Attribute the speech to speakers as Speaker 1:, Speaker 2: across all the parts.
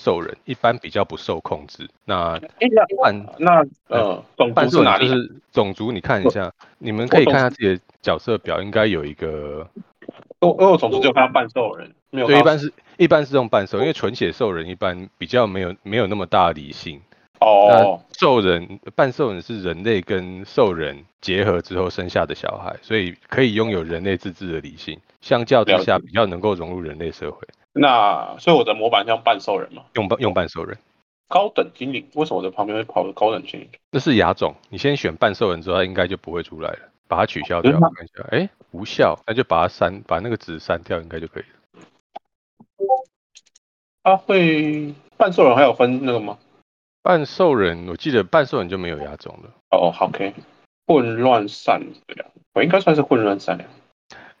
Speaker 1: 兽人，一般比较不受控制。那
Speaker 2: 哎，那
Speaker 1: 半
Speaker 2: 那呃，种
Speaker 1: 嗯半
Speaker 2: 族是
Speaker 1: 兽
Speaker 2: 哪
Speaker 1: 人就
Speaker 2: 里？
Speaker 1: 是种族，你看一下，你们可以看他自己的角色表，应该有一个
Speaker 2: 我我有种族就看到半兽人，没有
Speaker 1: 对，一
Speaker 2: 看到
Speaker 1: 般是一般是用半兽，因为纯血兽人一般比较没有没有那么大的理性。
Speaker 2: 哦，
Speaker 1: 那兽人半兽人是人类跟兽人结合之后生下的小孩，所以可以拥有人类自制的理性，相较之下
Speaker 2: 了解
Speaker 1: 比较能够融入人类社会。
Speaker 2: 那所以我的模板像半兽人嘛，
Speaker 1: 用半用半兽人，
Speaker 2: 高等精灵，为什么我的旁边会跑高等精灵？
Speaker 1: 那是亚种，你先选半兽人之后，它应该就不会出来了，把它取消掉。
Speaker 2: 哦真的吗
Speaker 1: 我看一下，哎，无效，那就把它删，把那个值删掉，应该就可以了。
Speaker 2: 他啊会半兽人还有分那个吗？
Speaker 1: 半兽人，我记得半兽人就没有亚种了。
Speaker 2: 哦，好，OK，混乱善良，我应该算是混乱善良。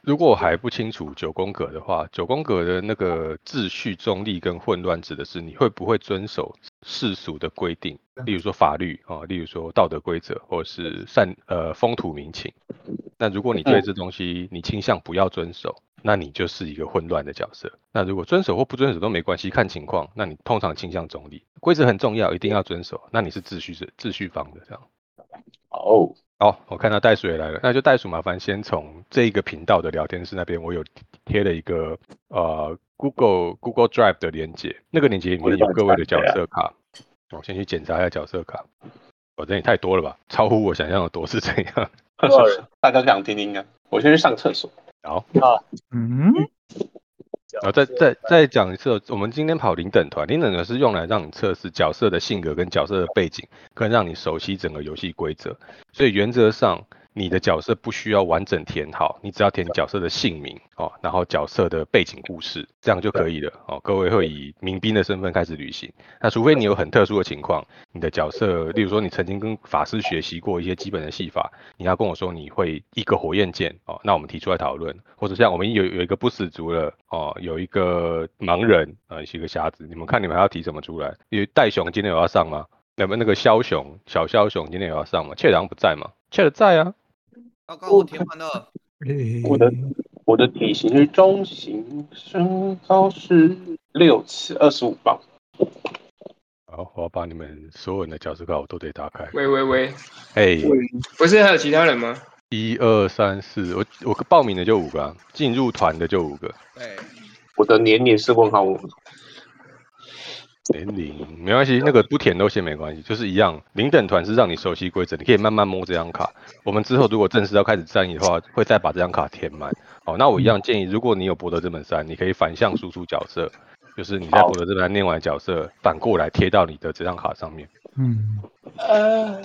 Speaker 1: 如果我还不清楚九宫格的话，九宫格的那个秩序中立跟混乱指的是你会不会遵守世俗的规定，例如说法律啊、哦例如说道德规则，或者是善呃风土民情。那如果你对
Speaker 2: 嗯
Speaker 1: 这东西你倾向不要遵守，那你就是一个混乱的角色。那如果遵守或不遵守都没关系，看情况。那你通常倾向中立，规则很重要，一定要遵守。那你是秩序是秩序方的这样。
Speaker 2: 哦，
Speaker 1: 好，我看到袋鼠也来了，那就袋鼠麻烦先从这一个频道的聊天室那边，我有贴了一个呃 Google Google Drive 的连接，那个连接里面有各位的角色卡，我先去检查一下角色卡。我、哦、这也太多了吧，超乎我想象的多是怎样？
Speaker 2: 大家想听听看，我先去上厕所。
Speaker 1: 好，
Speaker 3: 嗯，
Speaker 1: 然哦后再再再讲一次，哦我们今天跑零等团，零等团是用来让你测试角色的性格跟角色的背景，跟让你熟悉整个游戏规则。所以原则上，你的角色不需要完整填好，你只要填角色的姓名哦，然后角色的背景故事，这样就可以了哦。各位会以民兵的身份开始旅行，那除非你有很特殊的情况，你的角色，例如说你曾经跟法师学习过一些基本的戏法，你要跟我说你会一个火焰剑哦，那我们提出来讨论，或者像我们有有一个不死族了哦，有一个盲人呃，是一个瞎子，你们看你们还要提什么出来？因为戴熊今天有要上吗？那么那个枭雄小枭雄今天有要上吗？雀狼不在吗？雀的在啊，
Speaker 4: 刚刚我填完了，
Speaker 2: 我的
Speaker 1: 嗯
Speaker 2: 我的体型是中型，身高是六尺二十五磅。
Speaker 1: 好，我要把你们所有人的角色卡我都得打开。
Speaker 5: 喂喂喂，
Speaker 1: 哎，
Speaker 5: 不是还有其他人吗？
Speaker 1: 一二三四，我我报名的就五个、啊，进入团的就五个。
Speaker 4: 对，
Speaker 2: 我的年龄是问号五，
Speaker 1: 年龄没关系，那个不填都先没关系，就是一样。零等团是让你熟悉规则，你可以慢慢摸这张卡。我们之后如果正式要开始战役的话，会再把这张卡填满。好，那我一样建议，如果你有博德这本三，你可以反向输出角色，就是你在
Speaker 2: 好
Speaker 1: 博德这本三念完角色，反过来贴到你的这张卡上面。
Speaker 3: 嗯，
Speaker 5: 呃，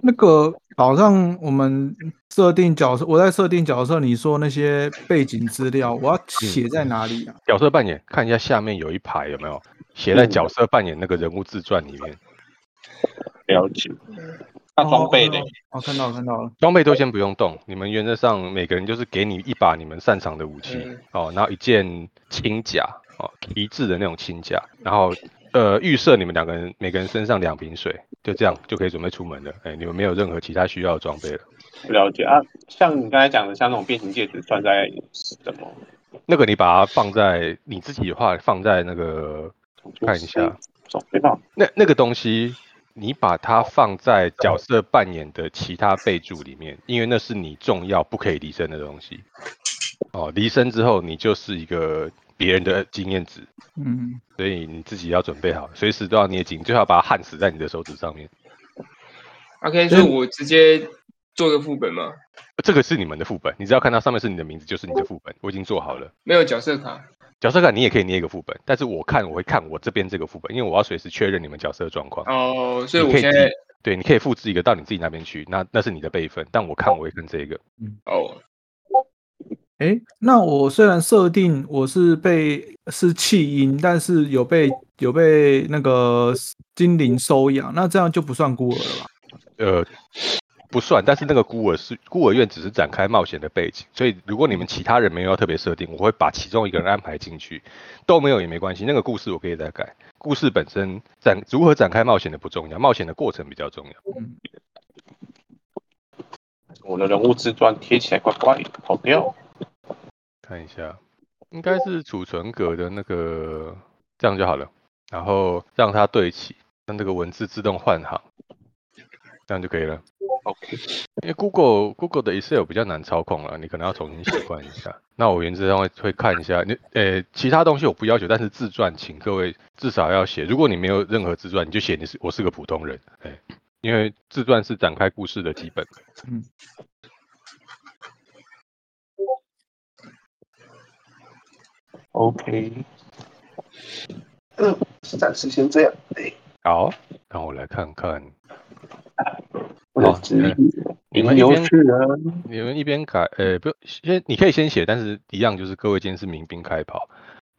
Speaker 3: 那个好像我们设定角色，我在设定角色，你说那些背景资料，我要写在哪里啊？
Speaker 1: 角色扮演，看一下下面有一排有没有写在角色扮演那个人物自传里面。
Speaker 2: 了解。那装备嘞？
Speaker 3: 嗯哦，看到了，看到了。
Speaker 1: 装备都先不用动，你们原则上每个人就是给你一把你们擅长的武器、
Speaker 5: 嗯
Speaker 1: 哦，然后一件轻甲哦，一致的那种轻甲，然后呃预设你们两个人每个人身上两瓶水，就这样就可以准备出门了。哎，你们没有任何其他需要的装备了，
Speaker 3: 哦
Speaker 2: 了解啊。像你刚才讲的，像那种变形戒指算在什么？
Speaker 1: 那个你把它放在你自己的话放在那个看一下，
Speaker 2: 总备吧。
Speaker 1: 那那个东西，你把它放在角色扮演的其他备注里面，因为那是你重要不可以离身的东西。哦，离身之后，你就是一个别人的经验值，
Speaker 3: 嗯，
Speaker 1: 所以你自己要准备好，随时都要捏紧，最好把它焊死在你的手指上面。
Speaker 5: OK，所以我直接做个副本嘛，
Speaker 1: 这个是你们的副本，你只要看到上面是你的名字，就是你的副本。我已经做好了。
Speaker 5: 没有角色卡。
Speaker 1: 角色卡你也可以捏一个副本，但是我看我会看我这边这个副本，因为我要随时确认你们角色的状况。
Speaker 5: 哦，所以
Speaker 1: 你
Speaker 5: 我
Speaker 1: 可以
Speaker 5: 现
Speaker 1: 自
Speaker 5: 在
Speaker 1: 己对，你可以复制一个到你自己那边去，那那是你的备份。但我看我会看这个，
Speaker 5: 哦，
Speaker 3: 诶，那我虽然设定我是被是弃婴，但是有被有被那个精灵收养，那这样就不算孤儿了吧？
Speaker 1: 呃，不算，但是那个孤儿是孤儿院，只是展开冒险的背景。所以如果你们其他人没有要特别设定，我会把其中一个人安排进去，都没有也没关系。那个故事我可以再改，故事本身展如何展开冒险的不重要，冒险的过程比较重要。
Speaker 3: 嗯，
Speaker 2: 我的人物自传贴起来怪怪的，跑掉。
Speaker 1: 看一下，应该是储存格的那个，这样就好了。然后让它对齐，让这个文字自动换行，这样就可以了。
Speaker 2: OK，
Speaker 1: 因为 Google Google 的 Excel 比较难操控了，你可能要重新习惯一下。那我原则上会会看一下，你呃其他东西我不要求，但是自传请各位至少要写。如果你没有任何自传，你就写你是我是个普通人，哎，因为自传是展开故事的基本。
Speaker 2: OK，嗯，暂时先这样。哎，
Speaker 1: 好，让我来看看
Speaker 2: 我的
Speaker 1: 好
Speaker 2: 指
Speaker 1: 哎你
Speaker 2: 引名
Speaker 1: 们一
Speaker 2: 流
Speaker 1: 边
Speaker 2: 是人，
Speaker 1: 你们一边改，呃，不，先你可以先写，但是一样就是各位今天是民兵开跑，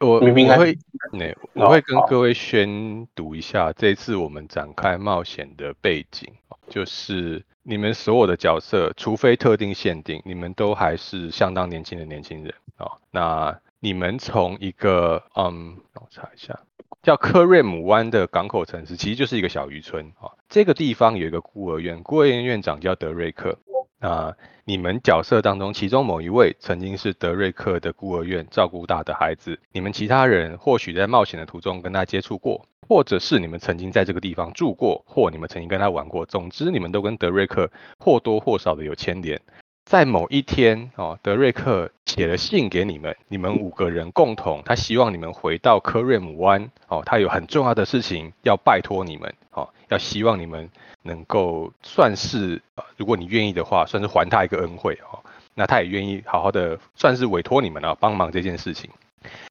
Speaker 1: 我
Speaker 2: 民兵
Speaker 1: 我
Speaker 2: 开
Speaker 1: 会，那、
Speaker 2: 嗯好
Speaker 1: 我会跟
Speaker 2: 好
Speaker 1: 各位宣读一下这一次我们展开冒险的背景，哦就是你们所有的角色，除非特定限定，你们都还是相当年轻的年轻人哦。那你们从一个嗯，让我查一下，叫科瑞姆湾的港口城市，其实就是一个小渔村啊、哦。这个地方有一个孤儿院，孤儿院院长叫德瑞克。那、你们角色当中，其中某一位曾经是德瑞克的孤儿院照顾大的孩子，你们其他人或许在冒险的途中跟他接触过，或者是你们曾经在这个地方住过，或你们曾经跟他玩过。总之，你们都跟德瑞克或多或少的有牵连。在某一天哦，德瑞克写了信给你们，你们五个人共同，他希望你们回到科瑞姆湾哦，他有很重要的事情要拜托你们哦，要希望你们能够算是，呃如果你愿意的话，算是还他一个恩惠哦。那他也愿意好好的，算是委托你们啊，帮忙这件事情。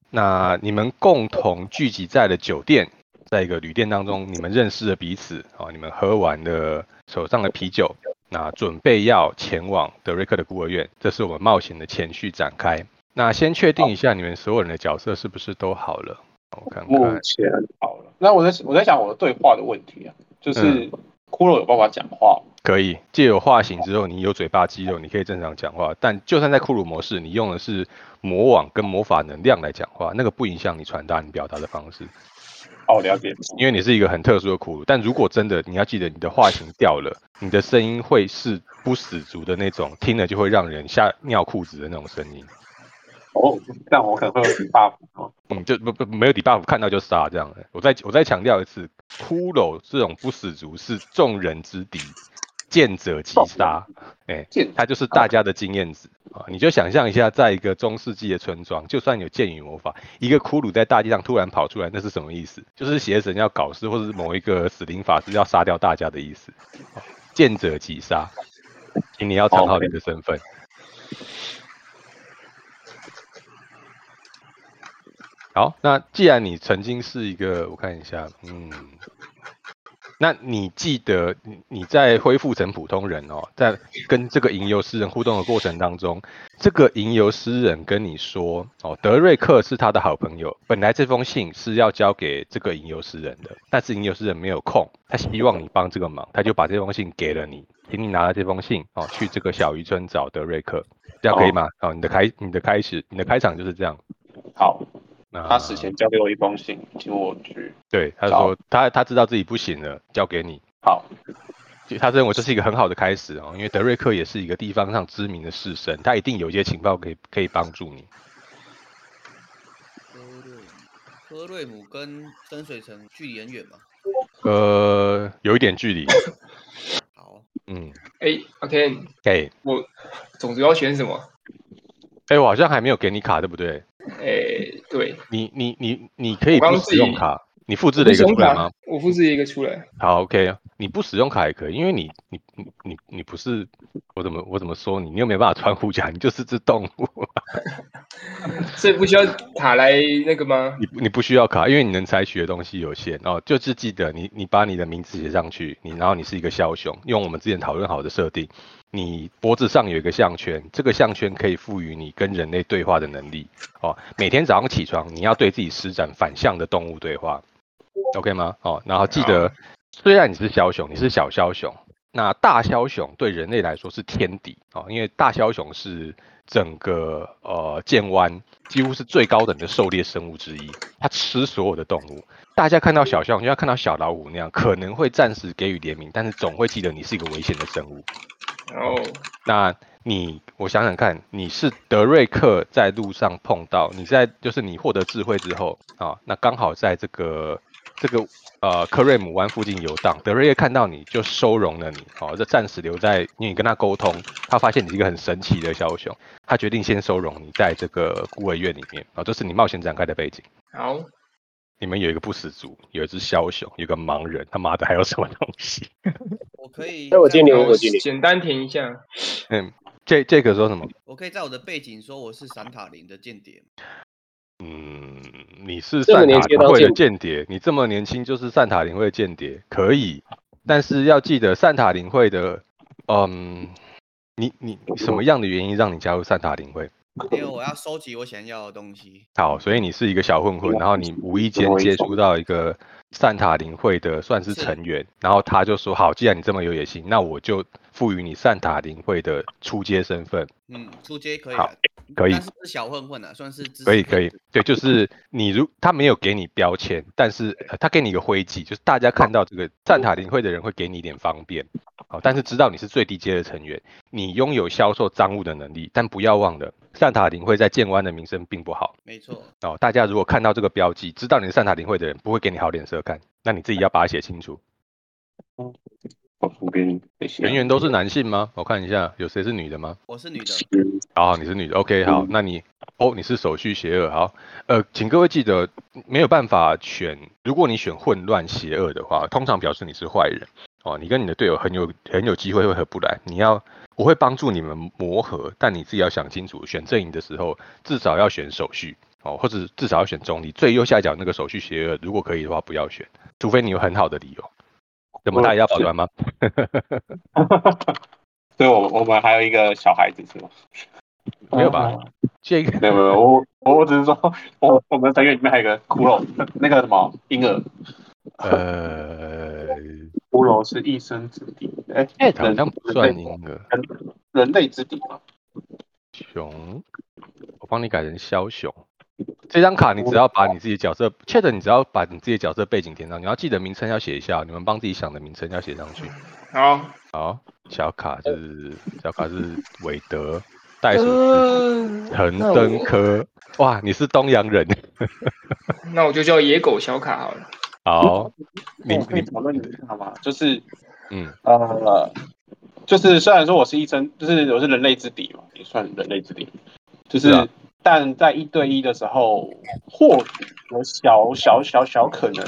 Speaker 1: 那你们共同聚集在了酒店，在一个旅店当中，你们认识了彼此啊、哦，你们喝完了手上的啤酒，那准备要前往德瑞克的孤儿院，这是我们冒险的前序展开。那先确定一下你们所有人的角色是不是都好了，哦我看
Speaker 2: 目
Speaker 1: 看。
Speaker 2: 前好了。那我在我在想我的对话的问题啊，就是
Speaker 1: 嗯
Speaker 2: 骷髅有办法讲话吗，
Speaker 1: 可以借由化形之后，你有嘴巴肌肉，你可以正常讲话。但就算在骷髅模式，你用的是魔网跟魔法能量来讲话，那个不影响你传达你表达的方式，
Speaker 2: 哦，了解。
Speaker 1: 因为你是一个很特殊的骷髅。但如果真的你要记得你的化形掉了，你的声音会是不死族的那种，听了就会让人吓尿裤子的那种声音。
Speaker 2: 哦，这样我可能会有点 buff 哦。
Speaker 1: 嗯，就不不没有 debuff，看到就杀这样的。我再我再强调一次，骷髅这种不死族是众人之敌，见者即杀。哎、
Speaker 2: 见
Speaker 1: 它就是大家的经验值啊！你就想象一下，在一个中世纪的村庄，就算有剑与魔法，一个骷髅在大地上突然跑出来，那是什么意思？就是邪神要搞事，或者是某一个死灵法师要杀掉大家的意思。啊见者即杀，请你要藏好你的身份。好，那既然你曾经是一个，我看一下，嗯，那你记得你你在恢复成普通人哦，在跟这个吟游诗人互动的过程当中，这个吟游诗人跟你说哦，德瑞克是他的好朋友，本来这封信是要交给这个吟游诗人的，但是吟游诗人没有空，他希望你帮这个忙，他就把这封信给了你，请你拿了这封信哦，去这个小渔村找德瑞克，这样可以吗？哦，你的开你的开始你的开场就是这样。
Speaker 2: 好，
Speaker 1: 那
Speaker 2: 他死前交给我一封信，请我去。
Speaker 1: 对，他
Speaker 2: 找
Speaker 1: 说他他知道自己不行了，交给你。
Speaker 2: 好，
Speaker 1: 就他认为这是一个很好的开始哦，因为德瑞克也是一个地方上知名的士绅，他一定有一些情报可以可以帮助你。
Speaker 4: 科瑞姆，科瑞姆跟深水城距离很远嘛？
Speaker 1: 呃，有一点距离，
Speaker 4: 好，
Speaker 1: 嗯，
Speaker 5: 哎，OK，
Speaker 1: 哎、
Speaker 5: 我种族要选什么？
Speaker 1: 哎、我好像还没有给你卡，对不对？
Speaker 5: 哎，对，
Speaker 1: 你你你你可以
Speaker 5: 我刚
Speaker 1: 不
Speaker 5: 刚
Speaker 1: 使用
Speaker 5: 自己
Speaker 1: 卡，你复制了一个出来吗？？
Speaker 5: 我复制一个出来。
Speaker 1: 好，OK，你不使用卡也可以，因为你你你你你不是我怎么我怎么说你，你又没办法穿护甲，你就是只动物，
Speaker 5: 所以不需要卡来那个吗？
Speaker 1: 你不你不需要卡，因为你能采取的东西有限哦。就是记得你你把你的名字写上去，你然后你是一个枭雄，用我们之前讨论好的设定，你脖子上有一个项圈，这个项圈可以赋予你跟人类对话的能力哦。每天早上起床，你要对自己施展反向的动物对话，OK 吗？哦，然后记得，虽然你是枭雄，你是小枭雄，那大枭雄对人类来说是天敌哦，因为大枭雄是整个呃剑湾几乎是最高等的狩猎生物之一，它吃所有的动物。大家看到小枭雄，就像看到小老虎那样，可能会暂时给予怜悯，但是总会记得你是一个危险的生物。
Speaker 5: 然后
Speaker 1: 那你，我想想看，你是德瑞克在哦路上碰到，你在就是你获得智慧之后啊，那刚好在这个这个呃科瑞姆湾附近游荡，德瑞叶看到你就收容了你，哦，这暂时留在，你跟他沟通，他发现你是一个很神奇的枭雄，他决定先收容你在这个孤儿院里面，啊、哦，这是你冒险展开的背景。
Speaker 5: 好，
Speaker 1: 你们有一个不死族，有一只枭雄，有一个盲人，他妈的还有什么东西？
Speaker 4: 我可以
Speaker 2: 那
Speaker 4: 在我
Speaker 2: 我进
Speaker 5: 那
Speaker 2: 你
Speaker 5: 我
Speaker 2: 我进你
Speaker 5: 简单停一下。
Speaker 1: 嗯，这这个说什么？
Speaker 4: 我可以在我的背景说我是闪塔林的间谍吗。
Speaker 1: 嗯，你是
Speaker 2: 这么
Speaker 1: 善
Speaker 2: 年
Speaker 1: 塔
Speaker 2: 轻
Speaker 1: 林
Speaker 2: 当
Speaker 1: 会的
Speaker 2: 间
Speaker 1: 间谍，你这么年轻就是善塔林会的间谍，可以。但是要记得，善塔林会的，嗯，你你什么样的原因让你加入善塔林会？
Speaker 4: 因为我要收集我想要的东西。
Speaker 1: 好，所以你是一个小混混，然后你无意间
Speaker 2: 我一
Speaker 1: 接
Speaker 2: 种
Speaker 1: 触到一个善塔林会的算是
Speaker 4: 是
Speaker 1: 成员，然后他就说：“好，既然你这么有野心，那我就赋予你善塔林会的出街身份。”
Speaker 4: 嗯，出街可以
Speaker 1: 好
Speaker 4: 啊，
Speaker 1: 可以
Speaker 4: 但是是小混混啊，算是知识
Speaker 1: 可以
Speaker 4: 分
Speaker 1: 可以
Speaker 4: 子，
Speaker 1: 对，就是你如他没有给你标签，但是、呃他给你一个徽记，就是大家看到这个赞塔林会的人会给你一点方便，好、但是知道你是最低阶的成员，你拥有销售赃物的能力，但不要忘了，善塔林会在建湾的名声并不好
Speaker 4: 没错。
Speaker 1: 哦。大家如果看到这个标记，知道你是善塔林会的人，不会给你好脸色看，那你自己要把它写清楚。
Speaker 2: 我旁边那些
Speaker 1: 人员都是男性吗？我看一下，有谁是女的吗？
Speaker 4: 我是女的，
Speaker 1: 好哦好，你是女的，OK，好，那你哦，你是手续邪恶，好，呃，请各位记得没有办法选，如果你选混乱邪恶的话，通常表示你是坏人哦，你跟你的队友很有很有机会会合不来，你要我会帮助你们磨合，但你自己要想清楚，选阵营的时候至少要选手续哦，或者至少要选中立，最右下角那个手续邪恶，如果可以的话不要选，除非你有很好的理由。怎么
Speaker 2: 嗯
Speaker 1: 大家要保
Speaker 2: 是
Speaker 1: 暖吗？
Speaker 2: 所以我我们还有一个小孩子是 吗？
Speaker 1: 没有吧？这个
Speaker 2: 没有没有，我我我只是说，我我们成员里面还有一个骷髅，那个什么婴儿，
Speaker 1: 呃，
Speaker 2: 骷髅是一生之敌，哎、
Speaker 1: 好
Speaker 2: 人
Speaker 1: 像不算婴儿。
Speaker 2: 人人类之敌嘛，
Speaker 1: 熊，我帮你改成枭雄。这张卡你只要把你自己的角色，Chat，你只要把你自己的角色背景填上，你要记得名称要写一下，你们帮自己想的名称要写上去。
Speaker 5: 好，
Speaker 1: 好，小卡是小卡是韦德，袋鼠是
Speaker 5: 呃，
Speaker 1: 藤
Speaker 5: 那
Speaker 1: 真
Speaker 5: 我
Speaker 1: 科。哇，你是东洋人。
Speaker 5: 那我就叫野狗小卡好了。
Speaker 1: 好，你
Speaker 2: 那我可以
Speaker 1: 你
Speaker 2: 哎讨论一下吗？就是
Speaker 1: 嗯，
Speaker 2: 呃，就是虽然说我是医生，就是我是人类之敌嘛，也算人类之敌，就是、
Speaker 1: 是啊
Speaker 2: 但在一对一的时候，或许有小小小小可能，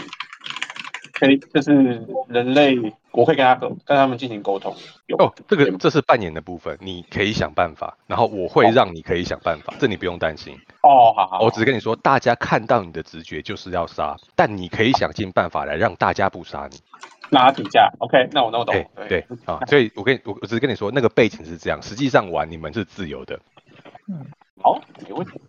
Speaker 2: 可以就是人类，我会跟他沟跟他们进行沟通。有
Speaker 1: 哦，这个这是扮演的部分，你可以想办法，然后我会让你可以想办法，这你不用担心。
Speaker 2: 哦，好好，
Speaker 1: 我只是跟你说，大家看到你的直觉就是要杀，但你可以想尽办法来让大家不杀你。
Speaker 2: 拿底价，OK，那我那我懂
Speaker 1: 对，对啊，所以我跟你我我只是跟你说，那个背景是这样，实际上玩你们是自由的。
Speaker 2: 好，没问题。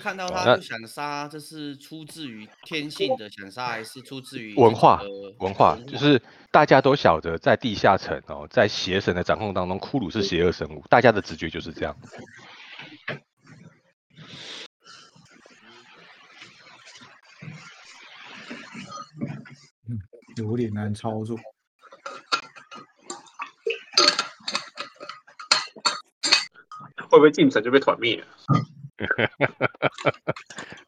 Speaker 4: 看到
Speaker 1: 哦
Speaker 4: 他
Speaker 1: 那
Speaker 4: 就想杀，这是出自于天性的想杀，还是出自于
Speaker 1: 文
Speaker 4: 自己
Speaker 1: 化
Speaker 4: 的
Speaker 1: 文化就是大家都晓得，在地下城哦，在邪神的掌控当中，骷髅是邪恶生物，大家的直觉就是这样。
Speaker 3: 有点难操作。
Speaker 2: 会不会进城就被团灭？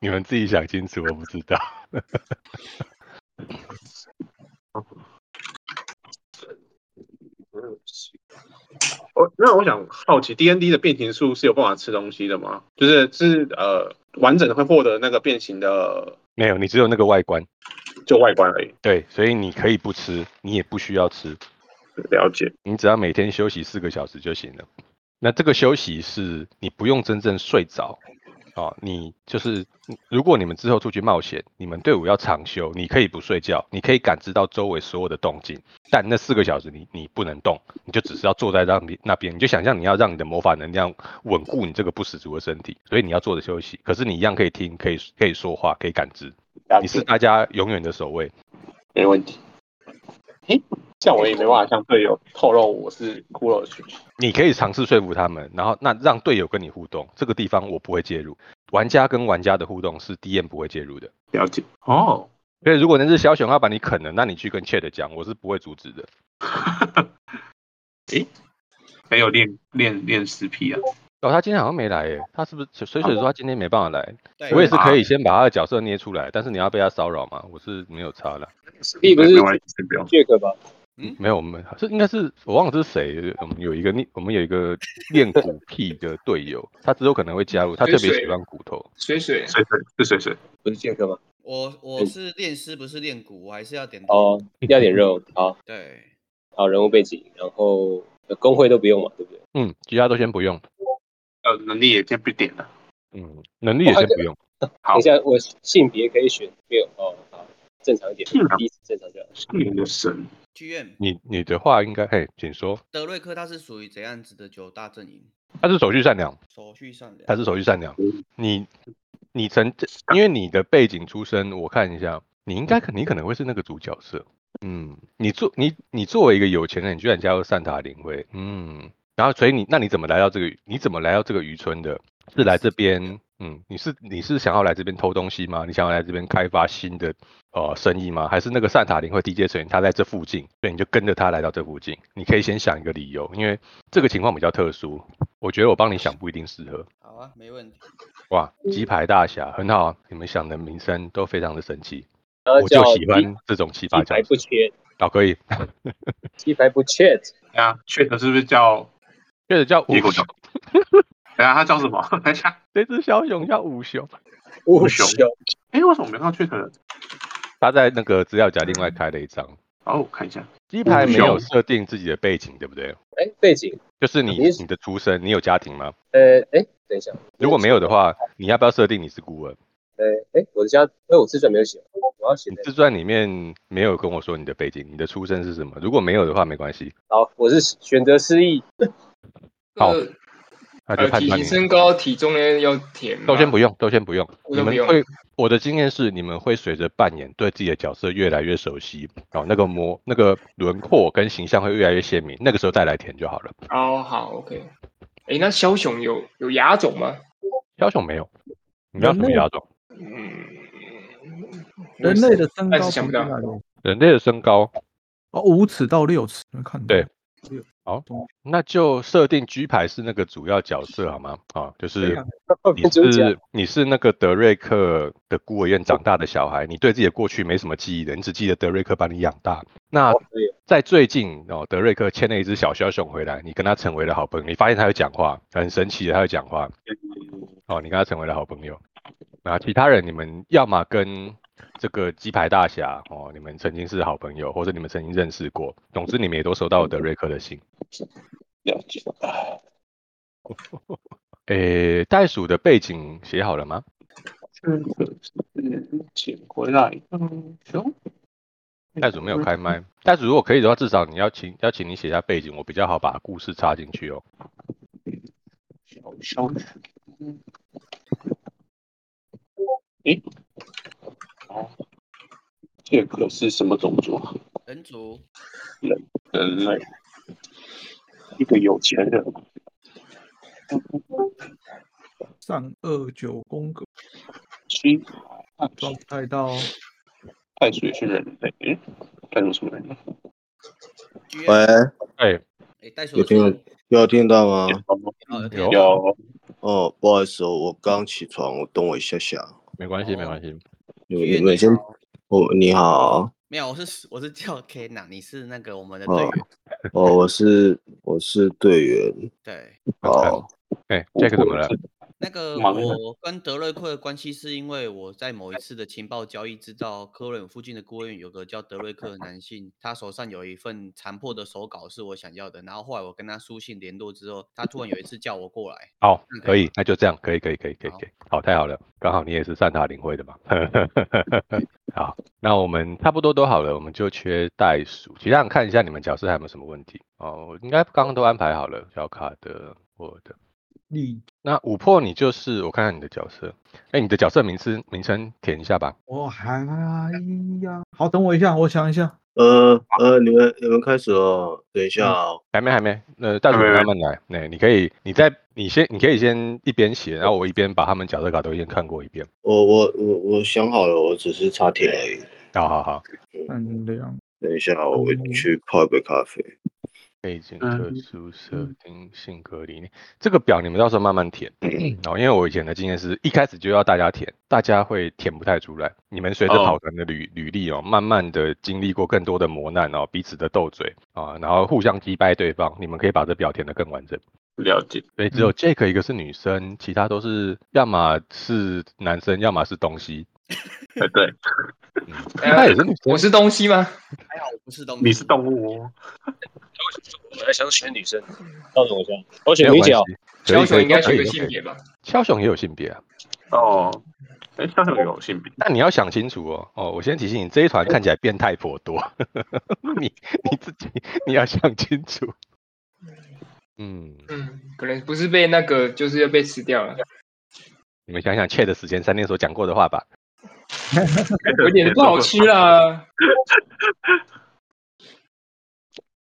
Speaker 1: 你们自己想清楚，我不知道。
Speaker 2: 我哦那我想好奇，D N D 的变形术是有办法吃东西的吗？就是是呃，完整的会获得那个变形的
Speaker 1: 没有，你只有那个外观，
Speaker 2: 就外观而已。
Speaker 1: 对，所以你可以不吃，你也不需要吃，
Speaker 2: 了解，
Speaker 1: 你只要每天休息四个小时就行了。那这个休息是你不用真正睡着哦，你就是如果你们之后出去冒险，你们队伍要长休，你可以不睡觉，你可以感知到周围所有的动静，但那四个小时你你不能动，你就只是要坐在那边那边，你就想象你要让你的魔法能量稳固你这个不死族的身体，所以你要坐着休息，可是你一样可以听，可以可以说话，可以感知，
Speaker 2: 了
Speaker 1: 你是
Speaker 2: 解，
Speaker 1: 大家永远的守卫。
Speaker 2: 没问题。诶，这样我也没办法向队友透露我是骷髅群。
Speaker 1: 你可以尝试说服他们，然后那让队友跟你互动，这个地方我不会介入。玩家跟玩家的互动是 DM 不会介入的。
Speaker 2: 了解，哦，
Speaker 1: 所以如果那只小熊要把你啃了，那你去跟 Chat 讲，我是不会阻止的。
Speaker 2: 没有练练练尸皮啊。
Speaker 1: 哦，他今天好像没来耶，他是不是水水说他今天没办法来？
Speaker 4: 对
Speaker 1: 我也是可以先把他的角色捏出来，但是你要被他骚扰嘛，我是没有差的。
Speaker 5: 史蒂不是
Speaker 6: 没关系，先不用。
Speaker 5: Jack 吧？
Speaker 4: 嗯
Speaker 1: 没有，我们是应该是我忘了是谁，我们有一个练我们有一个练骨癖的队友，他之后可能会加入，他特别喜欢骨头。
Speaker 5: 水水
Speaker 6: 水水是水水，
Speaker 7: 不是剑客吗？
Speaker 4: 我
Speaker 1: 嗯
Speaker 4: 我是练师，不是练骨，我还是要点头。
Speaker 7: 哦，要点肉，好
Speaker 4: 对，
Speaker 7: 好人物背景，然后呃工会都不用嘛，对不对？
Speaker 1: 嗯，其他都先不用，
Speaker 6: 呃，能力也先不点了。
Speaker 1: 嗯，能力也先不用。
Speaker 6: 好
Speaker 7: 等一下我性别可以选没有？哦，好，正常一点
Speaker 6: 是啊，
Speaker 7: 第一次正常就好。
Speaker 6: 是你的神，
Speaker 4: 剧院
Speaker 1: 你你的话应该，嘿，请说。
Speaker 4: 德瑞克他是属于怎样子的九大阵营？
Speaker 1: 他是手续善良，
Speaker 4: 手续上的
Speaker 1: 他是手续善良。你你曾因为你的背景出身，我看一下，你应该可你可能会是那个主角色。嗯，你作你你作为一个有钱人，你居然加入善塔领会，嗯，然后所以你那你怎么来到这个你怎么来到这个渔村的？是来这边，嗯，你是你是想要来这边偷东西吗？你想要来这边开发新的呃生意吗？还是那个善塔林会 DJ 成员他在这附近，所以你就跟着他来到这附近？你可以先想一个理由，因为这个情况比较特殊，我觉得我帮你想不一定适合。
Speaker 4: 好啊，没问题。
Speaker 1: 哇，
Speaker 7: 嗯
Speaker 1: 鸡排大侠很好啊，你们想的名声都非常的神奇，
Speaker 7: 然后
Speaker 1: 我
Speaker 7: 呃叫
Speaker 1: 就喜欢这种奇葩
Speaker 7: 鸡
Speaker 1: 角
Speaker 7: 排不
Speaker 1: 色。
Speaker 7: 缺，
Speaker 1: 好，可以，
Speaker 7: 鸡排不缺。
Speaker 2: 啊
Speaker 6: 呀，确实是不是叫？
Speaker 1: 这个叫五
Speaker 6: 结果
Speaker 1: 熊，
Speaker 6: 等一
Speaker 2: 啊
Speaker 6: 下他叫什么？等一下，
Speaker 1: 这只小熊叫五熊，
Speaker 7: 不
Speaker 6: 熊哎，为什么我没看到确实？
Speaker 1: 他在那个资料夹另外开了一张。
Speaker 6: 哦，我看一下，
Speaker 1: 鸡排没有
Speaker 6: 五熊
Speaker 1: 设定自己的背景，对不对？
Speaker 7: 哎，背景，
Speaker 1: 就是你
Speaker 7: 你是
Speaker 1: 你的出身，你有家庭吗？
Speaker 7: 呃，哎，等一下，
Speaker 1: 如果没有的，话，你要不要设定你是孤儿？
Speaker 7: 呃，哎，我的家，哎，我自传没有写，我要写
Speaker 1: 你
Speaker 7: 的。
Speaker 1: 自传里面没有跟我说你的背景，你的出身是什么？如果没有的话，没关系，
Speaker 7: 好，我是选择失忆，
Speaker 1: 好
Speaker 5: 呃
Speaker 1: 那就
Speaker 5: 呃，
Speaker 1: 判
Speaker 5: 体
Speaker 1: 断
Speaker 5: 型、
Speaker 1: 你。
Speaker 5: 身高、体重呢要填吗。
Speaker 1: 都先不用，都先不用。
Speaker 5: 都
Speaker 1: 你
Speaker 5: 不
Speaker 1: 们
Speaker 5: 用
Speaker 1: 会，我的经验是，你们会随着扮演对自己的角色越来越熟悉，哦，那个模、那个轮廓跟形象会越来越鲜明，那个时候再来填就好了。
Speaker 5: 哦，好，OK。哎，那枭雄有有牙种吗？
Speaker 1: 枭雄没有，你要什么
Speaker 3: 人类
Speaker 1: 牙种？
Speaker 5: 嗯，
Speaker 3: 人类的
Speaker 5: 暂
Speaker 3: 身高
Speaker 5: 时想不
Speaker 3: 平
Speaker 5: 到
Speaker 3: 均来说
Speaker 1: 人类的身高，
Speaker 3: 哦，五尺到六尺，能看到
Speaker 1: 对那就设定 G 牌是那个主要角色好吗？啊、就是 你
Speaker 7: 主角
Speaker 1: 是你是那个德瑞克的孤儿院长大的小孩，你对自己的过去没什么记忆的，你只记得德瑞克把你养大。那
Speaker 7: 哦对
Speaker 1: 在最近哦，德瑞克牵了一只小枭熊回来，你跟他成为了好朋友，你发现他会讲话，很神奇的，他会讲话
Speaker 7: 嗯
Speaker 1: 哦，你跟他成为了好朋友。那其他人你们要么跟这个鸡排大侠哦，你们曾经是好朋友，或者你们曾经认识过，总之你们也都收到德瑞克的信。
Speaker 2: 了解。
Speaker 1: 诶，袋鼠的背景写好了吗？
Speaker 2: 这个是捡回来的熊。
Speaker 1: 袋鼠没有开麦。袋鼠如果可以的话，至少你要请要请你写下背景，我比较好把故事插进去哦。
Speaker 2: 小小雪。诶，哦，这个是什么种族啊？
Speaker 4: 人族
Speaker 2: 人类，一个有钱人。
Speaker 3: 上二九宫格
Speaker 2: 七海
Speaker 3: 状态到
Speaker 2: 袋鼠也是人类，诶袋鼠什么人类？
Speaker 4: 剧
Speaker 8: 喂
Speaker 4: 院，，
Speaker 1: 哎，
Speaker 4: 哎，袋鼠
Speaker 8: 有
Speaker 4: 的声
Speaker 8: 听
Speaker 4: 音
Speaker 8: 有听到吗？
Speaker 4: 哦，有
Speaker 1: 有
Speaker 4: 点
Speaker 2: 有
Speaker 8: 哦，不好意思哦，我刚起床，我等我一下下。
Speaker 1: 没关系，
Speaker 4: 哦
Speaker 1: 没关系。
Speaker 8: 你
Speaker 4: 剧院
Speaker 8: 你们先
Speaker 4: 你，好
Speaker 8: 我你好，
Speaker 4: 没有，我是我是叫 Kena，你是那个我们的队
Speaker 8: 哦
Speaker 4: 员，
Speaker 8: 哦，我是我是队员，
Speaker 4: 对，
Speaker 8: 哦，
Speaker 1: 哎，Jack 怎么了？
Speaker 4: 那个
Speaker 2: 忙着
Speaker 4: 我跟德瑞克的关系是因为我在某一次的情报交易知道科伦附近的孤儿院有个叫德瑞克的男性，他手上有一份残破的手稿是我想要的，然后后来我跟他书信联络之后，他突然有一次叫我过来，
Speaker 1: 好
Speaker 4: 嗯，
Speaker 1: 可以，那就这样，可以，可以，可以，可以，
Speaker 4: 好
Speaker 1: 可以。好，太好了，刚好你也是善塔领会的嘛。 好，那我们差不多都好了，我们就缺袋鼠。其他人看一下你们角色还有没有什么问题哦。我应该刚刚都安排好了，小卡的，我的。
Speaker 3: 你
Speaker 1: 那五破你就是我看看你的角色，哎，你的角色名字名称填一下吧。
Speaker 3: 我还呀，好，等我一下，我想一下。
Speaker 8: 呃呃，你们你们开始了，等一下哦，
Speaker 1: 还没，还没，呃，袋鼠
Speaker 6: 还没
Speaker 1: 慢慢来。那、你可以，你在，你先，你可以先一边写，然后我一边把他们角色卡都先看过一遍。
Speaker 8: 我我我我想好了，我只是差点而已。
Speaker 1: 好好好，
Speaker 3: 嗯，这样
Speaker 8: 等一下，我去泡一杯咖啡。
Speaker 1: 背景
Speaker 6: 嗯
Speaker 1: 特殊设定、性格理念，这个表你们到时候慢慢填。 然后，因为我以前的经验是一开始就要大家填，大家会填不太出来。你们随着
Speaker 6: 哦
Speaker 1: 跑团的履、履历哦，慢慢的经历过更多的磨难哦，彼此的斗嘴啊，然后互相击败对方，你们可以把这表填得更完整。
Speaker 6: 了解，
Speaker 1: 所以只
Speaker 7: 嗯
Speaker 1: 有 Jack 一个是女生，其他都是要么是男生，要么是东西。
Speaker 6: 哎对，
Speaker 1: 嗯，
Speaker 5: 哎
Speaker 1: 应该也是女生
Speaker 5: 我。是东西吗？
Speaker 4: 还好我不是东西，
Speaker 6: 你是动物哦，
Speaker 7: 本来想选女生，到底我想，我
Speaker 1: 没
Speaker 7: 选
Speaker 1: 有
Speaker 7: 女
Speaker 1: 关系
Speaker 7: 角，，
Speaker 1: 可以可
Speaker 5: 枭雄
Speaker 1: 以
Speaker 5: 应该
Speaker 1: 都可以都
Speaker 5: 选个
Speaker 1: 可
Speaker 5: 性
Speaker 1: 以
Speaker 5: 别吧？
Speaker 1: 枭雄也有性别啊。
Speaker 6: 哦，哎，肖像有性别，
Speaker 1: 但你要想清楚哦，哦，我先提醒你，这一团看起来变态颇多， 你你自己你要想清楚。嗯，
Speaker 5: 嗯，可能不是被那个，就是要被吃 掉了，
Speaker 1: 你们想想 Chat 史前三天所讲过的话吧。
Speaker 5: 有点不好吃啦。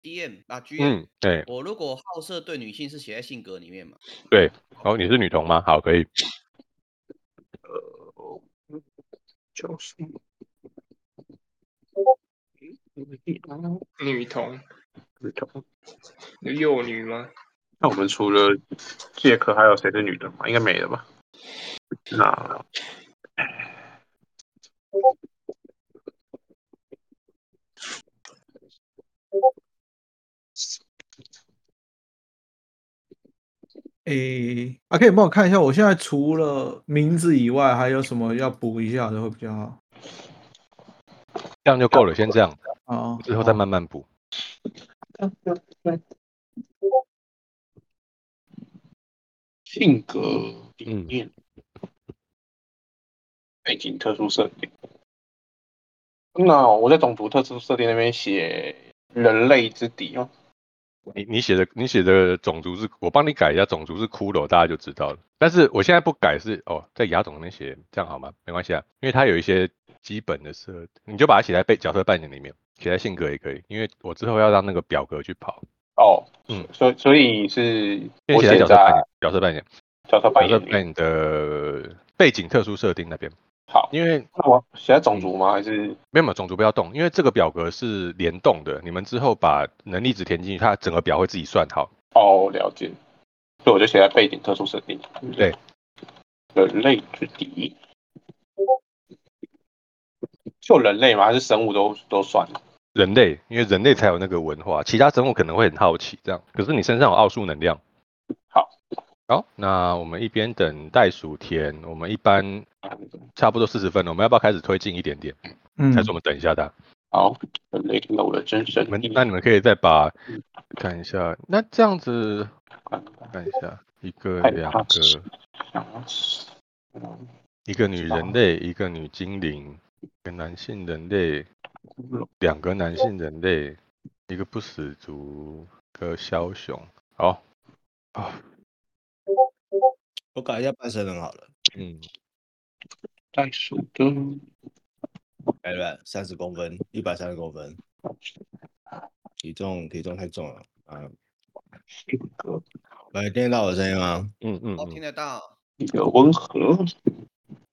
Speaker 4: DM 啊 GM。
Speaker 1: 嗯，对，
Speaker 4: 我如果好色对女性是写在性格里面嘛？
Speaker 1: 哦，你是女同吗？好，可以。
Speaker 6: 呃，就是。
Speaker 5: 女童有幼女吗？
Speaker 6: 那我们除了杰克，还有谁是女的吗？应该没了吧？那
Speaker 3: 诶、啊，可以帮我看一下，我现在除了名字以外，还有什么要补一下的会比较好？
Speaker 1: 这样就够了，先这样，
Speaker 3: 哦，
Speaker 1: 之后再慢慢补。
Speaker 2: 性格理
Speaker 1: 嗯
Speaker 2: 念、背景特殊设定。那我在种族特殊设定那边写人类之敌哦，
Speaker 1: 你你写的你写的种族是，我帮你改一下，种族是骷髅，大家就知道了。但是我现在不改是哦，在牙种那边写，这样好吗？没关系啊，因为它有一些基本的设，你就把它写在被角色扮演里面，写在性格也可以，因为我之后要让那个表格去跑，
Speaker 2: 哦，
Speaker 1: 嗯
Speaker 2: 所所以是
Speaker 1: 先
Speaker 2: 我
Speaker 1: 写在
Speaker 2: 写
Speaker 1: 角色扮
Speaker 2: 在
Speaker 1: 演，角色扮演，
Speaker 2: 角色扮
Speaker 1: 角色
Speaker 2: 演
Speaker 1: 扮
Speaker 2: 里。
Speaker 1: 演的背景特殊设定那边。
Speaker 2: 好
Speaker 1: 因为
Speaker 2: 那我写在种族吗？还是
Speaker 1: 没有没有种族不要动，因为这个表格是联动的，你们之后把能力值填进去，它整个表会自己算好。
Speaker 2: 哦，了解。所以我就写在背景特殊设定。
Speaker 1: 对，
Speaker 2: 人类之敌，就人类吗？还是生物都都算？
Speaker 1: 人类，因为人类才有那个文化，其他生物可能会很好奇这样。可是你身上有奥数能量。
Speaker 2: 好，
Speaker 1: 好，那我们一边等袋鼠填，我们一般差不多四十分了，我们要不要开始推进一点点？
Speaker 3: 嗯
Speaker 1: 还，是我们等一下它？
Speaker 2: 好，人类看到我的真身
Speaker 1: 你们
Speaker 2: 意
Speaker 1: 那你们可以再把
Speaker 2: 嗯
Speaker 1: 看一下，那这样子
Speaker 2: 看
Speaker 1: 看一下，一个
Speaker 2: 害
Speaker 1: 两
Speaker 2: 怕
Speaker 1: 个，
Speaker 2: 嗯
Speaker 1: 一个女人类，一个女精灵，一个男性人类，两个男性人类，一个不死族，一个枭雄。好，啊，
Speaker 8: 我改一下半身人好了，
Speaker 1: 嗯，
Speaker 2: 袋鼠的
Speaker 8: 改了三十公分，一百三十公分，体重体重太重了啊！
Speaker 2: 性格，
Speaker 8: 喂，听得到我的声音吗？
Speaker 1: 嗯嗯
Speaker 4: 哦，
Speaker 1: 嗯，
Speaker 4: 听得到。
Speaker 2: 一个温和，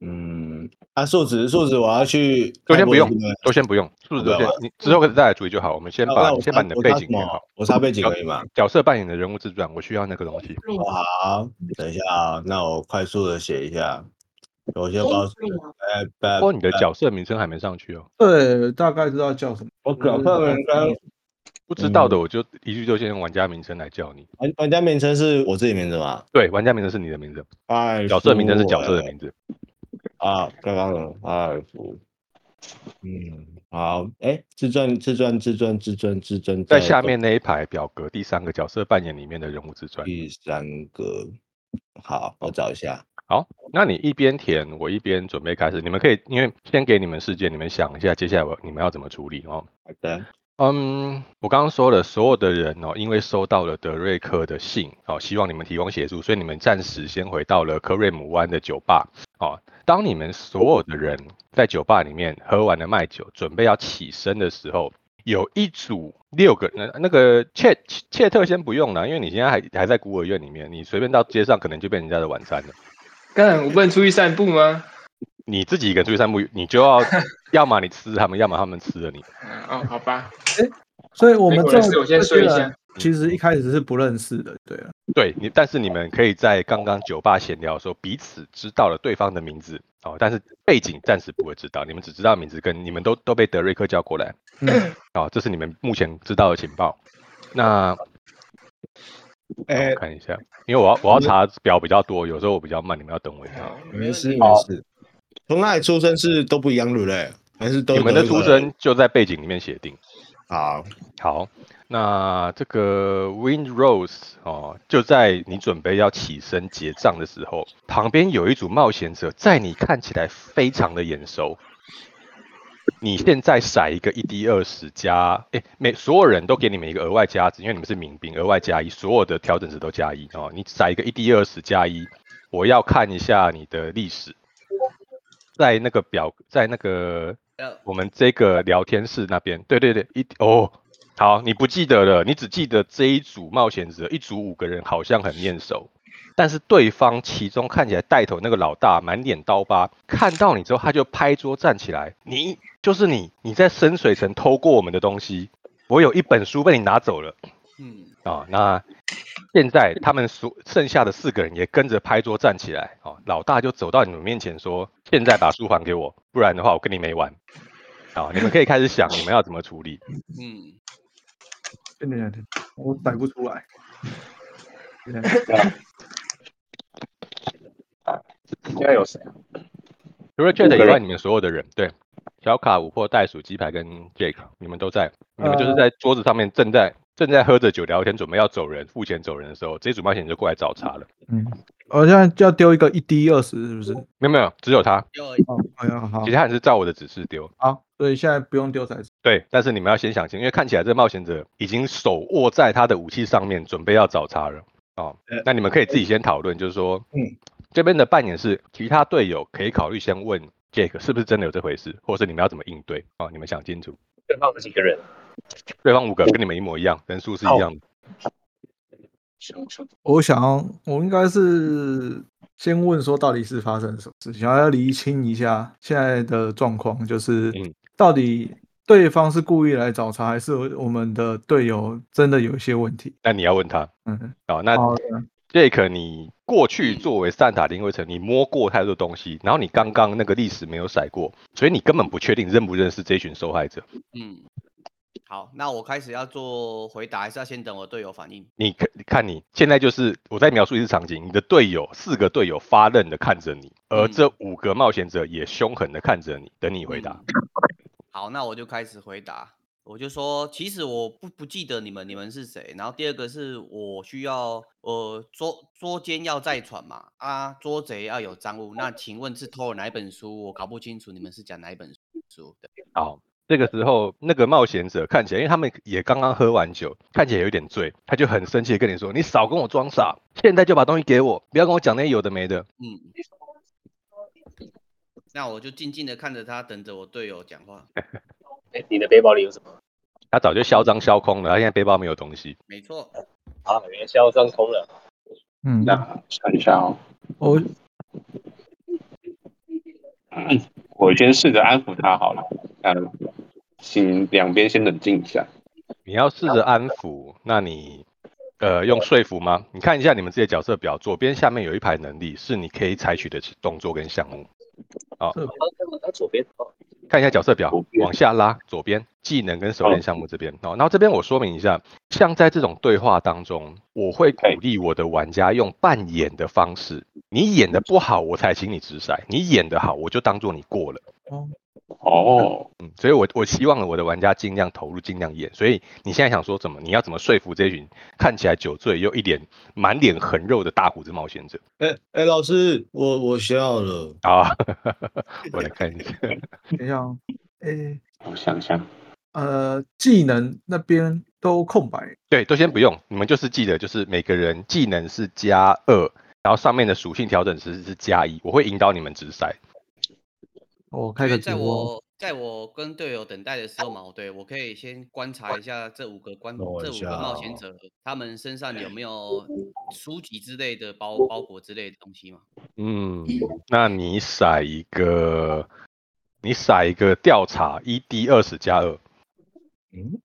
Speaker 8: 嗯，啊，数值数值我要去，
Speaker 1: 都先不用
Speaker 8: 看播音
Speaker 1: 都先不用，素质都
Speaker 8: 好的
Speaker 1: 先，你之后可以再来注意就好。我们先
Speaker 8: 那
Speaker 1: 把
Speaker 8: 那我
Speaker 1: 先
Speaker 8: 插
Speaker 1: 把你的
Speaker 8: 我
Speaker 1: 背
Speaker 8: 插
Speaker 1: 景
Speaker 8: 什么
Speaker 1: 填好，
Speaker 8: 我插背景可以吗？
Speaker 1: 角色扮演的人物自传，我需要那个东西。
Speaker 8: 嗯好，等一下啊，那我快速的写一下，我先告诉你，哎，拜
Speaker 1: 不过你的角色名称还没上去哦，
Speaker 3: 对，大概知道叫什么。
Speaker 8: 我搞
Speaker 1: 嗯
Speaker 8: 错了，刚
Speaker 1: 不知
Speaker 8: 嗯
Speaker 1: 道的我就一律就先用玩家名称来叫你。
Speaker 8: 玩玩家名称是我自己名字吗？
Speaker 1: 对，玩家名称是你的名字，
Speaker 8: 哎，
Speaker 1: 角色名称是角色的名字。
Speaker 8: 啊，刚刚的二福，嗯，好，哎，自传自传自传自传自传，
Speaker 1: 在下面那一排表格第三个角色扮演里面的人物自传。
Speaker 8: 第三个，好，我找一下，
Speaker 1: 好，那你一边填，我一边准备开始。你们可以，因为先给你们事件，你们想一下，接下来我你们要怎么处理哦。
Speaker 8: 好的，
Speaker 1: 嗯，我刚刚说了，所有的人哦，因为收到了德瑞克的信哦，希望你们提供协助，所以你们暂时先回到了科瑞姆湾的酒吧哦。当你们所有的人在酒吧里面喝完了麦酒，准备要起身的时候，有一组六个人，那那个切切特先不用了，因为你现在还还在孤儿院里面，你随便到街上可能就变人家的晚餐了。
Speaker 5: 干，我不能出去散步吗？
Speaker 1: 你自己一个人出去散步，你就要要么你吃他们，要么他们吃了你。
Speaker 5: 啊哦，好吧，
Speaker 3: 所以我
Speaker 5: 没
Speaker 3: 们
Speaker 5: 有
Speaker 3: 这
Speaker 5: 的事我先
Speaker 3: 这些
Speaker 5: 睡一
Speaker 3: 人
Speaker 5: 下，
Speaker 3: 其实一开始是不认识的，对啊，
Speaker 1: 对你，但是你们可以在刚刚酒吧闲聊的时候，彼此知道了对方的名字哦，但是背景暂时不会知道，你们只知道名字跟你们都都被德瑞克叫过来，
Speaker 3: 嗯，
Speaker 1: 哦，这是你们目前知道的情报。那
Speaker 8: 哎、
Speaker 1: 我看一下，因为我要我要查表比较多，有时候我比较慢，你们要等我一下。
Speaker 8: 没事没事，从哪里出生是都不一样，对不对？还是都
Speaker 1: 你们的
Speaker 8: 德国
Speaker 1: 出身就在背景里面写定。
Speaker 8: 好？
Speaker 1: 好，那这个 Wind Rose 哦，就在你准备要起身结账的时候，旁边有一组冒险者，在你看起来非常的眼熟。你现在骰一个一 d 二十加，哎，每所有人都给你们一个额外加值，因为你们是民兵，额外加一，所有的调整值都加一哦。你骰一个一 d 二十加一，我要看一下你的历史，在那个表，在那个
Speaker 4: 呃，
Speaker 1: 我们这个聊天室那边，对对对，一哦，好，你不记得了，你只记得这一组冒险者，一组五个人好像很面熟，但是对方其中看起来带头那个老大满脸刀疤，看到你之后他就拍桌站起来，你就是你，你在深水城偷过我们的东西，我有一本书被你拿走了
Speaker 4: 嗯，
Speaker 1: 啊、那现在他们所剩下的四个人也跟着拍桌站起来，哦，老大就走到你们面前说，现在把书还给我，不然的话我跟你没完。好，你们可以开始想你们要怎么处理。
Speaker 4: 嗯，
Speaker 3: 真的，我逮不出来。
Speaker 2: 应该有谁啊？
Speaker 1: 除了 Jet
Speaker 2: 五个
Speaker 1: 以外，
Speaker 2: 人
Speaker 1: 你们所有的人，对，小卡、五破、袋鼠、鸡排跟 Jake，你们都在，你们就是
Speaker 3: 呃
Speaker 1: 在桌子上面正在正在喝着酒聊天，准备要走人、付钱走人的时候，这组冒险就过来找茬了。
Speaker 3: 嗯，我现在就要丢一个一 d 二十，是不是？
Speaker 1: 没有没有，只有他，
Speaker 4: 又
Speaker 3: 哦，哎呀，好
Speaker 1: 其，他人是照我的指示丢。
Speaker 3: 好，所以现在不用丢骰子。
Speaker 1: 对，但是你们要先想清，因为看起来这冒险者已经手握在他的武器上面，准备要找茬了。哦
Speaker 8: 呃，
Speaker 1: 那你们可以自己先讨论，就是说，
Speaker 8: 嗯，
Speaker 1: 这边的扮演是其他队友可以考虑先问 Jake 是不是真的有这回事，或是你们要怎么应对哦，你们想清楚。
Speaker 7: 对方有几个人？
Speaker 1: 对方五个跟你们一模一样，人数是一样的。
Speaker 3: 我想要，我应该是先问说到底是发生什么事情，想要厘清一下现在的状况，就是
Speaker 1: 嗯
Speaker 3: 到底对方是故意来找茬，还是我们的队友真的有一些问题？
Speaker 1: 那你要问他
Speaker 3: 嗯，
Speaker 1: 哦，那
Speaker 3: 好，
Speaker 1: Jake，你过去作为善塔林威城，你摸过太多东西，然后你刚刚那个历史没有甩过，所以你根本不确定认不认识这群受害者。
Speaker 4: 嗯，好，那我开始要做回答，还是要先等我队友反应？
Speaker 1: 你看，你看你现在就是我在描述一次场景，你的队友四个队友发愣的看着你，而
Speaker 4: 嗯
Speaker 1: 这五个冒险者也凶狠的看着你，等你回答。
Speaker 4: 嗯好，那我就开始回答。我就说，其实我不不记得你们，你们是谁。然后第二个是我需要，呃，捉捉奸要再传嘛，啊，捉贼要有赃物。那请问是偷了哪一本书？我搞不清楚你们是讲哪一本书的。
Speaker 1: 好，这个时候那个冒险者看起来，因为他们也刚刚喝完酒，看起来有点醉，他就很生气的跟你说：“你少跟我装傻，现在就把东西给我，不要跟我讲那些有的没的。
Speaker 4: 嗯，那我就静静的看着他，等着我队友讲话。
Speaker 7: 哎，你的背包里有什么？”
Speaker 1: 他早就嚣张销空了，他现在背包没有东西。
Speaker 4: 没错，
Speaker 7: 啊，元宵上空了。
Speaker 3: 嗯，
Speaker 2: 那想一下哦，
Speaker 3: 我
Speaker 2: 我先试着安抚他好了。嗯，请两边先冷静一下。
Speaker 1: 你要试着安抚，那你呃用说服吗？你看一下你们自己的角色表，左边下面有一排能力是你可以采取的动作跟项目。
Speaker 7: 他他左边哦，
Speaker 1: 看一下角色表
Speaker 2: 左，边
Speaker 1: 往下拉，左边技能跟熟练项目这边哦。然后这边我说明一下，像在这种对话当中，我会鼓
Speaker 2: OK
Speaker 1: 励我的玩家用扮演的方式。你演的不好，我才请你直骰；你演的好，我就当做你过了。
Speaker 2: 哦，
Speaker 1: 嗯，所以我我希望我的玩家尽量投入，尽量演。所以你现在想说怎么？你要怎么说服这群看起来酒醉又一脸满脸横肉的大胡子冒险者
Speaker 8: 哎、哎、老师，我我笑了，
Speaker 1: 啊？我来看一下，
Speaker 3: 等一下哦，诶，
Speaker 2: 我想想，
Speaker 3: 呃，技能那边都空白，
Speaker 1: 对，都先不用，你们就是记得，就是每个人技能是加二，然后上面的属性调整值是加一，我会引导你们直筛。
Speaker 3: 我开
Speaker 4: 因
Speaker 3: 个
Speaker 4: 为
Speaker 3: 直
Speaker 4: 在
Speaker 3: 播，
Speaker 4: 我在我跟队友等待的时候嘛，我对我可以先观察一下这五个关
Speaker 8: 等我
Speaker 4: 这
Speaker 8: 一
Speaker 4: 五个冒险
Speaker 8: 下
Speaker 4: 者，他们身上有没有书籍之类的包包裹之类的东西嘛？
Speaker 1: 嗯，那你骰一个，你骰一，E 个调查一 d 二十加二，
Speaker 8: 嗯，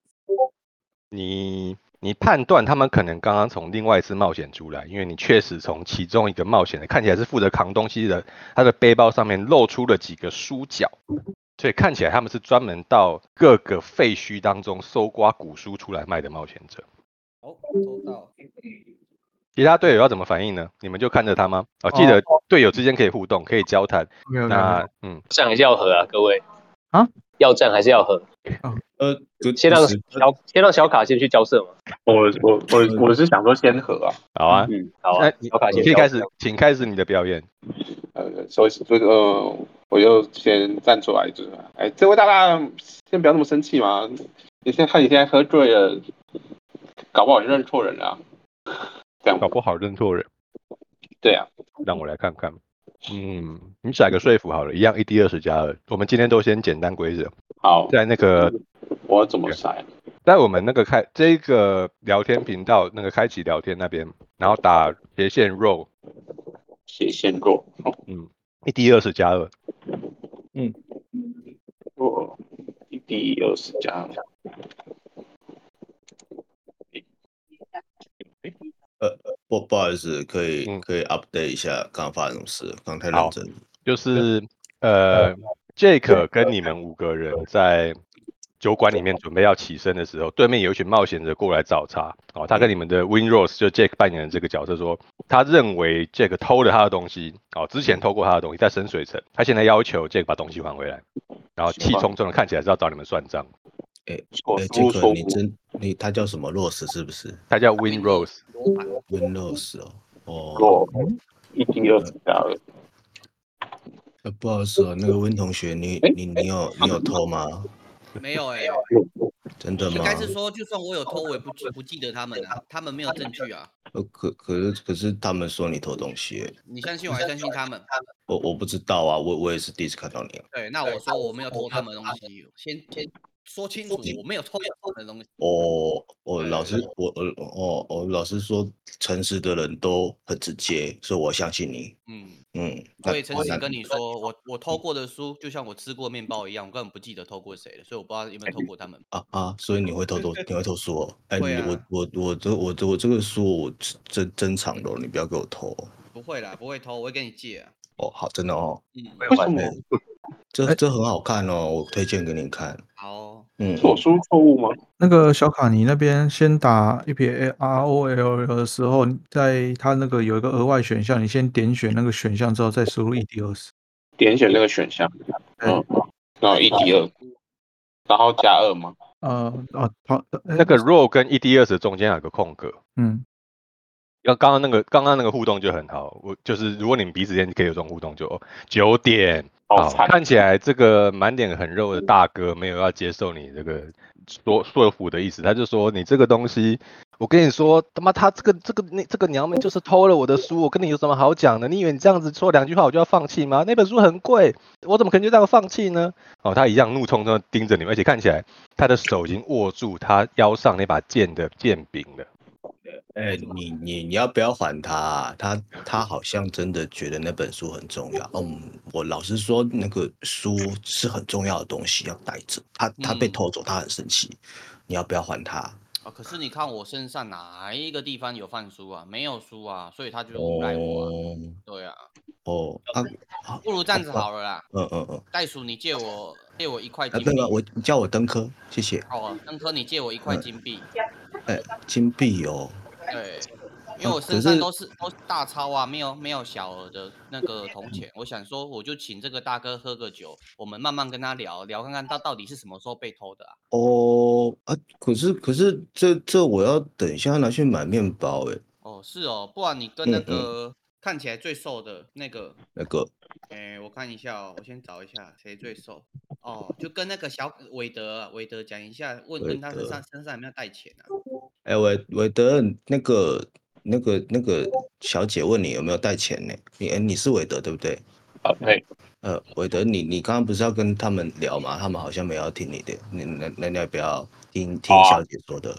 Speaker 1: 你你判断他们可能刚刚从另外一次冒险出来，因为你确实从其中一个冒险的看起来是负责扛东西的，他的背包上面露出了几个书角，所以看起来他们是专门到各个废墟当中搜刮古书出来卖的冒险者。
Speaker 4: 好，收到。
Speaker 1: 其他队友要怎么反应呢？你们就看着他吗？哦，记得队友之间可以互动，可以交谈。
Speaker 3: 没有没有没有
Speaker 1: 那嗯，
Speaker 7: 战还是要和啊，各位
Speaker 3: 啊，
Speaker 7: 要战还是要和，
Speaker 8: 呃，不
Speaker 7: 先让
Speaker 8: 不是
Speaker 7: 小先让小卡先去交涉嘛。
Speaker 2: 我我我我是想说先和啊，
Speaker 1: 好啊，
Speaker 7: 嗯，好
Speaker 1: 那
Speaker 7: 啊，
Speaker 1: 你
Speaker 7: 小卡
Speaker 1: 你
Speaker 7: 先
Speaker 1: 可以
Speaker 7: 交
Speaker 1: 开
Speaker 7: 涉
Speaker 1: 始，请开始你的表演。
Speaker 2: 呃，首先就是呃，我就先站出来，就是，哎，这位大大，先不要那么生气嘛，你现在看你现在喝醉了，搞不好就认错人了啊、这样
Speaker 1: 搞不好认错人，
Speaker 2: 对啊，
Speaker 1: 让我来看看。嗯，你甩个说服好了，一样一 d 二十加二。我们今天都先简单规则，
Speaker 2: 好，
Speaker 1: 在那个
Speaker 2: 我怎么塞？
Speaker 1: 在我们那个开这个聊天频道那个开启聊天那边，然后打斜线 roll
Speaker 2: 斜线过，
Speaker 1: 一 d 二十加二，
Speaker 2: 我一比二十加，
Speaker 8: 不不好意思，可以
Speaker 1: 嗯
Speaker 8: 可以 update 一下刚刚发生什么事，刚刚太
Speaker 1: 好
Speaker 8: 认真了。
Speaker 1: 就是呃，Jake 跟你们五个人在酒馆里面准备要起身的时候，对面有一群冒险者过来找茬。哦，他跟你们的 Win Rose 就 Jake 扮演的这个角色说，他认为 Jake 偷了他的东西，哦，之前偷过他的东西，在深水城，他现在要求 Jake 把东西还回来，然后气冲冲的看起来是要找你们算账。
Speaker 2: 我
Speaker 8: 哎，杰
Speaker 2: 输
Speaker 8: 克，
Speaker 2: 错
Speaker 8: 你真你他叫什么 Rose 是不是
Speaker 1: 他叫 Win Rose，
Speaker 4: 罗盘，
Speaker 8: ？Win Rose 哦。哦，
Speaker 2: 过一比二十加二，
Speaker 8: 呃不好意思哦，那个温同学，你你你有你有偷吗？
Speaker 4: 没有哎、
Speaker 8: 真的
Speaker 4: 应
Speaker 8: 吗？
Speaker 4: 该是说，就算我有偷，我也不 记不记得他们啊，他们没有证据啊。
Speaker 8: 呃，可可是可是他们说你偷东西耶，
Speaker 4: 你相信我，还相信他们？
Speaker 8: 我我不知道啊，我我也是第一次看到你啊。
Speaker 4: 对，那我说我没有偷他们的东西，先先说清楚，我没有偷他们的东西。
Speaker 8: 哦，我
Speaker 4: 对
Speaker 8: 老师，我我哦我老师说，诚实的人都很直接，所以我相信你。
Speaker 4: 嗯，
Speaker 8: 嗯，那
Speaker 4: 我也诚
Speaker 8: 那
Speaker 4: 实跟你说，我我
Speaker 8: 嗯
Speaker 4: 偷过的书，就像我吃过面包一样，我根本不记得偷过谁的，所以我不知道有没有偷过他们。
Speaker 8: 啊啊，所以你会偷偷，你会偷书哦？哎，
Speaker 4: 会
Speaker 8: 你我
Speaker 4: 啊
Speaker 8: 我我这我这我这个书我珍珍藏的哦，你不要给我偷哦
Speaker 4: 不会啦，不会偷，我会跟你借啊。
Speaker 8: 哦。好，真的哦，
Speaker 4: 嗯，
Speaker 2: 为什么
Speaker 8: 哎这这很好看哦，我推荐给你看。
Speaker 4: 好哦，
Speaker 8: 嗯，
Speaker 2: 我输错误吗？
Speaker 3: 那个小卡尼那边先打一撇 R O L 的时候，在它那个有一个额外选项，你先点选那个选项之后再输入 E D 二十。
Speaker 2: 点选那个选项，嗯，然后一比二，然后加二吗？
Speaker 3: 呃，哦，好，呃
Speaker 1: 那个 roll 跟一 d 二十中间有个空格。
Speaker 3: 嗯，
Speaker 1: 要刚刚那个刚刚那个互动就很好，我就是如果你们彼此之间可以有这种互动就哦九、点，
Speaker 2: 好
Speaker 1: 好，
Speaker 2: 惨，
Speaker 1: 看起来这个满脸很肉的大哥没有要接受你这个说说服的意思，他就说你这个东西，我跟你说他妈他这个这个那这个娘们就是偷了我的书，我跟你有什么好讲的？你以为你这样子说两句话我就要放弃吗？那本书很贵，我怎么可能就这样放弃呢？哦，他一样怒冲冲的盯着你们，而且看起来他的手已经握住他腰上那把剑的剑柄了。
Speaker 8: 哎，你你你要不要还他啊？他他好像真的觉得那本书很重要。嗯，我老实说，那个书是很重要的东西，要带着。他他被
Speaker 4: 嗯
Speaker 8: 偷走，他很生气。你要不要还他？
Speaker 4: 啊，可是你看我身上哪一个地方有贩书啊？没有书啊，所以他就诬赖我啊。
Speaker 8: 哦
Speaker 4: 对啊，
Speaker 8: 哦啊，好，
Speaker 4: 不如这样 子好了啦，
Speaker 8: 嗯嗯嗯，
Speaker 4: 袋鼠你借我借我一块
Speaker 8: 啊，
Speaker 4: 金
Speaker 8: 不
Speaker 4: 币
Speaker 8: 不，，我嗯你叫我登科，谢谢。
Speaker 4: 哦，登科你借我一块金币，
Speaker 8: 哎，金币哦，
Speaker 4: 对，因为我
Speaker 8: 可
Speaker 4: 身上
Speaker 8: 是
Speaker 4: 都是都是大钞啊，没有没有小额的那个铜钱。我想说，我就请这个大哥喝个酒，我们慢慢跟他聊聊，看看他到底是什么时候被偷的啊？
Speaker 8: 哦啊，可是可是这这我要等一下拿去买面包哎，
Speaker 4: 哦，是哦，不然你跟那
Speaker 8: 嗯嗯
Speaker 4: 个看起来最瘦的那个，
Speaker 8: 那个
Speaker 4: 哎，我看一下哦，我先找一下谁最瘦。哦，就跟那个小韦德啊，韦德讲一下，问
Speaker 8: 韦
Speaker 4: 问他身
Speaker 8: 德
Speaker 4: 上身上有没有带钱啊？
Speaker 6: 哦
Speaker 8: 哎，韦韦德，那个、那个、那个小姐问你有没有带钱呢？你哎，你是韦德对不对？
Speaker 2: 好，对，
Speaker 8: 呃，韦德，你你刚刚不是要跟他们聊吗？他们好像没有要听你的，你那那你要不要听听
Speaker 2: 好啊
Speaker 8: 小姐说的？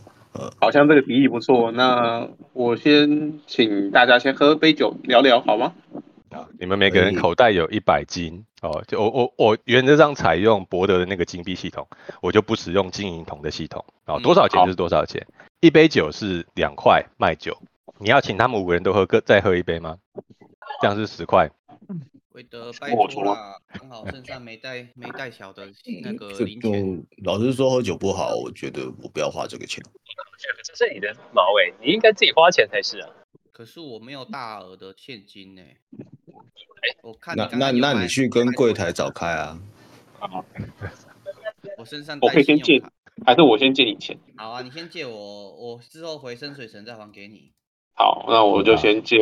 Speaker 2: 好像这个提议不错，那我先请大家先喝杯酒聊聊好吗？啊
Speaker 1: 哦你们每个人
Speaker 8: 可以
Speaker 1: 口袋有一百金哦，就我我我原则上采用博德的那个金币系统，我就不使用金银铜的系统哦，
Speaker 4: 嗯
Speaker 1: 多少钱
Speaker 2: 好
Speaker 1: 就是多少钱。一杯酒是两块卖酒，你要请他们五个人都喝各再喝一杯吗？这样是十块。
Speaker 4: 韦德，
Speaker 6: 跟
Speaker 4: 拜
Speaker 6: 我
Speaker 4: 托
Speaker 6: 说
Speaker 4: 啦，刚好身上没带没带 小的那个
Speaker 8: 这
Speaker 4: 零钱，
Speaker 8: 就老实说，喝酒不好，我觉得我不要花这个钱。
Speaker 7: 这是你的毛哎、你应该自己花钱才是啊。
Speaker 4: 可是我没有
Speaker 1: 嗯
Speaker 4: 大额的现金呢、我看
Speaker 8: 那
Speaker 4: 刚
Speaker 8: 那
Speaker 4: 刚有
Speaker 8: 那
Speaker 4: 买
Speaker 8: 你去跟柜台找开啊！
Speaker 4: 我身上
Speaker 2: 我
Speaker 4: 带
Speaker 2: 可以
Speaker 4: 信
Speaker 2: 先
Speaker 4: 用
Speaker 2: 借
Speaker 4: 卡。，
Speaker 2: 还是我先借你钱？
Speaker 4: 好啊，你先借我，我之后回深水城再还给你。
Speaker 2: 好，那我就先借。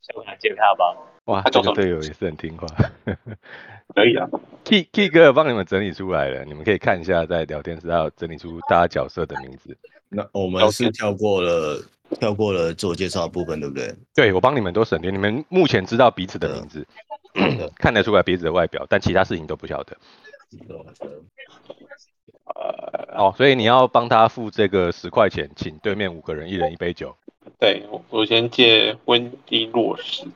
Speaker 7: 想跟他借他吧。
Speaker 1: 哇，这
Speaker 2: 他找
Speaker 1: 个
Speaker 2: 什么
Speaker 1: 队友也是很听话。
Speaker 2: 可以啊，
Speaker 1: K K 哥帮你们整理出来了，你们可以看一下，在聊天室要整理出大家角色的名字。
Speaker 8: 那我们是跳过了跳过了自我介绍的部分，对不对？
Speaker 1: 对我帮你们都省略，你们目前知道彼此的名字，看得出来彼此的外表，但其他事情都不晓得。哦，所以你要帮他付这个十块钱，请对面五个人一人一杯酒。
Speaker 2: 对我我先借温迪洛斯，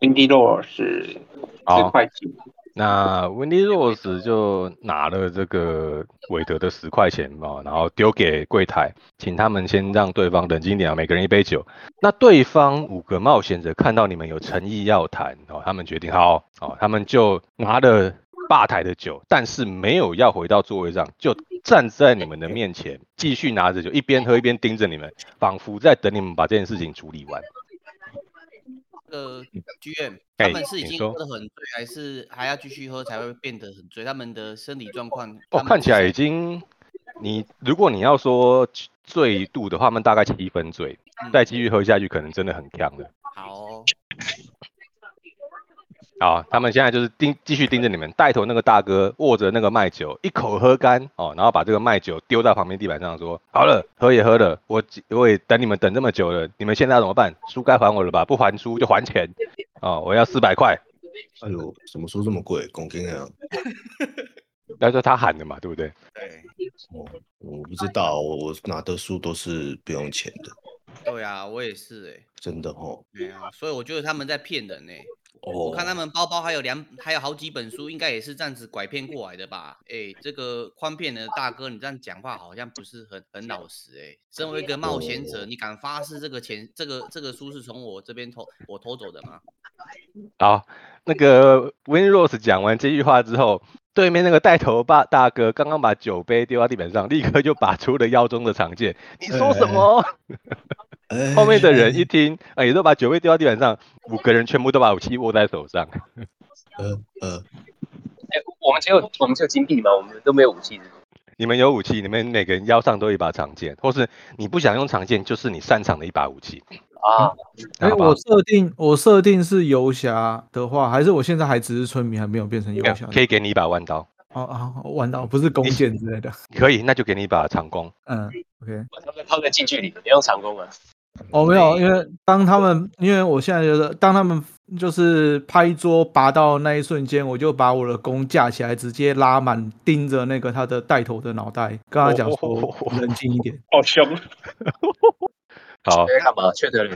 Speaker 2: 温迪洛斯十
Speaker 1: 好
Speaker 2: 块钱，
Speaker 1: 那 Wendy Rose 就拿了这个韦德的十块钱嘛，然后丢给柜台，请他们先让对方冷静一点啊，每个人一杯酒。那对方五个冒险者看到你们有诚意要谈哦，他们决定好哦，他们就拿了吧台的酒，但是没有要回到座位上，就站在你们的面前，继续拿着酒，一边喝一边盯着你们，仿佛在等你们把这件事情处理完。
Speaker 4: 呃，GM，
Speaker 8: 嗯
Speaker 1: 哎
Speaker 4: 他们是已
Speaker 1: 你
Speaker 4: 经
Speaker 1: 说
Speaker 4: 喝得很醉，还是还要继续喝才会变得很醉？他们的身体状况，
Speaker 1: 哦，
Speaker 4: 他们
Speaker 1: 看起来
Speaker 4: 是
Speaker 1: 已经，你如果你要说醉度的话，他们大概七分醉，
Speaker 4: 嗯
Speaker 1: 再继续喝下去，可能真的很呛了。
Speaker 4: 好哦、
Speaker 1: 啊，他们现在就是盯，继续盯着你们，带头那个大哥握着那个麦酒，一口喝干哦，然后把这个麦酒丢到旁边地板上，说：“好了，喝也喝了，我我也等你们等这么久了，你们现在要怎么办？书该还我了吧？不还书就还钱哦，我要四百块。
Speaker 8: 哎呦，怎么说这么贵？公斤啊？”
Speaker 1: 那是他喊的嘛，对不对？
Speaker 4: 对
Speaker 8: 哦，我不知道，我我拿的书都是不用钱的，
Speaker 4: 对啊，我也是哎、
Speaker 8: 真的哦。
Speaker 4: 对啊，所以我觉得他们在骗人呢、
Speaker 8: 哦，
Speaker 4: 我看他们包包还有两，还有好几本书，应该也是这样子拐骗过来的吧？哎、这个诓骗的大哥，你这样讲话好像不是很很老实哎、身为一个冒险者，
Speaker 8: 哦
Speaker 4: 你敢发誓这个钱，这个这个书是从我这边偷我偷走的吗？
Speaker 1: 好，那个 Win Rose 讲完这句话之后，对面那个带头大大哥刚刚把酒杯丢到地板上，立刻就拔出了腰中的长剑。你说什么？
Speaker 8: 哎
Speaker 1: 后面的人一听，啊、也都把酒杯丢到地板上，五个人全部都把武器握在手上。
Speaker 8: 呃呃，
Speaker 7: 哎、我们只有我们只有金币吗？我们都没有武器是不是
Speaker 1: 你们有武器，你们每个人腰上都有一把长剑，或是你不想用长剑，就是你擅长的一把武器。
Speaker 7: 啊。
Speaker 3: 哎、
Speaker 1: 好吧
Speaker 3: 我设定我设定是游侠的话，还是我现在还只是村民，还没有变成游侠？
Speaker 1: 可以给你一把弯刀，
Speaker 3: 哦啊，玩到不是弓箭之类的。
Speaker 1: 可以，那就给你一把长弓。
Speaker 3: 嗯，OK。
Speaker 7: 他们抛在近距离，你用长弓啊。
Speaker 3: 哦，没有，因为当他们，因为我现在觉得，当他们就是拍桌拔到那一瞬间，我就把我的弓架起来，直接拉满，盯着那个他的带头的脑袋，跟他讲
Speaker 1: 哦
Speaker 3: 说：“冷静一点。
Speaker 2: 好凶！
Speaker 1: 好，
Speaker 7: 在干嘛？缺德了。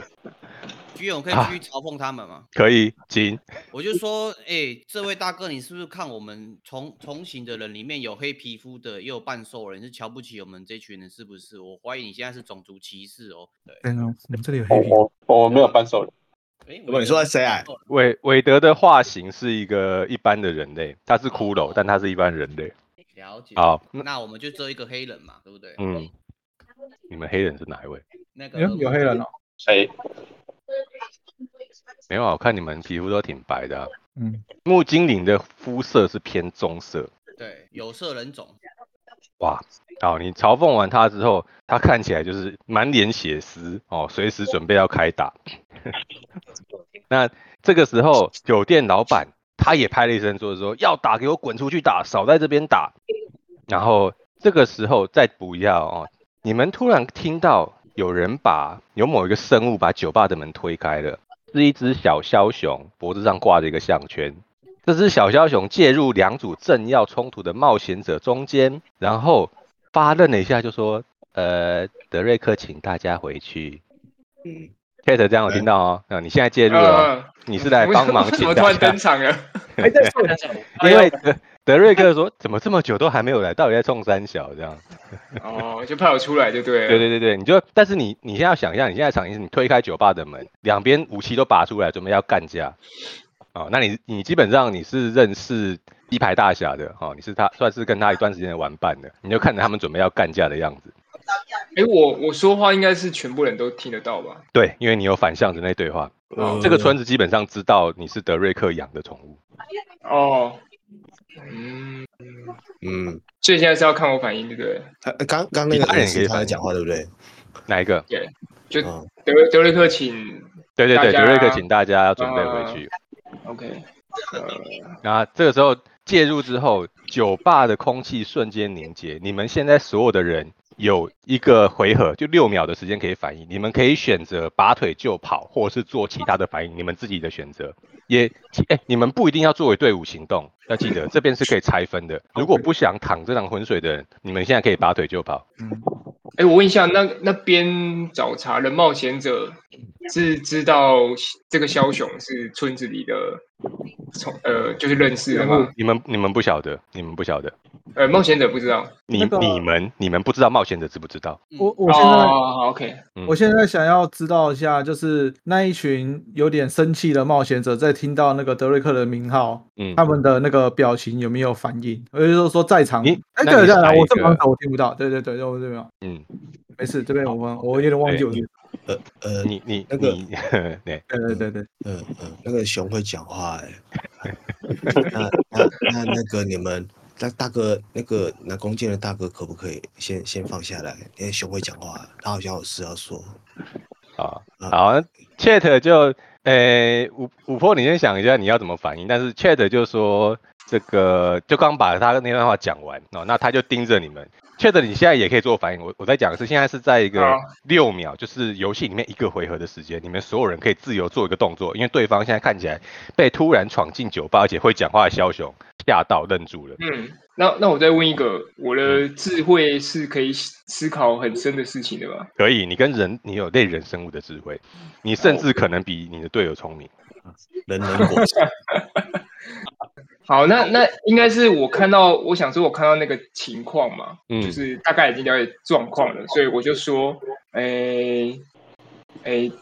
Speaker 4: 居然我
Speaker 8: 啊
Speaker 4: 可以继续嘲讽他们吗？
Speaker 1: 可以，请。
Speaker 4: 我就说，哎、这位大哥，你是不是看我们同同行的人里面有黑皮肤的，也有半兽人，你是瞧不起我们这群人是不是？我怀疑你现在是种族歧视哦。”
Speaker 3: 哎呦，我们这里有
Speaker 2: 我
Speaker 3: 黑皮。
Speaker 2: 哦
Speaker 1: 哦
Speaker 2: 我我没有扳手人，
Speaker 4: 对，哎，
Speaker 8: 不你说谁啊
Speaker 1: 韦韦德的化形是一个一般的人类，他是骷髅，但他是一般人类。
Speaker 4: 了
Speaker 8: 哦
Speaker 4: 解。
Speaker 1: 好，那
Speaker 4: 那我们就只有一个黑人嘛，对不对？
Speaker 1: 哦嗯，你们黑人是哪一位？
Speaker 4: 那个
Speaker 3: 哎呦有黑人哦，
Speaker 2: 谁？
Speaker 1: 没有啊，我看你们皮肤都挺白的、啊。
Speaker 3: 嗯，
Speaker 1: 木精灵的肤色是偏棕色。
Speaker 4: 对，有色人种，
Speaker 1: 哇，好，哦你嘲讽完他之后，他看起来就是满脸血丝哦，随时准备要开打。那这个时候，酒店老板他也拍了一声桌子说：“要打给我滚出去打，少在这边打。”然后这个时候再补一下哦，你们突然听到有人把有某一个生物把酒吧的门推开了，是一只小枭熊，脖子上挂着一个项圈。这只小枭熊介入两组正要冲突的冒险者中间，然后发愣了一下，就说：“呃，德瑞克，请大家回去。”
Speaker 8: 嗯，
Speaker 1: Kate，这样我听到哦，啊，你现在介入了哦、
Speaker 5: 呃，
Speaker 1: 你是来帮忙
Speaker 5: 怎
Speaker 1: 请
Speaker 5: 么突
Speaker 1: 大
Speaker 5: 然
Speaker 1: 家
Speaker 5: 登，场了？
Speaker 7: 哎，这是我想想，
Speaker 1: 因为德德瑞克说：“怎么这么久都还没有来？到底在冲三小这样
Speaker 5: 哦，就派我出来就？”对了。
Speaker 1: 对对对对，你就但是你你现在要想象，你现在场景是你推开酒吧的门，两边武器都拔出来，准备要干架。哦，那你你基本上你是认识一排大侠的哦，你是他算是跟他一段时间的玩伴的，你就看着他们准备要干架的样子。
Speaker 5: 哎，我我说话应该是全部人都听得到吧？
Speaker 1: 对，因为你有反向人类对话，
Speaker 5: 哦
Speaker 1: 嗯这
Speaker 8: 呃
Speaker 1: 个村子基本上知道你是德瑞克养的宠物。
Speaker 5: 哦，嗯，
Speaker 8: 嗯，
Speaker 5: 所以现在是要看我反应，对不对？
Speaker 8: 他呃刚刚那
Speaker 1: 你
Speaker 8: 个
Speaker 1: 大人
Speaker 8: 人
Speaker 1: 也可以
Speaker 8: 是他
Speaker 1: 反
Speaker 8: 在
Speaker 1: 应
Speaker 8: 讲话，对不对？
Speaker 1: 哪一个？
Speaker 5: 就
Speaker 8: 嗯，
Speaker 5: 德德瑞克请
Speaker 1: 对对对，
Speaker 5: 大
Speaker 1: 德瑞克，
Speaker 5: 家呃
Speaker 1: 请大家要准备回去。
Speaker 5: ，OK，
Speaker 1: 然后这个时候介入之后，酒吧的空气瞬间凝结。你们现在所有的人有一个回合，就六秒的时间可以反应。你们可以选择拔腿就跑，或者是做其他的反应，你们自己的选择。也，哎、你们不一定要作为队伍行动，要记得这边是可以拆分 的。如果不想淌这趟浑水的人，你们现在可以拔腿就跑。
Speaker 3: 嗯
Speaker 5: 哎，我问一下，那那边找茬的冒险者是知道这个枭雄是村子里的，从呃就是认识的吗？
Speaker 1: 你们你们不晓得，你们不晓得，
Speaker 5: 呃，冒险者不知道。
Speaker 1: 你、
Speaker 3: 那个
Speaker 1: 你们你们不知道冒险者知不知道？
Speaker 3: 我我
Speaker 5: 哦，
Speaker 3: 现在
Speaker 5: 好，OK，
Speaker 1: 嗯
Speaker 3: 我现在想要知道一下，就是那一群有点生气的冒险者，在听到那个德瑞克的名号，
Speaker 1: 嗯，
Speaker 3: 他们的那个表情有没有反应？也就是说，在场，
Speaker 1: 你
Speaker 3: 哎，
Speaker 1: 那
Speaker 3: 对
Speaker 1: 你
Speaker 3: 对
Speaker 1: 哪
Speaker 3: 对，
Speaker 1: 一
Speaker 3: 我这
Speaker 1: 个
Speaker 3: 边我听不到，对对对，我这边
Speaker 1: 嗯，
Speaker 3: 没事，这边我们我有点忘记
Speaker 1: 对
Speaker 3: 我是，
Speaker 8: 呃呃，
Speaker 1: 你你
Speaker 8: 那个
Speaker 1: 你， 对，
Speaker 3: 对对对对，
Speaker 8: 嗯嗯，那个熊会讲话哎、 那那那那个你们，那大哥，那个拿弓箭的大哥可不可以先先放下来？因为熊会讲话，他好像有事要说。
Speaker 1: 啊，
Speaker 8: 啊
Speaker 1: 好那，Chat 就，诶、五五婆，你先想一下你要怎么反应。但是 Chat 就说这个，就刚把他那段话讲完哦，那他就盯着你们。Chat，你现在也可以做反应。我我在讲的是现在是在一个
Speaker 5: 好
Speaker 1: 六秒，就是游戏里面一个回合的时间，你们所有人可以自由做一个动作，因为对方现在看起来被突然闯进酒吧而且会讲话的枭雄吓到愣住了。
Speaker 5: 嗯，那那我再问一个，我的智慧是可以思考很深的事情的吗？
Speaker 1: 可以，你跟人，你有类人生物的智慧，你甚
Speaker 5: 哦
Speaker 1: 至可能比你的队友聪明。
Speaker 8: 人人果 实，
Speaker 5: 好，那那应该是我看到，我想说，我看到那个情况嘛，
Speaker 1: 嗯
Speaker 5: 就是大概已经了解状况了，所以我就说，诶、诶、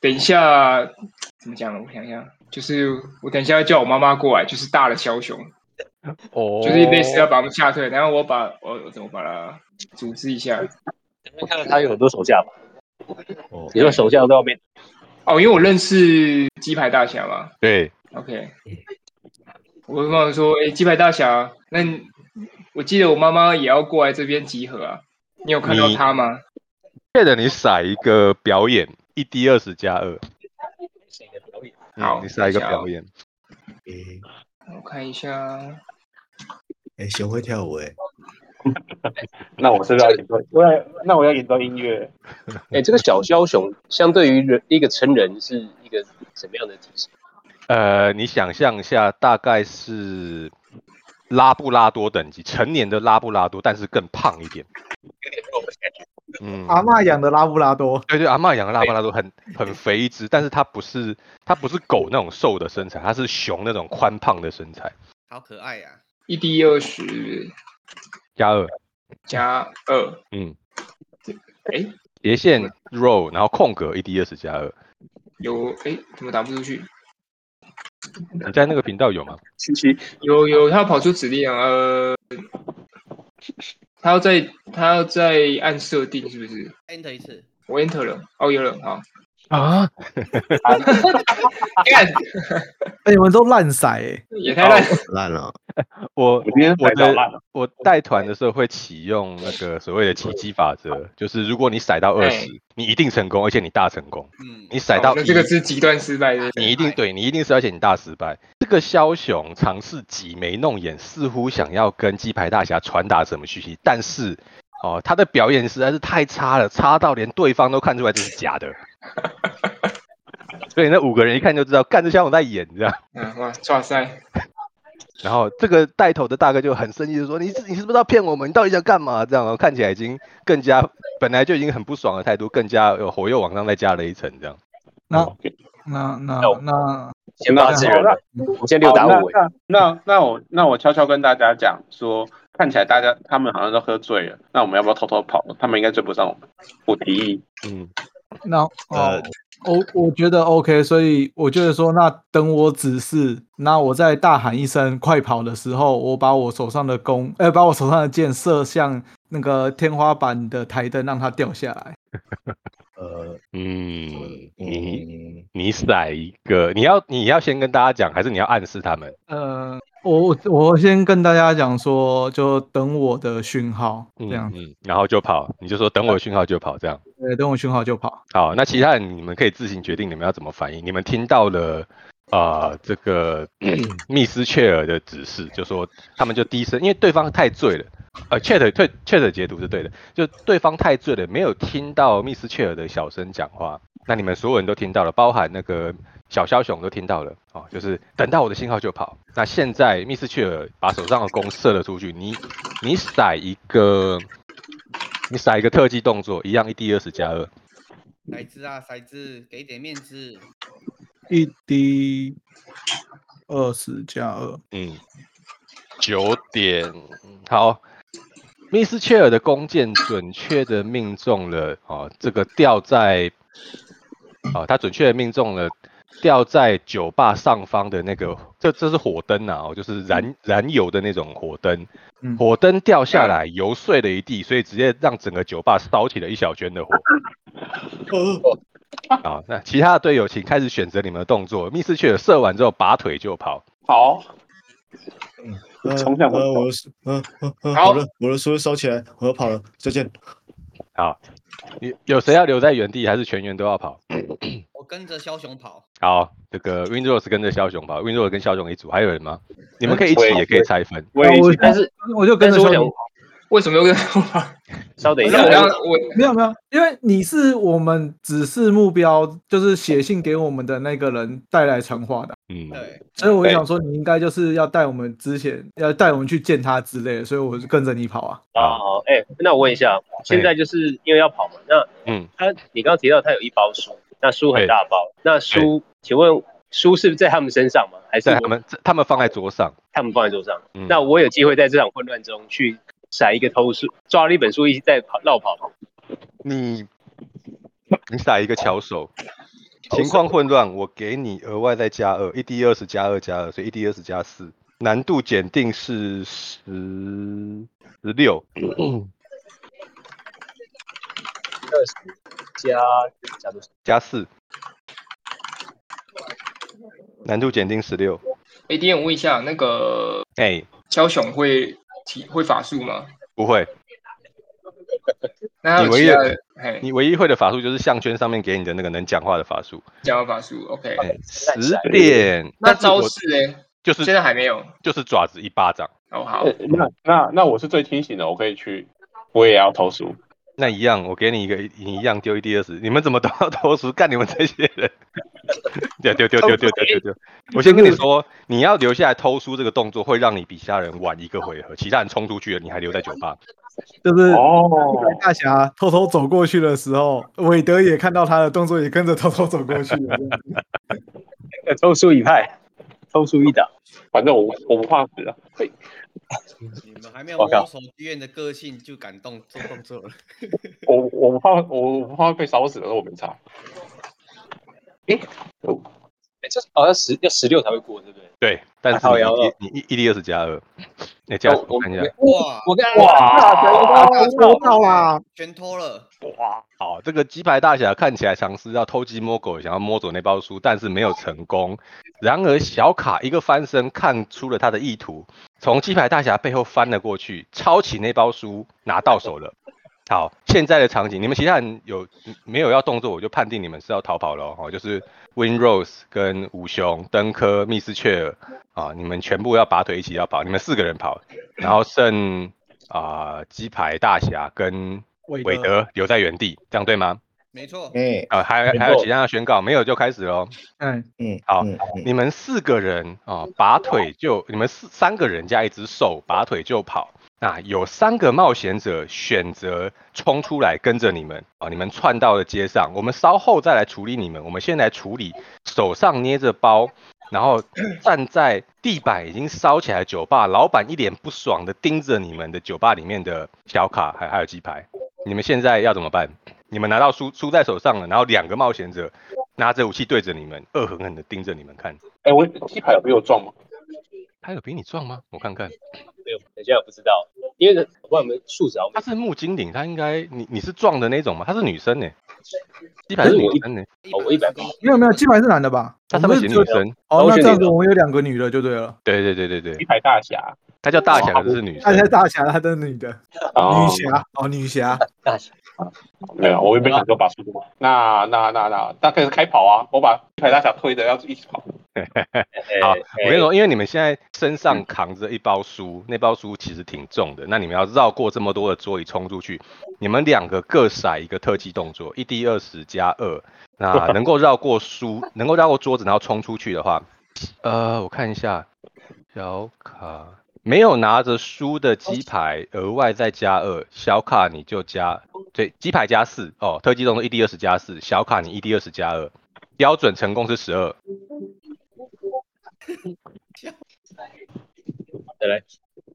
Speaker 5: 等一下，怎么讲呢？我想一下，就是我等一下要叫我妈妈过来，就是大的枭雄，
Speaker 1: 哦
Speaker 5: 就是类似要把我们吓退，然后我把我我怎么把它组织一下？
Speaker 7: 你看到他有很多手下嘛，
Speaker 8: 哦
Speaker 7: 你说手下都在外面，
Speaker 5: 哦，因为我认识鸡排大侠嘛，
Speaker 1: 对，
Speaker 5: OK，我跟妈妈说，哎、鸡排大侠，那你我记得我妈妈也要过来这边集合啊，你有看到
Speaker 1: 你
Speaker 5: 她吗？
Speaker 1: 借着你撒一个表演，一 d 二十加二。
Speaker 7: 谁的表演？
Speaker 1: 嗯
Speaker 5: 好
Speaker 1: 你撒一个
Speaker 5: 等一下哦
Speaker 1: 表演。
Speaker 8: 诶
Speaker 5: 我看一下，
Speaker 8: 诶熊会跳舞哎、
Speaker 6: 那我是不是要演奏？我要那我要演奏音乐。
Speaker 7: 哎，这个小枭雄相对于人一个成人是一个什么样的体型？
Speaker 1: 呃，你想象一下，大概是拉布拉多等级，成年的拉布拉多，但是更胖一点。
Speaker 7: 有点弱的感觉。
Speaker 1: 嗯，
Speaker 3: 阿嬷养的拉布拉多，
Speaker 1: 对对，阿嬷养的拉布拉多很很肥一只，但是它不是它不是狗那种瘦的身材，它是熊那种宽胖的身材。
Speaker 4: 好可爱呀、
Speaker 5: 一 d 二十
Speaker 1: 加二，
Speaker 5: 加二，
Speaker 1: 嗯，
Speaker 5: 哎，
Speaker 1: 斜线 roll，然后空格一 d 二十加二。
Speaker 5: 有哎，诶怎么打不出去？
Speaker 1: 你在那个频道有吗？
Speaker 6: 七七，
Speaker 5: 有有，他要跑出指令啊，呃，他要在他要在按设定是不是？
Speaker 4: e n t e r 一次，
Speaker 5: 我 enter 了，哦有了，好，
Speaker 1: 啊，
Speaker 5: 干
Speaker 3: 哎，你们都烂色哎，
Speaker 5: 也
Speaker 1: 哦
Speaker 5: 太烂了，
Speaker 8: 烂了，
Speaker 1: 我
Speaker 6: 我今天
Speaker 1: 我
Speaker 6: 才捣
Speaker 1: 的
Speaker 6: 烂了。
Speaker 1: 我带团的时候会启用那个所谓的奇迹法则，就是如果你甩到二
Speaker 5: 哦哎哦
Speaker 1: 十，你一定成功，而且你大成功；
Speaker 4: 嗯，
Speaker 1: 你甩到
Speaker 5: 那
Speaker 1: 一，
Speaker 5: 这个是极端失败的，
Speaker 1: 你一定对你一定是，而且你大失败。这个枭雄尝试挤眉弄眼，似乎想要跟鸡排大侠传达什么讯息，但是哦，他的表演实在是太差了，差到连对方都看出来这是假 的。所以那五个人一看就知道，干这枭雄在演，你知道。
Speaker 5: 嗯哇，哇塞。
Speaker 1: 然后这个带头的大哥就很生气的说：“你是你是不是要骗我们？你到底想干嘛？”这样，然后看起来已经更加本来就已经很不爽哦的态度，更加有火又往上再加了一层这样。
Speaker 3: 那那那那
Speaker 7: 先八字人
Speaker 2: 那
Speaker 7: 了，我现在六打
Speaker 2: 好
Speaker 7: 五，
Speaker 2: 那那那那我那我悄悄跟大家讲说，看起来大家他们好像都喝醉了，那我们要不要偷偷跑？他们应该追不上我们。我提议，
Speaker 1: 嗯，
Speaker 3: 那
Speaker 8: 呃
Speaker 3: 哦，我我觉得 OK，所以我就是说，那等我指示，那我在大喊一声“快跑”的时候，我把我手上的弓，呃，把我手上的箭射向那个天花板的台灯，让它掉下来。
Speaker 8: 呃
Speaker 1: 嗯，你
Speaker 8: 嗯，
Speaker 1: 你甩一个，你要你要先跟大家讲，还是你要暗示他们？
Speaker 3: 呃，我我先跟大家讲说，就等我的讯号，这
Speaker 1: 嗯
Speaker 3: 样，
Speaker 1: 嗯，然后就跑，你就说等我有讯号就跑，这样。
Speaker 3: 对，等我讯号就跑。
Speaker 1: 好，那其他人你们可以自行决定你们要怎么反应。你们听到了啊、呃这个密斯雀尔的指示，就说他们就低声，因为对方太醉了。呃，Chat 退 Chat 解读是对的，就对方太醉了，没有听到密斯雀尔的小声讲话。那你们所有人都听到了，包含那个小枭雄都听到了哦，就是等到我的信号就跑。那现在密斯雀尔把手上的弓射了出去，你你甩一个，你甩一个特技动作，一样一 d 二十加二。
Speaker 4: 骰子啊，骰子，给点面子。
Speaker 3: 一滴二十加二，
Speaker 1: 嗯，九点好。密斯切尔的弓箭准确的命中了哦，这个掉在哦，他准确的命中了掉在酒吧上方的那个，这这是火灯啊，哦，就是燃燃油的那种火灯，
Speaker 3: 嗯
Speaker 1: 火灯掉下来，油碎了一地，所以直接让整个酒吧烧起了一小圈的火。
Speaker 8: 哦
Speaker 1: 好，那其他的队友请开始选择你们的动作。密斯切尔射完之后拔腿就跑。
Speaker 2: 好，
Speaker 8: 呃
Speaker 2: 冲向我
Speaker 8: 呃我的手呃呃呃
Speaker 5: 好
Speaker 8: 好了，我的书收起来，我要跑了，再见。
Speaker 1: 好，你有谁要留在原地，还是全员都要跑？
Speaker 4: 我跟着枭雄跑，
Speaker 1: 好，这个 Windows 跟着枭雄跑，Windows 跟枭雄一组，还有人吗？你们可以一起，
Speaker 7: 喂
Speaker 1: 也可以拆分。
Speaker 2: 我也
Speaker 3: 我
Speaker 7: 但是
Speaker 3: 我就跟
Speaker 7: 但
Speaker 3: 着
Speaker 7: 是
Speaker 3: 小
Speaker 7: 我想
Speaker 3: 李
Speaker 5: 为什么又跟
Speaker 7: 稍等一
Speaker 5: 我
Speaker 7: 下，
Speaker 5: 刚
Speaker 7: 我
Speaker 5: 刚
Speaker 7: 刚
Speaker 5: 我
Speaker 3: 没有没有，因为你是我们指示目标，就是写信给我们的那个人带来传话的，
Speaker 1: 嗯，
Speaker 4: 对，
Speaker 3: 所以我就想说你应该就是要带我们之前要带我们去见他之类的，所以我就跟着你跑啊。
Speaker 7: 哦，哎、那我问一下，现在就是因为要跑嘛，那
Speaker 1: 嗯，
Speaker 7: 他你刚刚提到他有一包书，那书很大包，那书请问书是不是在他们身上吗？还是
Speaker 1: 在他们他们放在桌上。
Speaker 7: 他们放在桌上？
Speaker 1: 嗯
Speaker 7: 那我有机会在这场混乱中去甩一个偷书，抓了一本书一直在跑绕跑吗，
Speaker 1: 你你打一个巧手，情况混乱，我给你额外再加二，一 d 二十加二加二，所以一 d 二十加四，难度检定是十十六。
Speaker 7: 二十加加多少？
Speaker 1: 加四，难度检定十六。
Speaker 5: 哎，点我问一下，那个
Speaker 1: 哎，
Speaker 5: 枭雄会体会法术吗？
Speaker 1: 不会，
Speaker 5: 那他有
Speaker 1: 你唯一
Speaker 5: 其他的嘿
Speaker 1: 你唯一会的法术就是项圈上面给你的那个能讲话的法术。
Speaker 5: 加法术，OK？
Speaker 1: 哎，十点。
Speaker 5: 那
Speaker 1: 但是我
Speaker 5: 招式哎，
Speaker 1: 就
Speaker 5: 现
Speaker 1: 是
Speaker 5: 在还没有
Speaker 1: 就是爪子一巴掌，
Speaker 5: 哦，好
Speaker 2: 呃，那那那我是最清醒的，我可以去，我也要投诉。
Speaker 1: 那一样，我给你一个，你一样丢一 d 二十。你们怎么都要投诉？干你们这些人！ 丢丢丢丢丢丢丢丢！我先跟你说，你要留下来偷书这个动作，会让你比其他人晚一个回合。其他人冲出去了，你还留在酒吧。
Speaker 3: 就是
Speaker 2: 哦，
Speaker 3: 大侠偷偷走过去的时候，韦德也看到他的动作，也跟着偷偷走过去 了。
Speaker 7: 偷书一派，偷书一打。
Speaker 2: 反正我我不怕死啊。嘿，
Speaker 4: 你们还没有
Speaker 2: 我靠
Speaker 4: 摸熟剧院的个性就敢动做动作了。
Speaker 2: 我我不怕，我我不怕被烧死的，我没差。
Speaker 7: 哎，这好像十要十六才会过，对不对？
Speaker 1: 对，但是
Speaker 7: 好呀
Speaker 1: 你一你一 d 二十加二，那加
Speaker 7: 哦
Speaker 1: 我看一下。
Speaker 4: 哇，
Speaker 7: 我跟
Speaker 2: 哇
Speaker 3: 收到啦！
Speaker 4: 全偷了，
Speaker 1: 哇，好，这个鸡排大侠看起来尝试要偷鸡摸狗，想要摸走那包书，但是没有成功。然而小卡一个翻身，看出了他的意图，从鸡排大侠背后翻了过去，抄起那包书，拿到手了。好，现在的场景，你们其他人有没有要动作？我就判定你们是要逃跑了哦，哦就是 Win Rose 跟五雄、登科、密斯雀尔啊，你们全部要拔腿一起要跑，你们四个人跑，然后剩啊、鸡排大侠跟
Speaker 3: 韦
Speaker 1: 韦
Speaker 3: 德，
Speaker 1: 德留在原地，这样对吗？
Speaker 4: 没错，
Speaker 8: 哎
Speaker 1: 啊，还有
Speaker 7: 没错
Speaker 1: 还有其他的宣告没有就开始喽。
Speaker 3: 哎，
Speaker 8: 嗯，
Speaker 1: 好
Speaker 8: 嗯嗯
Speaker 1: 你们四个人啊、拔腿就你们四三个人加一只手，拔腿就跑。那有三个冒险者选择冲出来跟着你们啊，你们窜到了街上。我们稍后再来处理你们，我们先来处理手上捏着包然后站在地板已经烧起来的酒吧，老板一脸不爽的盯着你们的酒吧里面的小卡还还有鸡排，你们现在要怎么办？你们拿到书书在手上了，然后两个冒险者拿着武器对着你们，恶狠狠的盯着你们看。
Speaker 2: 哎，我鸡排有没有撞吗？
Speaker 1: 他有比你壮吗？我看看，
Speaker 7: 没有，等一下我不知道，因为我我们素质好
Speaker 1: 他是木精灵，他应该你你是壮的那种吗？她是女生呢、鸡排是女生呢、
Speaker 7: 哦我一百
Speaker 3: 没有没有，鸡排是男的吧？
Speaker 1: 她
Speaker 3: 我
Speaker 1: 上
Speaker 3: 们
Speaker 1: 面
Speaker 3: 是
Speaker 1: 写女
Speaker 3: 只有
Speaker 1: 生。
Speaker 3: 哦，
Speaker 7: 我
Speaker 3: 那
Speaker 7: 选
Speaker 3: 这样
Speaker 7: 你
Speaker 3: 子我们有两个女的就对了。
Speaker 1: 对对对对
Speaker 2: 鸡
Speaker 1: 对，
Speaker 2: 排大侠
Speaker 1: 她叫大侠，可是女
Speaker 3: 大家
Speaker 1: 生。
Speaker 3: 大侠，她的女的，
Speaker 2: 哦
Speaker 3: 女侠哦，女侠，
Speaker 7: 大侠，
Speaker 2: 没有，我也没想说把速度。那那那那，那开始开跑啊！我把鸡排大侠推着，要一起跑。
Speaker 1: 好，
Speaker 7: 哎嗯
Speaker 1: 我跟你说，因为你们现在身上扛着一包书，那包书其实挺重的，那你们要绕过这么多的桌椅冲出去，你们两个各甩一个特技动作，一 d 二十加二，那 能够绕过书，能够绕过桌子，然后冲出去的话，呃，我看一下，小卡没有拿着书的
Speaker 7: 哦
Speaker 1: 鸡排额外再加二，小卡你就加对，鸡排加四哦，特技动作一 d 二十加四，小卡你一 d 二十加二，标准成功是十二。
Speaker 7: 再来，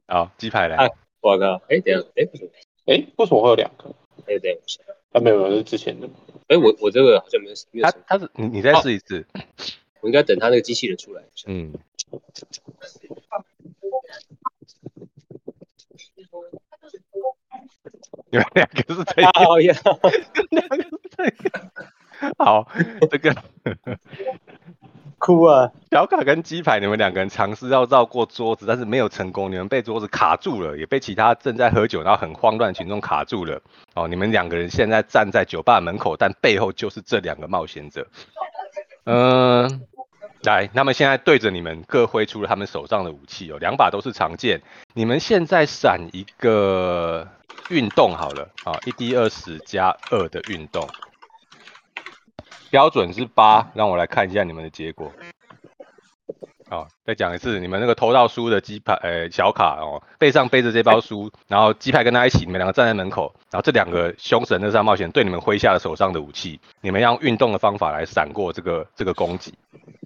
Speaker 1: 好，鸡排来。
Speaker 7: 啊我靠，哎，等一下，哎，不行，
Speaker 2: 哎，为什么会有两个？
Speaker 7: 哎，等一下我想，
Speaker 2: 啊，没有没有，是之前的。
Speaker 7: 哎，我我这个好像没有没有
Speaker 1: 他
Speaker 7: 什么，
Speaker 1: 他是你你再试一次，
Speaker 7: 我应该等他那个机器人出来。
Speaker 1: 嗯， 你们两个是 这样，
Speaker 7: 好呀，
Speaker 1: 两个是这样。好，这个
Speaker 7: 哭啊！
Speaker 1: 小卡跟鸡排，你们两个人尝试要绕过桌子，但是没有成功，你们被桌子卡住了，也被其他正在喝酒然后很慌乱的群众卡住了。哦，你们两个人现在站在酒吧门口，但背后就是这两个冒险者。嗯、来，他们现在对着你们各挥出了他们手上的武器哦，两把都是长剑。你们现在闪一个运动好了，啊、一 d 二十加二的运动，标准是八，让我来看一下你们的结果。哦，再讲一次，你们那个偷到书的鸡排，呃，小卡哦，背上背着这包书，然后鸡排跟他一起，你们两个站在门口，然后这两个凶神恶煞冒险对你们挥下了手上的武器，你们要用运动的方法来闪过这个这个攻击。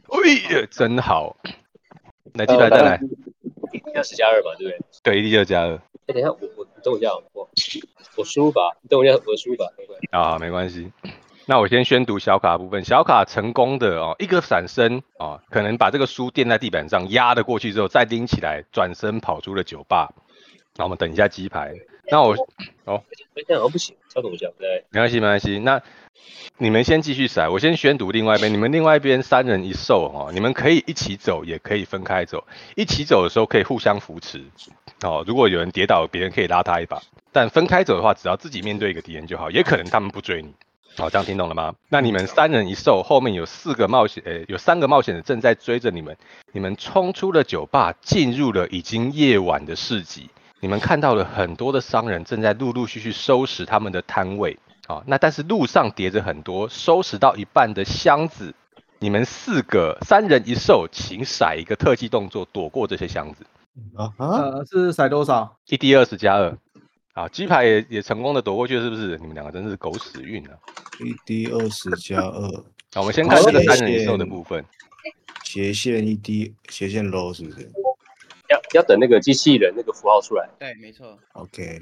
Speaker 1: 哎呀，真好！来，鸡排再来，
Speaker 7: 要十加二嘛，对不对？
Speaker 1: 对，一二加二
Speaker 7: 哎，等一下，我我你等我一下，啊我我输入法，你等我一下，我的输入法，乖乖
Speaker 1: 啊，没关系。那我先宣读小卡的部分，小卡成功的哦，一个闪身哦，可能把这个书垫在地板上，压了过去之后再拎起来，转身跑出了酒吧。那我们等一下鸡排。那我
Speaker 7: 哎，这样好像不行，稍等我一下，对，
Speaker 1: 没关系，没关系。那你们先继续甩，我先宣读另外一边。你们另外一边三人一兽哦，你们可以一起走，也可以分开走。一起走的时候可以互相扶持哦。如果有人跌倒，别人可以拉他一把。但分开走的话，只要自己面对一个敌人就好，也可能他们不追你。好、这样听懂了吗？那你们三人一兽，后面有四个冒险，呃，有三个冒险者正在追着你们。你们冲出了酒吧，进入了已经夜晚的市集。你们看到了很多的商人正在陆陆续续收拾他们的摊位。好、那但是路上叠着很多收拾到一半的箱子，你们四个三人一兽，请甩一个特技动作躲过这些箱子，
Speaker 8: 啊哈，
Speaker 3: 呃，是骰多少？
Speaker 1: 一 d 二十加二。好，鸡排也也成功的躲过去，是不是？你们两个真是狗屎运啊！
Speaker 8: 一 d 二十加二，
Speaker 1: 好，我们先看这个三人一兽的
Speaker 8: 好谢谢
Speaker 1: 部分。
Speaker 8: 斜线一 d 斜线 low 是不是
Speaker 7: 要要等那个机器人那个符号出来。
Speaker 4: 对，没错，
Speaker 8: ？OK，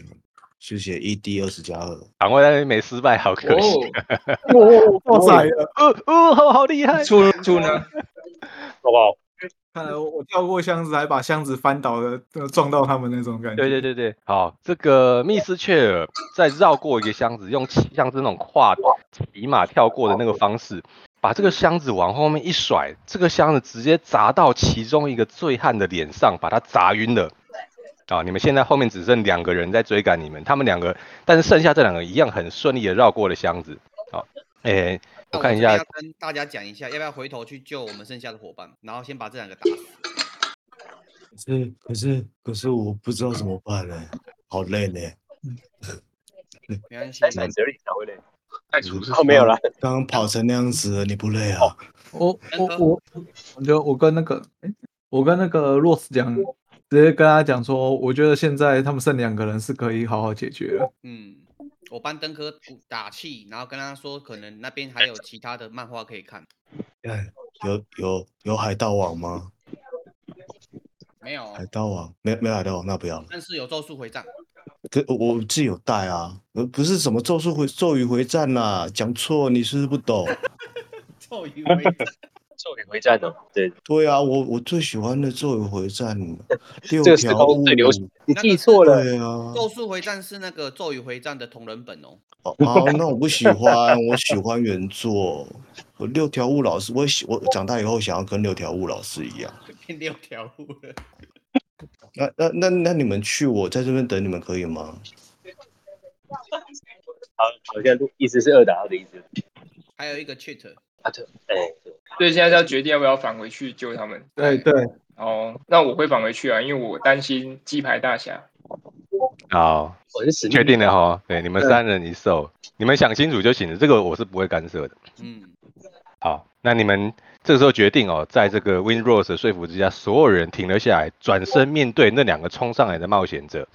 Speaker 8: 是写一 d 二十加二。
Speaker 1: 场外那边没失败，好可惜。啊
Speaker 5: 哦，
Speaker 3: 我我骰了，
Speaker 1: 哦哦，好好厉害！
Speaker 5: 错错呢？
Speaker 7: 好不好？
Speaker 3: 看来我我跳过箱子，还把箱子翻倒的呃撞到他们那种感觉。
Speaker 1: 对对对对，好，这个密斯雀尔在绕过一个箱子，用骑像是那种跨骑马跳过的那个方式，把这个箱子往后面一甩，这个箱子直接砸到其中一个醉汉的脸上，把他砸晕了。啊！你们现在后面只剩两个人在追赶你们，他们两个，但是剩下这两个一样很顺利的绕过了箱子。好，哎诶，
Speaker 4: 那
Speaker 1: 我看一
Speaker 4: 这边
Speaker 1: 下
Speaker 4: 要，跟大家讲一下，要不要回头去救我们剩下的伙伴，然后先把这两个打死。
Speaker 8: 可是可是可是我不知道怎么办呢，好累呢。
Speaker 4: 没 关系
Speaker 7: 在，骰子而已，哪 会累？
Speaker 6: 太粗是
Speaker 7: 哦，没有啦，
Speaker 8: 刚刚跑成那样子了，你不累啊？
Speaker 3: 我我我，我就我跟那个，诶我跟那个 Rose 讲，直接跟他讲说，我觉得现在他们剩两个人是可以好好解决了。
Speaker 4: 嗯，我帮登科鼓打气，然后跟他说，可能那边还有其他的漫画可以看。
Speaker 8: 看有有有海盗王吗？
Speaker 4: 没有，
Speaker 8: 海盗王没没有海盗王，那不要了。
Speaker 4: 但是有咒术回战，
Speaker 8: 这我我自己有带啊，呃不是什么咒术回咒语回战啦、讲错，你是不是不懂？
Speaker 4: 咒语回战，
Speaker 7: 咒语回战哦，对，
Speaker 8: 对啊，我我最喜欢的咒语回战六
Speaker 7: 这个时
Speaker 8: 条
Speaker 7: 候
Speaker 8: 悟，
Speaker 7: 最流行。你
Speaker 4: 那
Speaker 7: 记
Speaker 4: 个
Speaker 7: 错
Speaker 4: 是
Speaker 7: 了，
Speaker 8: 对啊，
Speaker 4: 咒术回战是那个咒语回战的同人本哦。
Speaker 8: 哦，哦那我不喜欢，我喜欢原作。我六条悟老师，我喜我长大以后想要跟六条悟老师一样。
Speaker 4: 变六条悟了。
Speaker 8: 那那那那你们去，我在这边等你们可以吗？
Speaker 7: 好，好像意思是二打二的意思。
Speaker 4: 还有一个 cheat，
Speaker 7: 啊，对，哎，
Speaker 5: 所以现在是要决定要不要返回去救他们。
Speaker 3: 对对，
Speaker 5: 哦，那我会返回去啊，因为我担心鸡排大侠。
Speaker 1: 好，
Speaker 7: 我是死命
Speaker 1: 确定了哈。对，你们
Speaker 7: 嗯
Speaker 1: 三人一兽，你们想清楚就行了，这个我是不会干涉的。
Speaker 4: 嗯，
Speaker 1: 好，那你们这个时候决定哦，在这个 Win Rose 的说服之下，所有人停了下来，转身面对那两个冲上来的冒险者。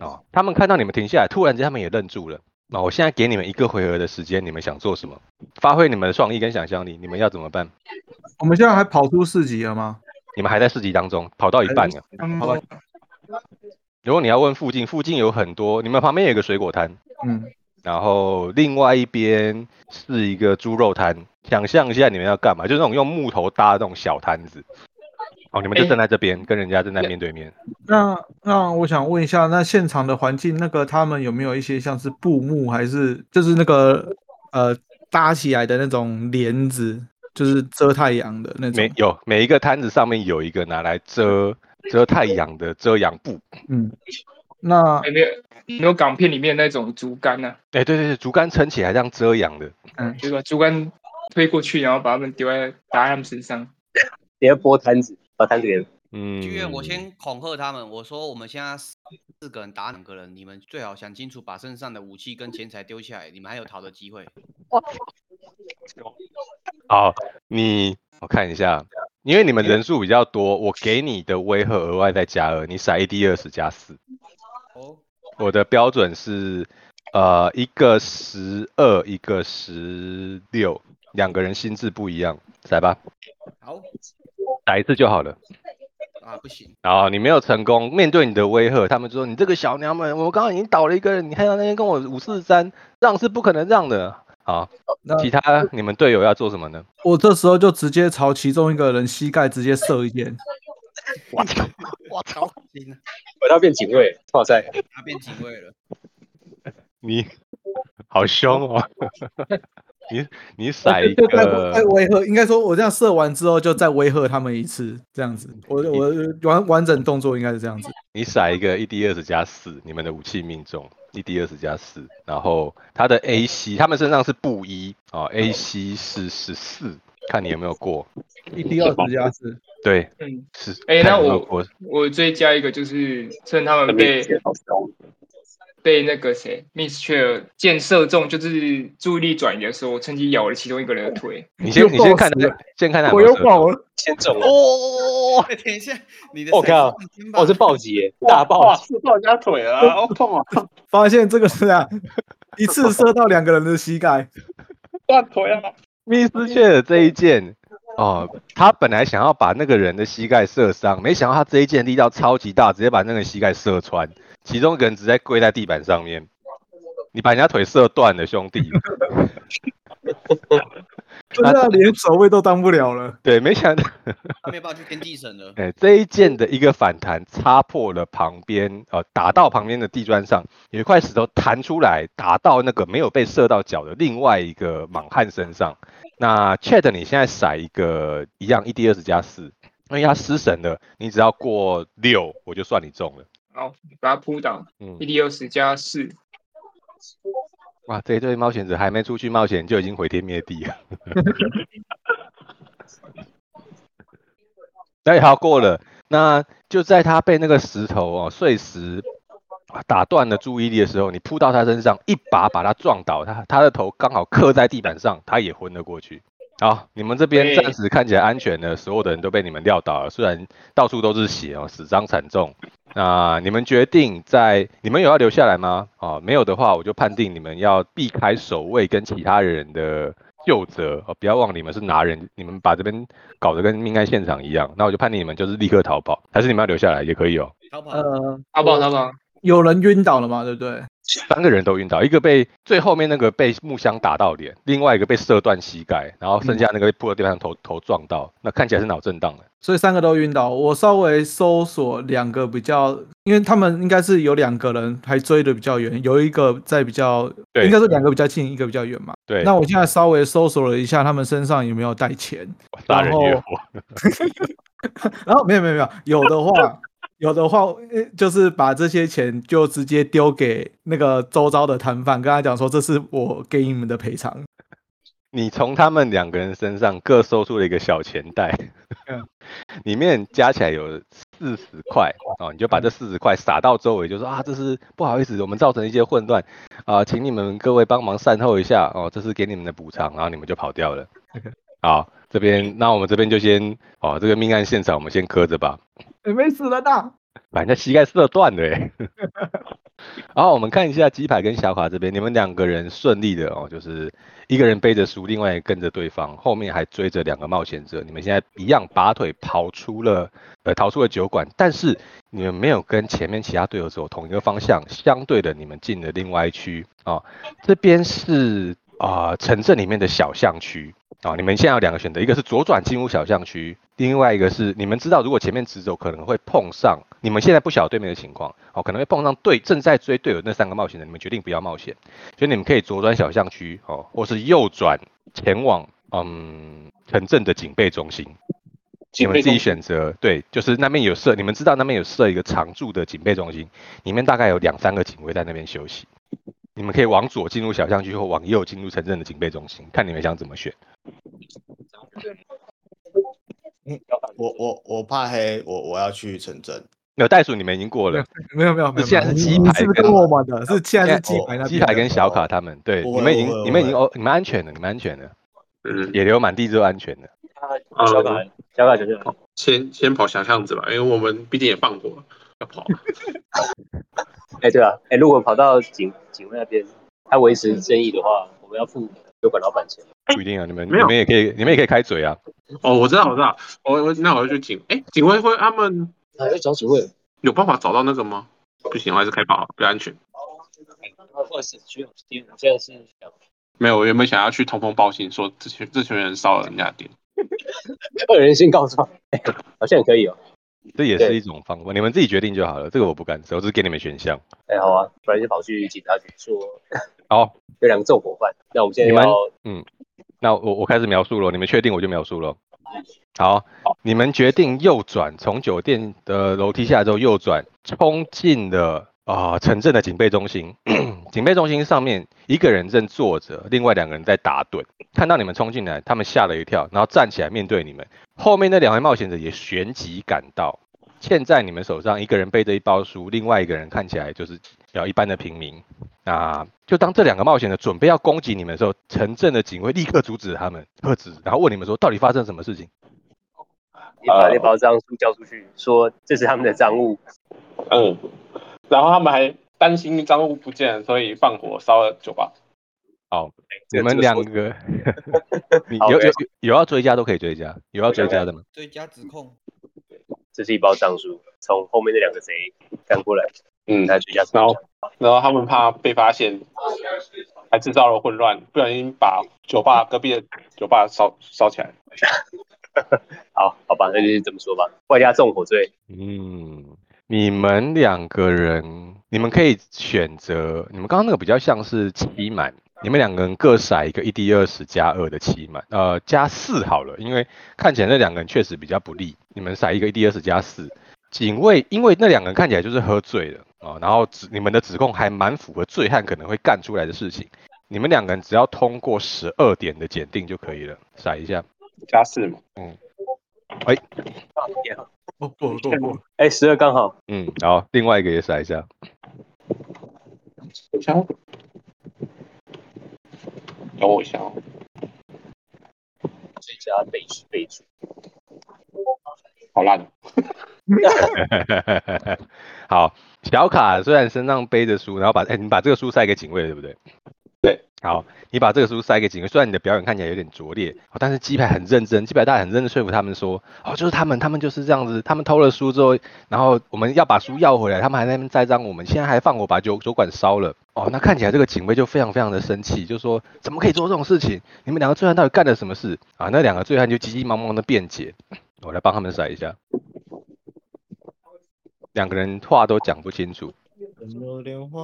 Speaker 1: 哦，他们看到你们停下来，突然间他们也愣住了。那、我现在给你们一个回合的时间，你们想做什么？发挥你们的创意跟想象力，你们要怎么办？
Speaker 3: 我们现在还跑出四级了吗？
Speaker 1: 你们还在市集当中，跑到一半了。
Speaker 5: 嗯
Speaker 3: 好吧
Speaker 1: 如果你要问附近，附近有很多，你们旁边有一个水果摊，
Speaker 3: 嗯，
Speaker 1: 然后另外一边是一个猪肉摊。想象一下你们要干嘛，就是那种用木头搭的那种小摊子。哦，你们就
Speaker 5: 哎
Speaker 1: 站在这边，跟人家正在面对面。
Speaker 3: 那那我想问一下，那现场的环境，那个他们有没有一些像是布幕，还是就是那个呃搭起来的那种帘子，就是遮太阳的那种
Speaker 1: 每？有每一个摊子上面有一个拿来遮遮太阳的遮阳布。
Speaker 3: 嗯，那
Speaker 5: 哎有没有有没有港片里面那种竹竿呢、
Speaker 1: 哎、对对对，竹竿撑起来这样遮阳的。
Speaker 5: 啊？就是把竹竿推过去，然后把他们丢在打在他们身上。
Speaker 7: 你要拨摊子，把摊子给
Speaker 1: 嗯，
Speaker 4: 剧院我先恐吓他们，我说我们现在四四个人打两个人，你们最好想清楚，把身上的武器跟钱财丢下来，你们还有逃的机会。
Speaker 1: 好，你我看一下，因为你们人数比较多，我给你的威吓额外再加二，你骰一 d 二十加四。
Speaker 4: 哦，
Speaker 1: 我的标准是呃一个十二，一个十六，两个人心智不一样，骰吧，
Speaker 4: 好
Speaker 1: 骰一次就好了。
Speaker 4: 啊，不行，
Speaker 1: 然后你没有成功，面对你的威吓，他们就说你这个小娘们，我刚刚已经倒了一个人，你还要那边跟我五四三，让是不可能让的。好，
Speaker 3: 那
Speaker 1: 其他你们队友要做什么呢？
Speaker 3: 我这时候就直接朝其中一个人膝盖直接射 一箭。
Speaker 1: 我操！
Speaker 4: 我操，行了，
Speaker 7: 回到变警卫，哇塞，
Speaker 4: 他变警卫了。
Speaker 1: 你 好凶 哦！你你甩一
Speaker 3: 就再再
Speaker 1: 个，
Speaker 3: 威吓，应该说，我这样射完之后，就再威吓他们一次，这样子。我我完完整动作应该是这样子。
Speaker 1: 你甩一个一 d 二十加四，你们的武器命中一 d 二十加四，然后他的 AC，他们身上是布衣哦，AC 是十四，看你有没有过。
Speaker 3: 一 d 二十加四，
Speaker 1: 对，
Speaker 5: 嗯，
Speaker 1: 是。
Speaker 5: 哎
Speaker 1: 看
Speaker 5: 那
Speaker 1: 有没有
Speaker 5: 我
Speaker 1: 过
Speaker 5: 我追加一个，就是趁他们
Speaker 7: 面
Speaker 5: 被
Speaker 7: 积好高，
Speaker 5: 被那个谁 Miss 却箭射中，就是注意力转移的时候，我趁机咬了其中一个人的腿。
Speaker 1: 你先你先看他，先看他有没有射中。
Speaker 3: 了。
Speaker 7: 先中了，
Speaker 1: 哦，
Speaker 4: 哎 等一下，你的
Speaker 7: 我
Speaker 4: 骰
Speaker 7: 靠
Speaker 4: 子放心吧
Speaker 7: 哦，这暴击耶，大暴
Speaker 2: 哇，
Speaker 7: 击，
Speaker 2: 刺到人家腿了，好痛啊！
Speaker 3: 发现这个是啊， 一次射到两个人的膝盖。
Speaker 2: 断腿啊！
Speaker 1: 密斯切尔这一箭，哦，他本来想要把那个人的膝盖射伤，没想到他这一箭力道超级大，直接把那个膝盖射穿，其中一个人直接跪在地板上面。你把人家腿射断了，兄弟。
Speaker 3: 不是啊，连守卫都当不了了。
Speaker 1: 对，没想到，
Speaker 4: 他没有办法去天地神了。
Speaker 1: 哎，这一箭的一个反弹，擦破了旁边，呃，打到旁边的地砖上，有一块石头弹出来，打到那个没有被射到脚的另外一个莽汉身上。那 Chat，你现在骰一个一样一 d 二十加四，因为他失神了，你只要过六，我就算你中了。
Speaker 5: 好，把他扑倒，
Speaker 1: 嗯
Speaker 5: 一，d 二十加四，
Speaker 1: 哇，这一对冒险者还没出去冒险就已经毁天灭地了。 那也好过了，那就在他被那个石头哦碎石啊打断了注意力的时候，你扑到他身上，一把把他撞倒，他他的头刚好磕在地板上，他也昏了过去。好，你们这边
Speaker 5: 对
Speaker 1: 暂时看起来安全的，所有的人都被你们撂倒了，虽然到处都是血哦，死伤惨重。那你们决定在你们有要留下来吗？哦，没有的话，我就判定你们要避开守卫跟其他人的就责、哦，不要忘你们是拿人，你们把这边搞得跟命案现场一样，那我就判定你们就是立刻逃跑，还是你们要留下来也可以哦。
Speaker 4: 逃跑，
Speaker 3: 呃，
Speaker 5: 淘宝淘宝，
Speaker 3: 有人晕倒了嘛？对不对？
Speaker 1: 三个人都晕倒，一个被最后面那个被木箱打到脸，另外一个被射断膝盖，然后剩下那个被扑到地板上头头撞到，那看起来是脑震荡的。
Speaker 3: 所以三个都晕倒。我稍微搜索两个比较，因为他们应该是有两个人还追的比较远，有一个在比较，
Speaker 1: 对
Speaker 3: 应该是两个比较近，一个比较远嘛。
Speaker 1: 对，
Speaker 3: 那我现在稍微搜索了一下，他们身上有没有带钱？
Speaker 1: 杀人越
Speaker 3: 然后
Speaker 1: 货，
Speaker 3: 然后没有没有没有，有的话有的话，呃就是把这些钱就直接丢给那个周遭的摊贩，跟他讲说这是我给你们的赔偿。
Speaker 1: 你从他们两个人身上各搜出了一个小钱袋， 里面加起来有嗯四十块哦，你就把这四十块撒到周围，就说啊，这是不好意思，我们造成一些混乱啊、请你们各位帮忙善后一下哦，这是给你们的补偿，然后你们就跑掉 了。好，这边那我们这边就先哦，这个命案现场我们先磕着吧，
Speaker 3: 你哎没死人呐！
Speaker 1: 把人家膝盖射断了欸。 然后我们看一下鸡排跟小卡这边，你们两个人顺利的哦，就是一个人背着书，另外一个跟着对方，后面还追着两个冒险者。你们现在一样拔腿跑出了，呃，逃出了酒馆，但是你们没有跟前面其他队友走同一个方向，相对的你们进了另外一区啊、哦，这边是啊、城镇里面的小巷区。啊、你们现在有两个选择，一个是左转进入小巷区，另外一个是你们知道，如果前面直走可能会碰上，你们现在不晓得对面的情况，哦，可能会碰上对正在追队友那三个冒险的，你们决定不要冒险，所以你们可以左转小巷区，哦，或是右转前往嗯城镇的警备中心，你们自己选择，对，就是那边有设，你们知道那边有设一个常驻的警备中心，里面大概有两三个警卫在那边休息。你们可以往左进入小巷区，或往右进入城镇的警备中心，看你们想怎么选。
Speaker 8: 我我我怕黑，我我要去城镇。
Speaker 1: 没有袋鼠，你们已经过了。
Speaker 3: 没有没有没有，
Speaker 1: 现在是
Speaker 3: 没有
Speaker 1: 鸡
Speaker 3: 你
Speaker 1: 排
Speaker 3: 是不是
Speaker 1: 跟
Speaker 3: 跟我玩的？是现在是鸡
Speaker 8: 哦
Speaker 3: 排那
Speaker 1: 鸡
Speaker 3: 边
Speaker 1: 排
Speaker 3: 的
Speaker 1: 跟小卡他们，对，
Speaker 8: 我
Speaker 1: 你们已
Speaker 8: 我
Speaker 1: 经、你们已经
Speaker 8: 我
Speaker 1: 哦，你们安全了，你们安全了，
Speaker 6: 嗯，
Speaker 1: 野流满地之后安全了。
Speaker 6: 嗯
Speaker 9: 小卡，小卡九九，
Speaker 6: 先先跑小巷子吧，因为我们毕竟也放过了，要跑。
Speaker 9: 哎，对啊，哎，如果跑到警警卫那边，他维持正义的话，我们要付酒馆老板钱。
Speaker 1: 不一定啊，你们你
Speaker 6: 没有
Speaker 1: 们也可以，你们也可以开嘴啊。
Speaker 6: 哦，我知道，我知道，我我那我要去警，哎，警卫会他们
Speaker 9: 啊，要找警卫，
Speaker 6: 有办法找到那个吗？不行，我还是开跑好了比较安全。
Speaker 9: 不好意思，局长，我现在是
Speaker 6: 没有，我原本想要去通风报信，说这群这群人烧了人家的店。
Speaker 9: 恶人先告状，哎好像可以哦。
Speaker 1: 这也是
Speaker 9: 对
Speaker 1: 一种方法，你们自己决定就好了。这个我不干涉，我只是给你们选项。
Speaker 9: 哎，好啊，不然就跑去警察局说
Speaker 1: 好，
Speaker 9: 有两个纵火犯，那我们现在
Speaker 1: 你们
Speaker 9: 要
Speaker 1: 那我我开始描述了，你们确定我就描述了。好，你们决定右转，从酒店的楼梯下之后右转，冲进了啊、城镇的警备中心。 警备中心上面一个人正坐着，另外两个人在打盹。看到你们冲进来，他们吓了一跳，然后站起来面对你们。后面那两位冒险者也旋即赶到。现在你们手上一个人背着一包书，另外一个人看起来就是要一般的平民。那就当这两个冒险者准备要攻击你们的时候，城镇的警卫立刻阻止他们，喝止，然后问你们说到底发生什么事情？
Speaker 9: 你把那包赃书交出去，说这是他们的赃物。
Speaker 2: 嗯，然后他们还担心赃物不见，所以放火烧了酒吧。
Speaker 1: 你们两个， 你
Speaker 9: 好
Speaker 1: 有有
Speaker 9: 没
Speaker 1: 有要追加都可以追加，有要追加的吗？
Speaker 4: 追加指控，
Speaker 9: 这是一包赃书，从后面那两个贼干过来，
Speaker 2: 嗯，
Speaker 9: 来追加
Speaker 2: 然后然后他们怕被发现，还制造了混乱，不小心把酒吧隔壁的酒吧烧烧起来。
Speaker 9: 好，好吧，那就是这么说吧。外加纵火罪，
Speaker 1: 嗯，你们两个人，你们可以选择，呃你们刚刚那个比较像是期满，你们两个人各骰一个一 d 二十加二的期满，呃，加四好了，因为看起来那两个人确实比较不利，你们骰一个一 d 二十加四。警卫因为那两个人看起来就是喝醉了啊、哦然后指你们的指控还蛮符合醉汉可能会干出来的事情，你们两个人只要通过十二点的检定就可以了，骰一下。
Speaker 2: 加四嘛，
Speaker 3: 哦不不不，
Speaker 9: 哎，十二刚好，
Speaker 1: 嗯，好，另外一个也骰一下。
Speaker 2: 等一下哦，等我一下哦。
Speaker 9: 追加倍数倍数。
Speaker 2: 好烂哦，
Speaker 1: 好，小卡虽然身上背着书，然后把哎、你把这个书塞给警卫了，对不对？
Speaker 2: 对，
Speaker 1: 好，你把这个书塞给警卫，虽然你的表演看起来有点拙劣，哦但是鸡排很认真，鸡排大很认真地说服他们说，哦，就是他们，他们就是这样子，他们偷了书之后，然后我们要把书要回来，他们还在那边栽赃我们，现在还放火把酒酒馆烧了。哦，那看起来这个警卫就非常非常的生气，就说怎么可以做这种事情？你们两个罪犯到底干了什么事啊？那两个罪犯就急急忙忙的辩解，我来帮他们甩一下。两个人话都讲不清楚，
Speaker 8: 很多电话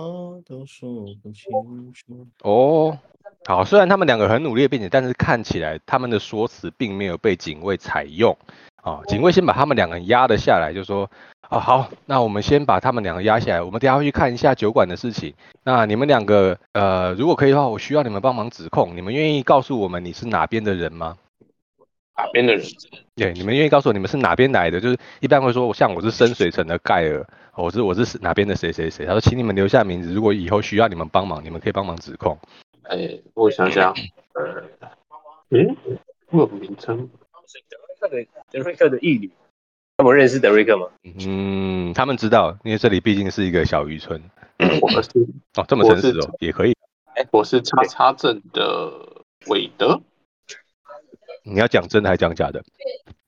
Speaker 8: 都说不清楚。
Speaker 1: 哦，好，虽然他们两个很努力的辩解，但是看起来他们的说辞并没有被警卫采用。啊、警卫先把他们两个人压了下来，就说：啊，好，那我们先把他们两个压下来，我们等一下会去看一下酒馆的事情。那你们两个，呃，如果可以的话，我需要你们帮忙指控。你们愿意告诉我们你是哪边的人吗？
Speaker 2: 哪边的人？
Speaker 1: 对，你们愿意告诉我你们是哪边来的？就是一般会说，我像我是深水城的盖尔，哦我是我是哪边的谁谁谁。他说，请你们留下名字，如果以后需要你们帮忙，你们可以帮忙指控。
Speaker 6: 哎，我想想，呃，嗯，我有名称
Speaker 9: 德瑞克的德瑞克的义女，他们认识德瑞克吗？
Speaker 1: 嗯，他们知道，因为这里毕竟是一个小渔村
Speaker 6: 我是
Speaker 1: 哦，这么
Speaker 6: 我
Speaker 1: 诚
Speaker 6: 是
Speaker 1: 实哦，也可以。
Speaker 6: 哎我是叉叉镇的韦德，
Speaker 1: 你要讲真的还讲假的？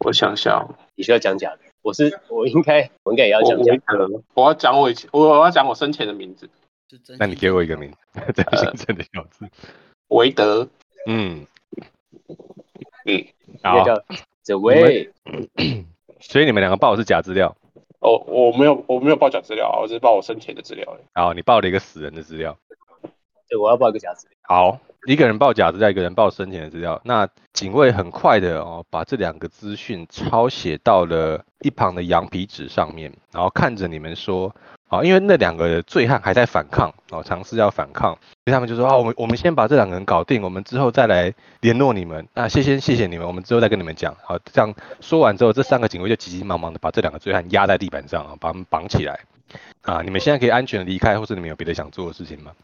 Speaker 6: 我想想，
Speaker 9: 你需要讲假的。我是我应该我应该也要
Speaker 6: 我
Speaker 9: 讲
Speaker 6: 韦
Speaker 9: 假的。
Speaker 6: 德，我要讲我以前，我我要讲我生前的名字，
Speaker 4: 是
Speaker 6: 嗯
Speaker 4: 真
Speaker 1: 那你
Speaker 4: 心
Speaker 1: 给
Speaker 4: 真
Speaker 1: 我一个
Speaker 4: 感
Speaker 1: 名字，
Speaker 6: 呃
Speaker 1: 真心真的小字。
Speaker 6: 韦德，
Speaker 1: 嗯
Speaker 6: 嗯，
Speaker 9: 那
Speaker 1: 好，
Speaker 9: 叫 The Way。
Speaker 1: 所以你们两个报的是假资料，
Speaker 2: 哦，我没有，我没有报假资料啊，我只是报我生前的资料而已。
Speaker 1: 然后你报了一个死人的资料。
Speaker 9: 对，我要报一个假资料。
Speaker 1: 好，一个人报假资料，一个人报生前的资料。那警卫很快的哦，把这两个资讯抄写到了一旁的羊皮纸上面，然后看着你们说，啊，因为那两个醉汉还在反抗，哦，尝试要反抗，所以他们就说啊，我们我们先把这两个人搞定，我们之后再来联络你们。那谢谢谢谢你们，我们之后再跟你们讲。好，这样说完之后，这三个警卫就急急忙忙的把这两个醉汉压在地板上啊，把他们绑起来。啊，你们现在可以安全的离开，或是你们有别的想做的事情吗？
Speaker 2: 哦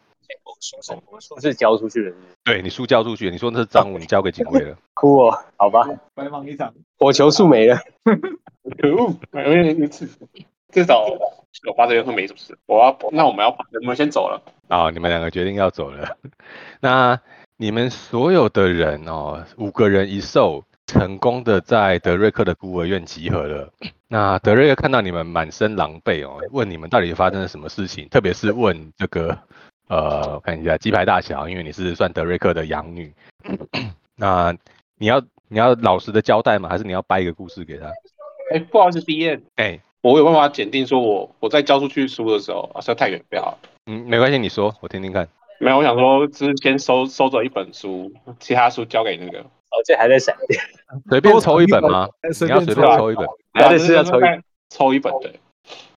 Speaker 9: 我是不是交出去了是不是？
Speaker 1: 对你书交出去，你说那是赃物，你交给警卫了。
Speaker 9: 哭哦，好吧，
Speaker 3: 白忙一场。
Speaker 9: 火球术没了。
Speaker 2: 可恶，没有，至少我爸这边会没什么事。我要，那我们要把我们先走了。
Speaker 1: 啊、你们两个决定要走了。那你们所有的人哦，五个人一兽，成功的在德瑞克的孤儿院集合了。那德瑞克看到你们满身狼狈哦，问你们到底发生了什么事情，特别是问这个呃，我看一下鸡排大小，因为你是算德瑞克的养女。那你要你要老实的交代吗？还是你要掰一个故事给他？
Speaker 2: 哎，不好意思，B 验，
Speaker 1: 哎，
Speaker 2: 我有办法检定说我我在交出去书的时候，啊，实在太远，不要了。
Speaker 1: 嗯，没关系，你说，我听听看。
Speaker 2: 没有，我想说，就是先收收走一本书，其他书交给那个。
Speaker 9: 哦，这还在闪电。
Speaker 1: 随便
Speaker 3: 多
Speaker 1: 抽一
Speaker 3: 一
Speaker 1: 本
Speaker 3: 本
Speaker 1: 吗？
Speaker 3: 哎
Speaker 1: 你
Speaker 3: 随
Speaker 1: 要
Speaker 3: 便
Speaker 1: 随便
Speaker 3: 抽一
Speaker 1: 抽一本。
Speaker 2: 啊
Speaker 9: 还得是要抽一
Speaker 2: 抽一本的，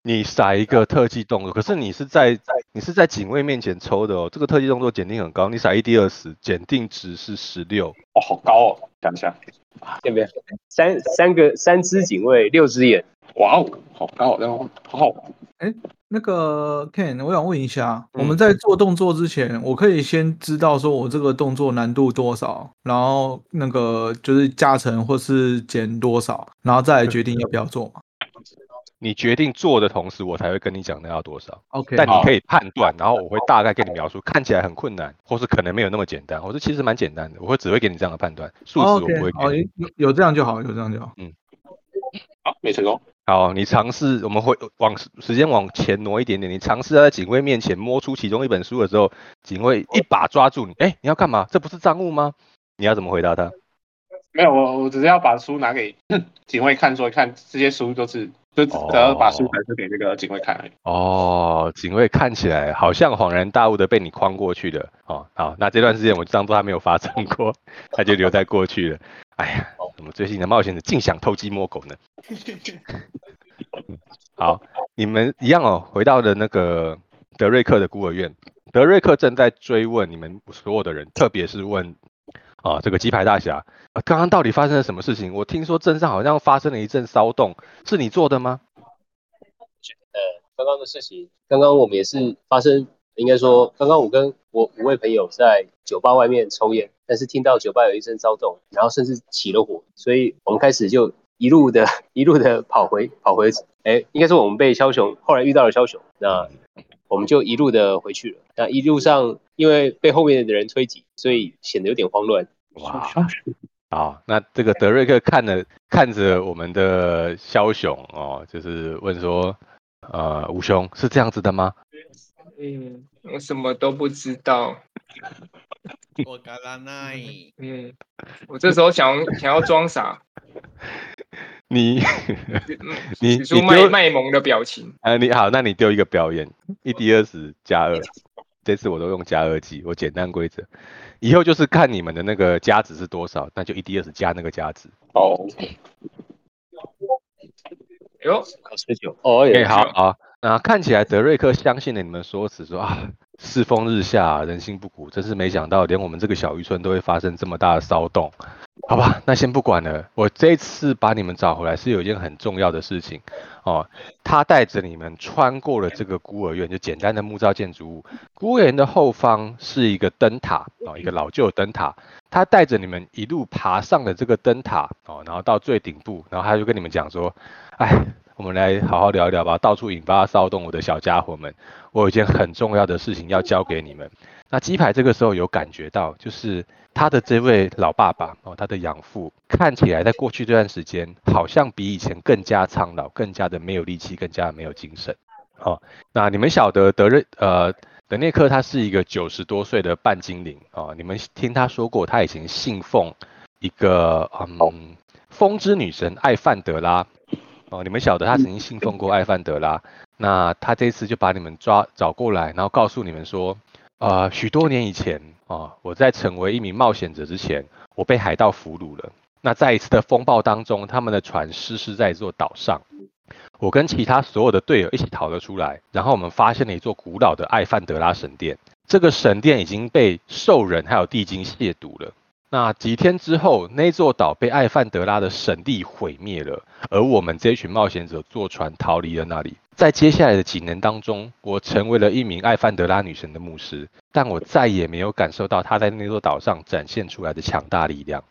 Speaker 1: 你撒一个特技动作，可是你是在你是在警卫面前抽的哦，这个特技动作检定很高，你撒一 d 二十，检定值是十六。
Speaker 2: 哦，好高哦！想一下，
Speaker 9: 这边三三个三只警卫，六只眼，
Speaker 2: 哇哦，好高哦，然后好好玩。
Speaker 3: 那个 Ken，我想问一下，
Speaker 1: 嗯
Speaker 3: 我们在做动作之前，我可以先知道说我这个动作难度多少，然后那个就是加成或是减多少，然后再来决定要不要做嘛。
Speaker 1: 你决定做的同时，我才会跟你讲那要多少，
Speaker 3: OK，
Speaker 1: 但你
Speaker 2: 好
Speaker 1: 可以判断，然后我会大概跟你描述，看起来很困难，或是可能没有那么简单，或是其实蛮简单的，我会只会给你这样的判断，数值我
Speaker 3: OK，
Speaker 1: 不会给
Speaker 3: 哦，
Speaker 1: 你。
Speaker 3: 有有这样就好，有这样就好。
Speaker 2: 好，没成功。
Speaker 1: 好，你尝试，我们会往时间往前挪一点点。你尝试要在警卫面前摸出其中一本书的时候，警卫一把抓住你，哎、你要干嘛？这不是赃物吗？你要怎么回答他？
Speaker 2: 没有，我我只是要把书拿给警卫看，说看这些书都是，就只
Speaker 1: 哦
Speaker 2: 只要把书展示给那个警卫看而已。
Speaker 1: 哦，警卫看起来好像恍然大悟的被你框过去的哦。好，那这段时间我就当做他没有发生过， 他就留在过去了。哎呀，我们最近的冒险者竟想偷鸡摸狗呢。好，你们一样哦，回到了那个德瑞克的孤儿院。德瑞克正在追问你们所有的人，特别是问啊这个鸡排大侠，啊刚刚到底发生了什么事情？我听说镇上好像发生了一阵骚动，是你做的吗？
Speaker 9: 刚刚的事情，刚刚我们也是发生，应该说，刚刚我跟我五位朋友在酒吧外面抽烟，但是听到酒吧有一声骚动，然后甚至起了火，所以我们开始就一路的、一路的跑回、跑回，哎，应该说我们被枭雄，后来遇到了枭雄，那我们就一路的回去了。那一路上因为被后面的人推挤，所以显得有点慌乱。
Speaker 1: 哇，好，那这个德瑞克看了看着我们的枭雄哦，就是问说，呃，吴兄是这样子的吗？
Speaker 5: 嗯，我什么都不知道。
Speaker 4: 我嘎啦奈，
Speaker 5: 嗯，我这时候想想要装傻，
Speaker 1: 你 你
Speaker 5: 使出
Speaker 1: 你
Speaker 5: 嗯卖
Speaker 1: 丢
Speaker 5: 卖萌的表情。
Speaker 1: 啊，你好，那你丢一个表演，一 d 二十加二，这次我都用加二计，我简单规则，以后就是看你们的那个加值是多少，那就一 d 二十加那个加值。
Speaker 2: 哦，
Speaker 5: 哎呦，
Speaker 9: 考十九，哦，
Speaker 1: OK，
Speaker 9: 也
Speaker 1: 好好，那看起来德瑞克相信了你们说辞，说啊，世风日下，啊人心不古，真是没想到，连我们这个小渔村都会发生这么大的骚动。好吧，那先不管了，我这次把你们找回来是有一件很重要的事情哦。他带着你们穿过了这个孤儿院，就简单的木造建筑物。孤儿院的后方是一个灯塔哦，一个老旧的灯塔。他带着你们一路爬上了这个灯塔哦，然后到最顶部，然后他就跟你们讲说：“哎，我们来好好聊一聊吧，到处引发骚动，我的小家伙们，我有一件很重要的事情要交给你们。那鸡排这个时候有感觉到，就是他的这位老爸爸哦，他的养父看起来在过去这段时间，好像比以前更加苍老，更加的没有力气，更加的没有精神。哦，那你们晓得德瑞呃德内克他是一个九十多岁的半精灵哦，你们听他说过，他以前信奉一个嗯风之女神艾范德拉哦，你们晓得他曾经信奉过艾范德拉，那他这次就把你们抓找过来，然后告诉你们说，呃，许多年以前哦，我在成为一名冒险者之前，我被海盗俘虏了。那在一次的风暴当中，他们的船失事在一座岛上，我跟其他所有的队友一起逃了出来，然后我们发现了一座古老的艾范德拉神殿。这个神殿已经被兽人还有地精亵渎了。那几天之后，那座岛被艾范德拉的神力毁灭了，而我们这群冒险者坐船逃离了那里。在接下来的几年当中，我成为了一名艾范德拉女神的牧师，但我再也没有感受到她在那座岛上展现出来的强大力量。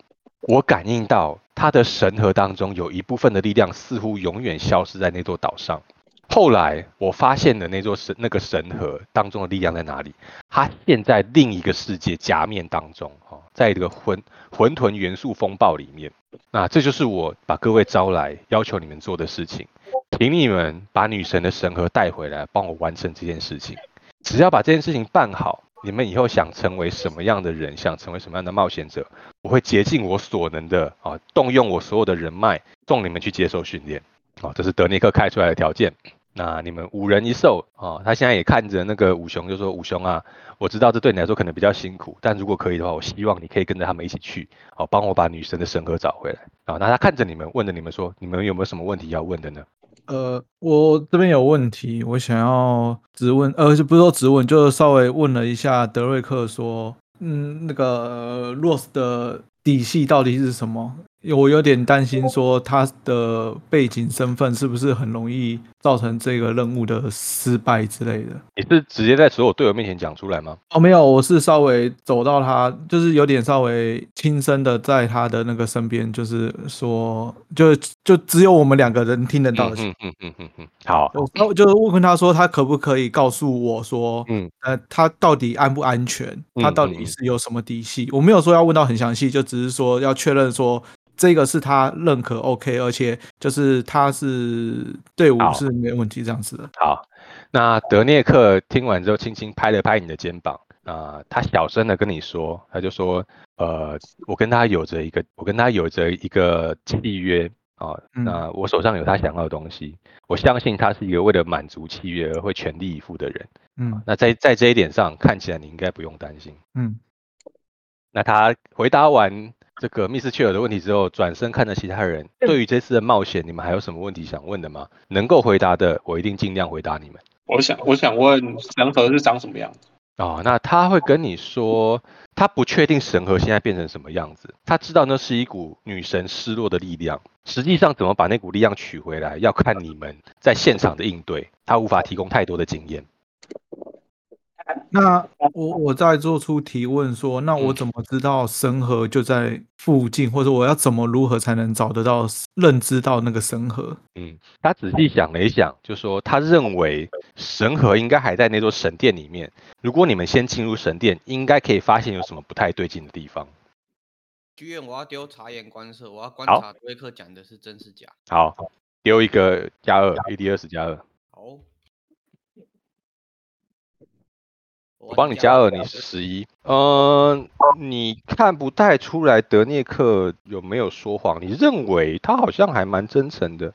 Speaker 1: 我感应到他的神河当中有一部分的力量似乎永远消失在那座岛上。后来我发现了那座神那个神河当中的力量在哪里，它现在另一个世界夹面当中，哦，在一个混混沌元素风暴里面。那这就是我把各位招来，要求你们做的事情，请你们把女神的神河带回来，帮我完成这件事情。只要把这件事情办好，你们以后想成为什么样的人，想成为什么样的冒险者，我会竭尽我所能的啊，动用我所有的人脉，送你们去接受训练啊，这是德尼克开出来的条件。那你们五人一兽啊，他现在也看着那个五雄，就说五雄啊，我知道这对你来说可能比较辛苦，但如果可以的话，我希望你可以跟着他们一起去，哦、帮我把女神的神盒找回来啊。那他看着你们，问着你们说，你们有没有什么问题要问的呢？
Speaker 3: 呃，我这边有问题，我想要质问，呃，不是说质问，就是稍微问了一下德瑞克说，嗯，那个 Rose 的底细到底是什么？我有点担心，说他的背景身份是不是很容易造成这个任务的失败之类的。
Speaker 1: 你是直接在所有队友面前讲出来吗？
Speaker 3: 哦，没有，我是稍微走到他，就是有点稍微轻声的在他的那个身边，就是说，就就只有我们两个人听得到的情况
Speaker 1: 嗯嗯嗯嗯嗯，好，
Speaker 3: 我稍微就是问他说，他可不可以告诉我说，
Speaker 1: 嗯
Speaker 3: 呃，他到底安不安全？他
Speaker 1: 嗯
Speaker 3: 到
Speaker 1: 嗯嗯
Speaker 3: 底是有什么底细？我没有说要问到很详细，就只是说要确认说这个是他认可 OK，而且就是他是队伍
Speaker 1: 好
Speaker 3: 是没问题这样子的。
Speaker 1: 好，那德涅克听完之后，轻轻拍了拍你的肩膀。啊、他小声的跟你说，他就说，呃，我跟他有着一个，我跟他有着一个契约啊、
Speaker 3: 嗯
Speaker 1: 那我手上有他想要的东西，我相信他是一个为了满足契约而会全力以赴的人。
Speaker 3: 嗯
Speaker 1: 那在在这一点上，看起来你应该不用担心。
Speaker 3: 嗯，
Speaker 1: 那他回答完这个密斯切尔的问题之后，转身看着其他人，对于这次的冒险，你们还有什么问题想问的吗？能够回答的，我一定尽量回答你们。
Speaker 2: 我想我想问神河是长什 么样子？
Speaker 1: 哦，那他会跟你说，他不确定神河现在变成什么样子，他知道那是一股女神失落的力量，实际上怎么把那股力量取回来，要看你们在现场的应对，他无法提供太多的经验。
Speaker 3: 那我我再做出提问说，那
Speaker 1: 嗯
Speaker 3: 我怎么知道神河就在附近，或者我要怎么如何才能找得到、认知到那个神河？
Speaker 1: 嗯，他仔细想了一想，就说他认为神河应该还在那座神殿里面。如果你们先进入神殿，应该可以发现有什么不太对劲的地方。
Speaker 4: 剧院我要丢察言观色，我要观
Speaker 1: 好
Speaker 4: 察德瑞克讲的是真是假。
Speaker 1: 好，丢一个加二，A D 二十加二，
Speaker 4: 好，哦
Speaker 1: 我帮你加二，你是十一。嗯，你看不太出来德涅克有没有说谎？你认为他好像还蛮真诚的。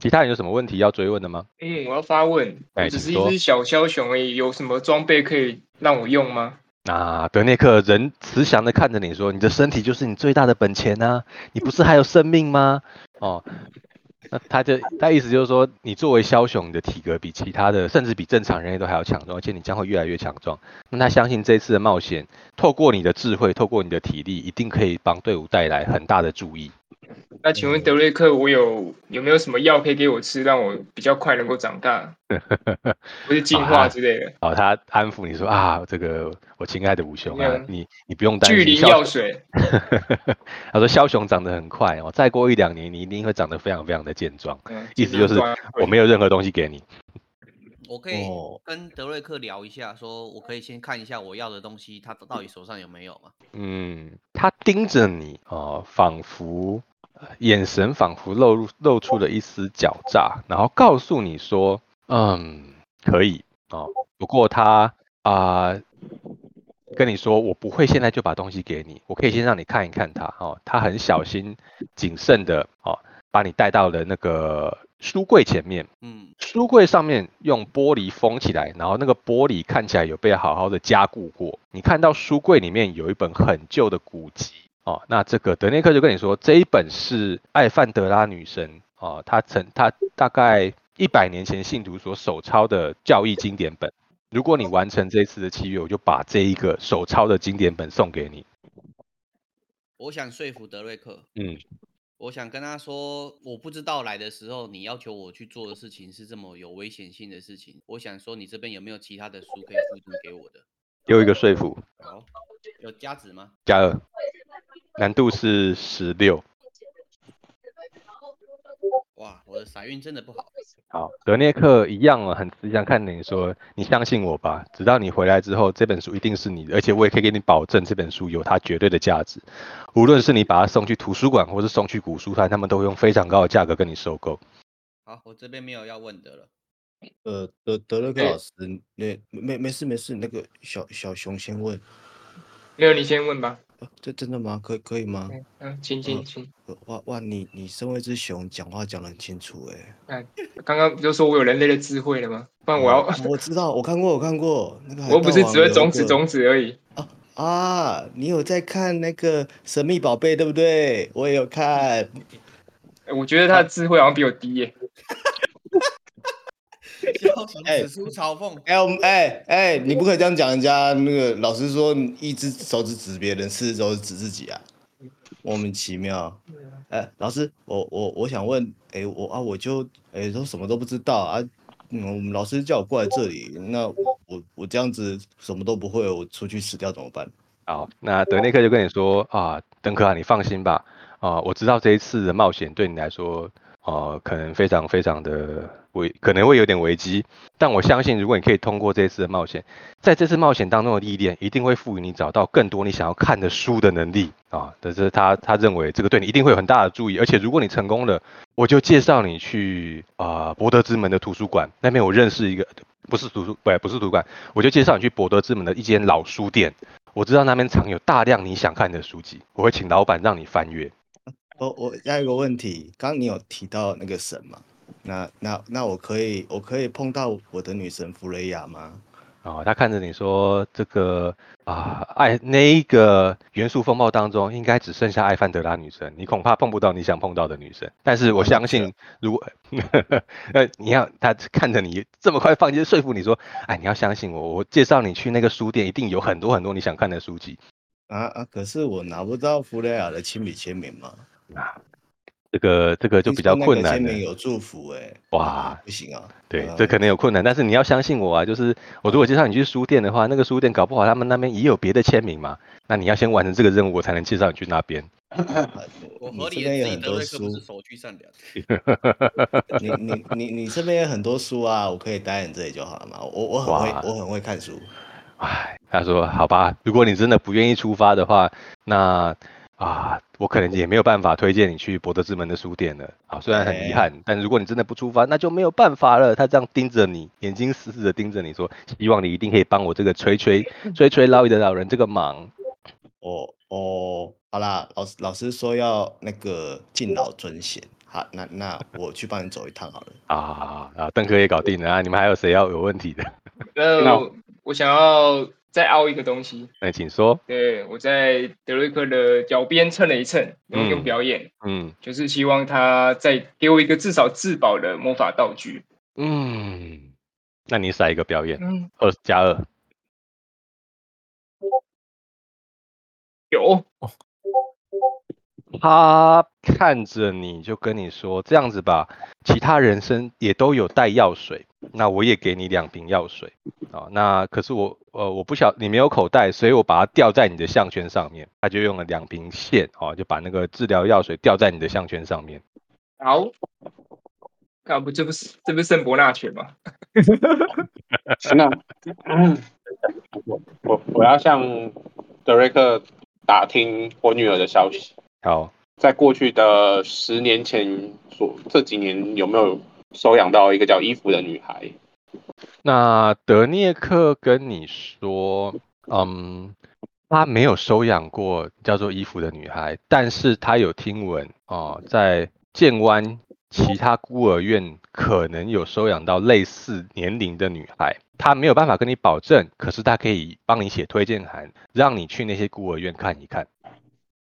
Speaker 1: 其他人有什么问题要追问的吗？
Speaker 5: 哎、我要发问，
Speaker 1: 哎
Speaker 5: 我只是
Speaker 1: 请
Speaker 5: 一
Speaker 1: 说
Speaker 5: 只小枭雄而已，有什么装备可以让我用吗？
Speaker 1: 啊，德涅克人慈祥的看着你说：“你的身体就是你最大的本钱啊，你不是还有生命吗？”哦，那他就他意思就是说，你作为枭雄，你的体格比其他的，甚至比正常人类都还要强壮，而且你将会越来越强壮。那他相信这次的冒险，透过你的智慧，透过你的体力，一定可以帮队伍带来很大的注意。
Speaker 5: 那请问德瑞克，我有有没有什么药可以给我吃，让我比较快能够长 大，或是进化之类的？
Speaker 1: 好，哦他安抚你说啊，这个我亲爱的武雄啊
Speaker 5: 嗯，
Speaker 1: 你你不用担
Speaker 5: 巨
Speaker 1: 心，
Speaker 5: 灵
Speaker 1: 枭
Speaker 5: 药水，
Speaker 1: 他说枭雄长得很快哦，再过一两年你一定会长得非常非常的健壮。
Speaker 5: 嗯，
Speaker 1: 意思就是我没有任何东西给你。
Speaker 4: 我可以
Speaker 8: 哦
Speaker 4: 跟德瑞克聊一下，说我可以先看一下我要的东西，他到底手上有没有嘛？
Speaker 1: 嗯，他盯着你哦，仿佛呃眼神仿佛露入露出了一丝狡诈，然后告诉你说，嗯，可以哦，不过他啊、跟你说，我不会现在就把东西给你，我可以先让你看一看它哦，他很小心谨慎的哦，把你带到了那个书柜前面，
Speaker 4: 嗯，
Speaker 1: 书柜上面用玻璃封起来，然后那个玻璃看起来有被好好的加固过。你看到书柜里面有一本很旧的古籍哦，那这个德内克就跟你说，这一本是艾范德拉女神哦，她曾她大概一百年前信徒所手抄的教义经典本。如果你完成这一次的契约，我就把这一个手抄的经典本送给你。
Speaker 4: 我想说服德瑞克，
Speaker 1: 嗯，
Speaker 4: 我想跟他说，我不知道来的时候你要求我去做的事情是这么有危险性的事情，我想说你这边有没有其他的书可以附赠给我的？
Speaker 1: 又一个说服
Speaker 4: 好，有价值吗？
Speaker 1: 加二，难度是十六。
Speaker 4: 哇，我的傻运真的不好。
Speaker 1: 好，德涅克一样哦，很慈祥看着你说：“你相信我吧，直到你回来之后，这本书一定是你的，而且我也可以给你保证，这本书有它绝对的价值。无论是你把它送去图书馆，或是送去古书摊，他们都会用非常高的价格跟你收购。
Speaker 4: 好，我这边没有要问的了。
Speaker 8: 呃，德德瑞克
Speaker 5: 哎
Speaker 8: 老师，那没没事没事，那个小小熊先问，
Speaker 5: 没有你先问吧。
Speaker 8: 呃这真的吗？可以可以吗？
Speaker 5: 嗯嗯，请请请。
Speaker 8: 呃哇哇，你你身为一只熊，讲话讲得很清楚哎、
Speaker 5: 刚刚不就说我有人类的智慧了吗？不然我要，
Speaker 1: 嗯
Speaker 8: 啊我知道，我看过，我看过那个海
Speaker 5: 我又不
Speaker 8: 盗
Speaker 5: 是
Speaker 8: 王
Speaker 5: 只会
Speaker 8: 有一
Speaker 5: 种子
Speaker 8: 个
Speaker 5: 种子而已。
Speaker 8: 啊啊！你有在看那个《神秘宝贝》对不对？我也有看。
Speaker 5: 哎我觉得
Speaker 1: 嗯
Speaker 5: 他的智慧好像比我低耶。
Speaker 4: 枭雄
Speaker 8: 哎
Speaker 4: 此出嘲讽，
Speaker 8: 哎、我们哎哎，你不可以这样讲人家。那个老师说，你一只手指指别人，四只手指指自己啊，莫名其妙。哎，老师，我我我想问，哎，我啊，我就哎都什么都不知道啊。嗯，我们老师叫我过来这里，那我我我这样子什么都不会，我出去死掉怎么办？”
Speaker 1: 好，哦那德内克就跟你说啊，登克啊，你放心吧，啊，我知道这一次的冒险对你来说，啊，可能非常非常的危，可能会有点危机，但我相信，如果你可以通过这一次的冒险，在这次冒险当中的历练，一定会赋予你找到更多你想要看的书的能力啊。这是他他认为这个对你一定会有很大的注意，而且如果你成功了，我就介绍你去啊、博德之门的图书馆，那边我认识一个。不是图书，不不是图书馆，我就介绍你去博德之门的一间老书店，我知道那边藏有大量你想看的书籍，我会请老板让你翻阅。
Speaker 8: 我哦我下一个问题，刚刚你有提到那个神嘛？那那那我可以我可以碰到我的女神弗雷亚吗？
Speaker 1: 哦，他看着你说：“这个啊，爱那一个元素风暴当中，应该只剩下艾范德拉女神，你恐怕碰不到你想碰到的女神。但是我
Speaker 8: 啊
Speaker 1: 相
Speaker 8: 是啊
Speaker 1: 信，如果 呃你要他看着你这么快放弃说服你说，哎，你要相信我，我介绍你去那个书店，一定有很多很多你想看的书籍。
Speaker 8: 啊啊！可是我拿不到弗雷亚的亲笔签名嘛？
Speaker 1: 这个这个就比较
Speaker 8: 听说
Speaker 1: 困
Speaker 8: 那个
Speaker 1: 难
Speaker 8: 签
Speaker 1: 了
Speaker 8: 名。有祝福哎、
Speaker 1: 哇，
Speaker 8: 不行啊，
Speaker 1: 对
Speaker 8: 啊，
Speaker 1: 这可能有困难，但是你要相信我啊，就是我如果介绍你去书店的话，那个书店搞不好他们那边也有别的签名嘛，那你要先完成这个任务，我才能介绍你去那边。
Speaker 4: 我
Speaker 8: 你
Speaker 4: 合
Speaker 8: 这
Speaker 4: 理
Speaker 8: 边
Speaker 4: 的
Speaker 8: 也
Speaker 4: 自己
Speaker 8: 很
Speaker 4: 德
Speaker 8: 多
Speaker 4: 瑞克不是
Speaker 8: 书，
Speaker 4: 手续善良，
Speaker 8: 你你你你这边也很多书啊，我可以待在你这里就好了嘛。我我很会
Speaker 1: 哇
Speaker 8: 我很会看书，
Speaker 1: 唉，他说好吧，如果你真的不愿意出发的话，那啊，我可能也没有办法推荐你去博德之门的书店了。啊，虽然很遗
Speaker 8: 哎
Speaker 1: 憾，但如果你真的不出发，那就没有办法了。他这样盯着你，眼睛死死的盯着你说，希望你一定可以帮我这个垂垂垂垂老矣的老人这个忙。
Speaker 8: 哦哦，好啦，老师老师说要那个敬老尊贤，好，那那我去帮你走一趟好了。
Speaker 1: 啊啊！邓科也搞定了啊！你们还有谁要有问题的？
Speaker 5: 那呃我想要再凹一个东西，
Speaker 1: 那请说。
Speaker 5: 对我在德瑞克的脚边蹭了一蹭，然后用
Speaker 1: 嗯
Speaker 5: 表演，
Speaker 1: 嗯
Speaker 5: 就是希望他再给我一个至少自保的魔法道具。
Speaker 1: 嗯，那你甩一个表演，
Speaker 5: 嗯，
Speaker 1: 二加二。
Speaker 5: 有
Speaker 1: 他看着你就跟你说：“这样子吧，其他人生也都有带药水，那我也给你两瓶药水啊。那可是我呃我不晓你没有口袋，所以我把它吊在你的项圈上面。他就用了两瓶线哦，就把那个治疗药水吊在你的项圈上面。
Speaker 5: 好，那不这不是这不是圣伯纳犬吗？
Speaker 2: 那嗯，我我我要向德瑞克打听我女儿的消息，
Speaker 1: 好，
Speaker 2: 在过去的十年前所这几年有没有收养到一个叫伊芙的女孩？
Speaker 1: 那德涅克跟你说，嗯，他没有收养过叫做伊芙的女孩，但是他有听闻哦，在建湾其他孤儿院可能有收养到类似年龄的女孩。他没有办法跟你保证，可是他可以帮你写推荐函，让你去那些孤儿院看一看。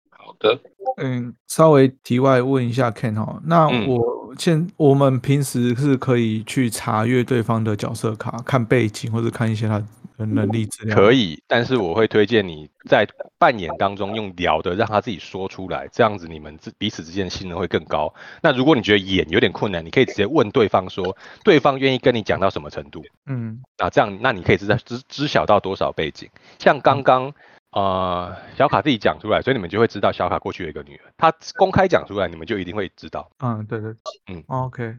Speaker 2: 好的，
Speaker 3: 嗯，稍微题外问一下 Ken 哈，那
Speaker 1: 嗯
Speaker 3: 我现、我们平时是可以去查阅对方的角色卡，看背景或者看一些他的能力资料。
Speaker 1: 可，以，但是我会推荐你在扮演当中用聊的，让他自己说出来，这样子你们之彼此之间的信任会更高。那如果你觉得演有点困难，你可以直接问对方说，对方愿意跟你讲到什么程度
Speaker 3: 嗯，
Speaker 1: 啊？这样，那你可以知道知知晓到多少背景。像刚刚呃小卡自己讲出来，所以你们就会知道小卡过去有一个女儿，她公开讲出来，你们就一定会知道。
Speaker 3: 嗯，对对，
Speaker 1: 嗯
Speaker 3: ，OK，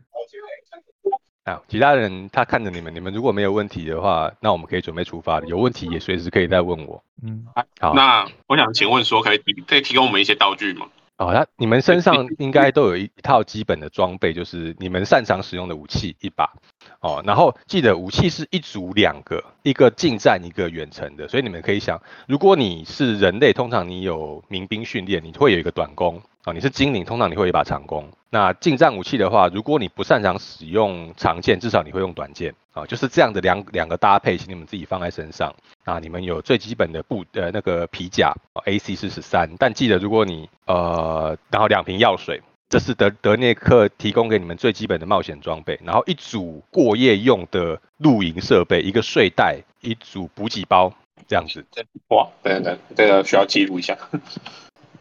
Speaker 1: 啊，其他人他看着你们，你们如果没有问题的话，那我们可以准备出发了。有问题也随时可以再问我。
Speaker 3: 嗯，
Speaker 1: 好，
Speaker 6: 那我想请问说，可以提可以提供我们一些道具吗？
Speaker 1: 哦，那你们身上应该都有一一套基本的装备，就是你们擅长使用的武器一把。哦，然后记得武器是一组两个，一个近战，一个远程的，所以你们可以想，如果你是人类，通常你有民兵训练，你会有一个短弓啊、哦；你是精灵，通常你会有一把长弓。那近战武器的话，如果你不擅长使用长剑，至少你会用短剑啊、哦就是这样的两两个搭配，请你们自己放在身上。啊，你们有最基本的布呃那个皮甲、哦、，AC 是十三，但记得如果你呃，然后两瓶药水，这是德德涅克提供给你们最基本的冒险装备，然后一组过夜用的露营设备，一个睡袋，一组补给包。这样子，
Speaker 2: 哇，等等，这个需要记录一下。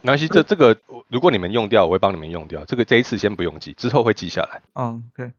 Speaker 1: 没关系，这这个我如果你们用掉，我会帮你们用掉。这个这一次先不用记，之后会记下来。
Speaker 3: 嗯，OK，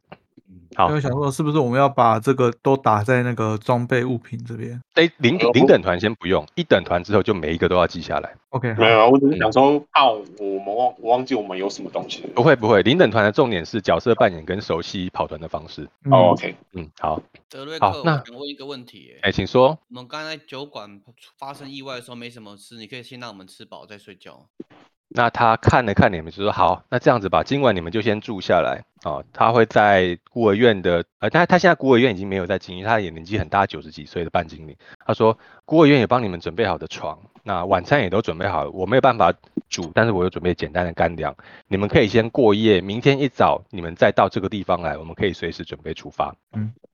Speaker 3: 嗯
Speaker 1: 好
Speaker 3: 因为，想说是不是我们要把这个都打在那个装备物品这边
Speaker 1: 哎，零零等团先不用，一等团之后就每一个都要记下来。
Speaker 3: ？OK，好
Speaker 2: 没，有，我只是想说，怕我们忘我忘记我们有什么东西。
Speaker 1: 不会不会，零等团的重点是角色扮演跟熟悉跑团的方式。
Speaker 3: 嗯
Speaker 2: 哦，OK，
Speaker 1: 嗯，好，
Speaker 4: 德瑞
Speaker 1: 好
Speaker 4: 克，我
Speaker 1: 那
Speaker 4: 想问一个问题耶、
Speaker 1: 哎，请说。
Speaker 4: 我们刚才酒馆发生意外的时候没什么吃，你可以先让我们吃饱再睡 觉。哦
Speaker 1: 那他看了看你们，就说好，那这样子吧，今晚你们就先住下来哦。他会在孤儿院的，呃，但他现在孤儿院已经没有在经营，他也年纪很大，九十几岁的半精灵。他说孤儿院也帮你们准备好的床，那晚餐也都准备好了，我没有办法煮，但是我有准备简单的干粮，你们可以先过夜，明天一早你们再到这个地方来，我们可以随时准备出发。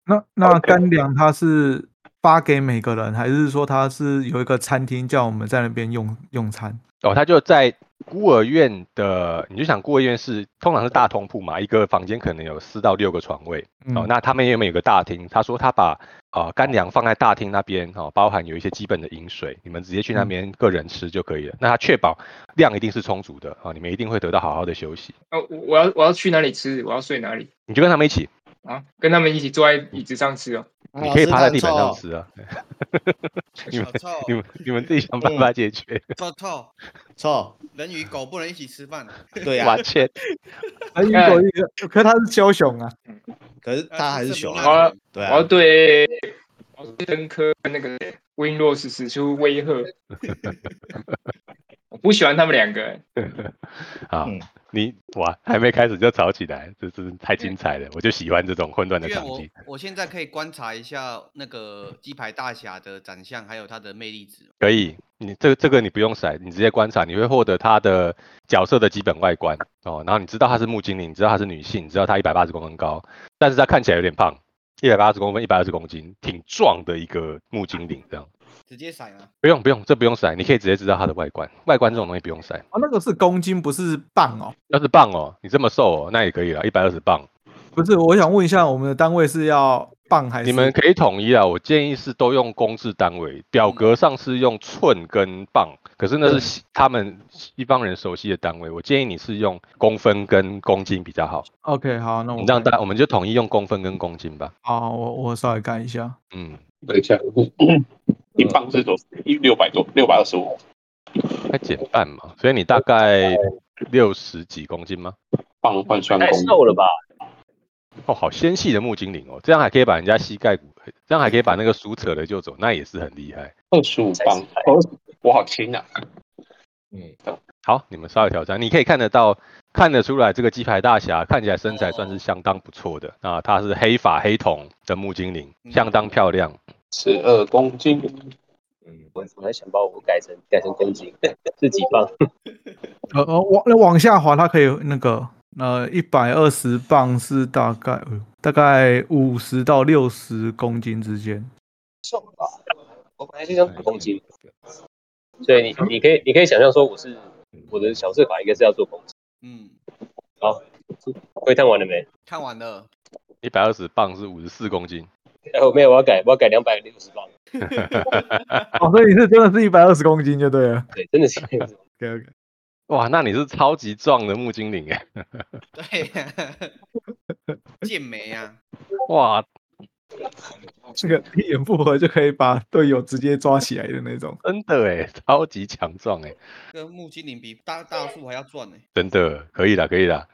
Speaker 3: 那那
Speaker 2: OK
Speaker 3: 干粮它是发给每个人，还是说他是有一个餐厅叫我们在那边用用餐？
Speaker 1: 哦，他就在孤儿院的，你就想孤儿院是通常是大通铺嘛，一个房间可能有四到六个床位。哦
Speaker 3: 嗯，
Speaker 1: 那他们原本有个大厅，他说他把啊、呃干粮放在大厅那边哦，包含有一些基本的饮水，你们直接去那
Speaker 3: 嗯
Speaker 1: 边个人吃就可以了。那他确保量一定是充足的啊、哦你们一定会得到好好的休息。
Speaker 5: 哦，我我要我要去哪里吃？我要睡哪里？
Speaker 1: 你就跟他们一起，
Speaker 5: 啊，跟他们一起坐在椅子上吃哦。
Speaker 1: 你可以趴在地板上吃啊。你们
Speaker 4: 小臭
Speaker 1: 你们你们自己想办法解决。
Speaker 4: 臭臭，
Speaker 8: 操，
Speaker 4: 人与狗不能一起吃 饭，啊
Speaker 8: 对啊呀、
Speaker 1: 完全
Speaker 3: 哎，一
Speaker 5: 哎
Speaker 3: 个一个，可是他是枭雄啊，
Speaker 8: 可是他还是
Speaker 4: 熊
Speaker 8: 熊
Speaker 5: 好
Speaker 8: 啊
Speaker 5: 啊，我
Speaker 8: 对
Speaker 5: 要
Speaker 8: 啊，
Speaker 5: 对，我要对登科跟那个温若斯使出威吓。我不喜欢他们两个，
Speaker 1: 啊
Speaker 8: 嗯，
Speaker 1: 你哇还没开始就吵起来，这真是太精彩了！我就喜欢这种混乱的
Speaker 4: 因为
Speaker 1: 场
Speaker 4: 我
Speaker 1: 景。
Speaker 4: 我现在可以观察一下那个鸡排大侠的长相，还有他的魅力值。哦
Speaker 1: 可以，你这这个你不用筛，你直接观察，你会获得他的角色的基本外观哦。然后你知道她是木精灵，你知道她是女性，你知道她一百八十公分高，但是她看起来有点胖，一百八十公分，一百二十公斤，挺壮的一个木精灵这样。
Speaker 4: 直接闪啊！
Speaker 1: 不用不用，这不用筛，你可以直接知道她的外观。外观这种东西不用筛，
Speaker 3: 哦，那个是公斤，不是磅哦。
Speaker 1: 要是磅哦，你这么瘦哦，那也可以了，一百二十磅。
Speaker 3: 不是，我想问一下，我们的单位是要磅还是？
Speaker 1: 你们可以统一啊，我建议是都用公制单位，表
Speaker 3: 嗯
Speaker 1: 格上是用寸跟磅，可是那是西他们西方人熟悉的单位，我建议你是用公分跟公斤比较好。
Speaker 3: OK，好，那我
Speaker 1: 你让
Speaker 3: 改
Speaker 1: 大我们就统一用公分跟公斤吧。
Speaker 3: 好，我我稍微改一下。
Speaker 1: 嗯，
Speaker 2: 等一下， 一磅是多少？一六百多，六百二十五。
Speaker 1: 再减半嘛，所以你大概六十几公斤吗？
Speaker 2: 磅换算
Speaker 9: 太
Speaker 2: 公，
Speaker 9: 瘦了吧？
Speaker 1: 哦，好纤细的木精灵哦，这样还可以把人家膝盖骨，这样还可以把那个书扯了就走，那也是很厉害。
Speaker 2: 二十五磅，哦我好轻啊！
Speaker 8: 嗯，
Speaker 1: 好，你们稍微挑战，你可以看得到，看得出来这个鸡排大侠看起来身材算
Speaker 4: 哦
Speaker 1: 是相当不错的。那他是黑发黑瞳的木精灵，相当漂亮。
Speaker 2: 十二公斤，
Speaker 9: 我我还想把我改成改成公斤，自己放。
Speaker 3: 呃呃，往那往下滑，它可以那个呃，一百二十磅是大概、哎呦大概五十到六十公斤之间。
Speaker 9: 瘦了吧？我本来就想
Speaker 3: 哎
Speaker 9: 打公斤，所以
Speaker 3: 嗯
Speaker 9: 你你可以你可以想象说我是我的小字卡应该是要做公斤。
Speaker 4: 嗯，
Speaker 9: 窥探完了没？
Speaker 4: 看完了，
Speaker 1: 一百二十磅是五十四公斤，
Speaker 9: 哦，没有，我要改我要改两百六十磅。
Speaker 3: 哦，所以你是真的是一百二十公斤就对了。
Speaker 9: 对，真的是
Speaker 3: OK OK，
Speaker 1: 哇，那你是超级壮的木精灵哎，
Speaker 4: 对、 健美啊，
Speaker 1: 哇，
Speaker 3: 这个一言不合就可以把队友直接抓起来的那种。
Speaker 1: 真的哎，超级强壮哎，
Speaker 4: 跟木精灵比大大树还要壮呢、
Speaker 1: 真的可以啦，可以啦，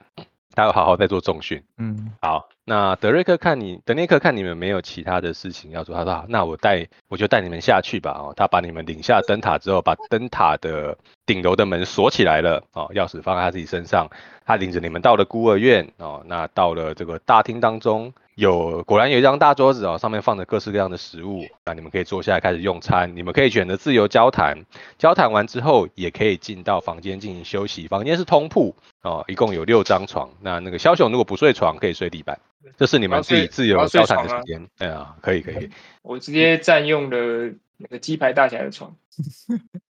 Speaker 1: 他要好好再做重训。
Speaker 3: 嗯，
Speaker 1: 好，那德瑞克看你，德内克看你们没有其他的事情要做，他说好，那我带我就带你们下去吧。哦，他把你们领下灯塔之后，把灯塔的顶楼的门锁起来了。哦，钥匙放在他自己身上，他领着你们到了孤儿院。哦，那到了这个大厅当中，有果然有一张大桌子哦，上面放着各式各样的食物。那你们可以坐下来开始用餐，你们可以选择自由交谈，交谈完之后也可以进到房间进行休息。房间是通铺，哦，一共有六张床。那那个枭雄如果不睡床，可以睡地板，这是你
Speaker 5: 我要
Speaker 1: 们自己
Speaker 5: 睡
Speaker 1: 自
Speaker 5: 我
Speaker 1: 由
Speaker 5: 要睡
Speaker 1: 交谈的
Speaker 5: 床
Speaker 1: 时
Speaker 5: 啊
Speaker 1: 间。哎呀，可以可以，
Speaker 5: 我直接占用了那个鸡排大侠的床。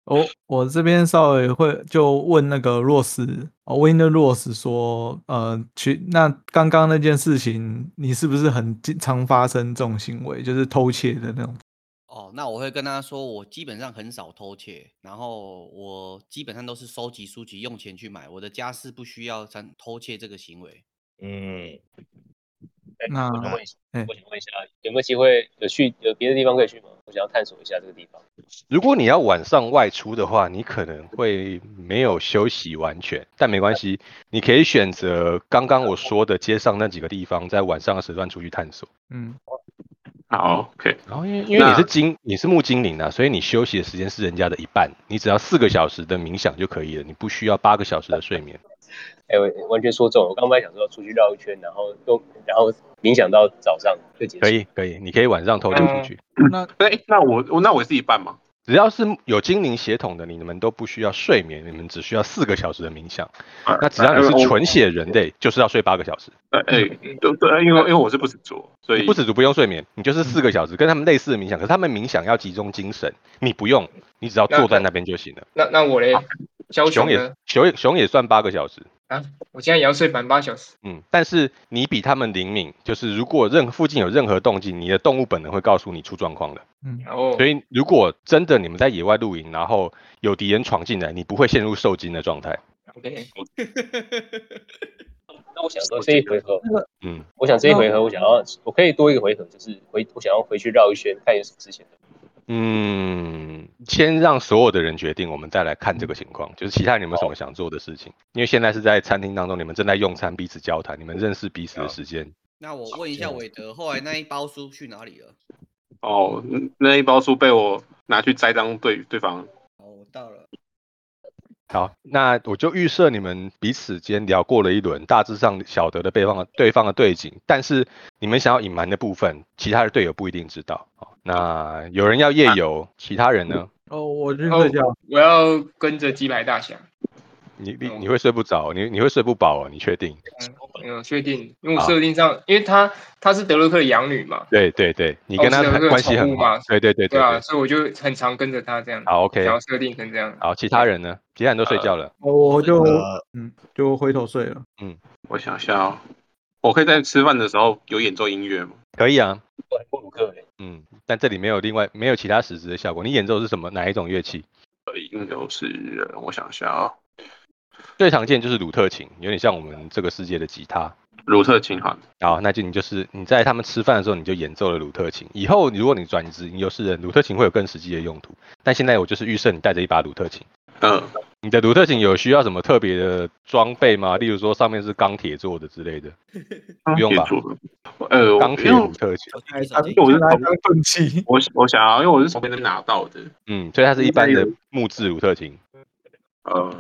Speaker 3: 我、哦我这边稍微会就问那个若斯，哦，问那若斯说，呃，去那刚刚那件事情，你是不是很经常发生这种行为，就是偷窃的那种？
Speaker 4: 哦，那我会跟他说，我基本上很少偷窃，然后我基本上都是收集书籍用钱去买，我的家是不需要三偷窃这个行为。
Speaker 8: 嗯，
Speaker 3: 那
Speaker 9: 我想问一下
Speaker 3: 哎，
Speaker 9: 我想问一下，有没有机会有去有别的地方可以去吗？我想要探索一下这个地方。
Speaker 1: 如果你要晚上外出的话，你可能会没有休息完全，但没关系，你可以选择刚刚我说的街上那几个地方，在晚上的时段出去探索。
Speaker 3: 嗯，
Speaker 6: 好，OK，
Speaker 1: 然后因为因为你
Speaker 6: 那
Speaker 1: 是精你是木精灵啊，所以你休息的时间是人家的一半，你只要四个小时的冥想就可以了，你不需要八个小时的睡眠。
Speaker 9: 哎、我完全说中了。我刚本来想说出去绕一圈，然后用然后冥想到早上就结束。
Speaker 1: 嗯可以可以，你可以晚上偷溜出去。
Speaker 3: 那
Speaker 6: 哎，那我我那我是一半嘛，
Speaker 1: 只要是有精灵血统的，你们都不需要睡眠，你们只需要四个小时的冥想。啊那只要你是纯血人类，就是要睡八个小时。
Speaker 6: 哎哎，对对，因为因为我是不死族，所以
Speaker 1: 你不死族不用睡眠，你就是四个小时，跟他们类似的冥想。可是他们冥想要集中精神，你不用，你只要坐在那边就行了。
Speaker 5: 那那我嘞，枭
Speaker 1: 啊熊
Speaker 5: 雄
Speaker 1: 也
Speaker 5: 呢？
Speaker 1: 熊也熊也算八个小时，
Speaker 5: 啊，我现在也要睡满八小时。
Speaker 1: 嗯，但是你比他们灵敏，就是如果任附近有任何动静，你的动物本能会告诉你出状况的。
Speaker 5: 然后
Speaker 1: 所以如果真的你们在野外露营，然后有敌人闯进来，你不会陷入受惊的状态。
Speaker 5: ，OK，
Speaker 9: 那我想说这一回合，
Speaker 1: 嗯，
Speaker 9: 我想这一回合我想要，我可以多一个回合，就是回我想要回去绕一圈，看有什么事情的。
Speaker 1: 嗯，先让所有的人决定，我们再来看这
Speaker 5: 嗯
Speaker 1: 个情况，就是其他人有没有什么想做的事情。因为现在是在餐厅当中，你们正在用餐，彼此交谈，你们认识彼此的时间。
Speaker 4: 那我问一下韦德，后来那一包书去哪里了？
Speaker 6: 哦，那一包书被我拿去栽赃对对方。
Speaker 4: 哦，我到了。
Speaker 1: 好，那我就预设你们彼此间聊过了一轮，大致上晓得了对方的对方的背景，但是你们想要隐瞒的部分，其他的队友不一定知道。好那有人要
Speaker 5: 啊
Speaker 1: 夜游，其他人呢？
Speaker 3: 哦，我去
Speaker 5: 哦
Speaker 3: 睡觉。
Speaker 5: 我要跟着几百大侠。
Speaker 1: 你你你会睡不着，你你会睡不饱哦，你确定？
Speaker 5: 嗯，确定，因为我设定上，因为她她是德洛克的养女嘛，
Speaker 1: 对对对，你
Speaker 5: 哦
Speaker 1: 跟他
Speaker 5: 是有那个
Speaker 1: 关系
Speaker 5: 宠
Speaker 1: 很
Speaker 5: 物
Speaker 1: 好
Speaker 5: 嘛。
Speaker 1: 对对对
Speaker 5: 对啊，
Speaker 1: 对。
Speaker 5: 所以我就很常跟着她这样，
Speaker 1: 好，OK，
Speaker 5: 想要设定成这样。
Speaker 1: 好，其他人呢？其他人都睡觉了。
Speaker 3: 我哦我就
Speaker 1: 哦
Speaker 8: 呃，
Speaker 3: 嗯就回头睡了。
Speaker 6: 我想想、哦，我可以在吃饭的时候有演奏音乐吗？
Speaker 1: 可以啊，
Speaker 9: 我很布鲁克人，
Speaker 1: 嗯，但这里没有另外没有其他实质的效果。你演奏的是什么哪一种乐器？
Speaker 6: 呃，应有是人，我想想啊、哦，
Speaker 1: 最常见就是鲁特琴，有点像我们这个世界的吉他。
Speaker 6: 鲁特琴好了，
Speaker 1: 好，那就你就是你在他们吃饭的时候你就演奏了鲁特琴。以后如果你转职吟游诗人，鲁特琴会有更实际的用途。但现在我就是预设你带着一把鲁特琴。
Speaker 6: 嗯，
Speaker 1: 你的鲁特琴有需要什么特别的装备吗？例如说上面是钢铁做的之类的，不用吧
Speaker 6: 钢铁主呃，我
Speaker 1: 钢铁
Speaker 6: 因为
Speaker 1: 鲁特琴。
Speaker 4: 哎我去
Speaker 3: 来
Speaker 4: 提
Speaker 3: 当
Speaker 4: 手机
Speaker 6: 我是
Speaker 3: 来
Speaker 6: 从
Speaker 3: 当钝器，
Speaker 6: 我我想要，因为我是从别人拿到的，
Speaker 1: 嗯，所以它是一般的木质鲁特琴。
Speaker 6: 呃，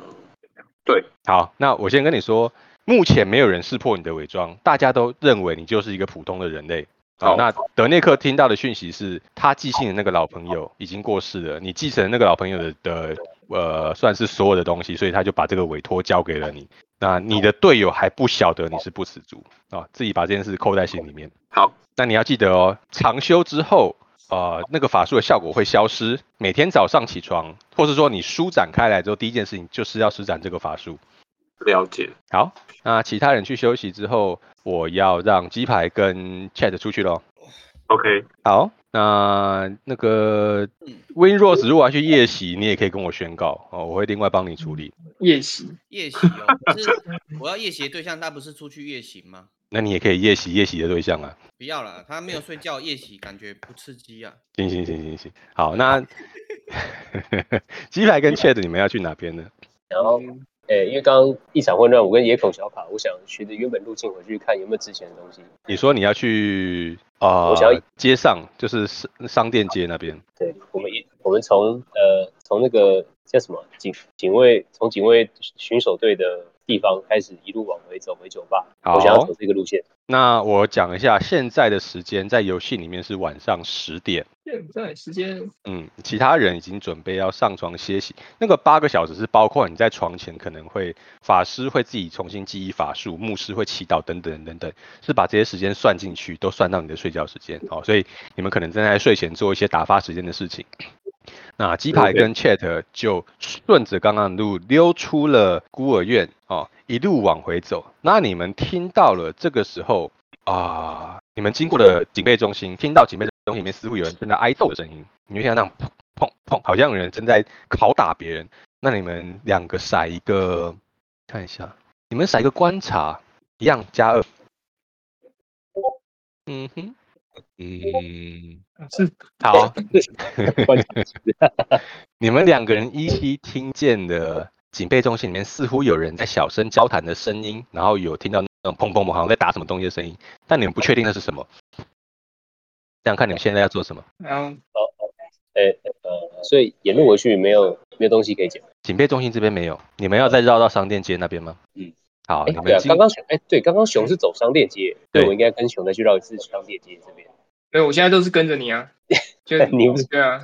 Speaker 1: 好，那我先跟你说，目前没有人识破你的伪装，大家都认为你就是一个普通的人类。好，
Speaker 6: 好
Speaker 1: 那德内克听到的讯息是他寄信的那个老朋友已经过世了，你继承了那个老朋友的的呃，算是所有的东西，所以他就把这个委托交给了你。那你的队友还不晓得你是不死族啊，自己把这件事扣在心里面。
Speaker 6: 好，
Speaker 1: 那你要记得哦，长休之后，呃，那个法术的效果会消失。每天早上起床，或是说你舒展开来之后，第一件事情就是要施展这个法术。
Speaker 6: 了解，
Speaker 1: 好，那其他人去休息之后，我要让鸡排跟 Chat 出去喽。
Speaker 6: OK，
Speaker 2: 嗯
Speaker 1: 好，那那个
Speaker 9: 嗯
Speaker 1: Win Rose 如果啊要去夜袭，你也可以跟我宣告哦，我会另外帮你处理。
Speaker 5: 夜袭，
Speaker 4: 夜袭哦，可是 我要夜袭的对象，他不是出去夜行吗？
Speaker 1: 那你也可以夜袭夜袭的对象啊。
Speaker 4: 不要了，他没有睡觉，夜袭感觉不刺激啊。
Speaker 1: 行行行行行，好， 那鸡排跟 Chat 你们要去哪边呢？
Speaker 9: 然后诶、因为刚刚一场混乱，我跟野口小卡，我想循着原本路径回去看有没有之前的东西。
Speaker 1: 你说你要去啊、
Speaker 9: 我想要
Speaker 1: 街上，就是商商店街那边。
Speaker 9: 对，我们一我们从呃从那个叫什么警警卫从警卫巡守队的地方开始一路往回走回酒吧，
Speaker 1: 好
Speaker 9: 我想要走这个路 线。
Speaker 1: 那我讲一下现在的时间，在游戏里面是晚上十点。
Speaker 5: 现在时间
Speaker 1: 嗯，其他人已经准备要上床歇息。那个八个小时是包括你在床前可能会法师会自己重新记忆法术，牧师会祈祷等等等等，是把这些时间算进去，都算到你的睡觉时间哦。所以你们可能正在睡前做一些打发时间的事情。那鸡排跟 Chat 就顺着刚刚的路溜出了孤儿院哦，一路往回走。那你们听到了这个时候啊、你们经过了警备中心，听到警备中心里面似乎有人正在挨揍的声音，你会听到那种砰砰砰，好像有人正在拷打别人。那你们两个骰一个，看一下，你们骰一个观察，一样加二。嗯哼，嗯，
Speaker 5: 啊是
Speaker 1: 好，
Speaker 9: 观察
Speaker 1: 你们两个人依稀听见的警备中心里面似乎有人在小声交谈的声音，然后有听到那种砰砰砰，好像在打什么东西的声音，但你们不确定那是什么。这样看你们现在要做什么？
Speaker 5: 然后
Speaker 9: 诶、呃，所以沿路回去没有没有东西可以捡。
Speaker 1: 警备中心这边没有，你们要再绕到商店街那边吗？
Speaker 9: 嗯，
Speaker 1: 好，
Speaker 9: 哎、
Speaker 1: 你
Speaker 9: 对
Speaker 1: 们
Speaker 9: 啊，
Speaker 1: 经
Speaker 9: 刚刚熊哎、对，刚刚熊是走商店街，
Speaker 1: 对
Speaker 9: 对我应该跟熊再去绕一次商店街这边。
Speaker 5: 对，我现在都是跟着你啊。就
Speaker 9: 你不是
Speaker 5: 对啊，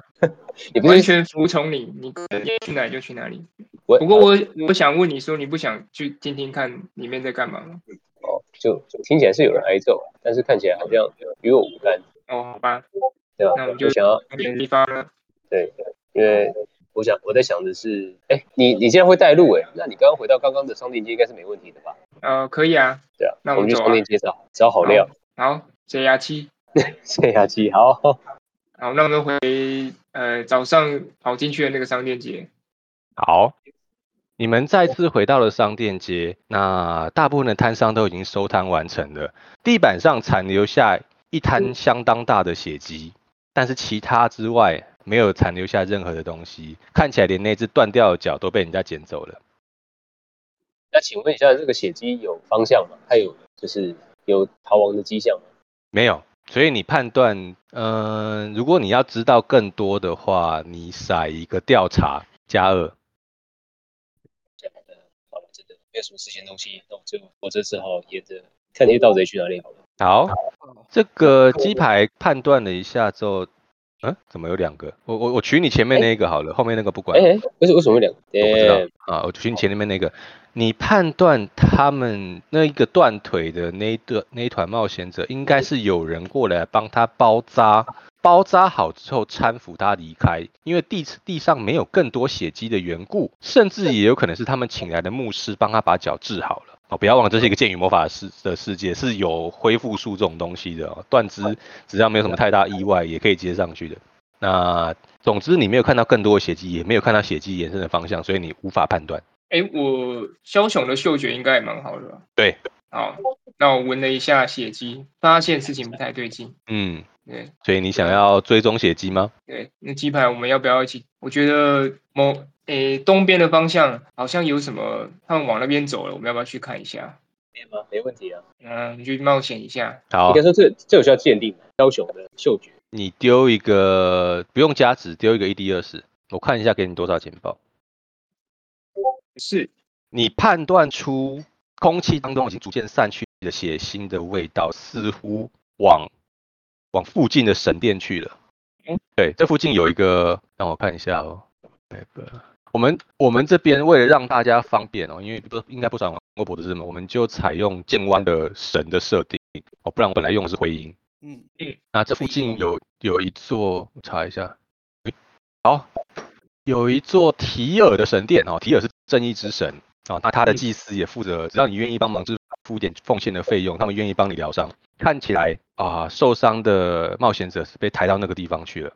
Speaker 9: 你不
Speaker 1: 哎
Speaker 5: 完
Speaker 9: 是
Speaker 5: 全服从你，你愿意去哪里就去哪里。
Speaker 9: 我
Speaker 5: 不过我我想问你说，你不想去听听看里面在干嘛吗？
Speaker 9: 哦，就就听起来是有人挨揍，啊但是看起来好像与我无干，
Speaker 5: 哦，好吧，
Speaker 9: 对吧？
Speaker 5: 那我们就
Speaker 9: 我想要
Speaker 5: 那点地方呢？
Speaker 9: 对，因为我想我在想的是，哎，你你竟然会带路哎，那你刚刚回到刚刚的商店街应该是没问题的吧？
Speaker 5: 呃，可以啊，
Speaker 9: 对啊，
Speaker 5: 那我
Speaker 9: 我
Speaker 5: 们
Speaker 9: 们
Speaker 5: 走
Speaker 9: 去
Speaker 5: 啊
Speaker 9: 商店街找找好料，
Speaker 5: 好，解牙期。
Speaker 9: 谢牙机，好，
Speaker 5: 好，那我们回呃早上跑进去的那个商店街。
Speaker 1: 好，你们再次回到了商店街，那大部分的摊商都已经收摊完成了，地板上残留下一滩相当大的血迹，但是其他之外没有残留下任何的东西，看起来连那只断掉的脚都被人家捡走了。
Speaker 9: 那请问一下，这个血迹有方向吗？它有就是有逃亡的迹象吗？
Speaker 1: 没有，所以你判断，嗯、如果你要知道更多的话，你骰一个调查加二。
Speaker 9: 这样的，好了，真的没有什么值钱东西，那我就我这只好沿着看那些盗贼去哪里好了。
Speaker 1: 好，这个鸡排判断了一下之后，嗯，怎么有两个？我我我取你前面那一个好了，后面那个不管。
Speaker 9: 哎、哎，为什么为什么有两个？
Speaker 1: 我不知
Speaker 9: 哎、
Speaker 1: 道啊，我取你前面那个。你判断他们那一个断腿的那一个那一团冒险者，应该是有人过来帮他包扎，包扎好之后搀扶他离开，因为地地上没有更多血迹的缘故，甚至也有可能是他们请来的牧师帮他把脚治好了。哦，不要忘了，这是一个剑与魔法的世的世界，是有恢复术这种东西的哦。断肢只要没有什么太大意外，也可以接上去的。那总之，你没有看到更多的血迹，也没有看到血迹延伸的方向，所以你无法判断。
Speaker 5: 哎，我枭雄的嗅觉应该也蛮好的吧？
Speaker 1: 对，
Speaker 5: 好，那我闻了一下血迹，发现事情不太对劲。
Speaker 1: 嗯，
Speaker 5: 对
Speaker 1: 所以你想要追踪血迹吗？
Speaker 5: 对，那鸡排我们要不要一起？我觉得某诶东边的方向好像有什么，他们往那边走了，我们要不要去看一下？
Speaker 9: 没吗？没问题啊。
Speaker 5: 嗯，我们去冒险一下。
Speaker 1: 好
Speaker 9: 应该，说这这有需要鉴定枭雄的嗅觉。
Speaker 1: 你丢一个不用加值，丢一个 ED 二十，我看一下给你多少钱包。
Speaker 5: 是
Speaker 1: 你判断出空气当中已经逐渐散去的血腥的味道，似乎往往附近的神殿去了
Speaker 5: 嗯。
Speaker 1: 对，这附近有一个，让我看一下哦。那个，我们我们这边为了让大家方便哦，因为不应该不少玩过博的是吗？我们就采用剑湾的神的设定哦，不然我本来用的是回音。
Speaker 4: 嗯，
Speaker 1: 那这附近有有一座，我查一下，诶好，有一座提尔的神殿哦，提尔是正义之神啊、哦，那他的祭司也负责，只要你愿意帮忙支付一点奉献的费用，他们愿意帮你疗伤。看起来啊、受伤的冒险者是被抬到那个地方去了。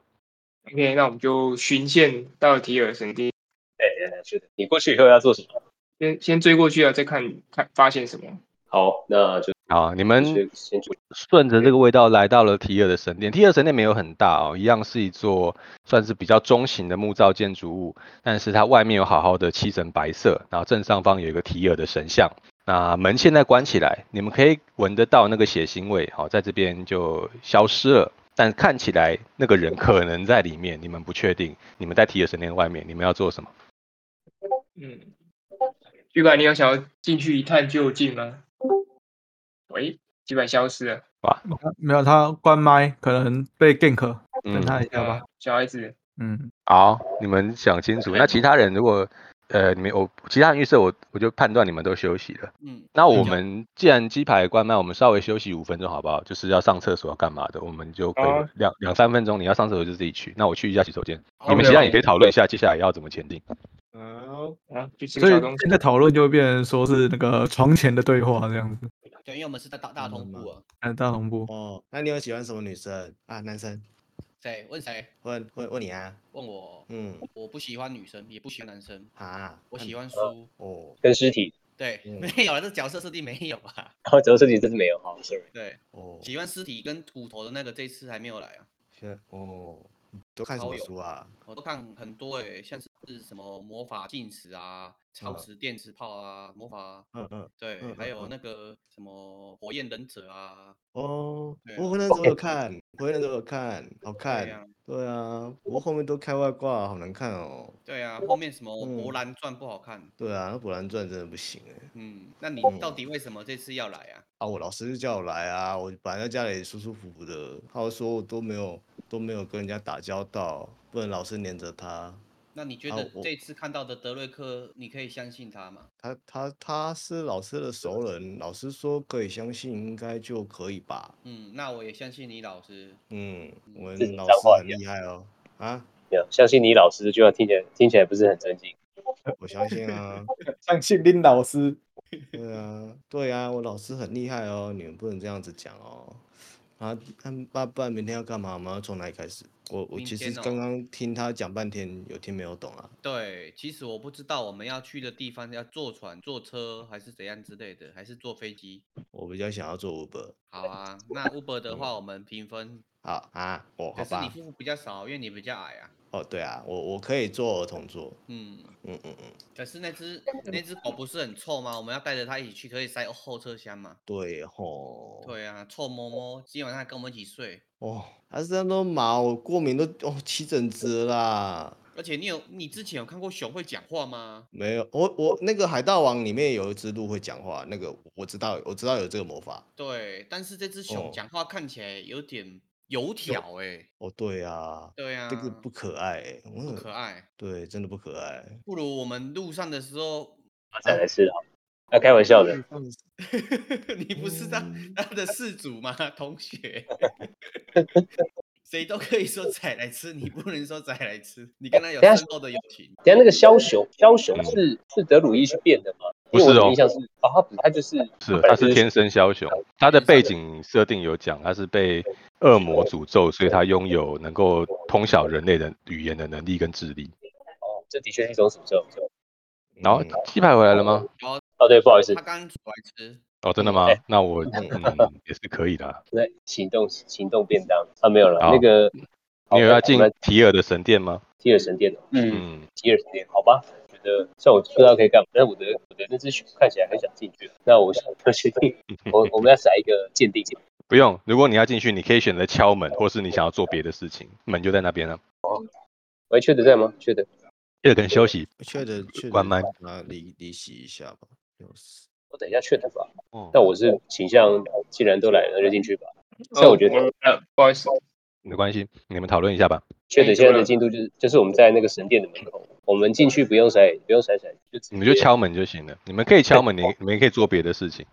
Speaker 5: OK，那我们就循线到提尔神殿，
Speaker 9: 哎、哎，是的。你过去以后要做什么？
Speaker 5: 先先追过去啊，再看看发现什么。
Speaker 9: 好，那就
Speaker 1: 啊，你们
Speaker 9: 先先去。
Speaker 1: 顺着这个味道来到了提尔的神殿。提尔神殿没有很大哦，一样是一座算是比较中型的木造建筑物，但是它外面有好好的漆成白色，然后正上方有一个提尔的神像。那门现在关起来，你们可以闻得到那个血腥味，好、在这边就消失了。但看起来那个人可能在里面，你们不确定。你们在提尔神殿外面，你们要做什么？
Speaker 5: 嗯，巨凯，你有想要进去一探究竟吗？喂，巨凯消失了。
Speaker 3: 没有他关麦，可能被 gank，等
Speaker 1: 嗯
Speaker 3: 他一下吧。
Speaker 5: 啊，小孩子，
Speaker 3: 嗯，
Speaker 1: 好，你们想清楚。那其他人如果呃，你们我其他人预设我我就判断你们都休息了。
Speaker 4: 嗯，
Speaker 1: 那我
Speaker 4: 讲
Speaker 1: 们既然鸡排关麦，我们稍微休息五分钟好不好？就是要上厕所要干嘛的，我们就可以
Speaker 9: 啊
Speaker 5: 哦
Speaker 1: 两两三分钟。你要上厕所就自己去，那我去一下洗手间。
Speaker 5: 好
Speaker 1: 你们
Speaker 5: 没
Speaker 4: 哦
Speaker 1: 其他
Speaker 5: 问
Speaker 1: 也可以讨论一下接下来要怎么前进。
Speaker 5: 好，啊，去吃个
Speaker 3: 所以
Speaker 5: 小东西
Speaker 3: 现。在讨论就会变成说是那个床前的对话这样子，
Speaker 4: 对，因为我们是在大大同步啊。
Speaker 3: 嗯，大同步。
Speaker 8: 哦，那你有喜欢什么女生啊？男生
Speaker 4: 谁问谁？
Speaker 8: 问问问你啊？
Speaker 4: 问我，
Speaker 8: 嗯
Speaker 4: 我不喜欢女生，也不喜欢男生，
Speaker 8: 啊，
Speaker 4: 我
Speaker 8: 那
Speaker 4: 喜
Speaker 8: 你
Speaker 4: 欢书。
Speaker 8: 哦
Speaker 9: 跟尸体，
Speaker 4: 对，
Speaker 8: 嗯
Speaker 4: 没有了，这角色设定没有啊。
Speaker 9: 然后整个尸体真是没有，好，sorry。
Speaker 4: 对，
Speaker 8: 哦，
Speaker 4: 喜欢尸体跟骨头的那个，这次还没有来啊。
Speaker 8: 现在哦，你都看什
Speaker 4: 好
Speaker 8: 么
Speaker 4: 友
Speaker 8: 书啊？
Speaker 4: 我都看很多诶、像是什么魔法禁食啊、超
Speaker 8: 嗯
Speaker 4: 时电磁炮啊、魔法
Speaker 8: 嗯嗯，
Speaker 4: 对，
Speaker 8: 嗯
Speaker 4: 还
Speaker 8: 嗯
Speaker 4: 有
Speaker 8: 嗯
Speaker 4: 那个什么火焰忍者啊，
Speaker 8: 哦
Speaker 4: 对，啊
Speaker 8: 我那时候有看，我那时候有看，好
Speaker 4: 对呀、
Speaker 8: 看，对啊，我后面都开外挂，好难看哦。
Speaker 4: 对啊，后面什么《博
Speaker 8: 嗯
Speaker 4: 兰传》不好看，
Speaker 8: 对啊，那《博兰传》真的不行哎、
Speaker 4: 嗯，那你到
Speaker 8: 嗯
Speaker 4: 底为什么这次要来啊？
Speaker 8: 啊，我老师就叫我来啊，我本来在家里舒舒服服的，他就说我都没有，都没有跟人家打交道，不能老是黏着他。
Speaker 4: 那你觉
Speaker 8: 啊
Speaker 4: 得
Speaker 8: 我
Speaker 4: 这次看到的德瑞克，你可以相信他吗？
Speaker 8: 他他他是老师的熟人，老师说可以相信，应该就可以吧？
Speaker 4: 嗯，那我也相信你老师。
Speaker 8: 嗯，我
Speaker 9: 自己
Speaker 8: 们老
Speaker 9: 脏话
Speaker 8: 师很
Speaker 9: 一样
Speaker 8: 厉害哦。啊，
Speaker 9: 对啊相信你老师，就要听起来听起来不是很正经。
Speaker 8: 我相信啊。
Speaker 3: 相信林老师，
Speaker 8: 对啊，对啊，我老师很厉害哦，你们不能这样子讲哦。啊，他们爸爸明天要干嘛？我们要从哪里开始？我我
Speaker 4: 明
Speaker 8: 其实
Speaker 4: 天哦
Speaker 8: 刚刚听他讲半天，有听没有懂啊？
Speaker 4: 对，其实我不知道我们要去的地方要坐船、坐车还是怎样之类的，还是坐飞机。
Speaker 8: 我比较想要做 Uber。
Speaker 4: 好啊，那 Uber 的话我们平分，
Speaker 8: 好啊，哦，
Speaker 4: 可
Speaker 8: 嗯好
Speaker 4: 是你
Speaker 8: 吧，
Speaker 4: 付比较少，因为你比较矮啊。
Speaker 8: 哦，对啊，我我可以做儿童座。
Speaker 4: 嗯，
Speaker 8: 嗯嗯嗯，
Speaker 4: 可是那只那只狗不是很臭吗？我们要带着它一起去，可以塞哦后车厢嘛？
Speaker 8: 对吼。
Speaker 4: 对啊，臭摸摸，今晚上还跟我们一起睡。
Speaker 8: 哦，他身上都毛，我过敏都哦起疹子了啦。
Speaker 4: 而且你有你之前有看过熊会讲话吗？
Speaker 8: 没有，我我那个海盗王里面有一只鹿会讲话，那个我知道，我知道有这个魔法。
Speaker 4: 对，但是这只
Speaker 8: 哦
Speaker 4: 熊讲话看起来有点油条哎、
Speaker 8: 哦，对啊，
Speaker 4: 对啊，
Speaker 8: 这个不可爱、欸，
Speaker 4: 不
Speaker 8: 嗯，
Speaker 4: 可爱。
Speaker 8: 对，真的不可爱。
Speaker 4: 不如我们路上的时候，
Speaker 9: 再来吃好了，那开玩笑的，
Speaker 4: 你不是他
Speaker 8: 嗯
Speaker 4: 他的事主吗？同学，谁都可以说宰来吃，你不能说宰来吃。你跟他有
Speaker 9: 等下
Speaker 4: 深厚的友情。
Speaker 9: 等一下那个枭雄，枭雄是是德鲁伊去变的吗？
Speaker 1: 不是哦
Speaker 9: 因为我的印嗯象是，哦，他不他就是
Speaker 1: 是，
Speaker 9: 本来
Speaker 1: 他
Speaker 9: 就是
Speaker 1: 天生枭雄，他的背景设定有讲，他是被恶魔诅咒，所以他拥有能够通晓人类的语言的能力跟智力。
Speaker 9: 哦，这的确是一种诅咒。
Speaker 1: 然后
Speaker 8: 嗯
Speaker 1: 鸡排回来了吗？
Speaker 9: 哦，对，不好意思
Speaker 4: 他，刚刚煮来吃，
Speaker 1: 哦，真的吗
Speaker 9: 哎？
Speaker 1: 那我嗯也是可以 的。啊
Speaker 9: 对，行动行动便当啊，没有了，
Speaker 1: 好
Speaker 9: 那个
Speaker 1: 你有要进
Speaker 9: 好我们
Speaker 1: 提尔的神殿吗？
Speaker 9: 提尔神殿的，嗯，
Speaker 1: 嗯，
Speaker 9: 提尔神殿，好吧。觉得像我不知道可以干嘛，但是我的我的那只熊看起来很想进去，那我想要决定，我我们要塞一个鉴定，
Speaker 1: 不用。如果你要进去，你可以选择敲门，或是你想要做别的事情，门就在那边了。
Speaker 9: 喂，缺德在吗？缺德，
Speaker 1: 第二个人休息。
Speaker 8: 哎确的确
Speaker 1: 关
Speaker 8: 的，
Speaker 1: 麦
Speaker 8: 他离离席一下吧。就是
Speaker 9: 我等一下确德吧。
Speaker 1: 哦
Speaker 9: 但我是倾向，既然都来了，那就进去吧。
Speaker 5: 哦
Speaker 9: 所以我觉得
Speaker 5: 呃，不好意思，
Speaker 1: 没关系，你们讨论一下吧。
Speaker 9: 确
Speaker 5: 嗯
Speaker 9: 德现在的进度就是，就是我们在那个神殿的门口，我们进去不用甩，不用甩骰，就直
Speaker 1: 你们就
Speaker 9: 接
Speaker 1: 敲门就行了。你们可以敲门，你你们也可以做别的事情。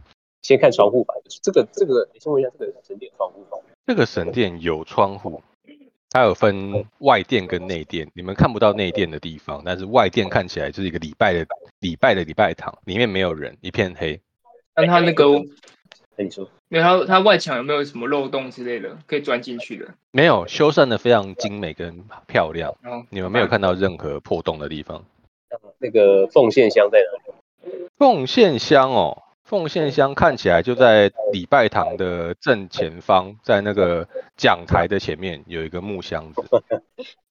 Speaker 9: 先看窗户吧。这个这个，你先问一下这个神殿窗户吧。
Speaker 1: 这个神殿有窗户，它有分外殿跟内殿。你们看不到内殿的地方，但是外殿看起来就是一个礼拜的礼拜的礼拜堂，里面没有人，一片黑。
Speaker 5: 但他那个
Speaker 9: 那哎你说，
Speaker 5: 没有他他外墙有没有什么漏洞之类的可以钻进去的？
Speaker 1: 没有修缮的非常精美跟漂亮，
Speaker 5: 然后
Speaker 1: 你们没有看到任何破洞的地方。
Speaker 9: 那个奉献箱在哪里？
Speaker 1: 奉献箱哦，奉献箱看起来就在礼拜堂的正前方，在那个讲台的前面有一个木箱子。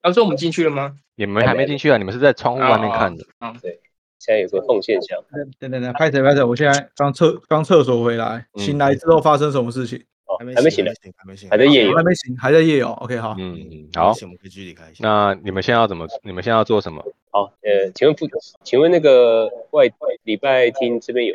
Speaker 5: 他说我们进去了吗？
Speaker 1: 你们还没进去啊？你们是在窗户外面看的。
Speaker 9: 现在有个奉献箱，
Speaker 3: 等等等，拍手拍手，我现在刚厕刚厕所回来，
Speaker 1: 嗯
Speaker 3: 醒来之后发生什么事情？
Speaker 9: 哦，
Speaker 8: 还
Speaker 9: 还
Speaker 8: 没
Speaker 9: 没
Speaker 8: 醒，
Speaker 9: 醒呢
Speaker 8: 还没，醒，还没醒，
Speaker 9: 还在
Speaker 3: 我
Speaker 9: 夜游
Speaker 3: 还。没醒，还在夜游。OK，好，
Speaker 1: 嗯，
Speaker 8: 还没
Speaker 1: 好。
Speaker 8: 醒我们可以距离开一下。
Speaker 1: 那你们现在要怎么？你们现在要做什么？
Speaker 9: 好，呃，请问副，请问那个外礼拜厅这边有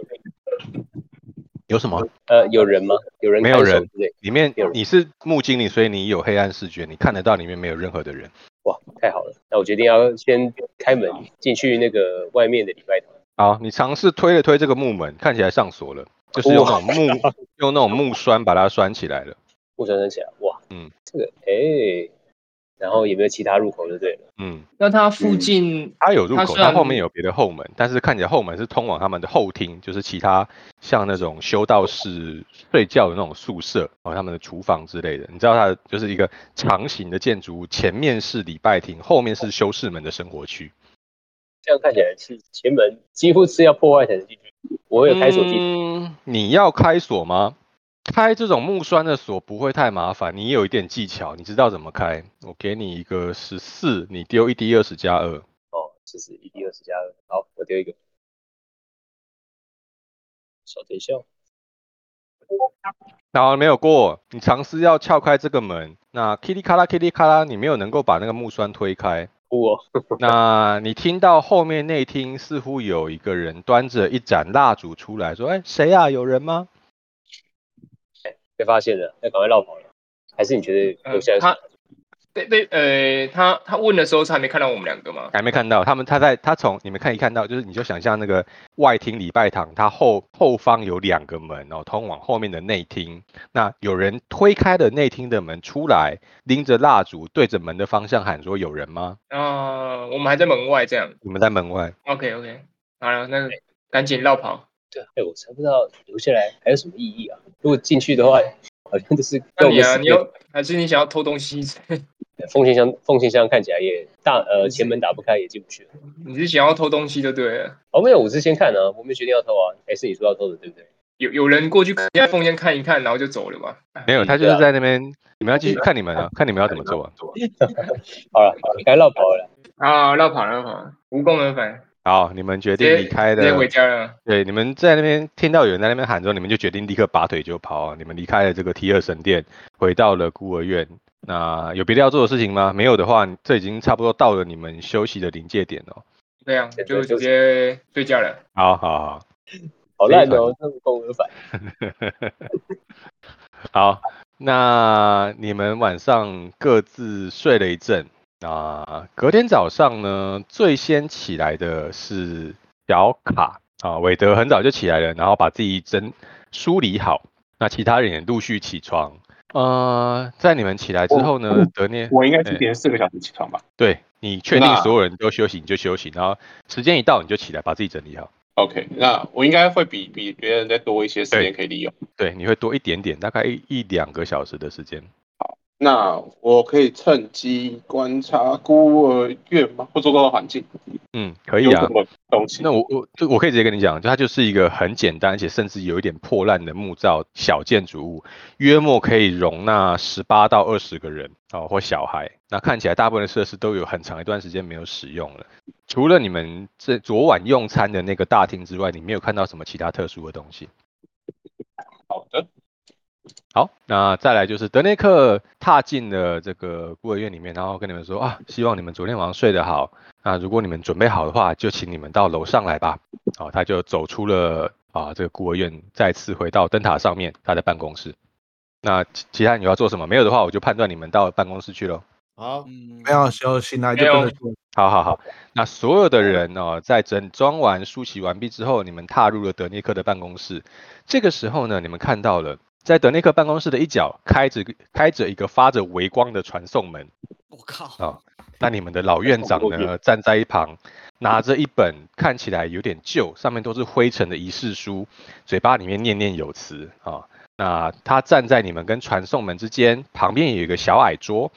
Speaker 1: 有什么？
Speaker 9: 呃有人吗？有人
Speaker 1: 没有
Speaker 9: 看守
Speaker 1: 人
Speaker 9: 之类？
Speaker 1: 里面
Speaker 9: 有
Speaker 1: 你是木经理，所以你有黑暗视觉，你看得到里面没有任何的人。
Speaker 9: 哇，太好了！那我决定要先开门进去那个外面的礼拜堂。
Speaker 1: 好，你尝试推了推这个木门，看起来上锁了，就是用那种 木用那种木栓把它栓起来了。
Speaker 9: 木船升起来，哇，
Speaker 1: 嗯，
Speaker 9: 这个哎、然后也没有其他入口就对了。
Speaker 1: 嗯，
Speaker 5: 那它附近
Speaker 1: 它有入
Speaker 5: 它
Speaker 1: 口，
Speaker 5: 虽然
Speaker 1: 它后面有别的后门，但是看起来后门是通往他们的后厅，就是其他像那种修道士睡觉的那种宿舍，哦，他们的厨房之类的。你知道它就是一个长形的建筑物，前面是礼拜厅，后面是修士们的生活区。
Speaker 9: 这样看起来是前门几乎是要破坏才能进去。我有开锁技术，
Speaker 1: 嗯，你要开锁吗？开这种木栓的锁不会太麻烦，你有一点技巧，你知道怎么开。我给你一个十四，你丢一滴二十加二。
Speaker 9: 哦，这是一滴二十加二。好，我丢一个。稍等一下，
Speaker 1: 然后没有过，你尝试要撬开这个门，那噼里咔啦噼里咔啦，你没有能够把那个木栓推开。
Speaker 9: 哭哦，
Speaker 1: 那你听到后面内厅似乎有一个人端着一盏蜡烛出来，说：“哎，谁呀、有人吗
Speaker 9: 嗯被发现了，要赶快绕跑了。还是你觉得留下来？
Speaker 5: 呃它对对，呃，他他问的时候是还没看到我们两个吗？
Speaker 1: 还没看到他们，他在他从你们看一看到，就是你就想象那个外厅礼拜堂，它后后方有两个门哦，通往后面的内厅。那有人推开了内厅的门出来，拎着蜡烛对着门的方向喊说：“有人吗
Speaker 5: 啊、我们还在门外这样。？”
Speaker 1: 你们在门外，
Speaker 5: OK OK，好了，那赶紧绕跑。
Speaker 9: 对啊，哎，我才不知道留下来还有什么意义啊！如果进去的话，好像就是
Speaker 5: 那
Speaker 9: 跟我
Speaker 5: 你
Speaker 9: 们
Speaker 5: 啊，
Speaker 9: 死
Speaker 5: 你要还是你想要偷东西？
Speaker 9: 奉献箱，奉献箱看起来也大，呃，前门打不开也进不去。
Speaker 5: 你是想要偷东西就对了。
Speaker 9: 哦，没有，我是先看啊，我没决定要偷啊。哎，是你说要偷的，对不对？
Speaker 5: 有有人过去在缝间看一看，然后就走了嘛？
Speaker 1: 没有，他就是
Speaker 9: 对啊
Speaker 1: 在那边。你们要继续看你们啊，看你们要怎么做啊。
Speaker 9: 好了，好了，该绕跑了。
Speaker 5: 啊，绕跑绕跑，无功而返，
Speaker 1: 好，你们决
Speaker 5: 啊直接
Speaker 1: 定离开
Speaker 5: 直接
Speaker 1: 的
Speaker 5: 回家了。
Speaker 1: 对，你们在那边听到有人在那边喊之后，你们就决定立刻拔腿就跑。啊你们离开了这个 T 二神殿，回到了孤儿院。那有别的要做的事情吗？没有的话，这已经差不多到了你们休息的临界点哦。
Speaker 5: 对啊，就直接睡觉了。
Speaker 1: 好好好，
Speaker 9: 好烂哦，那无功而返。
Speaker 1: 好，那你们晚上各自睡了一阵。那隔天早上呢，最先起来的是小卡啊，韦德很早就起来了，然后把自己整梳理好。那其他人也陆续起床。呃，在你们起来之后呢，德涅
Speaker 2: 我应该
Speaker 1: 哎
Speaker 2: 是连四个小时起床吧
Speaker 1: 对你确定
Speaker 2: 那
Speaker 1: 所有人都休息，你就休息，然后时间一到你就起来，把自己整理好。
Speaker 2: ？OK，那我应该会比比别人再多一些时
Speaker 1: 对
Speaker 2: 间可以利用。
Speaker 1: 对，你会多一点点，大概一一两个小时的时间。
Speaker 2: 那我可以趁机观察孤儿院吗？或周遭的环境
Speaker 1: 嗯，可以
Speaker 2: 有
Speaker 1: 啊
Speaker 2: 什。么东西？
Speaker 1: 那我我就我可以直接跟你讲，就它就是一个很简单，而且甚至有一点破烂的木造小建筑物，约莫可以容纳十八到二十个人哦，或小孩。那看起来大部分的设施都有很长一段时间没有使用了，除了你们这昨晚用餐的那个大厅之外，你没有看到什么其他特殊的东西。
Speaker 2: 好的，
Speaker 1: 好，那再来就是德内克踏进了这个孤儿院里面，然后跟你们说啊，希望你们昨天晚上睡得好。那如果你们准备好的话，就请你们到楼上来吧。好，他就走出了啊这个孤儿院，再次回到灯塔上面他的办公室。那其其他人有要做什么？没有的话，我就判断你们到办公室去喽。
Speaker 8: 好，
Speaker 4: 嗯，
Speaker 3: 没有休息，来就
Speaker 5: 没有
Speaker 3: 跟着做。
Speaker 1: 好好好，那所有的人哦，在整装完、梳洗完毕之后，你们踏入了德内克的办公室。这个时候呢，你们看到了，在德内克办公室的一角开着开着一个发着微光的传送门。
Speaker 4: 我靠，
Speaker 1: 啊那你们的老院长呢，站在一旁，拿着一本看起来有点旧、上面都是灰尘的仪式书，嘴巴里面念念有词啊。那他站在你们跟传送门之间，旁边有一个小矮桌，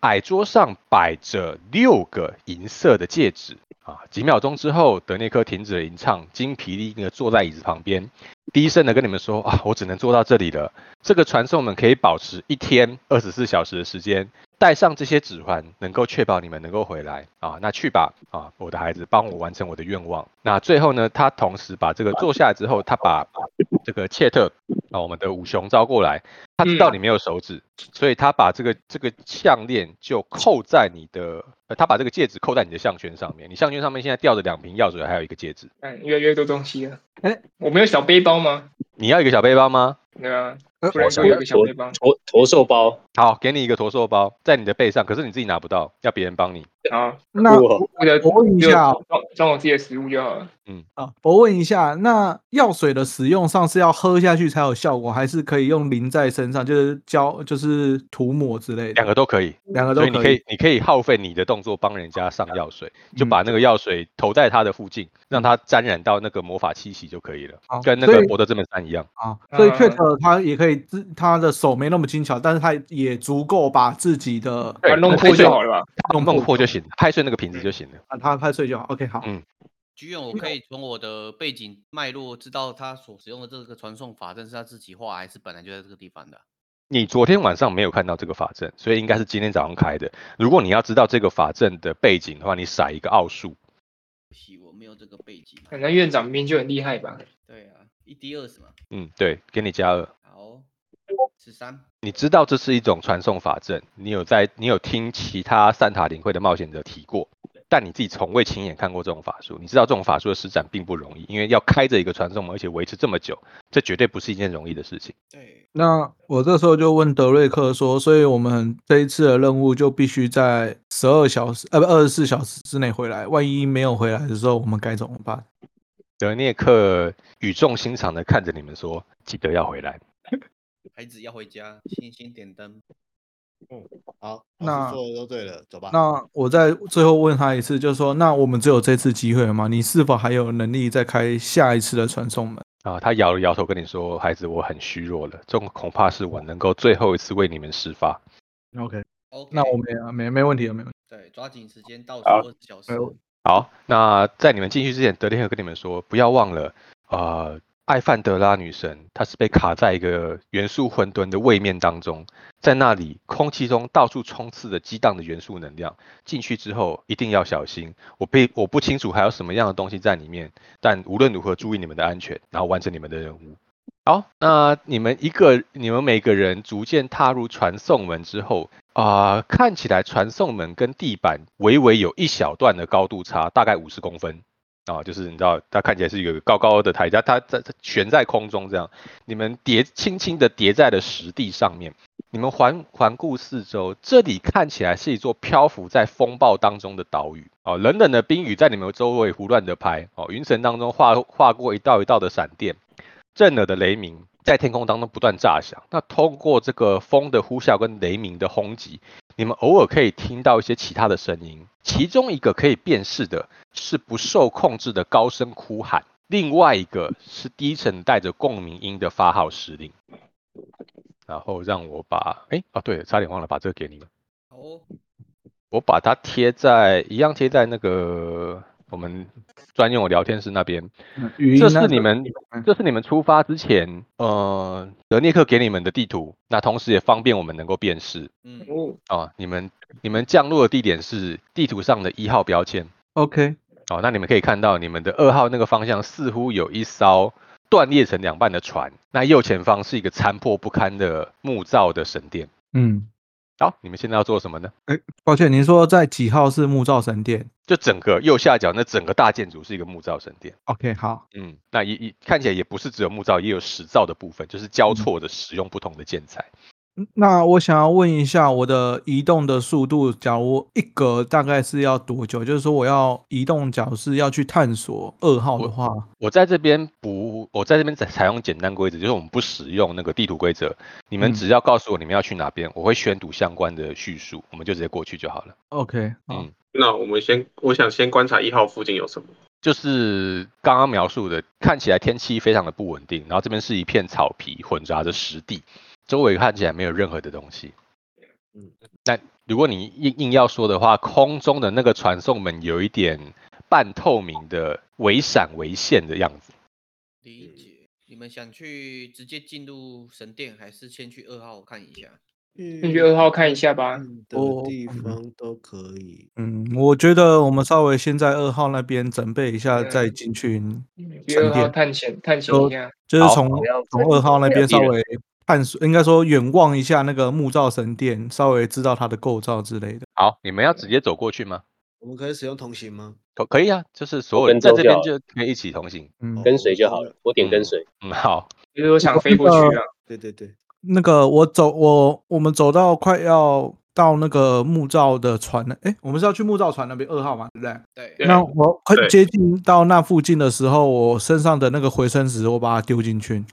Speaker 1: 矮桌上摆着六个银色的戒指啊。几秒钟之后，德内克停止了吟唱，精疲力尽的坐在椅子旁边，低声的跟你们说啊，我只能做到这里了。这个传送门可以保持一天二十四小时的时间，带上这些指环，能够确保你们能够回来啊。那去吧啊，我的孩子，帮我完成我的愿望。那最后呢，他同时把这个坐下来之后，他把这个切特啊，我们的五雄招过来，他知道你没有手指，所以他把这个这个项链就扣在你的，呃，他把这个戒指扣在你的项圈上面。你项圈上面现在吊着两瓶药水，还有一个戒指。
Speaker 5: 嗯，越来越多东西了。
Speaker 3: 哎
Speaker 5: 我没有小背包吗？
Speaker 1: 你要一个小背包吗？
Speaker 5: 对啊，
Speaker 3: 呃
Speaker 5: 突然给我一个小背包。
Speaker 9: 驼驼兽包，
Speaker 1: 好，给你一个驼兽包，在你的背上，可是你自己拿不到，要别人帮你。
Speaker 5: 好，
Speaker 3: 那
Speaker 9: 哇
Speaker 3: 我
Speaker 5: 我的
Speaker 3: 我问一
Speaker 5: 就
Speaker 3: 下啊
Speaker 5: 装装我自己的食物就好了。
Speaker 3: 啊，我问一下，那药水的使用上是要喝下去才有效果，还是可以用淋在身上，就是浇，就是涂抹之类
Speaker 1: 两
Speaker 3: 的？
Speaker 1: 个都可以，
Speaker 3: 两个
Speaker 1: 所
Speaker 3: 都
Speaker 1: 以你
Speaker 3: 可
Speaker 1: 可
Speaker 3: 以
Speaker 1: 以，你可以耗费你的动作帮人家上药水，就
Speaker 3: 嗯
Speaker 1: 把那个药水投在他的附近，让他沾染到那个魔法气息就可以了，
Speaker 3: 好
Speaker 1: 跟那
Speaker 3: 所
Speaker 1: 个
Speaker 3: 以
Speaker 1: 博德之门三一样。
Speaker 3: 啊。所以
Speaker 5: 嗯
Speaker 3: Kate 他也可以自，他的手没那么精巧，但是他也足够把自己的
Speaker 5: 把它弄破就好了吧？
Speaker 1: 弄弄破就
Speaker 3: 就
Speaker 1: 行，拍碎那个瓶子就行了。
Speaker 3: 啊，他拍碎就好。OK，好
Speaker 1: 嗯，
Speaker 4: 菊远，我可以从我的背景脉络知道他所使用的这个传送法阵是他自己画，还是本来就在这个地方的？
Speaker 1: 你昨天晚上没有看到这个法阵，所以应该是今天早上开的。如果你要知道这个法阵的背景的话，你骰一个奥数。
Speaker 4: 屁，我没有这个背景。
Speaker 5: 反正院长明明就很厉害吧？
Speaker 4: 对啊，一滴二十嘛。
Speaker 1: 嗯，对，给你加二。
Speaker 4: 好，十三。
Speaker 1: 你知道这是一种传送法阵，你有在你有听其他三塔领会的冒险者提过，但你自己从未亲眼看过这种法术，你知道这种法术的施展并不容易，因为要开着一个传送门，而且维持这么久，这绝对不是一件容易的事情。
Speaker 4: 对，
Speaker 3: 那我这时候就问德瑞克说，所以我们这一次的任务就必须在十二小时，呃，不，二十四小时之内回来。万一没有回来的时候，我们该怎么办？
Speaker 1: 德涅克语重心长地看着你们说：“记得要回来。
Speaker 4: 孩子要回家，星星点灯。
Speaker 8: 好，
Speaker 3: 那
Speaker 8: 老师做的都对了，走吧。
Speaker 3: 那我再最后问他一次，就是说，那我们只有这次机会了吗？你是否还有能力再开下一次的传送门？”
Speaker 1: 啊，他摇了摇头，跟你说：“孩子，我很虚弱了，这恐怕是我能够最后一次为你们施法。
Speaker 3: OK，
Speaker 4: OK，
Speaker 3: 那我没没没问题了，没问题。
Speaker 4: 对抓紧时间倒数
Speaker 2: 好
Speaker 4: 二十小时
Speaker 3: 没。有
Speaker 1: 好，那在你们进去之前，德烈克跟你们说，不要忘了，呃，艾范德拉女神她是被卡在一个元素混沌的位面当中，在那里空气中到处充斥着激荡的元素能量，进去之后一定要小心。我被我不清楚还有什么样的东西在里面，但无论如何注意你们的安全，然后完成你们的任务。好，那你们一个，你们每个人逐渐踏入传送门之后，啊、看起来传送门跟地板微微有一小段的高度差，大概五十公分啊，就是你知道，它看起来是一个高高的台阶，它在它悬在空中这样，你们叠轻轻的叠在了实地上面。你们环环顾四周，这里看起来是一座漂浮在风暴当中的岛屿哦，冷冷的冰雨在你们周围胡乱的拍哦，云层当中划划过一道一道的闪电，震耳的雷鸣在天空当中不断炸响。那通过这个风的呼啸跟雷鸣的轰击，你们偶尔可以听到一些其他的声音，其中一个可以辨识的是不受控制的高声哭喊，另外一个是低沉带着共鸣音的发号施令。然后让我把，哎，哦，对了，差点忘了把这个给你们，
Speaker 4: 好哦，
Speaker 1: 我把它贴在一样贴在那个我们专用的聊天室那边。
Speaker 3: 嗯语音
Speaker 1: 这
Speaker 3: 那
Speaker 1: 是你
Speaker 3: 个
Speaker 1: 们
Speaker 3: 嗯，
Speaker 1: 这是你们出发之前，呃，德涅克给你们的地图，那同时也方便我们能够辨识
Speaker 4: 嗯，
Speaker 1: 哦。你们你们降落的地点是地图上的一号标签
Speaker 3: OK，
Speaker 1: 哦，那你们可以看到你们的二号那个方向似乎有一艘断裂成两半的船，那右前方是一个残破不堪的木造的神殿。
Speaker 3: 嗯，
Speaker 1: 好，你们现在要做什么呢？
Speaker 3: 抱歉，您说在几号是木造神殿
Speaker 1: 就整个右下角那整个大建筑是一个木造神殿。
Speaker 3: ？OK，好，
Speaker 1: 嗯，那也也看起来也不是只有木造，也有石造的部分，就是交错的使用不同的建材。
Speaker 3: 嗯那我想要问一下我的移动的速度，假如一格大概是要多久？就是说我要移动，假如是要去探索二号的话，
Speaker 1: 我在这边不，我在这边采采用简单规则，就是我们不使用那个地图规则，你们
Speaker 3: 嗯
Speaker 1: 只要告诉我你们要去哪边，我会宣读相关的叙述，我们就直接过去就好了。
Speaker 3: OK，好
Speaker 1: 嗯，
Speaker 6: 那我们先，我想先观察一号附近有什么。
Speaker 1: 就是刚刚描述的，看起来天气非常的不稳定，然后这边是一片草皮混杂着实地，周围看起来没有任何的东西。
Speaker 8: 嗯，
Speaker 1: 但如果你硬硬要说的话，空中的那个传送门有一点半透明的、微闪微现的样子。
Speaker 4: 理解。你们想去直接进入神殿，还是先去二号看一下？
Speaker 5: 进去二号看一下吧。
Speaker 8: 嗯的
Speaker 3: 我
Speaker 8: 地
Speaker 3: 嗯
Speaker 8: 方都可以。
Speaker 3: 嗯，我觉得我们稍微先在二号那边准备一下，
Speaker 5: 嗯
Speaker 3: 再进去，
Speaker 5: 去二
Speaker 3: 沉
Speaker 5: 号
Speaker 3: 淀
Speaker 5: 探险探险
Speaker 3: 都
Speaker 5: 一下，
Speaker 3: 就是
Speaker 1: 好
Speaker 3: 从
Speaker 9: 我要
Speaker 3: 从
Speaker 9: 再
Speaker 3: 二号那边
Speaker 9: 了解
Speaker 3: 稍
Speaker 9: 了
Speaker 3: 微探索，应该说远望一下那个木造神殿，稍微知道它的构造之类的。
Speaker 1: 好，你们要直接走过去吗？
Speaker 8: 我们可以使用同行吗？
Speaker 1: 可可以啊，就是所有
Speaker 9: 我
Speaker 1: 人在
Speaker 9: 跟踪
Speaker 1: 这边
Speaker 9: 就
Speaker 1: 就可以一起同行。
Speaker 3: 嗯，
Speaker 9: 跟随就好了，我点
Speaker 1: 嗯
Speaker 9: 跟随。
Speaker 1: 嗯，好，
Speaker 5: 就是我想飞过去啊。
Speaker 8: 对对对，
Speaker 3: 那个我走我我们走到快要到那个木造的船了，哎，我们是要去木造船那边二号嘛，对不对？
Speaker 4: 对，
Speaker 5: 对
Speaker 3: 那我快
Speaker 6: 对
Speaker 3: 接近到那附近的时候，我身上的那个回声石，我把它丢进去。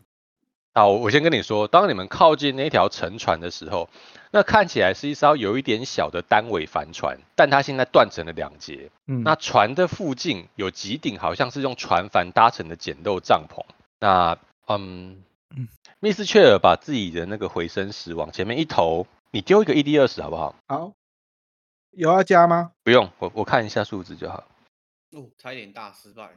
Speaker 1: 好，我先跟你说，当你们靠近那条沉船的时候，那看起来是一艘有一点小的单尾帆船，但它现在断成了两截。
Speaker 3: 嗯，
Speaker 1: 那船的附近有几顶好像是用船帆搭成的简陋帐篷。那嗯
Speaker 3: 嗯，
Speaker 1: 密斯雀尔把自己的那个回声石往前面一投，你丢一个 ED 二十好不好？
Speaker 3: 好，有要加吗？
Speaker 1: 不用，我我看一下数值就好。
Speaker 4: 哦，差一点大失败。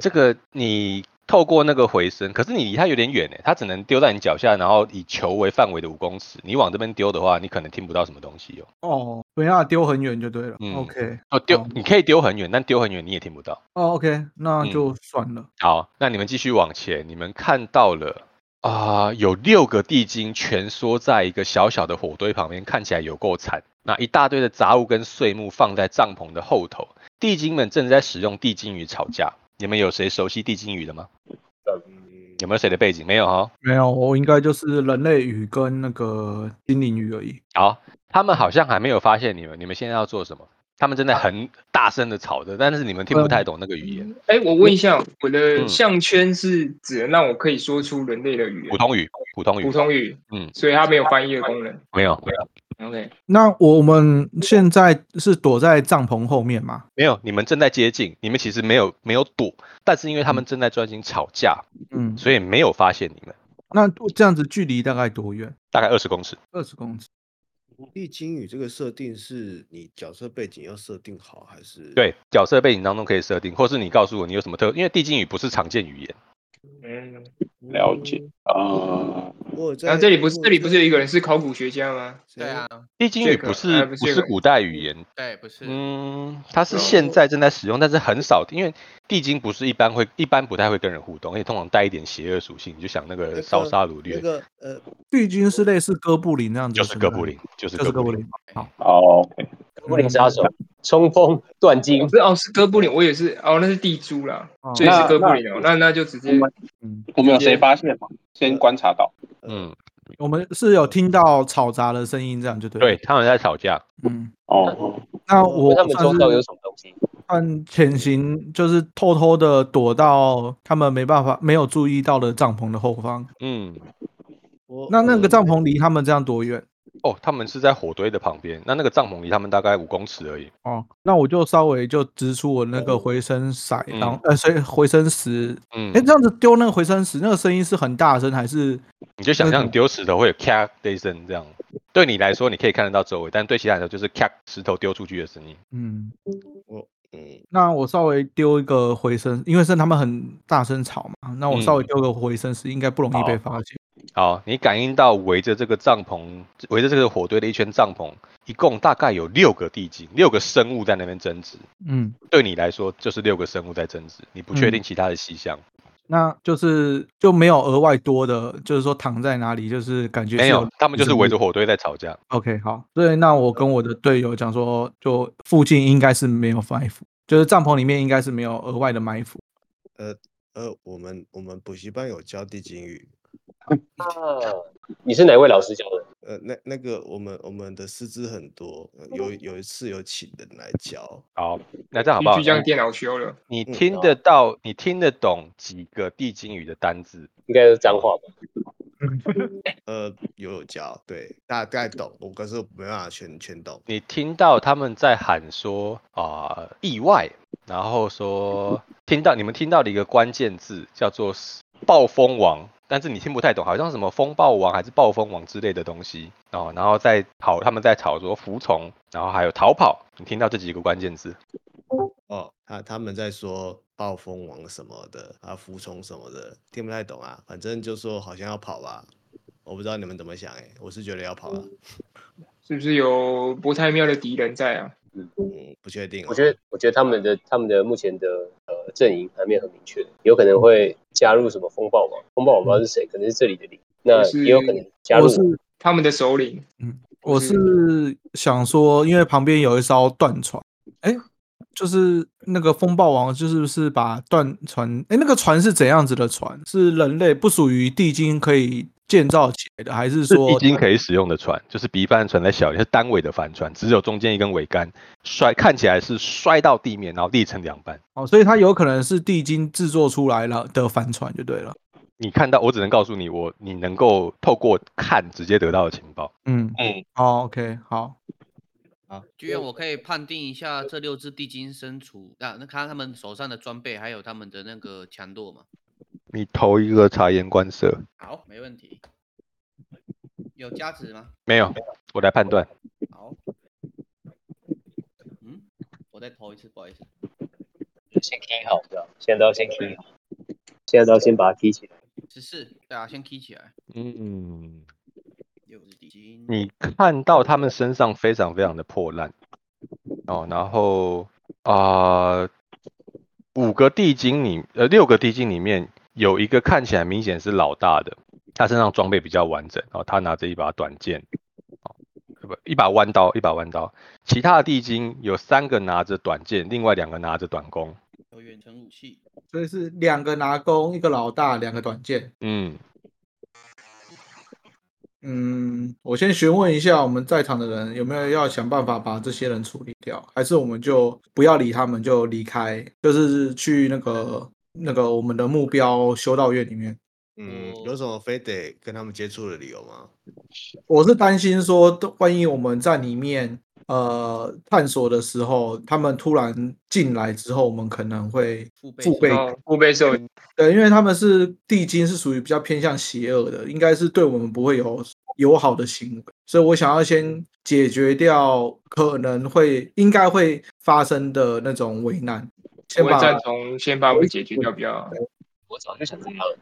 Speaker 1: 这个你透过那个回声，可是你离它有点远诶，欸它只能丢在你脚下，然后以球为范围的五公尺。你往这边丢的话，你可能听不到什么东西哦。
Speaker 3: 哦，不要丢很远就对了。
Speaker 1: 嗯
Speaker 3: OK，
Speaker 1: 哦，丢
Speaker 3: 哦
Speaker 1: 你可以丢很远，但丢很远你也听不到。
Speaker 3: 哦，OK，那
Speaker 1: 嗯
Speaker 3: 就算了。
Speaker 1: 好，那你们继续往前，你们看到了啊、有六个地精蜷缩在一个小小的火堆旁边，看起来有够惨。那一大堆的杂物跟碎木放在帐篷的后头，地精们正在使用地精语吵架。你们有谁熟悉地精语的吗？
Speaker 9: 嗯
Speaker 1: 有没有谁的背景？没有哈、哦。
Speaker 3: 没有，我应该就是人类语跟那个精灵语而已。
Speaker 1: 好，他们好像还没有发现你们，你们现在要做什么？他们正在很大声的吵着，但是你们听不太懂那个语言，
Speaker 5: 哎，我问一下，我
Speaker 1: 嗯
Speaker 5: 的项圈是只能让我可以说出人类的语
Speaker 1: 普
Speaker 5: 言，
Speaker 1: 通语，嗯普通语，
Speaker 5: 普通语，
Speaker 1: 嗯，
Speaker 5: 所以它没有翻译的功能。
Speaker 1: 没有，没有，
Speaker 5: OK，
Speaker 3: 那我们现在是躲在帐篷后面嘛？
Speaker 1: 没有。你们正在接近，你们其实没有没有躲，但是因为他们正在专心吵架，
Speaker 3: 嗯，
Speaker 1: 所以没有发现你们。
Speaker 3: 那这样子距离大概多远？
Speaker 1: 大概二十公尺，
Speaker 3: 二十公尺。
Speaker 8: 地精语这个设定是你角色背景要设定好，还是？
Speaker 1: 对，角色背景当中可以设定，或是你告诉我你有什么特，因为地精语不是常见语言，
Speaker 5: 嗯，
Speaker 2: 了解
Speaker 8: 嗯。
Speaker 2: 啊，
Speaker 8: 我有在
Speaker 5: 然后这里不是
Speaker 8: 我有
Speaker 5: 这里不是有
Speaker 8: 在
Speaker 5: 一个人是考古学家吗？
Speaker 8: 谁
Speaker 4: 对啊，
Speaker 1: 地精语
Speaker 5: Jack，
Speaker 1: 不
Speaker 5: 哎
Speaker 1: 是不
Speaker 5: 不是
Speaker 1: 是
Speaker 5: Jack
Speaker 1: 古代语言，
Speaker 4: 对，不是，
Speaker 1: 嗯，它是
Speaker 5: 哦
Speaker 1: 现在正在使用，但是很少，因为地精不是一般会一般不太会跟人互动，而且通常带一点邪恶属性，你就想那
Speaker 8: 那个
Speaker 1: 个烧杀掳掠
Speaker 8: 那，个呃，
Speaker 3: 绿军是类似哥布林那样子，
Speaker 1: 就是哥布林，，就是
Speaker 3: 就是
Speaker 1: 哥
Speaker 3: 哥
Speaker 1: 布
Speaker 3: 布
Speaker 1: 林。
Speaker 3: 林。好，
Speaker 2: 哦，OK，
Speaker 9: 哥布林杀手冲锋断金
Speaker 5: 我，是哦，是哥布林，我也是哦，那是地猪啦，
Speaker 3: 哦
Speaker 5: 所以是
Speaker 2: 那
Speaker 5: 哥布林哦，那那就直接
Speaker 3: 嗯，
Speaker 2: 我们有谁发现吗？先观察到，
Speaker 8: 呃
Speaker 1: 嗯，
Speaker 3: 我们是有听到吵杂的声音，这样就对。
Speaker 1: 对，，他们在吵架，
Speaker 3: 嗯，
Speaker 2: 哦，
Speaker 3: 那
Speaker 9: 那
Speaker 3: 我
Speaker 9: 他们
Speaker 3: 算
Speaker 9: 周到有
Speaker 3: 是
Speaker 9: 什么东西？
Speaker 3: 算潜行，就是偷偷的躲到他们没办法、没有注意到的帐篷的后方。
Speaker 1: 嗯，
Speaker 8: 我
Speaker 3: 那那
Speaker 8: 我
Speaker 3: 个帐篷离他们这样多远？
Speaker 1: 哦，他们是在火堆的旁边，那那个帐篷离他们大概五公尺而已，
Speaker 3: 哦，那我就稍微就掷出我那
Speaker 8: 哦
Speaker 3: 个回声骰，
Speaker 9: 嗯
Speaker 3: 然后呃，所以回声石，
Speaker 1: 嗯
Speaker 3: 哎，，这样子丢那个回声石，那个声音是很大声还是？
Speaker 1: 你就想
Speaker 3: 那
Speaker 1: 象
Speaker 3: 种
Speaker 1: 你丢石头会有咔的一声这样，对你来说你可以看得到周围，但对其他人来说就是咔石头丢出去的声音，
Speaker 3: 嗯，
Speaker 8: 我嗯，
Speaker 3: 那我稍微丢一个回声，因为是他们很大声吵嘛，那我稍微丢个回声石，应该不容易被发现。
Speaker 1: 嗯好，你感应到围着这个帐篷，围着这个火堆的一圈帐篷，一共大概有六个地精，六个生物在那边争执。
Speaker 3: 嗯，
Speaker 1: 对你来说，就是六个生物在争执，你不确定其他的细项。
Speaker 3: 那就是就没有额外多的，就是说躺在哪里，就是感觉是
Speaker 1: 没有，他们就是围着。火堆在吵架。
Speaker 3: OK，好，所以那我跟我的队友讲说，就附近应该是没有埋伏，就是帐篷里面应该是没有额外的埋伏。
Speaker 8: 呃，我们我们补习班有教地精语，
Speaker 9: 啊，你是哪位老师教的？
Speaker 8: 呃，那那个我们我们的师资很多，
Speaker 3: 哦
Speaker 8: 呃有有一次有请人来教，
Speaker 1: 好，那这样好不好
Speaker 5: 去？将
Speaker 1: 你
Speaker 5: 电脑修了。
Speaker 1: 你
Speaker 8: 嗯
Speaker 1: 听得到，你听得懂几个地精语的单字？
Speaker 9: 应该是脏话吧？
Speaker 8: 呃，有教，对，大概懂，我可是没办法全全懂。
Speaker 1: 你听到他们在喊说啊、意外，然后说听到你们听到的一个关键字叫做暴风王，但是你听不太懂，好像什么风暴王还是暴风王之类的东西哦，然后再吵，他们在吵说服从，然后还有逃跑，你听到这几个关键字，
Speaker 8: 哦，他他们在说暴风王什么的，啊，服从什么的，听不太懂啊。反正就说好像要跑吧，我不知道你们怎么想哎、我是觉得要跑啊了，
Speaker 5: 是不是有不太妙的敌人在啊？
Speaker 8: 嗯，不确定、哦。
Speaker 9: 我觉得，我觉得他们的他们的目前的呃阵营还没有很明确，有可能会加入什么风暴网，风暴网不知道是谁，可能是这里的领，那
Speaker 5: 就是
Speaker 9: 也有可能加入
Speaker 3: 我
Speaker 9: 我
Speaker 3: 是
Speaker 5: 他们的首领
Speaker 3: 我
Speaker 5: 是
Speaker 3: 是想说，因为旁边有一艘断船，哎，就是那个风暴王，就是不是把断船？哎，那个船是怎样子的船？是人类不属于地精可以建造起来的，还是
Speaker 1: 是地
Speaker 3: 说
Speaker 1: 精可以使用的船，就是比一般的船再小一点，是单尾的帆船，只有中间一根桅杆，摔看起来是摔到地面，然后裂成两半。
Speaker 3: 哦，所以它有可能是地精制作出来了的帆船就对了。
Speaker 1: 你看到，我只能告诉你，我你能够透过看直接得到的情报。
Speaker 3: 嗯，
Speaker 2: 嗯，
Speaker 3: 好，OK，好，
Speaker 4: 剧院我可以判定一下这六只地精身处，那、那看他们手上的装备，还有他们的那个强弱嘛。
Speaker 1: 你投一个察言观色，
Speaker 4: 好，没问题。有加值吗？
Speaker 1: 没有，我来判断。
Speaker 4: 好。嗯，我再投一次，不好意思。
Speaker 9: 先 K 好，知道？现在都要先 K 好，现在都要先把它 K 起来。
Speaker 4: 十四，对啊，先 key 起来。
Speaker 1: 嗯，
Speaker 4: 六只地精，
Speaker 1: 你看到他们身上非常非常的破烂哦，然后啊、呃五个地精里呃六个地精里面有一个看起来明显是老大的，他身上装备比较完整，然后他拿着一把短剑，哦，不，一把弯刀，一把弯刀。其他的地精有三个拿着短剑，另外两个拿着短弓。
Speaker 4: 有远程武器，
Speaker 3: 所以是两个拿弓，一个老大，两个短剑。
Speaker 1: 嗯，
Speaker 3: 嗯，我先询问一下我们在场的人有没有要想办法把这些人处理掉，还是我们就不要理他们，就离开，就是去那个那个我们的目标修道院里面。
Speaker 8: 嗯，
Speaker 4: 我
Speaker 8: 有什么非得跟他们接触的理由吗？
Speaker 3: 我是担心说，都万一我们在里面呃探索的时候，他们突然进来之后，我们可能会
Speaker 4: 腹背
Speaker 3: 腹
Speaker 4: 受
Speaker 3: 背
Speaker 5: 哦，腹背受敌，
Speaker 3: 对，因为他们是地精，是属于比较偏向邪恶的，应该是对我们不会有友好的行为，所以我想要先解决掉可能会应该会发生的那种危难，先
Speaker 5: 我也
Speaker 3: 把
Speaker 5: 赞同先把我们解决掉比较好。
Speaker 9: 我早就想这样了。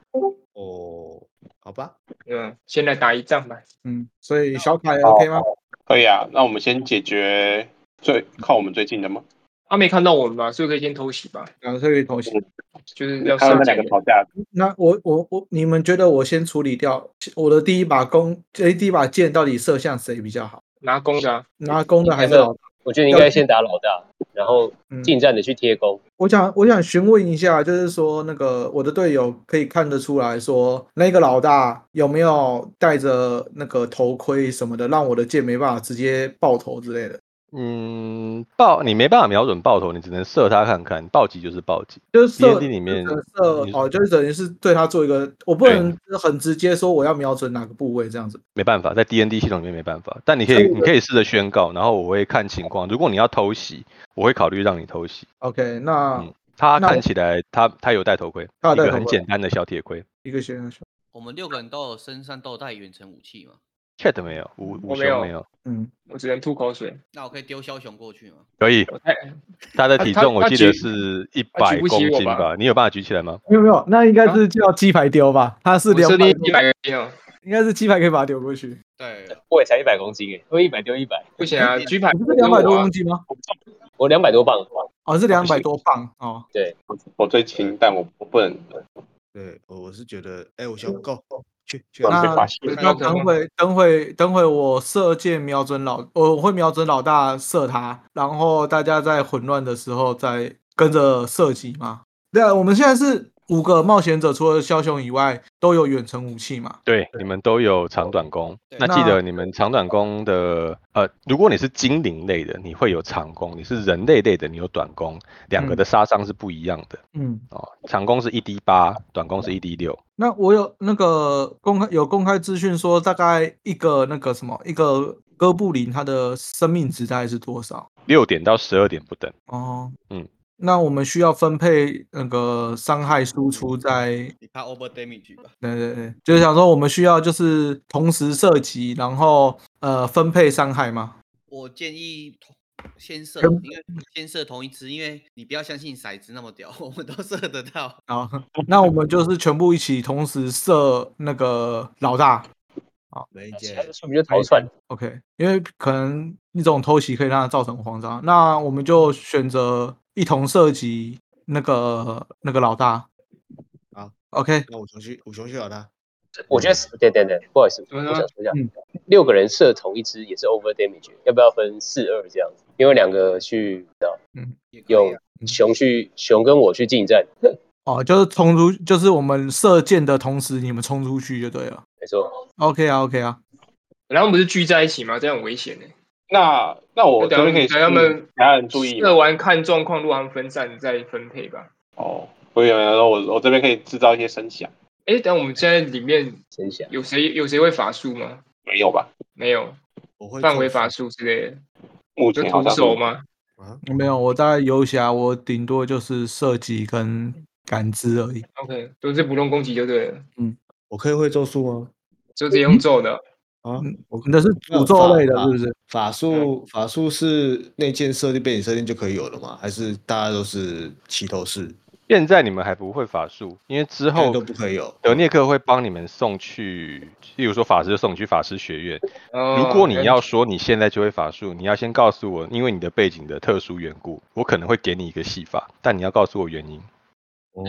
Speaker 8: 哦，好吧，
Speaker 5: 嗯，先来打一仗吧。
Speaker 3: 嗯，所以小凯 OK 吗？
Speaker 2: 可以啊，那我们先解决最靠我们最近的吗？
Speaker 5: 他、没看到我们吧，所以可以先偷袭吧。
Speaker 3: 两个特别同行。
Speaker 9: 嗯
Speaker 5: 就是要
Speaker 2: 看到
Speaker 5: 上
Speaker 2: 那
Speaker 5: 前
Speaker 2: 两个吵架，
Speaker 3: 那我我我，你们觉得我先处理掉我的第一把弓，这第一把剑到底射向谁比较好？
Speaker 5: 拿弓的、啊，
Speaker 3: 拿弓的还是
Speaker 9: 那个
Speaker 3: 老大？
Speaker 9: 我觉得你应该先打老大，然后
Speaker 3: 嗯
Speaker 9: 近战的去贴攻。
Speaker 3: 我想我想询问一下，就是说那个我的队友可以看得出来说，那个老大有没有戴着那个头盔什么的，让我的剑没办法直接爆头之类的。
Speaker 1: 嗯，爆你没办法瞄准爆头，你只能射他看看，暴击就是暴击。
Speaker 3: 就是射
Speaker 1: D&D 里面
Speaker 3: 就只能
Speaker 1: 你
Speaker 3: 射哦，就是等于是对他做一个，我不
Speaker 1: 对
Speaker 3: 能很直接说我要瞄准哪个部位这样子。
Speaker 1: 没办法，在 D N D 系统里面没办法，但你可以，你可以试着宣告，然后我会看情况。如果你要偷袭，我会考虑让你偷袭。
Speaker 3: OK，那、
Speaker 1: 嗯，他
Speaker 3: 那我
Speaker 1: 看起来他他有戴头盔，
Speaker 3: 他有
Speaker 1: 一
Speaker 3: 戴
Speaker 1: 个
Speaker 3: 头
Speaker 1: 很
Speaker 3: 盔
Speaker 1: 简单的小铁盔。
Speaker 3: 一个选项选，
Speaker 4: 我们六个人都有身上都有带远程武器嘛？
Speaker 1: Chat 没有，五
Speaker 5: 我
Speaker 1: 五
Speaker 5: 没
Speaker 1: 雄
Speaker 5: 有
Speaker 1: 没有，
Speaker 3: 嗯，
Speaker 5: 我只能吐口水。
Speaker 4: 那我可以丢枭雄过去吗？
Speaker 1: 可以。
Speaker 5: 我太
Speaker 1: 他的
Speaker 5: 他
Speaker 1: 体
Speaker 5: 他
Speaker 1: 重我
Speaker 5: 他
Speaker 1: 记得
Speaker 5: 举
Speaker 1: 是一
Speaker 5: 他
Speaker 1: 百
Speaker 5: 举不起
Speaker 1: 公
Speaker 5: 我
Speaker 1: 斤
Speaker 5: 吧
Speaker 1: 吧？你有办法举起来吗？
Speaker 3: 没有没有，那应该
Speaker 5: 啊
Speaker 3: 是叫鸡排丢吧？他是
Speaker 5: 我
Speaker 3: 两
Speaker 5: 设
Speaker 3: 百
Speaker 5: 定
Speaker 3: 多
Speaker 5: 一，百个点哦，
Speaker 3: 应该是鸡排可以把它丢过去。
Speaker 4: 对，啊
Speaker 9: 我也才一百公斤诶，欸我一百丢一百，
Speaker 5: 不行啊，举牌
Speaker 3: 你不是两百多公
Speaker 5: 斤，
Speaker 3: 斤吗？
Speaker 9: 我两百多磅，
Speaker 3: 哦，是两
Speaker 2: 不
Speaker 3: 百
Speaker 2: 行
Speaker 3: 多磅哦。
Speaker 2: 我我最轻，但我我不能
Speaker 8: 对，我我是觉得，哎、我想够，去去
Speaker 2: 不能
Speaker 8: 啊，
Speaker 2: 被
Speaker 3: 那
Speaker 2: 发现。
Speaker 5: 我看
Speaker 3: 那
Speaker 5: 到成
Speaker 3: 等
Speaker 5: 功。
Speaker 3: 会等会等会我射箭瞄准老，我会瞄准老大射他，然后大家在混乱的时候再跟着射击嘛。对啊，我们现在是五个冒险者，除了枭雄以外，都有远程武器嘛。
Speaker 1: 对，你们都有长短弓。
Speaker 4: 对
Speaker 1: 那记
Speaker 3: 那
Speaker 1: 得你们长短弓的，呃，如果你是精灵类的，你会有长弓；你是人类类的，你有短弓。两个
Speaker 3: 嗯
Speaker 1: 的杀伤是不一样的
Speaker 3: 嗯，
Speaker 1: 哦。长弓是一 D 八，短弓是一 D 六。
Speaker 3: 那我有那个公开有公开资讯说，大概一个那个什么一个哥布林，它的生命值大概是多少？
Speaker 1: 六点到十二点不等，
Speaker 3: 哦，
Speaker 1: 嗯，
Speaker 3: 那我们需要分配那个伤害输出在，
Speaker 4: 你怕 over damage 吧？
Speaker 3: 对对对，就是想说我们需要就是同时射击，然后呃分配伤害嘛。
Speaker 4: 我建议同先射，
Speaker 3: 跟
Speaker 4: 因为先射同一只，因为你不要相信骰子那么屌， 我们都射得到。
Speaker 3: 好， 那我们就是全部一起同时射那个老大
Speaker 8: 梅
Speaker 9: 其
Speaker 8: 姐
Speaker 9: 他，的数据就逃窜。
Speaker 3: ，OK？因为可能一种偷袭可以让他造成慌张，那我们就选择一同射击那个那个老大。
Speaker 8: 好
Speaker 3: ，OK，
Speaker 8: 那五雄去，五雄去找他。
Speaker 9: 我觉得是，等等等，不好意思，
Speaker 5: 怎
Speaker 9: 我
Speaker 5: 么了
Speaker 9: 想说一下
Speaker 3: 嗯，
Speaker 9: 六个人射同一只也是 over damage，要不要分四二这样子？因为两个去
Speaker 4: 也可以
Speaker 9: 用
Speaker 4: 啊，
Speaker 9: 熊去熊跟我去近战，
Speaker 3: 哦，就是冲出，就是我们射箭的同时，你们冲出去就对了。
Speaker 9: 没错，
Speaker 3: OK 啊，OK 啊，
Speaker 5: 然后我们不是聚在一起吗？这样很危险的。欸
Speaker 2: 那那我这
Speaker 5: 等
Speaker 2: 边可以
Speaker 5: 等他
Speaker 2: 请
Speaker 5: 们啊
Speaker 2: 其他人注意
Speaker 5: 射
Speaker 2: 吗
Speaker 5: 完看状况，如果他们分散再分配吧。
Speaker 2: 哦。我有人说我我这边可以制造一些声响，
Speaker 5: 哎，等我们现在里面
Speaker 9: 真想
Speaker 5: 有谁有谁会法术吗？
Speaker 2: 没有吧？
Speaker 5: 没有，
Speaker 8: 我会
Speaker 5: 范
Speaker 8: 做
Speaker 5: 围法
Speaker 8: 法
Speaker 5: 术之类的，
Speaker 2: 目
Speaker 5: 有
Speaker 2: 前好
Speaker 5: 徒
Speaker 2: 像是
Speaker 5: 手吗？
Speaker 8: 啊，
Speaker 3: 没有，我大概游侠，我顶多就是射击跟感知而已。
Speaker 5: OK，都是不用攻击就对了，
Speaker 8: 我可以会咒术吗？
Speaker 5: 就直接用咒的。
Speaker 8: 啊
Speaker 3: 嗯，
Speaker 8: 我
Speaker 3: 你的是
Speaker 8: 没有啊
Speaker 3: 诅咒
Speaker 8: 法
Speaker 3: 类的，
Speaker 8: 法
Speaker 3: 是不是？
Speaker 8: 法术法术是内建设定背景设定就可以有了吗？还是大家都是齐头式？
Speaker 1: 现在你们还不会法术，因为之
Speaker 8: 现在
Speaker 1: 后
Speaker 8: 都不可以有。
Speaker 1: 德涅克会帮你们送去，例如说法师就送你去法师学院。
Speaker 5: 哦
Speaker 1: 如果你
Speaker 5: 原来
Speaker 1: 要说你现在就会法术，你要先告诉我，因为你的背景的特殊缘故，我可能会给你一个戏法，但你要告诉我原因。
Speaker 8: 哦，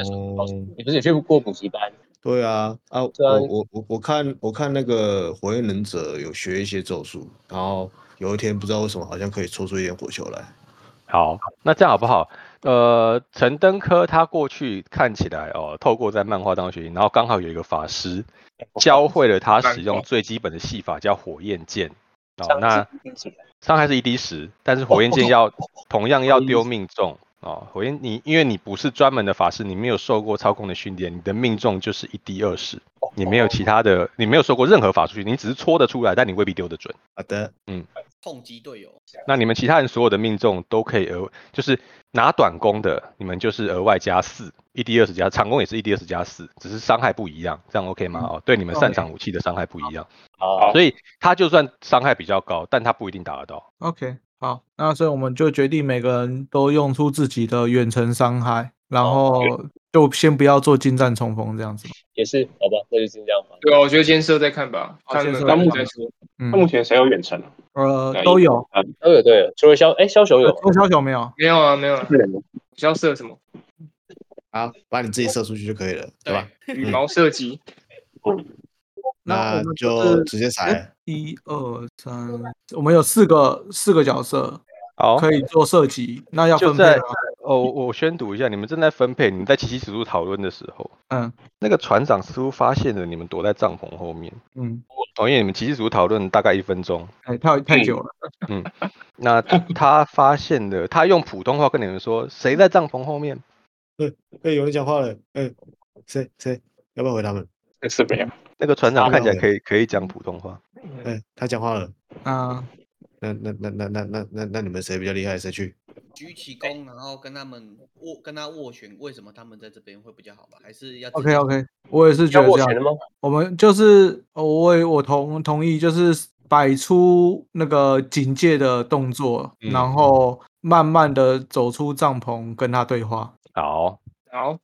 Speaker 9: 你不是也去过补习班？
Speaker 8: 对啊，啊，
Speaker 9: 对啊
Speaker 8: 我我我我看我看那个火焰忍者有学一些咒术，然后有一天不知道为什么好像可以搓出一点火球来。
Speaker 1: 好，那这样好不好？呃，陈登科他过去看起来哦，透过在漫画当中学习，然后刚好有一个法师教会了他使用最基本的戏法，叫火焰剑。哦，那伤害是一滴十，但是火焰剑要同样要丢命中哦。火焰你因为你不是专门的法师，你没有受过操控的训练，你的命中就是一滴二十，你没有其他的，你没有受过任何法术训练，你只是搓得出来，但你未必丢得准。
Speaker 8: 好的，
Speaker 4: 痛击队友，
Speaker 1: 那你们其他人所有的命中都可以额，就是拿短弓的，你们就是额外加四，一 d 二十加，长弓也是一 d 二十加四，只是伤害不一样，这样 OK
Speaker 3: 嗯
Speaker 1: 吗？哦，对，你们擅长武器的伤害不一样，
Speaker 9: 好，
Speaker 1: 所以他就算伤害比较高，但他不一定打得到。
Speaker 3: OK，好，那所以我们就决定每个人都用出自己的远程伤害，然后就先不要做近战冲锋这样子。
Speaker 9: 也是好吧，那就先这样吧。
Speaker 5: 对啊，我觉得先射再看吧，
Speaker 3: 好
Speaker 5: 看
Speaker 3: 哦先射
Speaker 5: 看
Speaker 2: 再看
Speaker 5: 再说。
Speaker 3: 嗯
Speaker 2: 那，目前谁有远程啊？
Speaker 3: 呃，都有。
Speaker 2: 啊，
Speaker 9: 都哦有对了，除了枭，哎，枭雄有吗
Speaker 3: 郭小九没有？
Speaker 5: 没有啊，没有啊，
Speaker 2: 是两个
Speaker 5: 你是要射什么？
Speaker 8: 啊，把你自己射出去就可以了，对吧？
Speaker 5: 羽毛射击，
Speaker 3: 那
Speaker 8: 那
Speaker 3: 我们
Speaker 8: 就是直接
Speaker 3: 哎
Speaker 8: 踩。
Speaker 3: 一二三，我们有四个四个角色
Speaker 1: 好，
Speaker 3: 可以做射击，那要
Speaker 1: 哦就
Speaker 3: 分配啊
Speaker 1: 在
Speaker 3: 吗？
Speaker 1: 哦，我宣读一下，你们正在分配，你们在七七指数讨论的时候，
Speaker 3: 嗯
Speaker 1: 那个船长似乎发现了你们躲在帐篷后面。
Speaker 3: 嗯，
Speaker 1: 同意你们七七组讨论大概一分钟，
Speaker 3: 哎，太太久了。
Speaker 1: 那 他发现了，他用普通话跟你们说，谁在帐篷后面？
Speaker 8: 哎，有人讲话了，哎，谁谁？要不要回他们？
Speaker 2: 是没有。
Speaker 1: 那个船
Speaker 8: 啊
Speaker 1: 长看起来
Speaker 8: 了解
Speaker 1: 可以可以讲普通话，
Speaker 8: 哎，他讲话了。
Speaker 3: 啊，
Speaker 8: 那那那那那那那那你们谁比较厉害，谁去？
Speaker 4: 举起弓，然后跟他们握跟他斡旋，为什么他们在这边会比较好吧？还是要直
Speaker 3: OK
Speaker 4: 接
Speaker 3: OK，我也是觉
Speaker 9: 要
Speaker 3: 得
Speaker 9: 握
Speaker 3: 这样
Speaker 9: 拳。了吗？
Speaker 3: 我们就是呃我也我同同意，就是摆出那个警戒的动作，
Speaker 1: 嗯
Speaker 3: 然后慢慢的走出帐篷跟他对话。
Speaker 1: 好，
Speaker 5: 好，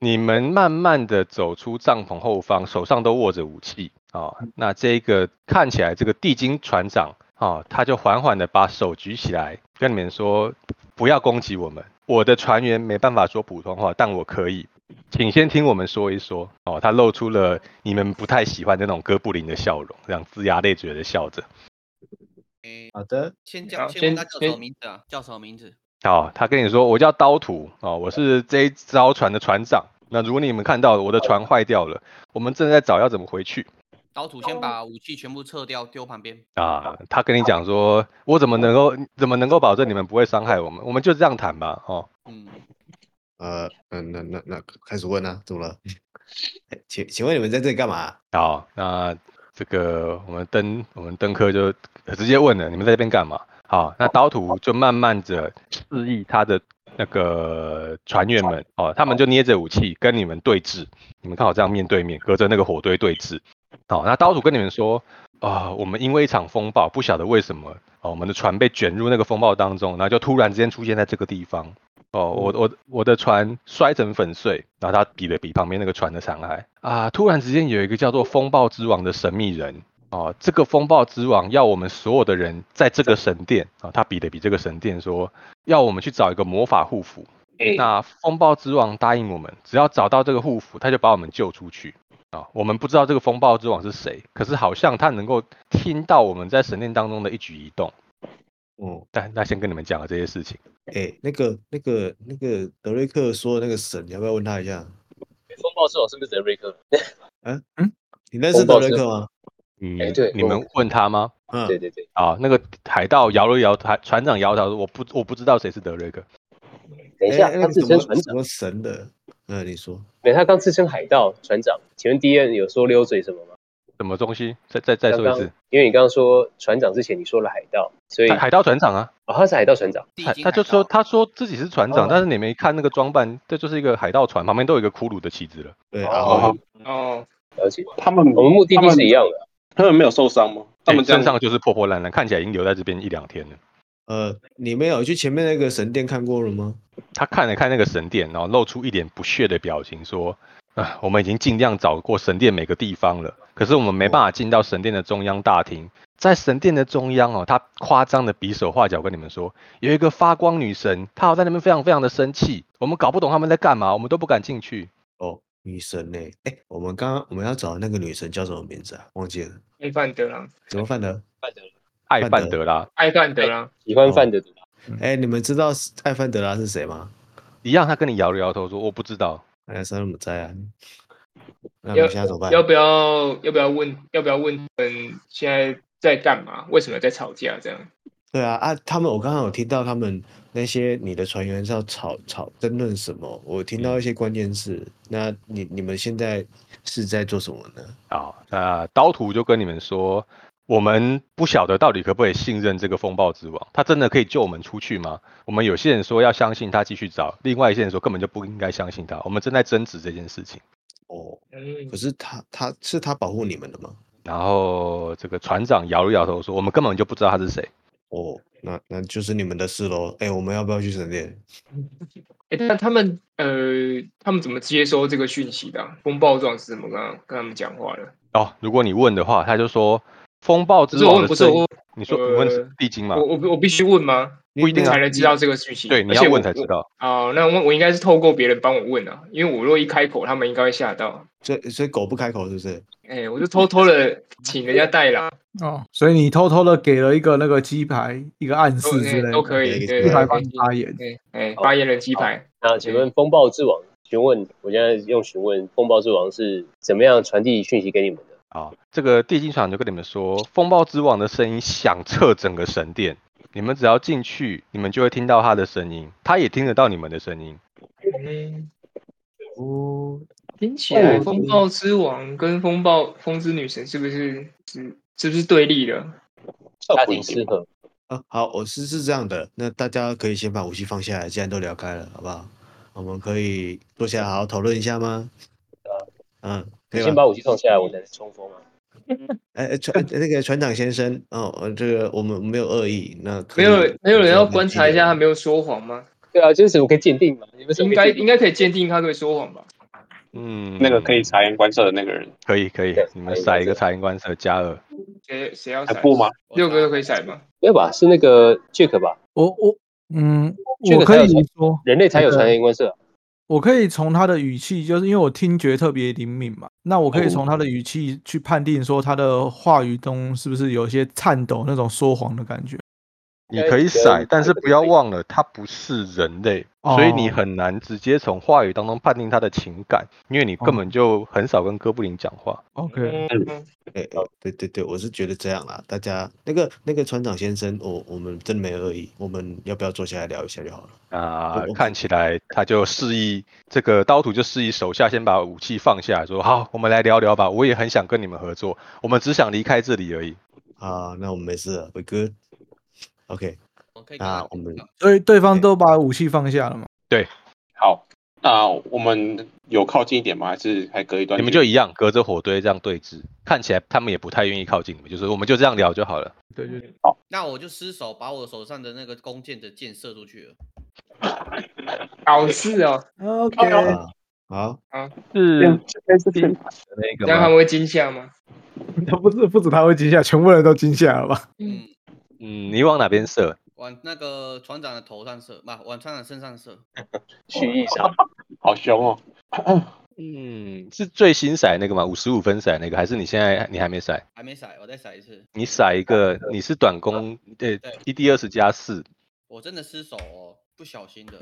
Speaker 1: 你们慢慢的走出帐篷后方，手上都握着武器啊、那这个看起来这个地精船长啊、他就缓缓的把手举起来，跟你们说不要攻击我们。我的船员没办法说普通话，但我可以，请先听我们说一说。哦，他露出了你们不太喜欢的那种哥布林的笑容，这样龇牙咧嘴的笑着。
Speaker 8: 好的，
Speaker 4: 先
Speaker 5: 好
Speaker 4: 叫先
Speaker 5: 先
Speaker 4: 问他叫什
Speaker 5: 先
Speaker 4: 么名字啊？叫什么名字？
Speaker 1: 好，哦他跟你说我叫刀徒哦，我是这一艘船的船长。那如果你们看到我的船坏掉了，我们正在找要怎么回去
Speaker 4: 岛主
Speaker 1: 哦
Speaker 4: 先把武器全部撤掉，丢旁边。
Speaker 1: 啊。他跟你讲说，我怎么能够怎么能够保证你们不会伤害我们？我们就这样谈吧。哦，
Speaker 4: 嗯，
Speaker 8: 呃，那那那那开始问啊，怎么了？哎请请问你们在这里干嘛啊？
Speaker 1: 好，那这个我们登我们登科就直接问了，你们在这边干嘛？好，那刀徒就慢慢的示意他的那个船员们哦，他们就捏着武器跟你们对峙，你们刚好这样面对面，隔着那个火堆对峙。好，那刀主跟你们说，啊、我们因为一场风暴，不晓得为什么，哦，我们的船被卷入那个风暴当中，然后就突然之间出现在这个地方。
Speaker 9: 嗯
Speaker 1: 哦，我我我的船摔成粉碎，然后他比了比旁边那个船的残骸啊，突然之间有一个叫做风暴之王的神秘人哦，这个风暴之王要我们所有的人在这个神殿啊、哦，他比了比这个神殿说，要我们去找一个魔法护符。
Speaker 9: 嗯
Speaker 1: 那风暴之王答应我们，只要找到这个护符，他就把我们救出去啊、我们不知道这个风暴之王是谁，可是好像他能够听到我们在神殿当中的一举一动。
Speaker 8: 哦，
Speaker 1: 但那先跟你们讲了这些事情。
Speaker 8: 哎，那个那个那个德瑞克说的那个神，你要不要问他一下？
Speaker 9: 风暴这种是不是德瑞克？
Speaker 8: 你认识
Speaker 9: 风暴
Speaker 8: 德
Speaker 9: 是
Speaker 8: 瑞克吗？
Speaker 1: 嗯，
Speaker 9: 哎对
Speaker 1: 你
Speaker 9: 我
Speaker 1: 们问他吗？
Speaker 8: 嗯
Speaker 9: 对，对对，
Speaker 1: 啊，那个海盗摇了摇头，海船长摇头说：“我不，我不知道谁是德瑞克。
Speaker 9: 等一
Speaker 8: 哎
Speaker 9: 下，
Speaker 8: 那
Speaker 9: 他
Speaker 8: 个
Speaker 9: 自
Speaker 8: 什么
Speaker 9: 称船
Speaker 8: 什
Speaker 9: 长，
Speaker 8: 么神的？嗯，你说
Speaker 9: 没，他刚自称海盗船长。请问 D N 有说溜嘴什么吗？”
Speaker 1: 什么东西？再再再
Speaker 9: 刚
Speaker 1: 说一
Speaker 9: 刚
Speaker 1: 次。
Speaker 9: 因为你刚刚说船长之前你说了海盗，所以
Speaker 1: 海海盗船长啊，
Speaker 9: 哦他是海盗船长。
Speaker 4: 地
Speaker 1: 他
Speaker 4: 精
Speaker 1: 他
Speaker 4: 海
Speaker 1: 就说
Speaker 4: 盗
Speaker 1: 他说自己是船长，
Speaker 9: 哦
Speaker 1: 但是你没看那个装扮，这就是一个海盗船，旁边都有一个骷髅的旗子了。
Speaker 8: 对，啊
Speaker 9: 哦
Speaker 8: 然后
Speaker 5: 哦，
Speaker 9: 了解，
Speaker 2: 他们
Speaker 9: 我们嗯目的地是一样的。
Speaker 2: 他们没有受伤吗？他们
Speaker 1: 哎
Speaker 2: 这样
Speaker 1: 身上就是破破烂烂，看起来已经留在这边一两天了。
Speaker 8: 呃，你们有去前面那个神殿看过了吗？
Speaker 1: 他看了看那个神殿，然后露出一脸不屑的表情，说：“啊，我们已经尽量找过神殿每个地方了，可是我们没办法进到神殿的中央大厅。在神殿的中央哦，他夸张的比手画脚跟你们说，有一个发光女神，她好在那边非常非常的生气，我们搞不懂他们在干嘛，我们都不敢进去。
Speaker 8: 哦，女神呢、哎、我们刚刚我们要找的那个女神叫什么名字啊？忘记了，
Speaker 5: 艾范德朗，
Speaker 8: 怎么范德？
Speaker 9: 范德拉，
Speaker 1: 艾
Speaker 8: 范
Speaker 1: 范
Speaker 8: 德
Speaker 1: 德拉
Speaker 5: 艾范德朗，
Speaker 9: 喜欢范德拉，
Speaker 8: 哎、你们知道是艾范德拉是谁吗？
Speaker 1: 一样，他跟你摇了摇头说我不知道。
Speaker 8: 哎呀，山姆在啊。那我
Speaker 5: 要
Speaker 8: 们现在怎么办？
Speaker 5: 要不要要不要问要不要问嗯现在在干嘛？为什么在吵架？这样
Speaker 8: 对啊啊！他们我刚刚有听到他们那些你的船员是要吵吵争论什么？我听
Speaker 9: 嗯
Speaker 8: 到一些关键字。那你你们现在是在做什么呢？
Speaker 1: 好，那刀徒就跟你们说，我们不晓得到底可不可以信任这个风暴之王，他真的可以救我们出去吗？我们有些人说要相信他继续找，另外一些人说根本就不应该相信他。我们正在争执这件事情。
Speaker 8: 哦，
Speaker 5: 嗯
Speaker 8: 可是他他是他保护你们的吗？
Speaker 1: 然后这个船长摇了摇头说，我们根本就不知道他是谁。
Speaker 8: 哦，那那就是你们的事喽。哎，我们要不要去神殿？
Speaker 5: 哎、但他们呃他们怎么接收这个讯息的啊、风暴壮士怎么跟他跟他们讲话的？
Speaker 1: 哦，如果你问的话，他就说风暴
Speaker 5: 不是
Speaker 1: 之
Speaker 5: 我
Speaker 1: 王的
Speaker 5: 问，不是
Speaker 1: 声
Speaker 5: 我
Speaker 1: 音
Speaker 5: 问，。
Speaker 1: 你说你问是
Speaker 5: 呃
Speaker 1: 地精吗
Speaker 5: 我？我我必须问吗？
Speaker 8: 不一定啊
Speaker 5: 才能知道这个讯息。
Speaker 1: 对，你
Speaker 5: 而
Speaker 1: 要
Speaker 5: 且我
Speaker 1: 问才知。道。
Speaker 5: 我哦、那我我应该是透过别人帮我问啊，因为我若一开口，他们应该会吓到。
Speaker 8: 所以所以狗不开口是不是？
Speaker 5: 哎、我就偷偷的请人家代劳，
Speaker 3: 哦，所以你偷偷的给了一个那个鸡排一个暗示
Speaker 5: 都
Speaker 3: 之
Speaker 5: 哎
Speaker 3: 类
Speaker 5: 都
Speaker 3: 的，
Speaker 5: 可以，
Speaker 8: 给
Speaker 5: 对
Speaker 3: 鸡
Speaker 5: 对
Speaker 3: 排
Speaker 5: 对
Speaker 3: 帮你发言。
Speaker 5: 对，哎、
Speaker 9: 好
Speaker 5: 发言人鸡排。
Speaker 9: 那请问风暴之王，询问我现在用询问风暴之王是怎么样传递讯息给你们的？
Speaker 1: 好，这个地精船就跟你们说，风暴之王的声音响彻整个神殿。你们只要进去，你们就会听到他的声音，他也听得到你们的声音。
Speaker 5: 嗯，
Speaker 8: 哦，
Speaker 5: 听起来
Speaker 8: 哦
Speaker 5: 风暴之王跟风暴风之女神是不是是是不是对立的？
Speaker 9: 家
Speaker 6: 效果
Speaker 9: 庭
Speaker 6: 一
Speaker 9: 适
Speaker 6: 定
Speaker 9: 合，
Speaker 8: 啊，好，我是是这样的，那大家可以先把武器放下来，既然都聊开了，好不好？我们可以坐下来好好讨论一下吗？
Speaker 9: 对啊
Speaker 8: 嗯，可
Speaker 9: 你
Speaker 8: 以
Speaker 9: 先
Speaker 8: 吧？
Speaker 9: 把武器放下来，我才能冲锋啊。
Speaker 8: 哎哎，船哎那个船长先生，哦，呃这个我们没有恶意，那可
Speaker 5: 没有
Speaker 8: 以啊
Speaker 5: 没有人
Speaker 8: 就
Speaker 5: 要
Speaker 8: 是
Speaker 5: 观
Speaker 8: 拘
Speaker 5: 察一
Speaker 8: 留
Speaker 5: 下他没有说谎吗？
Speaker 9: 对啊，就是我可以鉴定嘛，你们是
Speaker 5: 应
Speaker 9: 不是
Speaker 5: 该
Speaker 9: 可以鉴定
Speaker 5: 应该可以鉴定他可以说谎吧？
Speaker 1: 嗯，
Speaker 2: 那个可以察言观色的那个人，
Speaker 1: 可以可以
Speaker 9: 对，
Speaker 1: 你们
Speaker 9: 察
Speaker 1: 甩一
Speaker 9: 言观色
Speaker 1: 个察言观色加二。
Speaker 5: 谁谁要
Speaker 2: 还
Speaker 5: 闪？
Speaker 2: 不吗？
Speaker 4: 我
Speaker 5: 六个
Speaker 4: 打
Speaker 5: 都可以闪吗？
Speaker 9: 没有吧？是那个 Jack 吧？
Speaker 3: 我我嗯，
Speaker 9: 这
Speaker 3: 我
Speaker 9: 个
Speaker 3: 可
Speaker 9: 才有
Speaker 3: 以
Speaker 9: 传
Speaker 3: 说，
Speaker 9: 人类才有
Speaker 3: 那个
Speaker 9: 传言观色啊，
Speaker 3: 我可以从他的语气，就是因为我听觉特别灵敏嘛，那我可
Speaker 5: 哦
Speaker 3: 以
Speaker 2: 嗯
Speaker 3: 从他的语气去判定说他的话语中是不是有一些颤抖那种说谎的感觉。
Speaker 1: 你可以
Speaker 9: 该
Speaker 1: 甩，但是不要忘了，他不是人类，所以你
Speaker 3: 哦
Speaker 1: 很难直接从话语当中判定他的情感，因为你根
Speaker 3: 哦
Speaker 1: 本就很少跟哥布林讲话。
Speaker 3: OK，
Speaker 5: 嗯，
Speaker 8: 哎、哎对对对，我是觉得这样啦。大家那个那个船长先生，我我们真的没有恶意，我们要不要坐下来聊一下就好了？
Speaker 1: 啊、
Speaker 8: 我我
Speaker 1: 看起来他就示意这个刀徒就示意手下先把武器放下，说好，我们来聊聊吧。我也很想跟你们合作，我们只想离开这里而已。
Speaker 8: 啊，那我们没事了，we good。OK，
Speaker 4: 我可以
Speaker 8: 那
Speaker 1: 啊
Speaker 4: 看
Speaker 8: 我们
Speaker 3: 所以对
Speaker 8: 对
Speaker 3: 方都把武器放下了嘛？
Speaker 2: 好，那我们有靠近一点吗？还是还隔一段
Speaker 1: 你
Speaker 2: 距离？
Speaker 1: 们就一样，隔着火堆这样对峙，看起来他们也不太愿意靠近你们，就是我们就这样聊就好了。
Speaker 3: 对对对，
Speaker 4: 那我就失手把我手上的那个弓箭的箭射出去了。
Speaker 5: 搞事哦，
Speaker 1: 嗯
Speaker 3: OK，
Speaker 8: 啊，好，
Speaker 9: 啊
Speaker 1: 是
Speaker 2: 是
Speaker 1: 那
Speaker 5: 这
Speaker 1: 个
Speaker 5: 样他
Speaker 1: 吗？
Speaker 5: 们会惊吓吗？
Speaker 3: 不是不止他会惊吓，全部人都惊吓了吧？
Speaker 5: 嗯
Speaker 4: 嗯，
Speaker 1: 嗯，你往哪边射？
Speaker 4: 往那个船长的头上射，不，往船长身上射。
Speaker 9: 蓄意杀。
Speaker 2: 好凶哦！
Speaker 1: 嗯，是最新骰那个吗？五十五分骰那个，还是你现在你还没骰？
Speaker 4: 还没甩，我再甩一次。
Speaker 1: 你骰一个，你是短弓，对，一 d 二十加四，
Speaker 4: 我真的失手哦，不小心的。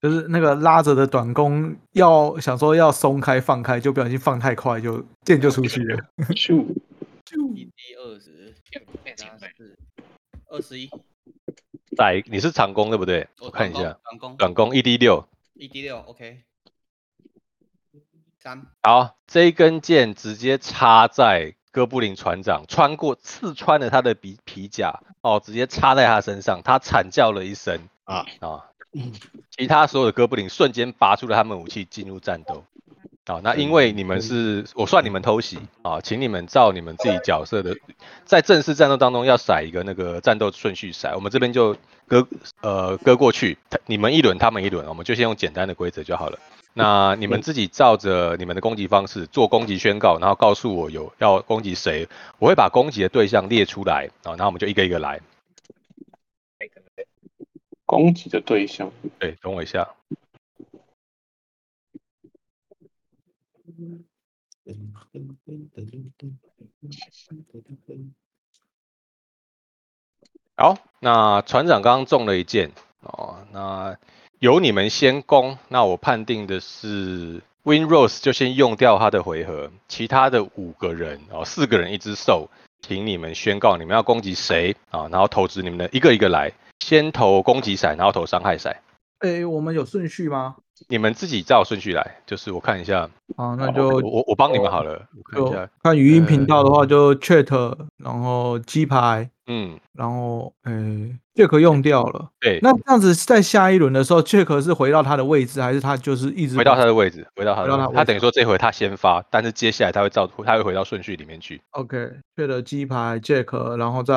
Speaker 3: 就是那个拉着的短弓，要想说要松开放开，就不小心放太快，就箭就出去 了。
Speaker 2: 咻，
Speaker 4: 一 d 二十加四，二十一。
Speaker 1: 骰你是长弓对不对？
Speaker 4: 我
Speaker 1: 我看一下，
Speaker 4: 短弓，
Speaker 1: 短弓一 d 六。
Speaker 4: 一 d 六，OK。三，
Speaker 1: 好，这一根箭直接插在哥布林船长，穿过刺穿了他的皮皮甲，哦，直接插在他身上，他惨叫了一声
Speaker 8: 啊
Speaker 1: 啊！其他所有的哥布林瞬间拔出了他们武器，进入战斗。啊，那因为你们是我算你们偷袭啊，请你们照你们自己角色的，在正式战斗当中要甩一个那个战斗顺序甩，我们这边就割呃割过去，他你们一轮他们一轮，我们就先用简单的规则就好了。那你们自己照着你们的攻击方式做攻击宣告，然后告诉我有要攻击谁，我会把攻击的对象列出来啊，然后我们就一个一个来。
Speaker 2: 攻击的对象
Speaker 1: 对，等我一下。好，那船长刚刚中了一箭哦，那由你们先攻。那我判定的是 Win Rose 就先用掉他的回合，其他的五个人哦，四个人一只兽，请你们宣告你们要攻击谁啊、然后投掷你们的一个一个来，先投攻击骰，然后投伤害骰。
Speaker 3: 哎，我们有顺序吗？
Speaker 1: 你们自己照顺序来，就是我看一下，
Speaker 3: 好，那
Speaker 1: 哦
Speaker 3: 就
Speaker 1: 我我我帮你们好了，我看一
Speaker 3: 就
Speaker 1: 下，
Speaker 3: 看语音频道的
Speaker 1: 呃
Speaker 3: 话，就 Chat，然后鸡排，
Speaker 1: 嗯，
Speaker 3: 然后诶，Jack 用掉了。
Speaker 1: 对，
Speaker 3: 那这样子，在下一轮的时候，Jack 是回到他的位置，还是他就是一直
Speaker 1: 回到
Speaker 3: 往
Speaker 1: 他的位置，回到他
Speaker 3: 回
Speaker 1: 的
Speaker 3: 到
Speaker 1: 位
Speaker 3: 他
Speaker 1: 置
Speaker 3: 的，位
Speaker 1: 他
Speaker 3: 置
Speaker 1: 等于说这回他先发，但是接下来他会照他会回到顺序里面去。
Speaker 3: ？OK，Jack 鸡排 Jack，然后再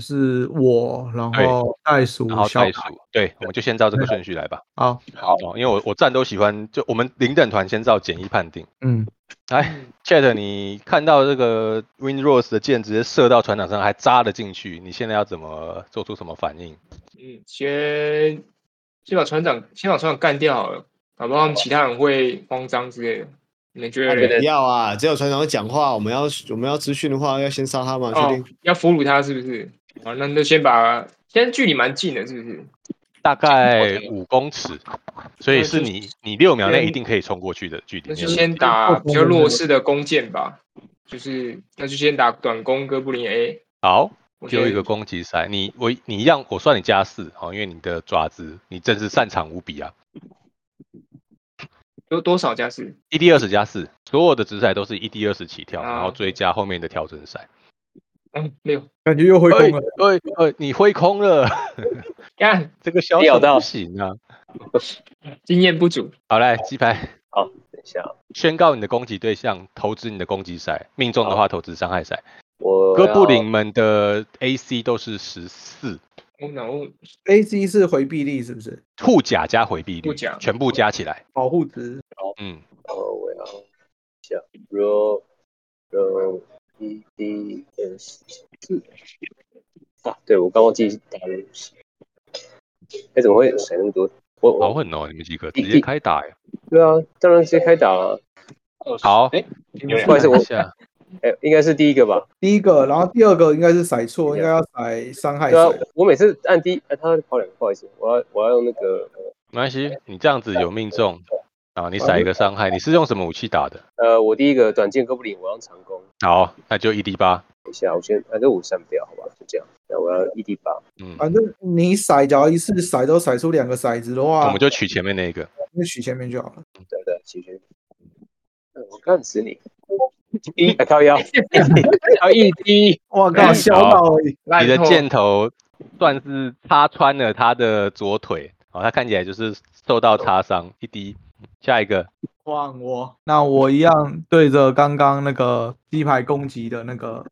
Speaker 3: 是我，然
Speaker 1: 对
Speaker 3: 后袋鼠
Speaker 1: 然后
Speaker 3: 小
Speaker 1: 袋
Speaker 3: 凯。
Speaker 1: 鼠，对，我们就先照这个
Speaker 3: 对
Speaker 1: 顺序来吧。
Speaker 3: 好，
Speaker 2: 好，
Speaker 1: 哦，因为我我战都喜欢，就我们零等团先照简易判定。
Speaker 3: 嗯，
Speaker 1: 来，Chat，你看到这个 Win Rose 的箭直接射到船长上，还扎了进去，你现在要怎么做出什么反应？
Speaker 5: 嗯，先先把船长先把船长干掉好了，搞不好其他人会慌张之类的。你们觉得嘞？
Speaker 9: 对
Speaker 8: 不要啊！只有船长讲话，我们要我们要资讯的话，要先杀他嘛，确
Speaker 5: 哦
Speaker 8: 定？，
Speaker 5: 要俘虏他是不是？好，那就先把，现在距离蛮近的，是不是？
Speaker 1: 大概
Speaker 9: 好像有
Speaker 1: 五公尺，所以
Speaker 5: 那
Speaker 1: 是
Speaker 5: 就
Speaker 1: 你你六秒内
Speaker 5: 先
Speaker 1: 一定可以冲过去的距离。
Speaker 5: 那
Speaker 1: 没
Speaker 5: 就
Speaker 1: 有问
Speaker 5: 先
Speaker 1: 题
Speaker 5: 打比较
Speaker 3: 攻的那
Speaker 5: 弱
Speaker 3: 个
Speaker 5: 势的弓箭吧，就是那就先打短弓哥布林 A。
Speaker 1: 好，
Speaker 5: 我觉
Speaker 1: 丢
Speaker 5: 得
Speaker 1: 一个攻击赛，你我你一样，我算你加四哦，因为你的爪子你真是擅长无比啊！
Speaker 5: 多多少加四？
Speaker 1: 一 d 二十加四，所有的直骰都是一 d 二十起跳，然
Speaker 5: 啊
Speaker 1: 后追加后面的调整赛。
Speaker 5: 嗯，六。
Speaker 3: 感觉又会
Speaker 1: 哎
Speaker 3: 攻了。
Speaker 1: 哎哎，你挥空了，
Speaker 5: 干，
Speaker 1: 这个小
Speaker 9: 秒
Speaker 1: 手
Speaker 9: 到
Speaker 1: 不行啊！
Speaker 5: 经验不足。
Speaker 1: 好来，鸡排
Speaker 9: 好，等一下啊，
Speaker 1: 宣告你的攻击对象，投掷你的攻击赛，命中的话投掷伤害赛。
Speaker 9: 我
Speaker 1: 哥布
Speaker 9: 要
Speaker 1: 林们的 AC 都是十四，
Speaker 5: 哦，然后
Speaker 3: A C 是回避力是不是？
Speaker 1: 护甲加回避
Speaker 5: 护
Speaker 1: 率
Speaker 5: 甲，
Speaker 1: 全部加起来。
Speaker 3: 保护值。
Speaker 1: 嗯，
Speaker 9: 哦，我要想 roll roll e d s 啊，对我刚忘记打了，哎，怎么会甩那么多？我
Speaker 1: 好
Speaker 9: 我
Speaker 1: 狠哦，你们几个
Speaker 9: 一
Speaker 1: 直接
Speaker 9: 一
Speaker 1: 开打耶！
Speaker 9: 对啊，当然直接开打了，
Speaker 1: 好，
Speaker 2: 哎，有
Speaker 9: 不好意思
Speaker 1: 看
Speaker 9: 我
Speaker 1: 一下，
Speaker 9: 哎，应该是第一个吧？
Speaker 3: 第一个，然后第二个应该是骰错，应
Speaker 9: 对啊
Speaker 3: 该要骰伤害
Speaker 9: 对啊
Speaker 3: 骰。，
Speaker 9: 我每次按第一，哎，他跑两个，不好意思，我要我要用那个
Speaker 1: 没关系，你这样子有命中啊，你甩一个伤害，你是用什么武器打的？
Speaker 9: 呃，我第一个短剑哥布林，我要用长弓。
Speaker 1: 好，那就一 d 八，
Speaker 9: 等一下，我先把这五删掉，好吧？就这样。那我要 E D 八，
Speaker 1: 嗯，
Speaker 3: 反正你骰，只要一次骰都骰出两个骰子的
Speaker 1: 我
Speaker 3: 话
Speaker 1: 们，就取前面那个。
Speaker 3: 就取前面就好了。
Speaker 9: 嗯对对，其实嗯我干死你！一啊靠 腰， 要 E D，
Speaker 3: 我
Speaker 5: 哎
Speaker 3: 靠，小脑而已
Speaker 1: 你
Speaker 5: 烂
Speaker 1: 的
Speaker 5: 透。
Speaker 1: 箭头算是插穿了他的左腿，哦，他看起来就是受到擦伤，一滴。下一个，
Speaker 3: 换我。那我一样对着刚刚那个鸡排攻击的那 个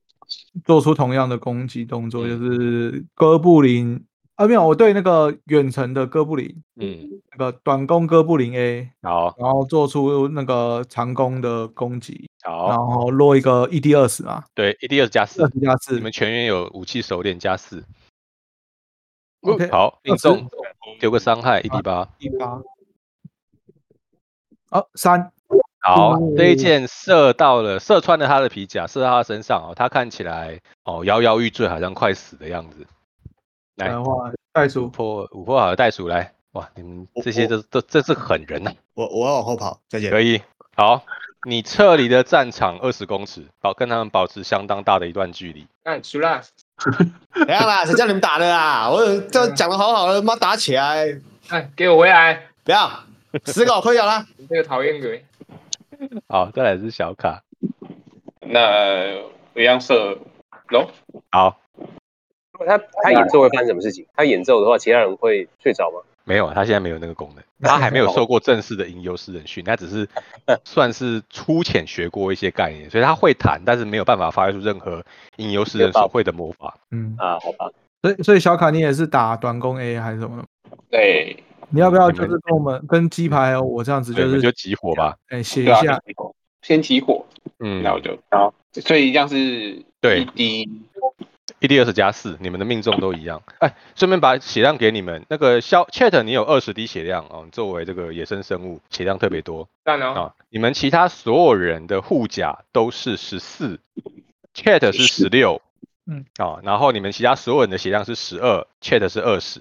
Speaker 3: 做出同样的攻击动作，
Speaker 1: 嗯
Speaker 3: 就是哥布林啊，没有，我对那个远程的哥布林，
Speaker 1: 嗯，
Speaker 3: 那个短弓哥布林 A，
Speaker 1: 好，
Speaker 3: 然后做出那个长弓的攻击，然
Speaker 1: 好，
Speaker 3: 后落一个 E D 二十嘛，
Speaker 1: 对，一滴二加四
Speaker 3: 二，十加
Speaker 1: 你
Speaker 3: 四
Speaker 1: 们全员有武器手链加四，
Speaker 3: ，OK，
Speaker 1: 好，命
Speaker 3: 20
Speaker 1: 中，丢个伤害，一滴八。
Speaker 3: 一八，哦，三，
Speaker 1: 好，这一
Speaker 3: 嗯
Speaker 1: 箭射到了，射穿了他的皮甲，射到他身上哦，他看起来哦摇摇欲坠，好像快死的样子。来
Speaker 3: 然后袋
Speaker 1: 五
Speaker 3: 鼠，
Speaker 1: 破五破好的袋鼠来，哇，你们
Speaker 8: 我
Speaker 1: 这些
Speaker 8: 我
Speaker 1: 都都这是狠人呐、啊
Speaker 8: 我我要往后跑，再见。
Speaker 1: 可以，好，你撤离的战场二十公尺，保跟他们保持相当大的一段距离。
Speaker 5: 干输啦，
Speaker 8: 等一下啦，谁叫你们打的啦？我这讲的好好的，妈打起来！
Speaker 5: 哎，给我回来！
Speaker 8: 不要，死狗快点啦！
Speaker 5: 你这个讨厌鬼。
Speaker 1: 好，再来是小卡，
Speaker 2: 那我一样射龙，
Speaker 1: 好，
Speaker 9: 如果他他演奏会发生什么事情？他演奏的话，其他人会睡着吗？
Speaker 1: 没有啊，他现在没有那个功能，他还没有受过正式的吟游诗人训，他只 是算是粗浅学过一些概念，所以他会弹，但是没有办法发挥出任何吟游诗人所会的魔法。
Speaker 3: 嗯，
Speaker 9: 啊，好吧，
Speaker 3: 所以所以小卡你也是打短弓 A 还是什么的？
Speaker 2: 对，
Speaker 3: 你要不
Speaker 1: 嗯
Speaker 3: 要
Speaker 1: 你
Speaker 3: 就是
Speaker 1: 们
Speaker 3: 跟我们跟鸡排还有我这样子
Speaker 1: 对，
Speaker 3: 就
Speaker 1: 我们
Speaker 3: 是
Speaker 1: 就集火吧。
Speaker 3: 哎写
Speaker 2: 对
Speaker 3: 一
Speaker 2: 啊，
Speaker 3: 下，
Speaker 2: 起火，先起火，
Speaker 1: 嗯
Speaker 2: 那，我就，然后所以一样是
Speaker 1: 对
Speaker 2: 一滴
Speaker 1: 一滴二十加四，你们的命中都一样。哎，顺便把血量给你们，那个消 Chat 你有二十滴血量哦，你作为这个野生生物，血量特别多
Speaker 5: 赞哦，
Speaker 1: 啊。你们其他所有人的护甲都是十四，Chat 是十六，
Speaker 3: 嗯
Speaker 1: 啊，然后你们其他所有人的血量是十二，Chat 是二十，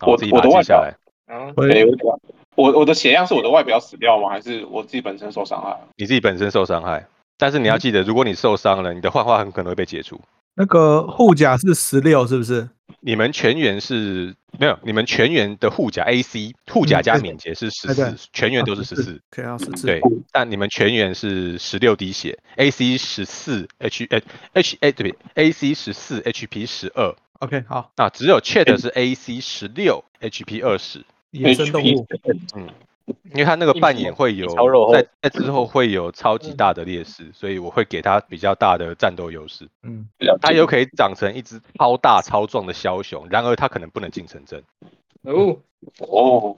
Speaker 2: 我
Speaker 1: 自己
Speaker 2: 我
Speaker 1: 把它
Speaker 2: 的外
Speaker 1: 记下
Speaker 2: 表
Speaker 1: 来。
Speaker 5: 嗯，
Speaker 3: 我
Speaker 2: 对，我我我的血量是我的外表死掉吗？还是我自己本身受伤害？
Speaker 1: 你自己本身受伤害，但是你
Speaker 3: 嗯
Speaker 1: 要记得，如果你受伤了，你的幻化很可能会被解除。
Speaker 3: 那个护甲是十六，是不是？
Speaker 1: 你们全员是没有，你们全员的护甲 AC 护甲
Speaker 3: 嗯
Speaker 1: 加
Speaker 3: 对
Speaker 1: 敏捷是十
Speaker 3: 对
Speaker 1: 四
Speaker 3: 对，
Speaker 1: 全员都是
Speaker 3: 啊
Speaker 1: 十四。
Speaker 3: 可以到十四。
Speaker 1: 嗯对，但你们全员是十六滴血，AC 十四，H H H A 对不对，AC 十四，HP 十二。
Speaker 3: ，OK，好，
Speaker 1: 那只有 Chat 是 AC 十六，HP 二十，
Speaker 3: 野生动物
Speaker 1: 因为他那个
Speaker 5: 硬
Speaker 1: 扮
Speaker 5: 皮
Speaker 1: 演会有
Speaker 9: 哦超肉厚
Speaker 1: 在在之后会有超级大的劣势，所以我会给他比较大的战斗优势。
Speaker 3: 嗯
Speaker 1: 他有可以长成一只超大超壮的枭雄，然而他可能不能进城镇。
Speaker 5: 哦，
Speaker 2: 哦，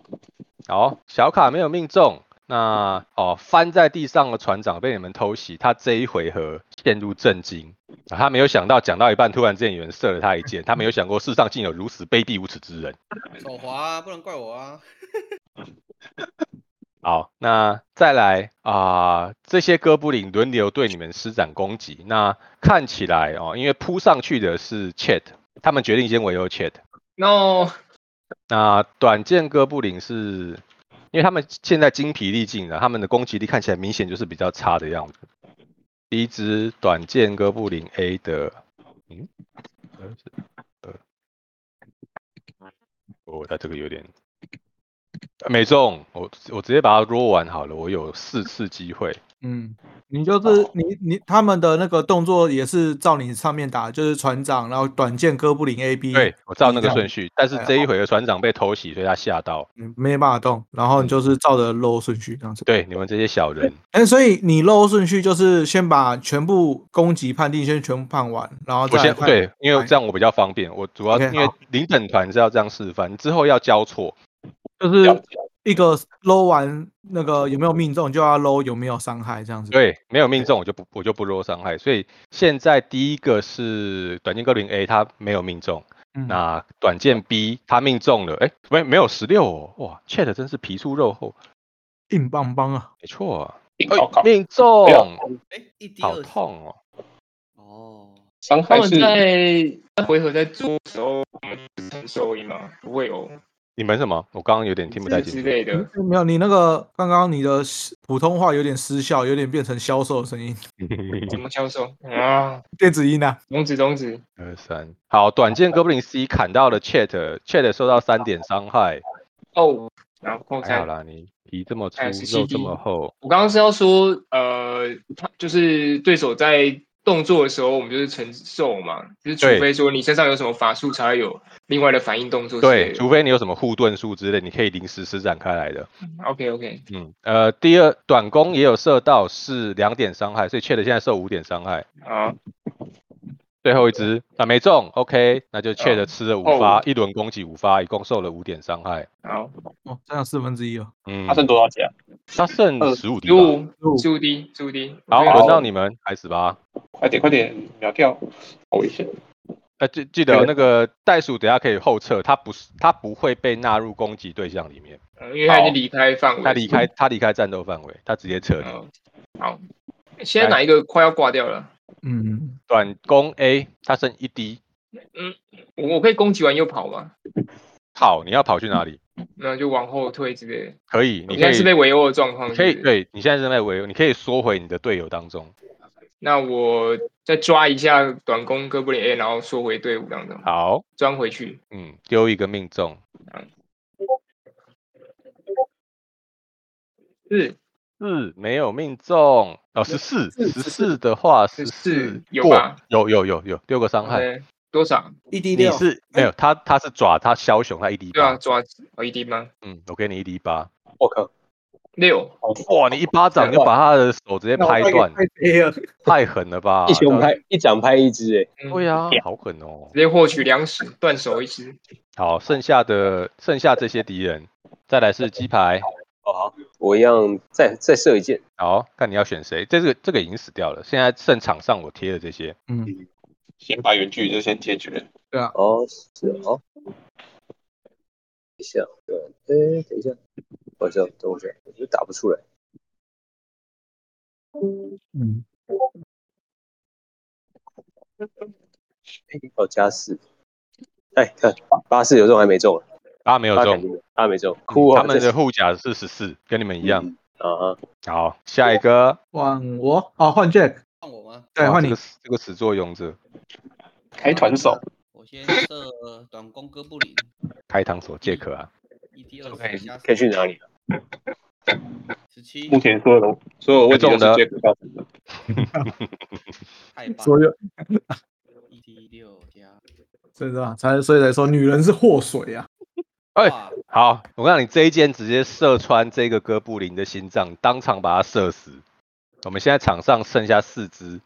Speaker 1: 好，小卡没有命中。那哦，翻在地上的船长被你们偷袭，他这一回合陷入震惊、啊他没有想到讲到一半，突然之间有人射了他一箭，他没有想过世上竟有如此卑鄙无耻之人。
Speaker 4: 手滑啊，不能怪我啊。
Speaker 1: 好，那再来啊、这些哥布林轮流对你们施展攻击。那看起来哦，因为扑上去的是 Chat，他们决定先围殴 Chat。
Speaker 5: 那
Speaker 1: 那短剑哥布林是，因为他们现在精疲力尽了，他们的攻击力看起来明显就是比较差的样子。第一只短剑哥布林 A 的，嗯，呃是呃，哦，他这个有点呃没中，我我直接把它 roll 完好了，我有四次机会。
Speaker 3: 嗯，你就是你你他们的那个动作也是照你上面打，就是船长，然后短剑哥布林 A B，
Speaker 1: 对，，我照那个
Speaker 3: 这样
Speaker 1: 顺序，但是
Speaker 3: 哎
Speaker 1: 这一
Speaker 3: 好
Speaker 1: 回的船长被偷袭，所以他吓到。
Speaker 3: 你嗯没办法动，然后你就是照着漏顺序这样
Speaker 1: 嗯
Speaker 3: 子。
Speaker 1: 对，你们这些小人，
Speaker 3: 哎、所以你漏顺序就是先把全部攻击判定先全部判完，然后
Speaker 1: 我
Speaker 3: 哦再来
Speaker 1: 先
Speaker 3: 看
Speaker 1: 对，因为
Speaker 3: 哎
Speaker 1: 这样我比较方便。我主要
Speaker 3: OK，
Speaker 1: 因为
Speaker 3: 好
Speaker 1: 零等团是要这样示范，之后要交错。
Speaker 3: 就是一个搂完那个有没有命中就要搂有没有伤害这样子。，
Speaker 1: 对，没有命中我就不我就不弱伤害。所以现在第一个是短剑哥林 A，他没有命中。
Speaker 3: 嗯
Speaker 1: 那短剑 B 他命中了，哎，没没有十六哦，哇，Chat 真是皮粗肉厚，
Speaker 3: 硬邦邦啊！
Speaker 1: 没错、啊，
Speaker 2: 靠靠
Speaker 1: 哎，命中，
Speaker 4: 哎，一滴
Speaker 1: 好
Speaker 4: 二十。
Speaker 1: 痛哦。
Speaker 4: 哦，
Speaker 2: 伤
Speaker 5: 他
Speaker 2: 害
Speaker 5: 们
Speaker 2: 是
Speaker 5: 在在回合在做的时候，我们是承受赢吗？不会有
Speaker 1: 你们什么？我刚刚有点听不太
Speaker 5: 之
Speaker 1: 清楚。嗯
Speaker 5: 类的，
Speaker 3: 没有，你那个刚刚你的普通话有点失效，有点变成销售的声音，
Speaker 5: 怎么销售啊？
Speaker 3: 电子音啊。
Speaker 5: 种子种子，
Speaker 1: 二三，好，短剑哥布林 C 砍到了 Chat，Chat 受到三点伤害。
Speaker 5: 哦，然后
Speaker 1: 还
Speaker 5: 再
Speaker 1: 好啦，你皮这么粗
Speaker 5: 还有，
Speaker 1: 肉
Speaker 5: 17D
Speaker 1: 这么厚，
Speaker 5: 我刚刚是要说，呃，他就是对手在动作的时候，我们就是承受嘛，就是除
Speaker 1: 对
Speaker 5: 非说你身上有什么法术，才会有另外的反应动作之类
Speaker 1: 对，
Speaker 5: 的。
Speaker 1: 除非你有什么护盾术之类，你可以临时施展开来的。
Speaker 5: OK OK，
Speaker 1: 嗯，呃，第二短弓也有射到，是两点伤害，所以 Chat 现在受五点伤害。
Speaker 5: 好，
Speaker 1: 最后一只啊没中，OK，那就 Chat
Speaker 5: 哦
Speaker 1: 吃了五
Speaker 5: 哦
Speaker 1: 发，一轮攻击五发，一共受了五点伤害。
Speaker 5: 好，
Speaker 3: 哦，这样四分之一哦。
Speaker 1: 嗯
Speaker 2: 他，剩多少血啊？
Speaker 1: 他剩
Speaker 2: 呃
Speaker 1: 十五滴
Speaker 5: 十
Speaker 1: 吧。
Speaker 5: 五
Speaker 3: 15
Speaker 5: 十五滴十五滴，
Speaker 1: 好，
Speaker 5: 我这个
Speaker 1: 轮到你们开始吧。
Speaker 2: 快点快点秒掉，好危险！
Speaker 1: 呃，记记得哦那个袋鼠等下可以后撤，它不是它不会被纳入攻击对象里面，
Speaker 5: 呃因为他已经离开范围，
Speaker 1: 它离开它离开战斗范围，它直接撤离。
Speaker 5: 好。好，现在哪一个快要挂掉了？
Speaker 3: 嗯，
Speaker 1: 短弓 A，它剩一滴，
Speaker 5: 我我可以攻击完又跑吗？
Speaker 1: 跑，你要跑去哪里？
Speaker 5: 那就往后退之类的。
Speaker 1: 可以，你
Speaker 5: 我现
Speaker 1: 可
Speaker 5: 在是被
Speaker 1: 以，
Speaker 5: 围殴的状况，
Speaker 1: 你可以，
Speaker 5: 是不是
Speaker 1: 对你现在正在围殴，你可以缩回你的队友当中。
Speaker 5: 那我再抓一下短弓哥布林 A，然后缩回队伍当中，
Speaker 1: 好，
Speaker 5: 装回去。
Speaker 1: 嗯，丢一个命中，
Speaker 5: 是
Speaker 1: 四没有命中，哦，十四，十四的话，十四
Speaker 5: 14有
Speaker 1: 过
Speaker 5: 吧，
Speaker 1: 有有有有六个伤害。
Speaker 5: OK，多少？
Speaker 3: 一滴
Speaker 1: 你
Speaker 3: 六
Speaker 1: 是没有他，他是爪，他枭雄，他一滴
Speaker 5: 对啊，
Speaker 1: 八，
Speaker 5: 抓哦一滴吗？
Speaker 1: 嗯，我给你一滴八，
Speaker 7: 我靠，
Speaker 5: 六，
Speaker 1: 哇，你一巴掌就把他的手直接拍断，
Speaker 3: A 了。
Speaker 1: 太狠了吧？
Speaker 7: 一熊
Speaker 1: 到
Speaker 7: 拍一掌拍一只，
Speaker 9: 欸
Speaker 7: 哎，
Speaker 5: 嗯
Speaker 1: 对呀、好狠哦
Speaker 5: 直。接获取粮食，断手一只。
Speaker 1: 好，剩下的剩下这些敌人，再来是鸡排，
Speaker 7: 哦好，我一样再再射一箭，
Speaker 1: 好，看你要选谁。这个这个已经死掉了，现在剩场上我贴的这些。
Speaker 3: 嗯，
Speaker 2: 先把远距离就先解决。
Speaker 3: 对啊，
Speaker 9: 哦，是哦。等一下，对，哎，等一下，我这等我一下，我就打不出来。
Speaker 3: 嗯，
Speaker 9: 哦，加四。哎，看八四有中还没中啊，
Speaker 1: 啊，没有
Speaker 9: 八
Speaker 1: 中
Speaker 9: 肯。定的八没中，哭哦。
Speaker 1: 他们
Speaker 9: 这
Speaker 1: 的护甲是十四，跟你们一样。
Speaker 9: 啊哈，
Speaker 1: 好，下一个，
Speaker 3: 换我哦，换 Jack，
Speaker 4: 换我吗？
Speaker 3: 对，
Speaker 1: 哇
Speaker 3: 换
Speaker 1: 这
Speaker 3: 你
Speaker 1: 个。这个始作俑者，
Speaker 2: 开团手，
Speaker 4: 我先射短弓哥布林
Speaker 1: 开膛手杰克啊，
Speaker 4: 一 d 二
Speaker 6: 可以
Speaker 4: 十加
Speaker 9: 可以去哪里？啊
Speaker 4: 十七
Speaker 2: 目，前所有的所有问题都
Speaker 1: 中
Speaker 2: 是
Speaker 1: 的
Speaker 2: 杰克造成的。
Speaker 4: 太棒
Speaker 3: 所
Speaker 4: 了！
Speaker 3: 有
Speaker 4: 一 d 六加，
Speaker 3: 真的啊，才所以来说，女人是祸水啊。
Speaker 1: 哎
Speaker 4: 哇，
Speaker 1: 好，我告诉你，这一箭直接射穿这个哥布林的心脏，当场把他射死。我们现在场上剩下四只，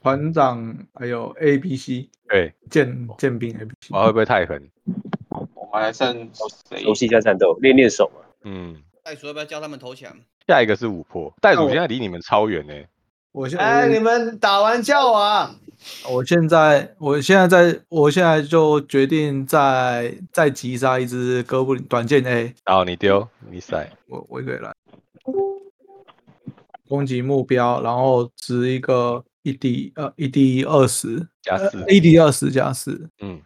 Speaker 3: 团长还有 A、B、C
Speaker 1: 对，
Speaker 3: 剑剑兵 A、B、C，
Speaker 1: 哇，会不会太狠？
Speaker 2: 我们还剩谁？
Speaker 9: 熟悉一下战斗，练练手嘛。
Speaker 1: 嗯，
Speaker 4: 袋鼠要不要叫他们投降？
Speaker 1: 下一个是五破，袋
Speaker 3: 那
Speaker 1: 鼠
Speaker 3: 我
Speaker 1: 现在离你们超远呢、
Speaker 3: 我现
Speaker 10: 哎，你
Speaker 3: 在
Speaker 10: 们打完叫我啊！
Speaker 3: 我现在我现在在我现在就决定再再击杀一只哥布林短剑 A，
Speaker 1: 然哦后你丢，你塞，
Speaker 3: 我我可以来攻击目标，然后值一个一 D 呃一 D 二十
Speaker 1: 加四
Speaker 3: 一 D 二十加四，
Speaker 1: 嗯，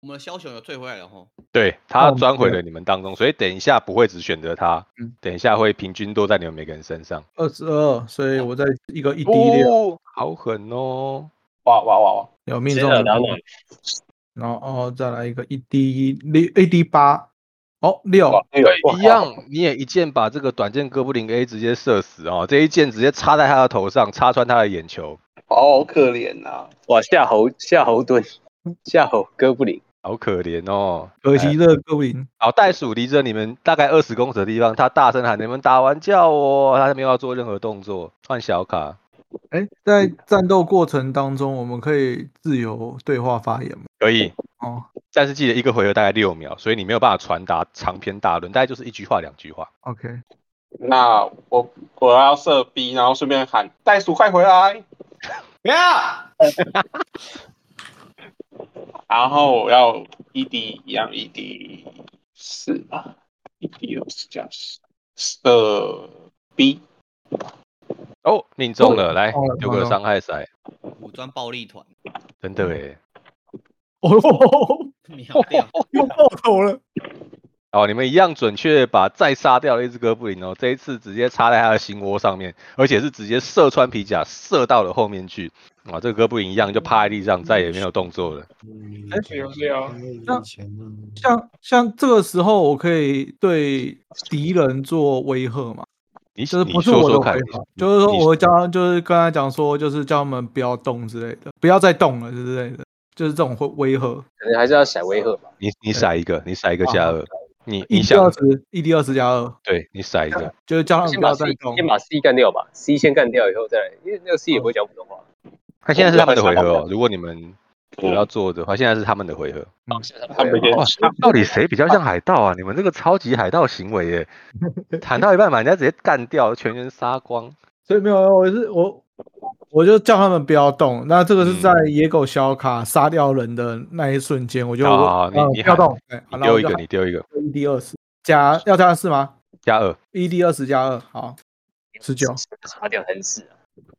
Speaker 4: 我们的枭雄有退回来了吼，
Speaker 1: 对
Speaker 3: 那
Speaker 1: 他
Speaker 3: 我们
Speaker 1: 钻回
Speaker 3: 就
Speaker 1: 了你们当中，所以等一下不会只选择他，
Speaker 3: 哦嗯
Speaker 1: 等一下会平均落在你们每个人身上。
Speaker 3: 二十二，所以我在一个一 D 六
Speaker 1: 哦，好狠哦！
Speaker 2: 哇哇哇哇！
Speaker 3: 有命
Speaker 9: 谁
Speaker 3: 中
Speaker 9: 打
Speaker 3: 的啊
Speaker 9: 打
Speaker 3: 部
Speaker 9: 哪
Speaker 3: 分，？然后哦再来一个一 D 六一 D 八，哦六
Speaker 2: 哇，那个哇
Speaker 1: 一样，你也一箭把这个短剑哥布林 A 直接射死哦，这一箭直接插在他的头上，插穿他的眼球，
Speaker 2: 好可怜呐、啊！
Speaker 9: 哇，夏侯夏侯惇，夏侯哥布林，
Speaker 1: 好可怜哦。
Speaker 3: 可惜这个哥布林
Speaker 1: 好，袋鼠离着你们大概二十公尺的地方，它大声喊：“你们打完叫我！”它没有要做任何动作。换小卡
Speaker 3: 哎，在战斗过程当中，我们可以自由对话发言吗？
Speaker 1: 可以，
Speaker 3: 哦
Speaker 1: 但是记得一个回合大概六秒，所以你没有办法传达长篇大论，大概就是一句话、两句话。
Speaker 3: ，OK，
Speaker 2: 那我我要射 B，然后顺便喊袋鼠快回来，
Speaker 10: 不要，
Speaker 2: 然后我要一 D 一样一 D 四吧，一 D 二十加十，射 B
Speaker 1: 哦，命中了，来
Speaker 3: 中了
Speaker 1: 丢
Speaker 3: 中
Speaker 1: 个
Speaker 3: 了
Speaker 1: 伤害骰，
Speaker 4: 武装暴力团
Speaker 1: 真
Speaker 3: 嗯
Speaker 1: 的诶。
Speaker 3: 哦，
Speaker 4: 秒掉。
Speaker 3: 又爆头了，
Speaker 1: 哦，你们一样准确把再杀掉了一只哥布林哦，这一次直接插在他的心窝上面，而且是直接射穿皮甲，射到了后面去。啊、这个哥布林一样就趴在地上，再也没有动作了。
Speaker 5: 是有是有，
Speaker 3: 哎那像像这个时候，我可以对敌人做威吓嘛？
Speaker 1: 你
Speaker 3: 就是
Speaker 1: 你
Speaker 3: 不是
Speaker 1: 说
Speaker 3: 我的
Speaker 1: 说
Speaker 3: 回
Speaker 1: 看，
Speaker 3: 合，
Speaker 1: 你
Speaker 3: 就是说
Speaker 1: 你
Speaker 3: 我教，就是跟他讲说，就是叫他们不要动之类的，不要再动了之类的，就是这种会威吓。
Speaker 9: 可能还是要甩威吓吧。
Speaker 1: 你你甩一个，你甩一个
Speaker 3: 好
Speaker 1: 加
Speaker 3: 好
Speaker 1: 二，你
Speaker 3: 哦一
Speaker 1: 你
Speaker 3: D
Speaker 1: 想
Speaker 3: 二十，一 D 二十加二，
Speaker 1: 对你甩一个，
Speaker 3: 就是叫他们
Speaker 9: 先
Speaker 3: 不
Speaker 9: 把
Speaker 3: 要
Speaker 9: C
Speaker 3: 再动
Speaker 9: 先。把 C 干掉吧，C 先干掉以后再来，因为那个 C 也不会讲普通话。
Speaker 1: 那现在是他们的回合
Speaker 9: 我
Speaker 1: 哦。如果你们有要做的话，现在是他们的回合。
Speaker 2: 他们先
Speaker 1: 哇，哦到底谁比较像海盗啊？你们这个超级海盗行为耶！谈到一半把人家直接干掉，全员杀光。
Speaker 3: 所以没有，我是我，我就叫他们不要动。那这个是
Speaker 1: 嗯
Speaker 3: 在野狗小卡杀掉人的那一瞬间，我就
Speaker 1: 好
Speaker 3: 我
Speaker 1: 好好你
Speaker 3: 呃
Speaker 1: 你
Speaker 3: 不要
Speaker 1: 喊
Speaker 3: 动，对，
Speaker 1: 你
Speaker 3: 好
Speaker 1: 丢一个，你丢一个，
Speaker 3: 一 D 二十加要加四吗？
Speaker 1: 加二。
Speaker 3: 一 D 二十加二，好，十九。
Speaker 9: 差点很死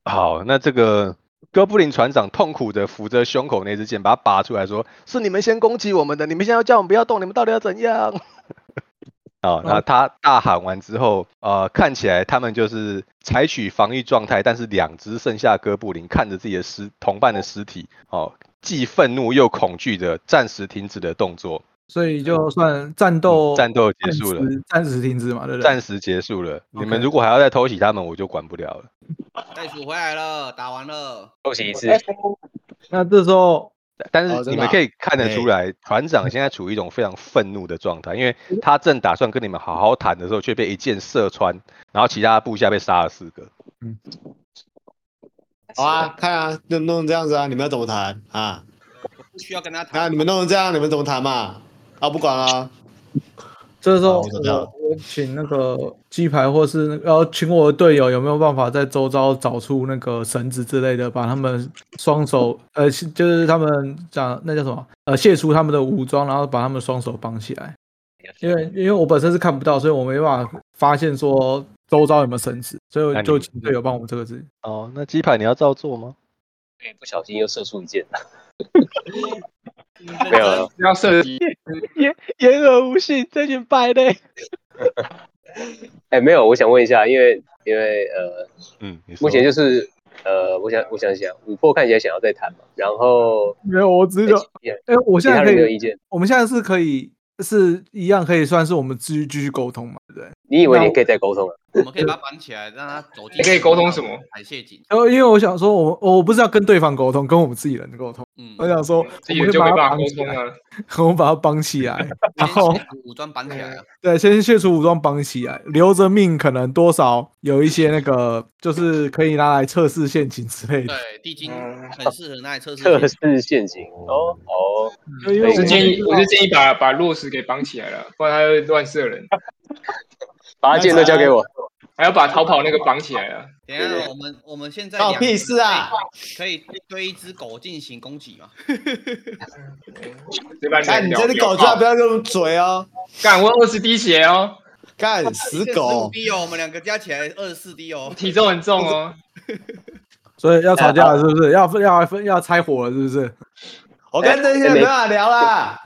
Speaker 9: 啊，
Speaker 1: 好，那这个哥布林船长痛苦的扶着胸口那支箭，把它拔出来说：“是你们先攻击我们的，你们现在要叫我们不要动，你们到底要怎样？” 好，
Speaker 3: 哦
Speaker 1: 那他大喊完之后，呃，看起来他们就是采取防御状态，但是两只剩下哥布林看着自己的尸同伴的尸体，哦，既愤怒又恐惧的暂时停止了动作，
Speaker 3: 所以就算战斗、
Speaker 1: 嗯战斗结束了，
Speaker 3: 哦暂时停止嘛，对不对？
Speaker 1: 暂时结束了。你们
Speaker 3: OK
Speaker 1: 如果还要再偷袭他们，我就管不了了。
Speaker 4: 袋鼠回来了，打完了，
Speaker 9: 恭喜一次。
Speaker 5: 嗯
Speaker 3: 那这时候
Speaker 1: 但
Speaker 8: 哦
Speaker 1: 是
Speaker 8: 真
Speaker 1: 你
Speaker 8: 的
Speaker 1: 们
Speaker 8: 啊
Speaker 1: 可以看得
Speaker 8: 哎
Speaker 1: 出来，船长现在处于一种非常愤怒的状态，因为他正打算跟你们好好谈的时候，却被一箭射穿，然后其他部下被杀了四个。
Speaker 8: 好啊，看啊，弄弄这样子啊，你们要怎么谈啊？
Speaker 4: 不需要跟他
Speaker 8: 那
Speaker 4: 谈
Speaker 8: 啊你。们弄成这样，你们怎么谈嘛？啊，不管了、
Speaker 3: 这时候
Speaker 8: 我知道
Speaker 3: 我我请那个鸡排，或是那个呃，请我的队友有没有办法在周遭找出那个绳子之类的，把他们双手呃，就是他们讲那叫什么呃，卸除他们的武装，然后把他们双手绑起来。因为因为我本身是看不到，所以我没办法发现说周遭有没有绳子，所以
Speaker 1: 那
Speaker 3: 我
Speaker 1: 你
Speaker 3: 就请队友帮我这个字。
Speaker 1: 哦，那鸡排你要照做 吗？
Speaker 9: 哎、不小心又射出一箭了。
Speaker 7: 没有了，
Speaker 5: 要射击，
Speaker 1: 言言而无信，这群败 类。
Speaker 9: 哎、没有，我想问一下，因为因为呃，
Speaker 1: 嗯，你说
Speaker 9: 目前就是呃，我想我想想，五破看起来想要再谈嘛，然后
Speaker 3: 没有，我只是
Speaker 9: 也
Speaker 3: 哎、我现在
Speaker 9: 其他
Speaker 3: 可
Speaker 9: 人没有
Speaker 3: 以
Speaker 9: 意见。
Speaker 3: 我们现在是可以是一样可以算是我们继续继续沟通嘛，对不对？
Speaker 9: 你以为你
Speaker 3: 那
Speaker 9: 可以再沟通了？
Speaker 4: 我们可以把它绑起来，让它走进。
Speaker 5: 你可以沟通什么？
Speaker 4: 海蟹井。
Speaker 3: 然后因为我想说我，我不是要跟对方沟通，跟我们自己人沟通。
Speaker 4: 嗯，
Speaker 10: 哎
Speaker 3: 我想说，
Speaker 5: 这
Speaker 3: 我
Speaker 5: 也
Speaker 3: 们
Speaker 5: 就
Speaker 3: 把
Speaker 5: 没
Speaker 3: 它
Speaker 5: 办法
Speaker 3: 绑
Speaker 5: 沟
Speaker 3: 起
Speaker 5: 通啊
Speaker 3: 来，
Speaker 5: 了。
Speaker 3: 我们把它绑起来，然
Speaker 4: 先
Speaker 3: 后
Speaker 4: 先把武装绑起来啊，
Speaker 3: 对，先卸除武装绑起来，留着命，可能多少有一些那个，就是可以拿来测试陷阱之类的。
Speaker 4: 对，地精
Speaker 5: 嗯
Speaker 4: 很适合拿来测试
Speaker 9: 测
Speaker 4: 陷阱。
Speaker 9: 试陷阱哦，好哦，
Speaker 3: 就因
Speaker 5: 我
Speaker 3: 为
Speaker 5: 是
Speaker 3: 们
Speaker 5: 建议，
Speaker 3: 不知
Speaker 5: 我
Speaker 3: 道
Speaker 5: 是建议把把落石给绑起来了，不然他会乱射人。
Speaker 9: 把剑都交给我。
Speaker 5: 还要把逃跑那个绑起来了。
Speaker 4: 等一下，我们我们现在
Speaker 10: 关我
Speaker 4: 两
Speaker 10: 屁事啊！
Speaker 4: 可以对一只狗进行攻击嘛？
Speaker 5: 这把
Speaker 2: 哎
Speaker 10: 看你
Speaker 5: 聊
Speaker 10: 这只狗，最好不要用嘴哦！
Speaker 5: 干我二十滴血哦，
Speaker 10: 干死狗！
Speaker 4: D 哦，我们两个加起来二十四 D 哦。
Speaker 5: 体重很重哦。
Speaker 3: 所以要吵架了，是不是？要要要要拆伙了，是不是？
Speaker 10: 我跟这些没办法聊啦。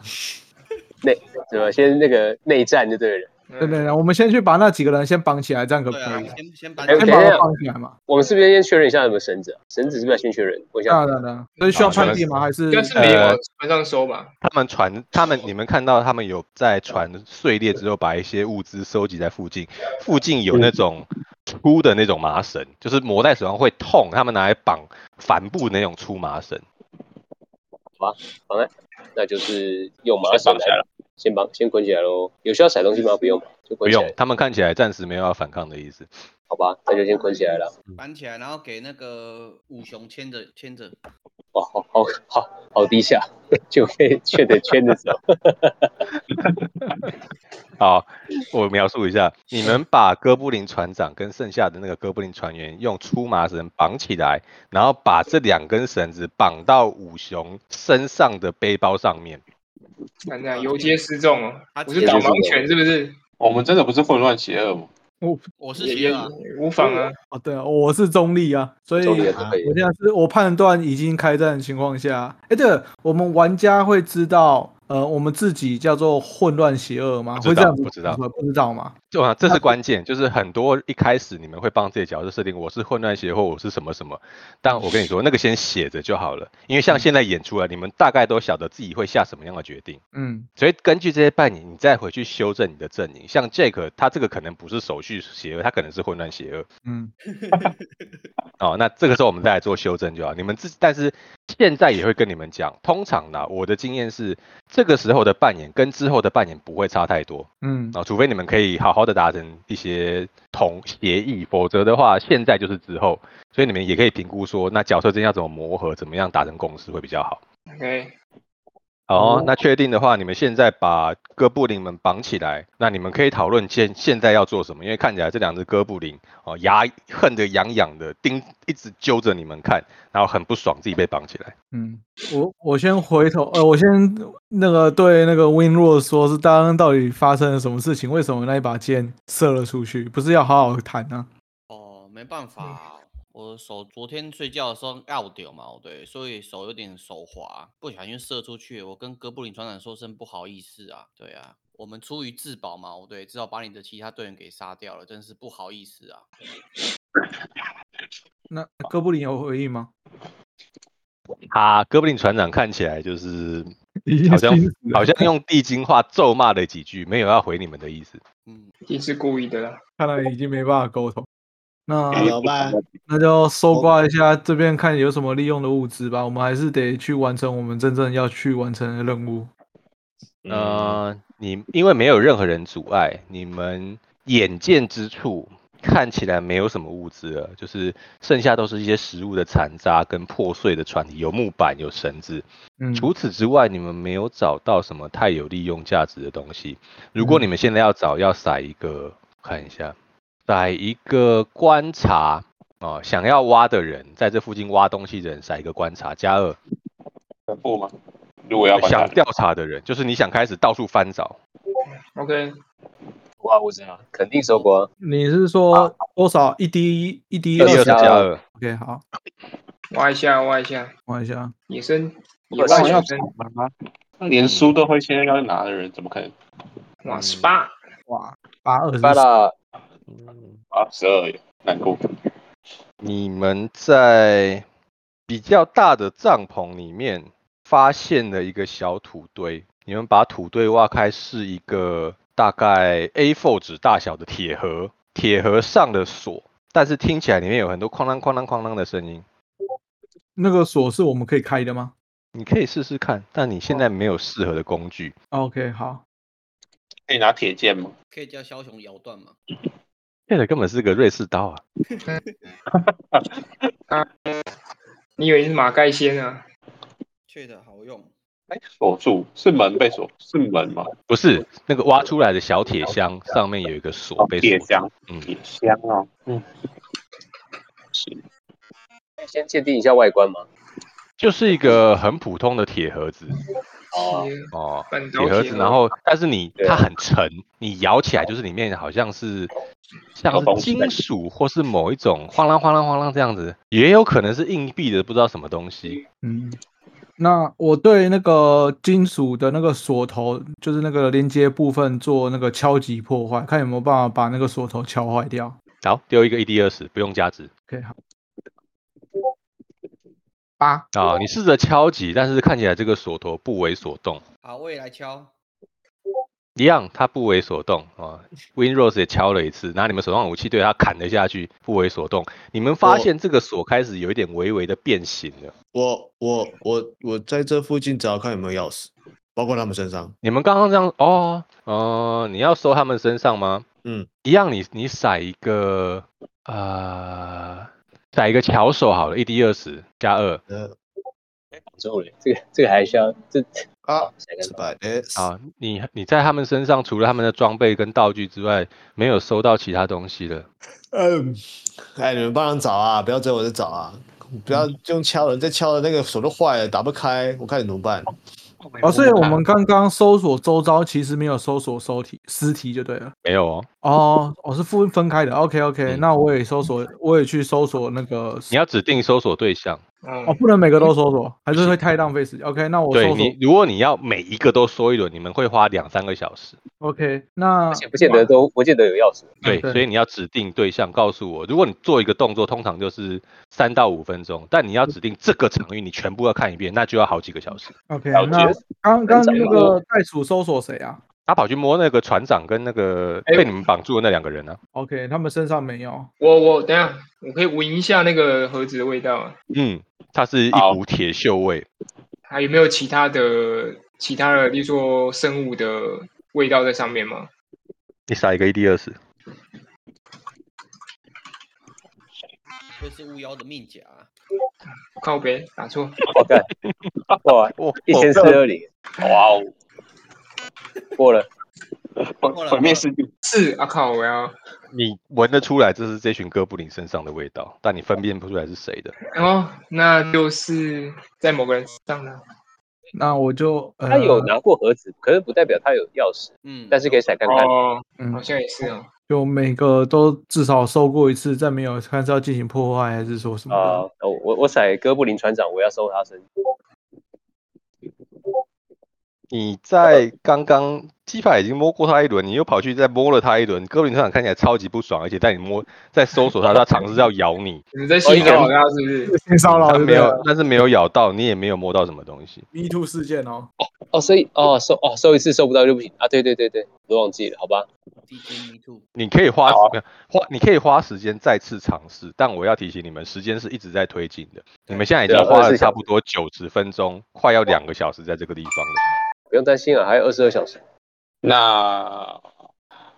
Speaker 9: 内什么先那个内战就对了。
Speaker 5: 嗯
Speaker 3: 对对对，我们先去把那几个人先绑起来，这样可不
Speaker 4: 对啊
Speaker 3: 可以？，
Speaker 4: 先先把
Speaker 9: 哎
Speaker 3: 先
Speaker 9: 等一
Speaker 3: 把
Speaker 9: 下
Speaker 3: 他绑起来嘛。
Speaker 9: 我们是不是先确认一下有没有绳子啊？绳子是不是要先确认？我
Speaker 3: 对啊
Speaker 9: 想
Speaker 3: 对啊对啊，所以
Speaker 9: 哦
Speaker 3: 需要判定吗？还是
Speaker 5: 要是没有
Speaker 1: 呃
Speaker 5: 船上收吧，
Speaker 1: 他们船，他们你们看到他们有在船碎裂之后，把一些物资收集在附近，附近有那种粗的那种麻绳，就是磨在手上会痛，他们拿来绑帆布的那种粗麻绳。
Speaker 9: 那就是用麻绳来，先绑先捆起来喽。有需要甩东西吗？不用吧，就
Speaker 1: 不
Speaker 9: 捆起
Speaker 1: 用
Speaker 9: 来，，
Speaker 1: 他们看起来暂时没有要反抗的意思。
Speaker 9: 好吧，那就先捆起来了。
Speaker 4: 绑起来，然后给那个五雄牵着牵着。
Speaker 9: 哇，好好好好低下， 就被确的圈着走。
Speaker 1: 好，我描述一下，你们把哥布林船长跟剩下的那个哥布林船员用粗麻绳绑起来，然后把这两根绳子绑到五雄身上的背包上面。
Speaker 5: 看这样游街失重哦
Speaker 4: 他，
Speaker 5: 我是导盲犬是不是？
Speaker 2: 我们真的不是混乱邪恶吗？
Speaker 4: 我是
Speaker 5: 也
Speaker 4: 邪
Speaker 5: 也
Speaker 4: 恶啊，
Speaker 5: 无妨啊，
Speaker 3: 哦，对啊，我是中立啊，所以
Speaker 9: 中立的都可以
Speaker 3: 我现在是我判断已经开战的情况下，哎，对了，我们玩家会知道，呃，我们自己叫做混乱邪恶吗？
Speaker 1: 不知
Speaker 3: 会这
Speaker 1: 道
Speaker 3: 样
Speaker 1: 不知道
Speaker 3: 不知道吗？
Speaker 1: 对啊，这是关键，就是很多一开始你们会帮自己角色设定，我是混乱邪或我是什么什么，但我跟你说，那个先写着就好了，因为像现在演出来，你们大概都晓得自己会下什么样的决定，
Speaker 3: 嗯，
Speaker 1: 所以根据这些扮演，你再回去修正你的阵营。像 Jake，他这个可能不是手续邪恶，他可能是混乱邪恶。
Speaker 3: 嗯，
Speaker 1: 哦，那这个时候我们再来做修正就好。你们自己，但是现在也会跟你们讲，通常呢，我的经验是，这个时候的扮演跟之后的扮演不会差太多。
Speaker 3: 嗯，
Speaker 1: 啊、除非你们可以好好的达成一些同协议，否则的话，现在就是之后，所以你们也可以评估说，那角色之间要怎么磨合，怎么样达成共识会比较好。
Speaker 5: ，OK，
Speaker 1: 好哦、那确定的话，你们现在把哥布林们绑起来，那你们可以讨论现现在要做什么，因为看起来这两只哥布林哦，牙恨得痒痒的，盯一直揪着你们看，然后很不爽自己被绑起来。
Speaker 3: 嗯，我我先回头，呃，我先那个对那个 Win r o 说是刚刚到底发生了什么事情？为什么那一把剑射了出去？不是要好好谈啊？
Speaker 4: 哦，没办法，我手昨天睡觉的时候拗掉嘛，哦对，所以手有点手滑，不小心射出去。我跟哥布林船长说声不好意思啊，对啊，我们出于自保嘛，哦对，只好把你的其他队员给杀掉了，真是不好意思啊。
Speaker 3: 那哥布林有回应吗？
Speaker 1: 啊，哥布林船长看起来就是
Speaker 3: 已经
Speaker 1: 好像
Speaker 3: 心死了
Speaker 1: 好像用地精话咒骂了几句，没有要回你们的意思。
Speaker 4: 嗯，
Speaker 5: 一定是故意的啦。
Speaker 3: 看来已经没办法沟通。那
Speaker 10: 好老板，
Speaker 3: 那就搜刮一下这边看有什么利用的物资吧。我们还是得去完成我们真正要去完成的任务。
Speaker 8: 嗯
Speaker 1: 嗯呃，你因为没有任何人阻碍，你们眼见之处看起来没有什么物资了，就是剩下都是一些食物的残渣跟破碎的船体，有木板，有绳子。
Speaker 3: 嗯
Speaker 1: 除此之外，你们没有找到什么太有利用价值的东西。如果你们现在要找，要撒一个，看一下，撒一个观察哦、想要挖的人，在这附近挖东西的人，撒一个观察加二。
Speaker 2: 不吗？如果要观察
Speaker 1: 想调查的人，就是你想开始到处翻找，
Speaker 5: OK，
Speaker 9: 哇，我知道，肯定收啊刮。
Speaker 3: 你是说多少一滴一滴
Speaker 1: 第二加二。
Speaker 3: ？OK，好，
Speaker 5: 挖一下，挖一下，
Speaker 3: 玩一下。啊
Speaker 5: 野生野
Speaker 2: 我
Speaker 5: 外
Speaker 2: 要查
Speaker 5: 求生，
Speaker 2: 吗？那连书都会现在要拿的人，怎么可能？
Speaker 5: 哇，十八，
Speaker 3: 哇，八二十
Speaker 9: 巴拉，
Speaker 2: 啊，十二难过。
Speaker 1: 你们在比较大的帐篷里面发现了一个小土堆，你们把土堆挖开，是一个大概 A4 纸大小的铁盒，铁盒上的锁，但是听起来里面有很多哐啷哐啷哐啷的声音。
Speaker 3: 那个锁是我们可以开的吗
Speaker 1: 你可以试试看，但你现在没有适合的工具。
Speaker 3: ？OK，好，
Speaker 2: 可以拿铁剑吗？
Speaker 4: 可以叫枭雄咬断吗？
Speaker 1: 现哎在根本是个瑞士刀啊！
Speaker 5: 你以为是马盖先啊？
Speaker 4: 确的好用，
Speaker 2: 锁住是门被锁，是门吗？
Speaker 1: 不是那个挖出来的小铁箱，上面有一个锁哦被
Speaker 2: 铁
Speaker 1: 锁住。
Speaker 2: 箱，
Speaker 1: 嗯，
Speaker 2: 铁箱哦。嗯，
Speaker 9: 先鉴定一下外观嘛。
Speaker 1: 就是一个很普通的铁盒子。
Speaker 9: 哦，
Speaker 1: 哦，
Speaker 5: 半导
Speaker 1: 铁盒
Speaker 5: 体
Speaker 1: 子，
Speaker 5: 盒
Speaker 1: 然后但是你
Speaker 9: 对
Speaker 1: 它
Speaker 9: 啊
Speaker 1: 很沉，你摇起来就是里面好像是像
Speaker 2: 有
Speaker 1: 是
Speaker 2: 东西在
Speaker 1: 金属或是某一种晃啷晃啷晃啷这样子，也有可能是硬币的，不知道什么东西。
Speaker 3: 嗯，那我对那个金属的那个锁头，就是那个连接部分做那个敲击破坏，看有没有办法把那个锁头敲坏掉。
Speaker 1: 好，丢一个一 d 二十，不用加值
Speaker 3: OK，好，八，
Speaker 1: 啊。你试着敲击，但是看起来这个锁头不为所动，
Speaker 4: 好，我也来敲。
Speaker 1: 一样它不为所动啊。Winrose 也敲了一次，拿你们手上的武器对它砍了下去，不为所动。你们发
Speaker 8: 我
Speaker 1: 现这个锁开始有一点微微的变形了。
Speaker 8: 我我我我在这附近找看有没有钥匙，包括他们身上。
Speaker 1: 你们刚刚这样哦，呃，你要搜他们身上吗？
Speaker 8: 嗯，
Speaker 1: 一样你，你甩一个呃，甩一个巧手好了，一 d 二十加二
Speaker 8: 呃
Speaker 9: 中了，这个这个还需要这
Speaker 8: 啊，
Speaker 9: 谁
Speaker 8: 失
Speaker 9: 干嘛？
Speaker 8: 败。哎，
Speaker 1: 啊。你你在他们身上除了他们的装备跟道具之外，没有收到其他东西了。
Speaker 8: 嗯，哎，你们帮忙找啊，不要追我的找啊，不要用敲人，再敲了那个手都坏了，打不开，我看你怎么办。
Speaker 3: 哦，所以我们刚刚搜索周遭其实没有搜索收体尸体就对了。
Speaker 1: 没有哦，
Speaker 3: 哦，我、是分分开的。OK OK，、
Speaker 1: 嗯
Speaker 3: 那我也搜索，我也去搜索那个。
Speaker 1: 你要指定搜索对象。
Speaker 3: 哦，
Speaker 5: 嗯，
Speaker 3: 不能每个都搜索，还是会太浪费时间。OK，那我
Speaker 1: 对
Speaker 3: 搜索
Speaker 1: 你，。如果你要每一个都搜一轮，你们会花两三个小时。
Speaker 3: OK，那
Speaker 9: 而且不见得都不见得有钥匙。
Speaker 1: 对，
Speaker 3: 对
Speaker 1: 所以你要指定对象，告诉我。如果你做一个动作，通常就是三到五分钟，但你要指定这个场域，你全部要看一遍，那就要好几个小时。
Speaker 3: OK，
Speaker 2: 了
Speaker 3: 那
Speaker 2: 解
Speaker 3: 刚刚那
Speaker 9: 很早
Speaker 3: 个袋鼠搜索谁啊
Speaker 1: 他跑去摸那个船长跟那个
Speaker 5: 哎
Speaker 1: 被你们绑住的那两个人啊呢、
Speaker 3: ？OK，他们身上没有。
Speaker 5: 我我等一下我可以闻一下那个盒子的味道啊，
Speaker 1: 嗯，它是一
Speaker 2: 好
Speaker 1: 股铁锈味，
Speaker 5: 还有没有其他的其他的，例如说生物的味道在上面吗？
Speaker 1: 你撒一个 ED 二十，
Speaker 4: 这是巫妖的命甲啊，
Speaker 5: 靠北，打错，
Speaker 9: 我干，哇，
Speaker 1: 哦，
Speaker 9: 一千四二零
Speaker 2: 哇哦，
Speaker 9: 过了，
Speaker 4: 过
Speaker 2: 毁
Speaker 4: 了
Speaker 2: 毁灭世界，
Speaker 5: 是啊靠，我要，
Speaker 1: 你闻得出来这是这群哥布林身上的味道，但你分辨不出来是谁的。
Speaker 5: 哦，那就是在某个人上了，
Speaker 3: 那我就呃，
Speaker 9: 他有拿过盒子，可是不代表他有钥匙，
Speaker 4: 嗯，
Speaker 9: 但是可以甩看看。
Speaker 5: 哦，
Speaker 3: 嗯
Speaker 5: 好，像也是哦，
Speaker 3: 就每个都至少搜过一次，再没有看是要进行破坏还是说什么的。
Speaker 1: 哦
Speaker 9: 啊、我我我甩哥布林船长，我要收他身。
Speaker 1: 你在刚刚鸡排已经摸过他一轮，你又跑去再摸了他一轮，哥布林船长看起来超级不爽，而且在你摸在搜索他，他尝试要咬你，
Speaker 5: 你们在洗
Speaker 1: 哦
Speaker 5: 澡他是不是？
Speaker 3: 性骚
Speaker 1: 他
Speaker 3: 扰
Speaker 1: 没有，但是没有咬到，你也没有摸到什么东西。
Speaker 3: Me Too 事件哦。
Speaker 9: 哦，所以哦收哦收一次收不到就不行啊！对对对对，我忘记了，好吧。
Speaker 4: DJ Me Too，
Speaker 1: 你可以花
Speaker 2: 好啊
Speaker 1: 没有花，你可以花时间再次尝试，但我要提醒你们，时间是一直在推进的。你们现在已经
Speaker 9: 对啊
Speaker 1: 花
Speaker 9: 24
Speaker 1: 了差
Speaker 9: 小时
Speaker 1: 不多九十分钟，快要两个小时在这个地方了。
Speaker 9: 不用担心啊，还有二十二小时。
Speaker 2: 那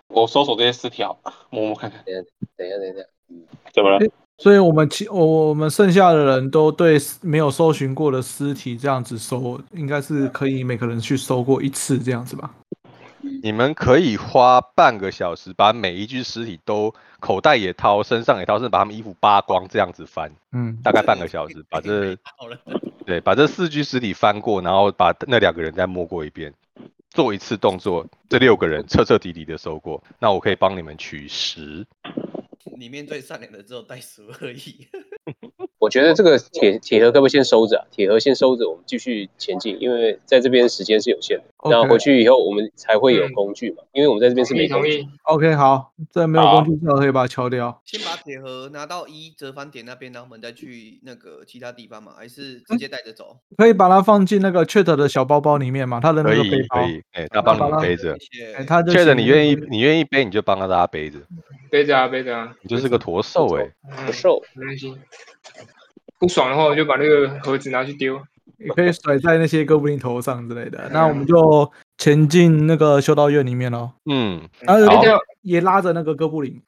Speaker 2: 我搜索这些尸体好了，摸摸看看。
Speaker 9: 等一下，等一下，等一下，嗯，
Speaker 2: 怎么了？
Speaker 3: 所以我们其我我们剩下的人都对没有搜寻过的尸体这样子搜，应该是可以每个人去搜过一次这样子吧？
Speaker 1: 你们可以花半个小时把每一具尸体都口袋也掏，身上也掏，甚至把他们衣服扒光，这样子翻，
Speaker 3: 嗯，
Speaker 1: 大概半个小时，把这对把这四具尸体翻过，然后把那两个人再摸过一遍，做一次动作，这六个人彻彻底底的搜过，那我可以帮你们取十。
Speaker 4: 里面最善良的只有袋鼠而已。
Speaker 9: 我觉得这个铁铁盒可不可以先收着、啊？铁盒先收着，我们继续前进，因为在这边时间是有限的。
Speaker 3: OK
Speaker 9: 然后回去以后我们才会有工具嘛，因为我们在这边是没工
Speaker 5: 嗯同
Speaker 9: 具
Speaker 5: 意。。
Speaker 3: OK，好，这没有工具箱可以把它敲掉。
Speaker 4: 先把铁盒拿到一折返点那边，然后我们再去那个其他地方嘛，还是直接带着走？
Speaker 3: 可以把它放进那个 Chat 的小包包里面嘛？他的那
Speaker 1: 可
Speaker 3: 个
Speaker 1: 以
Speaker 3: 背包
Speaker 1: 可，以，哎、他帮你们背着。
Speaker 4: 谢
Speaker 3: 哎
Speaker 4: 谢。
Speaker 3: 他就
Speaker 1: 确
Speaker 3: 是
Speaker 1: 认你愿意，你愿意背你就帮他大家背着，
Speaker 5: 背着啊，背着啊，
Speaker 1: 你就是个驼兽哎、
Speaker 5: 嗯
Speaker 9: 不，瘦，
Speaker 5: 没关系。不爽的话，我就把那个盒子拿去丢。
Speaker 3: 也可以甩在那些哥布林头上之类的。那我们就前进那个修道院里面喽，
Speaker 1: 嗯
Speaker 3: 然后
Speaker 1: 好
Speaker 5: 哎，
Speaker 3: 也拉着那个哥布林。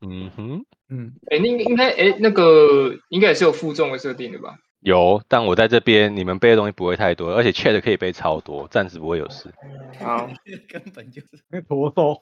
Speaker 1: 嗯哼，
Speaker 3: 嗯，
Speaker 5: 哎，那应该哎，那个应该也是有负重的设定的吧？
Speaker 1: 有，但我在这边你们背的东西不会太多，而且 Chat 可以背超多，暂时不会有事。
Speaker 5: 好，
Speaker 4: 根本就是
Speaker 3: 驼兽，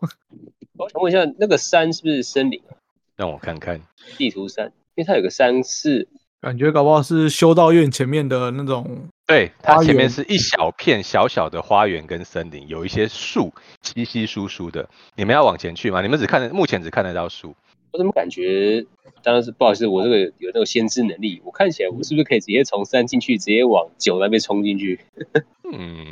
Speaker 9: 我想问一下，那个山是不是森林啊？
Speaker 1: 让我看看，
Speaker 9: 地图山，因为它有个山是
Speaker 3: 感觉搞不好是修道院前面的那种。
Speaker 1: 对，它
Speaker 3: 花
Speaker 1: 前面
Speaker 3: 园
Speaker 1: 是一小片小小的花园跟森林，有一些树稀稀疏疏的。你们要往前去吗？你们只看得目前只看得到树，
Speaker 9: 我怎么感觉？当然是不好意思，我这个有有那种先知能力，我看起来我是不是可以直接从山进去，直接往九那边冲进去？
Speaker 1: 嗯，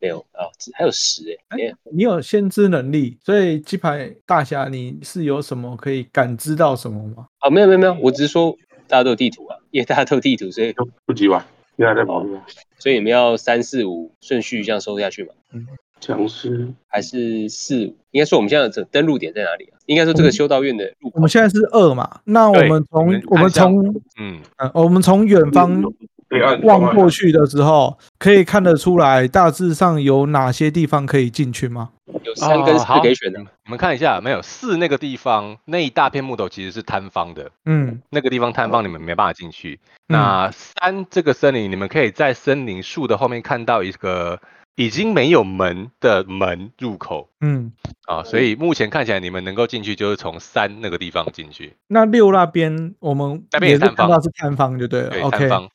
Speaker 9: 没有啊，只还有十哎、欸，
Speaker 3: 你有先知能力，所以鸡排大侠，你是有什么可以感知到什么吗？
Speaker 9: 啊没有没有没有，我只是说大家都有地图啊，因为大家都有地图，所以
Speaker 6: 就不急吧，现在在忙吧。
Speaker 9: 所以你们要三四五顺序这样收下去嘛？
Speaker 6: 僵尸
Speaker 9: 还是四五？应该说我们现在的登录点在哪里啊？应该说这个修道院的
Speaker 3: 嗯我
Speaker 9: 入口
Speaker 3: 们现在是二嘛，那我
Speaker 1: 对
Speaker 3: 们
Speaker 1: 你
Speaker 3: 从
Speaker 1: 们
Speaker 3: 我
Speaker 1: 看
Speaker 3: 们
Speaker 1: 嗯向
Speaker 3: 从
Speaker 1: 嗯，
Speaker 3: 呃我们从远方
Speaker 6: 黑暗
Speaker 3: 望过去的时候，可以看得出来大致上有哪些地方可以进去吗？
Speaker 9: 有三
Speaker 3: 哦
Speaker 9: 跟四
Speaker 1: 哦好
Speaker 9: 可以选的啊
Speaker 1: 你，们你们看一下，没有四那个地方那一大片木头其实是摊方的，
Speaker 3: 嗯，
Speaker 1: 那个地方探访你们没办法进去。
Speaker 3: 嗯
Speaker 1: 那三这个森林，你们可以在森林树的后面看到一个已经没有门的门入口
Speaker 3: 嗯，
Speaker 1: 啊，
Speaker 9: 哦
Speaker 1: 所以目前看起来你们能够进去就是从三那个地方进去，
Speaker 3: 那六那边我们
Speaker 1: 那边
Speaker 3: 也
Speaker 1: 也
Speaker 3: 是
Speaker 1: 探
Speaker 3: 看
Speaker 1: 方
Speaker 3: 到是探方就对了。
Speaker 1: 对，
Speaker 3: OK，
Speaker 1: 三方。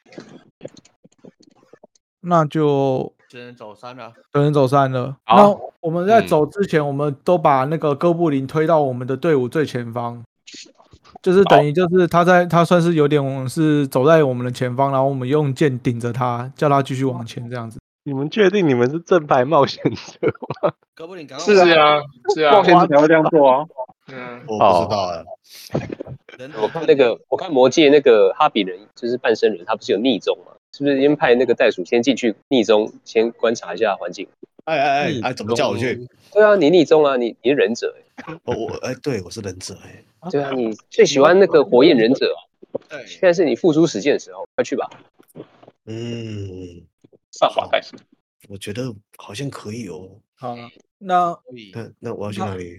Speaker 3: 那就
Speaker 4: 只能走山了。
Speaker 3: 有人走散了。
Speaker 1: 好
Speaker 3: 那我们在
Speaker 1: 嗯
Speaker 3: 走之前，我们都把那个哥布林推到我们的队伍最前方，就是等于就是他在他算是有点是走在我们的前方，然后我们用剑顶着他，叫他继续往前这样子。
Speaker 1: 你们确定你们是正牌冒险者吗？
Speaker 4: 哥布林，赶快
Speaker 2: 是
Speaker 5: 是啊，是啊
Speaker 2: 冒，险者才会这样做啊！
Speaker 5: 嗯，
Speaker 8: 我不知道啊，
Speaker 3: 哦
Speaker 4: 人
Speaker 9: 我看那个，我看魔界那个哈比人就是半身人，他不是有逆中吗？是不是先派那个袋鼠先进去逆中，先观察一下环境？
Speaker 8: 哎哎
Speaker 3: 嗯
Speaker 8: 哎哎，怎么叫我去？
Speaker 9: 对啊，你逆中啊，你你是忍者、欸，
Speaker 3: 哦
Speaker 8: 我我哎，对我是忍者哎，
Speaker 9: 对啊，你最喜欢那个火焰忍者啊、
Speaker 4: 对，
Speaker 9: 现在是你付出实践的时候，快去吧。
Speaker 8: 嗯，
Speaker 2: 上法袋鼠，
Speaker 8: 我觉得好像可以哦。
Speaker 3: 好了，那
Speaker 4: 所以
Speaker 8: 那那我要去哪里？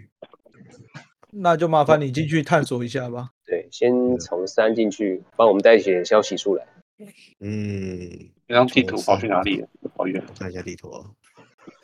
Speaker 3: 那就麻烦你进去探索一下吧。
Speaker 9: 对，先从山进去，帮我们带一些消息出来。
Speaker 8: 嗯，
Speaker 2: 那张地图
Speaker 8: 从
Speaker 2: 跑去哪里了？好远，
Speaker 8: 我看一下地图啊。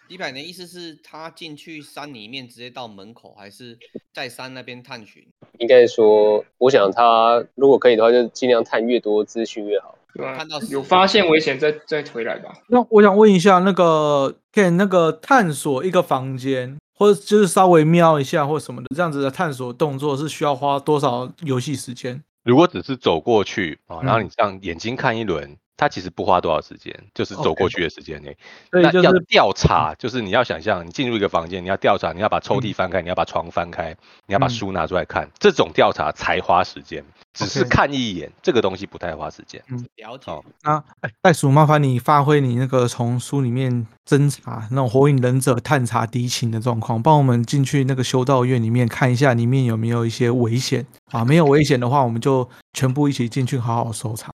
Speaker 4: 李百的意思是他进去山里面直接到门口，还是在山那边探寻？
Speaker 9: 应该说，我想他如果可以的话，就尽量探越多资讯越好。
Speaker 5: 对啊
Speaker 4: 看到，
Speaker 5: 有
Speaker 4: 十
Speaker 5: 发现危险再再回来吧。
Speaker 3: 那我想问一下，那个 Ken 那个探索一个房间，或者就是稍微瞄一下或什么的，这样子的探索动作是需要花多少游戏时间？
Speaker 1: 如果只是走过去啊，然后
Speaker 3: 嗯
Speaker 1: 你这样眼睛看一轮，它其实不花多少时间，就是走
Speaker 3: OK
Speaker 1: 过去的时间内。
Speaker 3: 所以
Speaker 1: 那
Speaker 3: 就
Speaker 1: 要
Speaker 3: 是
Speaker 1: 调查，就是你要想象，你进入一个房间，你要调查，你要把抽屉翻开，你要把床翻开，你要把
Speaker 3: 嗯
Speaker 1: 书拿出来看，这种调查才花时间，只是
Speaker 3: OK
Speaker 1: 看一眼这个东西不太花时间。
Speaker 4: 了解，
Speaker 1: 好
Speaker 3: 那哎袋鼠，麻烦你发挥你那个从书里面侦查那种火影忍者探查敌情的状况，帮我们进去那个修道院里面看一下里面有没有一些危险啊。没有危险的话，我们就全部一起进去好好搜查。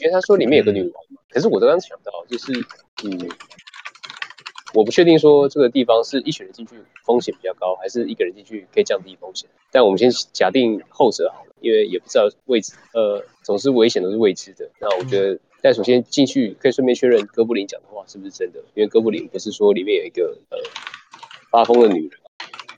Speaker 9: 因为他说里面有个女王嘛，可是我刚刚想到，就是嗯，嗯我不确定说这个地方是一群人进去风险比较高，还是一个人进去可以降低风险。但我们先假定后者好了，因为也不知道未知，呃，总是危险都是未知的。那我觉
Speaker 1: 嗯
Speaker 9: 得，但首先进去可以顺便确认哥布林讲的话是不是真的，因为哥布林不是说里面有一个呃发疯的女人。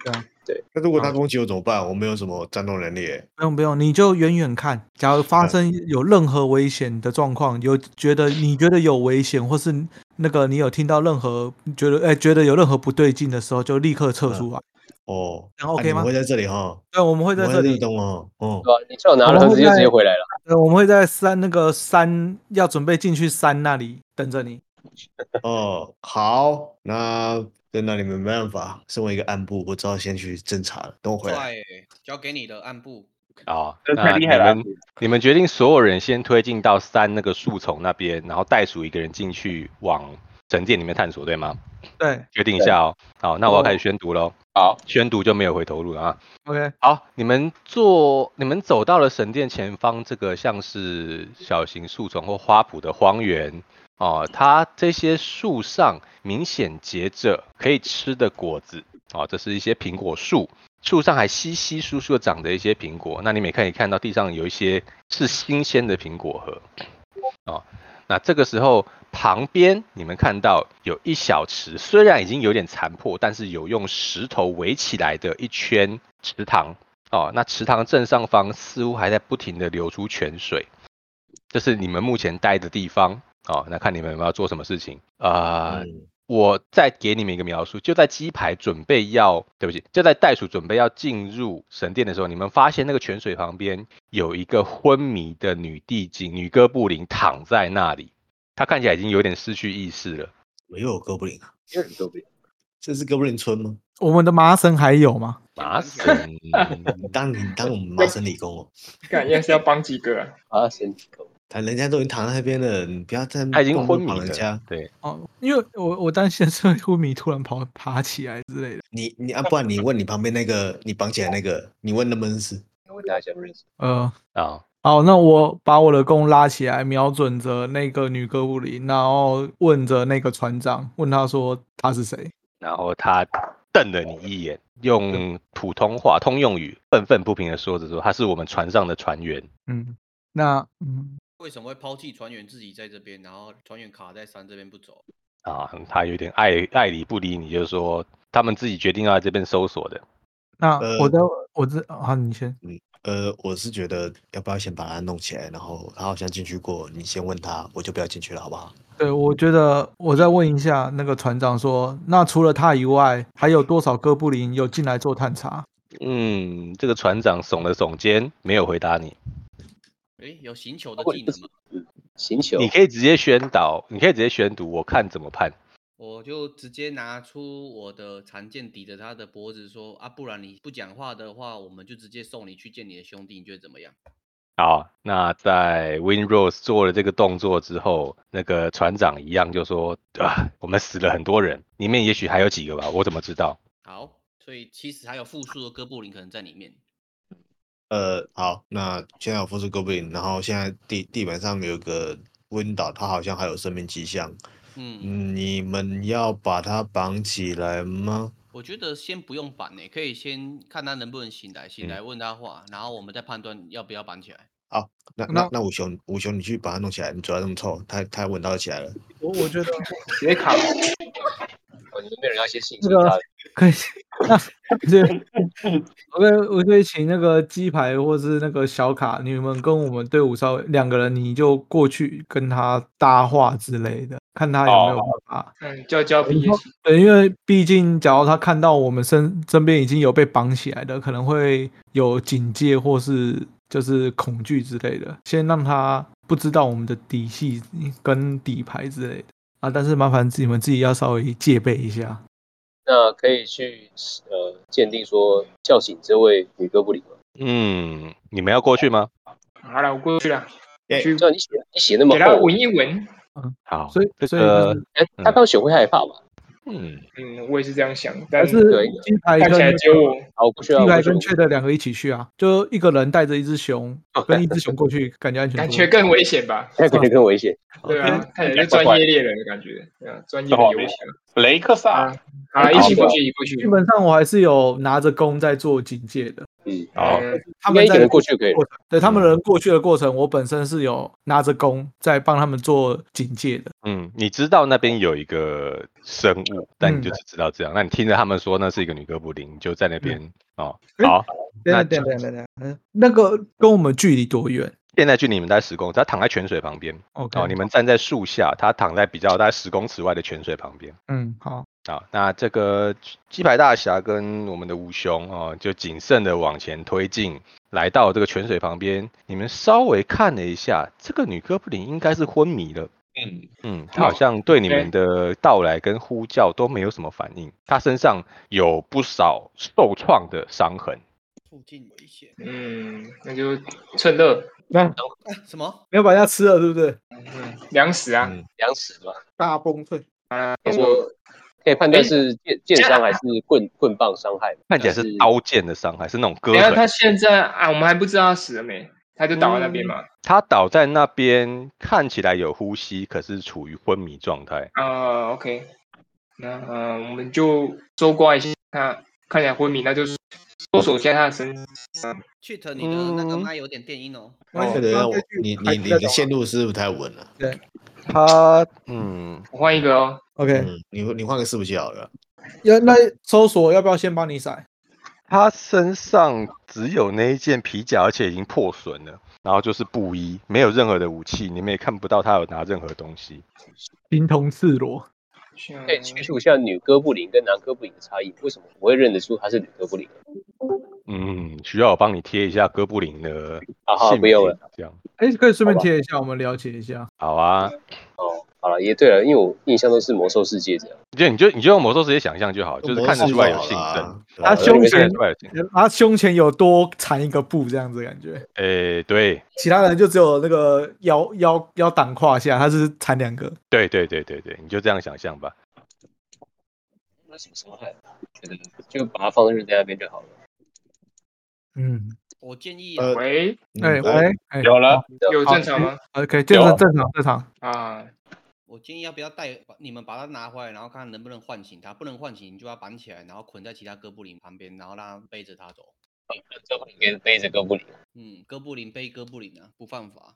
Speaker 3: 对啊，
Speaker 9: 对。
Speaker 8: 那如果他攻击我怎么办？我没有什么战斗能力哎耶。
Speaker 3: 不用不用，你就远远看。假如发生有任何危险的状况，有觉得你觉得有危险，或是那个你有听到任何觉得哎、觉得有任何不对劲的时候，就立刻撤出来。
Speaker 8: 哦，
Speaker 3: 这样 OK 吗
Speaker 8: 我会在这里哈，
Speaker 3: 对，我们会在
Speaker 8: 我
Speaker 3: 这里
Speaker 8: 等我。哦，
Speaker 9: 对啊，你最好拿了盒子就直接回来了。
Speaker 3: 对，我们会在山那个山要准备进去山那里等着你。
Speaker 8: 哦，好，那真的你们没办法，身为一个暗部，我只好先去侦查了。等我回来。
Speaker 4: 快，交给你的暗部。
Speaker 1: 啊，
Speaker 6: 这
Speaker 1: 那
Speaker 6: 太厉害了
Speaker 1: 你们你们决定所有人先推进到山那个树丛那边，然后袋鼠一个人进去往神殿里面探索，对吗？
Speaker 3: 对
Speaker 1: 决定一下哦。好，那我要开始宣读喽。
Speaker 2: 好，
Speaker 1: 宣读就没有回头路了啊。
Speaker 3: ，OK，
Speaker 1: 好，你们坐，你们走到了神殿前方这个像是小型树丛或花圃的荒原哦，它这些树上明显结着可以吃的果子哦，这是一些苹果树，树上还稀稀疏疏的长着一些苹果。那你们也可以看到地上有一些是新鲜的苹果核哦。那这个时候旁边你们看到有一小池，虽然已经有点残破，但是有用石头围起来的一圈池塘哦。那池塘正上方似乎还在不停的流出泉水，这是你们目前待的地方哦。那看你们有没有做什么事情啊？呃
Speaker 8: 嗯
Speaker 1: 我再给你们一个描述，就在鸡排准备要，对不起，就在袋鼠准备要进入神殿的时候，你们发现那个泉水旁边有一个昏迷的女地精女哥布林躺在那里，她看起来已经有点失去意识了。
Speaker 8: 我又有哥布林啊，
Speaker 9: 因为都不
Speaker 8: 这是哥布林村吗？
Speaker 3: 我们的麻绳还有吗？
Speaker 1: 麻绳，
Speaker 8: 你当你当我们麻省理工哦，
Speaker 5: 看要是要帮几个啊、
Speaker 9: 啊，先走
Speaker 8: 他人家都已经躺在那边了，你不要再
Speaker 1: 她已经
Speaker 8: 动手
Speaker 1: 昏迷
Speaker 8: 绑人
Speaker 1: 了
Speaker 8: 家。。
Speaker 1: 对，
Speaker 3: 哦，因为我我担心是昏迷突然跑爬起来之类的。
Speaker 8: 你你啊，不然你问你旁边那个，你绑起来那个，你问能不能死？
Speaker 9: 问大家认不认识？
Speaker 3: 呃，
Speaker 1: 啊、
Speaker 3: 好，那我把我的弓拉起来，瞄准着那个女哥布林，然后问着那个船长，问他说他是谁？
Speaker 1: 然后她瞪了你一眼，用普通话通用语愤愤不平的说着说，他是我们船上的船员。
Speaker 3: 嗯，那嗯，
Speaker 4: 为什么会抛弃船员自己在这边，然后船员卡在山这边不走？
Speaker 1: 啊，他有点爱爱理不理你，就是说他们自己决定要来这边搜索的。
Speaker 3: 那
Speaker 8: 呃
Speaker 3: 我的、我这好，你先。
Speaker 8: 呃，我是觉得要不要先把他弄起来，然后他好像进去过，你先问他，我就不要进去了，好不好？
Speaker 3: 对，我觉得我再问一下那个船长说，那除了他以外，还有多少哥布林有进来做探查？
Speaker 1: 嗯，这个船长耸了耸肩，没有回答你。
Speaker 4: 诶，有行球的
Speaker 9: 或者
Speaker 4: 技
Speaker 9: 不
Speaker 4: 能吗？
Speaker 9: 行球，
Speaker 1: 你可以直接宣导，你可以直接宣读，我看怎么判。
Speaker 4: 我就直接拿出我的长剑抵着他的脖子说啊，不然你不讲话的话，我们就直接送你去见你的兄弟，你觉得怎么样？
Speaker 1: 好，那在 Win Rose 做了这个动作之后，那个船长一样就说啊，我们死了很多人，里面也许还有几个吧，我怎么知道？
Speaker 4: 好，所以其实还有复数的哥布林可能在里面。
Speaker 8: 呃，好，那现在有复制哥布林，然后现在地地板上有个温岛，它好像还有生命迹象。
Speaker 4: 嗯，
Speaker 8: 嗯，你们要把它绑起来吗？
Speaker 4: 我觉得先不用绑呢、可以先看他能不能醒来，醒
Speaker 1: 嗯
Speaker 4: 来问他话，然后我们再判断要不要绑起来。
Speaker 8: 好，那
Speaker 3: 那
Speaker 8: 那那五雄，五雄，你去把它弄起来，你嘴巴那么臭，它它闻到起来了。
Speaker 3: 我我觉得
Speaker 5: 直接卡。
Speaker 9: 哦，你们没有人要先信
Speaker 3: 这
Speaker 9: 息
Speaker 3: 个
Speaker 9: 他，
Speaker 3: 可以， 那对，我可以我可以请那个鸡排或是那个小卡，你们跟我们队伍稍微两个人，你就过去跟他搭话之类的，看他有没有办法。
Speaker 5: 嗯，叫交皮也行。
Speaker 3: 对，因为毕竟，假如他看到我们身身边已经有被绑起来的，可能会有警戒或是就是恐惧之类的，先让他不知道我们的底细跟底牌之类的啊。但是麻烦你们自己要稍微戒备一
Speaker 5: 嗯
Speaker 3: 下。
Speaker 9: 那可以去呃鉴定说叫醒这位女哥布林吗？
Speaker 1: 嗯，你们要过去吗？
Speaker 5: 好了，我过去了，
Speaker 8: 哎
Speaker 5: 去
Speaker 9: 叫你写你写那么
Speaker 5: 给他
Speaker 9: 厚
Speaker 5: 闻，一闻。
Speaker 1: 好，
Speaker 3: 所以
Speaker 1: 这
Speaker 3: 所以就是
Speaker 1: 个
Speaker 9: 哎，他刚学会害怕吧？
Speaker 1: 嗯
Speaker 5: 嗯，我也是这样想，
Speaker 3: 还
Speaker 5: 但
Speaker 3: 是鸡排
Speaker 5: 看
Speaker 3: 跟
Speaker 5: 起来只有我，
Speaker 9: 好，我不需要，
Speaker 3: 鸡
Speaker 9: 啊我
Speaker 3: 排
Speaker 9: 不需要
Speaker 3: 跟雀的两个一起去啊，就一个人带着一只熊，跟一只熊过去，感觉安全
Speaker 5: 感
Speaker 3: 多
Speaker 5: 觉
Speaker 3: 了。
Speaker 5: 更危险吧？
Speaker 9: 那感觉更危险。
Speaker 5: 对啊，看起来是专业猎人的感觉，对啊，专业的游侠。
Speaker 2: 雷克萨尔，
Speaker 5: 好了，一起过去，一起过去
Speaker 3: 基。本上我还是有拿着弓在做警戒的。
Speaker 9: 嗯，
Speaker 1: 好，
Speaker 5: 嗯
Speaker 3: 他
Speaker 9: 应该
Speaker 3: 们
Speaker 9: 一个
Speaker 3: 在
Speaker 9: 人过去就可以了
Speaker 3: 过程对他们人过去的过程，我本身是有拿着弓在帮他们做警戒的。
Speaker 1: 嗯，你知道那边有一个生物，但你
Speaker 3: 嗯
Speaker 1: 就只知道这样。那你听着他们说那是一个女哥布林，你就在那边、哦。好，
Speaker 3: 等
Speaker 1: 那
Speaker 3: 等等等等等，嗯那个跟我们距离多远
Speaker 1: 现在距离你们大概十公尺，它躺在泉水旁边。
Speaker 3: ？OK，
Speaker 1: 哦，你们站在树下，它躺在比较大概十公尺外的泉水旁边。
Speaker 3: 嗯好，
Speaker 1: 好，那这个鸡排大侠跟我们的吴兄哦，就谨慎的往前推进，来到这个泉水旁边。你们稍微看了一下，这个女哥布林应该是昏迷了。
Speaker 2: 嗯，
Speaker 1: 嗯，她好像对你们的到来跟呼叫都没有什么反应。她身上有不少受创的伤痕。
Speaker 4: 附近危险。
Speaker 5: 嗯，那就趁热，
Speaker 4: 哎，什么？
Speaker 3: 没有把人家吃了，对不对？
Speaker 5: 嗯，粮食啊。
Speaker 1: 嗯，
Speaker 9: 两尺嘛，
Speaker 3: 大崩溃，
Speaker 5: 啊，
Speaker 9: 但是
Speaker 5: 我
Speaker 9: 我可以判断是剑剑伤还是棍棍棒伤害嘛，
Speaker 1: 看起来
Speaker 9: 但
Speaker 1: 是刀剑的伤害，是那种割
Speaker 5: 等一下
Speaker 1: 痕。
Speaker 5: 他现在啊，我们还不知道他死了没，他就倒在那边嘛。
Speaker 1: 她倒在那边，看起来有呼吸，可是处于昏迷状态。
Speaker 5: 啊，OK，那呃，我们就搜刮一下他，看起来昏迷，那就搜索一下他的身。
Speaker 4: 去 h 你的那个麦有点电音哦。
Speaker 5: 哦
Speaker 8: 对对对，我你你你的线路是不是太稳了？
Speaker 1: 她嗯，
Speaker 5: 我换一个哦，
Speaker 3: OK，
Speaker 8: 嗯，你你换个伺服器好了。
Speaker 3: 要那搜索要不要先帮你甩？
Speaker 1: 她身上只有那一件皮甲，而且已经破损了，然后就是布衣，没有任何的武器，你们也看不到她有拿任何东西。
Speaker 3: 形同赤裸，
Speaker 5: 像
Speaker 9: 可以叙述一下女哥布林跟男哥布林的差异，为什么我会认得出她是女哥布林？
Speaker 1: 嗯，需要我帮你贴一下哥布林的
Speaker 9: 啊好
Speaker 1: 姓
Speaker 9: 不用
Speaker 1: 名
Speaker 9: 了，
Speaker 1: 这样
Speaker 3: 哎，可以顺便
Speaker 9: 好吧
Speaker 3: 贴一下，我们了解一下。
Speaker 1: 好啊。
Speaker 9: 哦，好了，也对了，因为我印象都是魔兽世界这样。
Speaker 1: 就你就你就用魔兽直接想象就好，就是看得出来有
Speaker 8: 啊
Speaker 1: 性征，
Speaker 8: 征
Speaker 3: 他
Speaker 1: 就
Speaker 3: 胸
Speaker 1: 是看得
Speaker 3: 前
Speaker 1: 出来有性征。
Speaker 3: 他胸前有多缠一个布，这样子的感觉。
Speaker 1: 诶、对
Speaker 3: 其他人就只有那个腰腰腰挡胯下，他是缠两个。
Speaker 1: 对对对对对，你就这样想象吧。
Speaker 9: 那什么伤害？觉得就把它放在扔在那边就好了。
Speaker 3: 嗯，
Speaker 4: 我建议啊
Speaker 8: 呃
Speaker 5: 喂，
Speaker 3: 哎喂，哎，
Speaker 2: 嗯有了，
Speaker 5: 有正常吗？
Speaker 3: ，OK，正
Speaker 2: 有
Speaker 3: 常
Speaker 2: 啊
Speaker 3: 正常正常。
Speaker 5: 啊，
Speaker 4: 我建议要不要带把你们把它拿回来，然后看看能不能唤醒它。不能唤醒，你就要绑起来，然后捆在其他哥布林旁边，然后让它背着它走。
Speaker 9: 哥布林跟背着哥布林，
Speaker 4: 嗯，哥布林背哥布林啊，不犯法。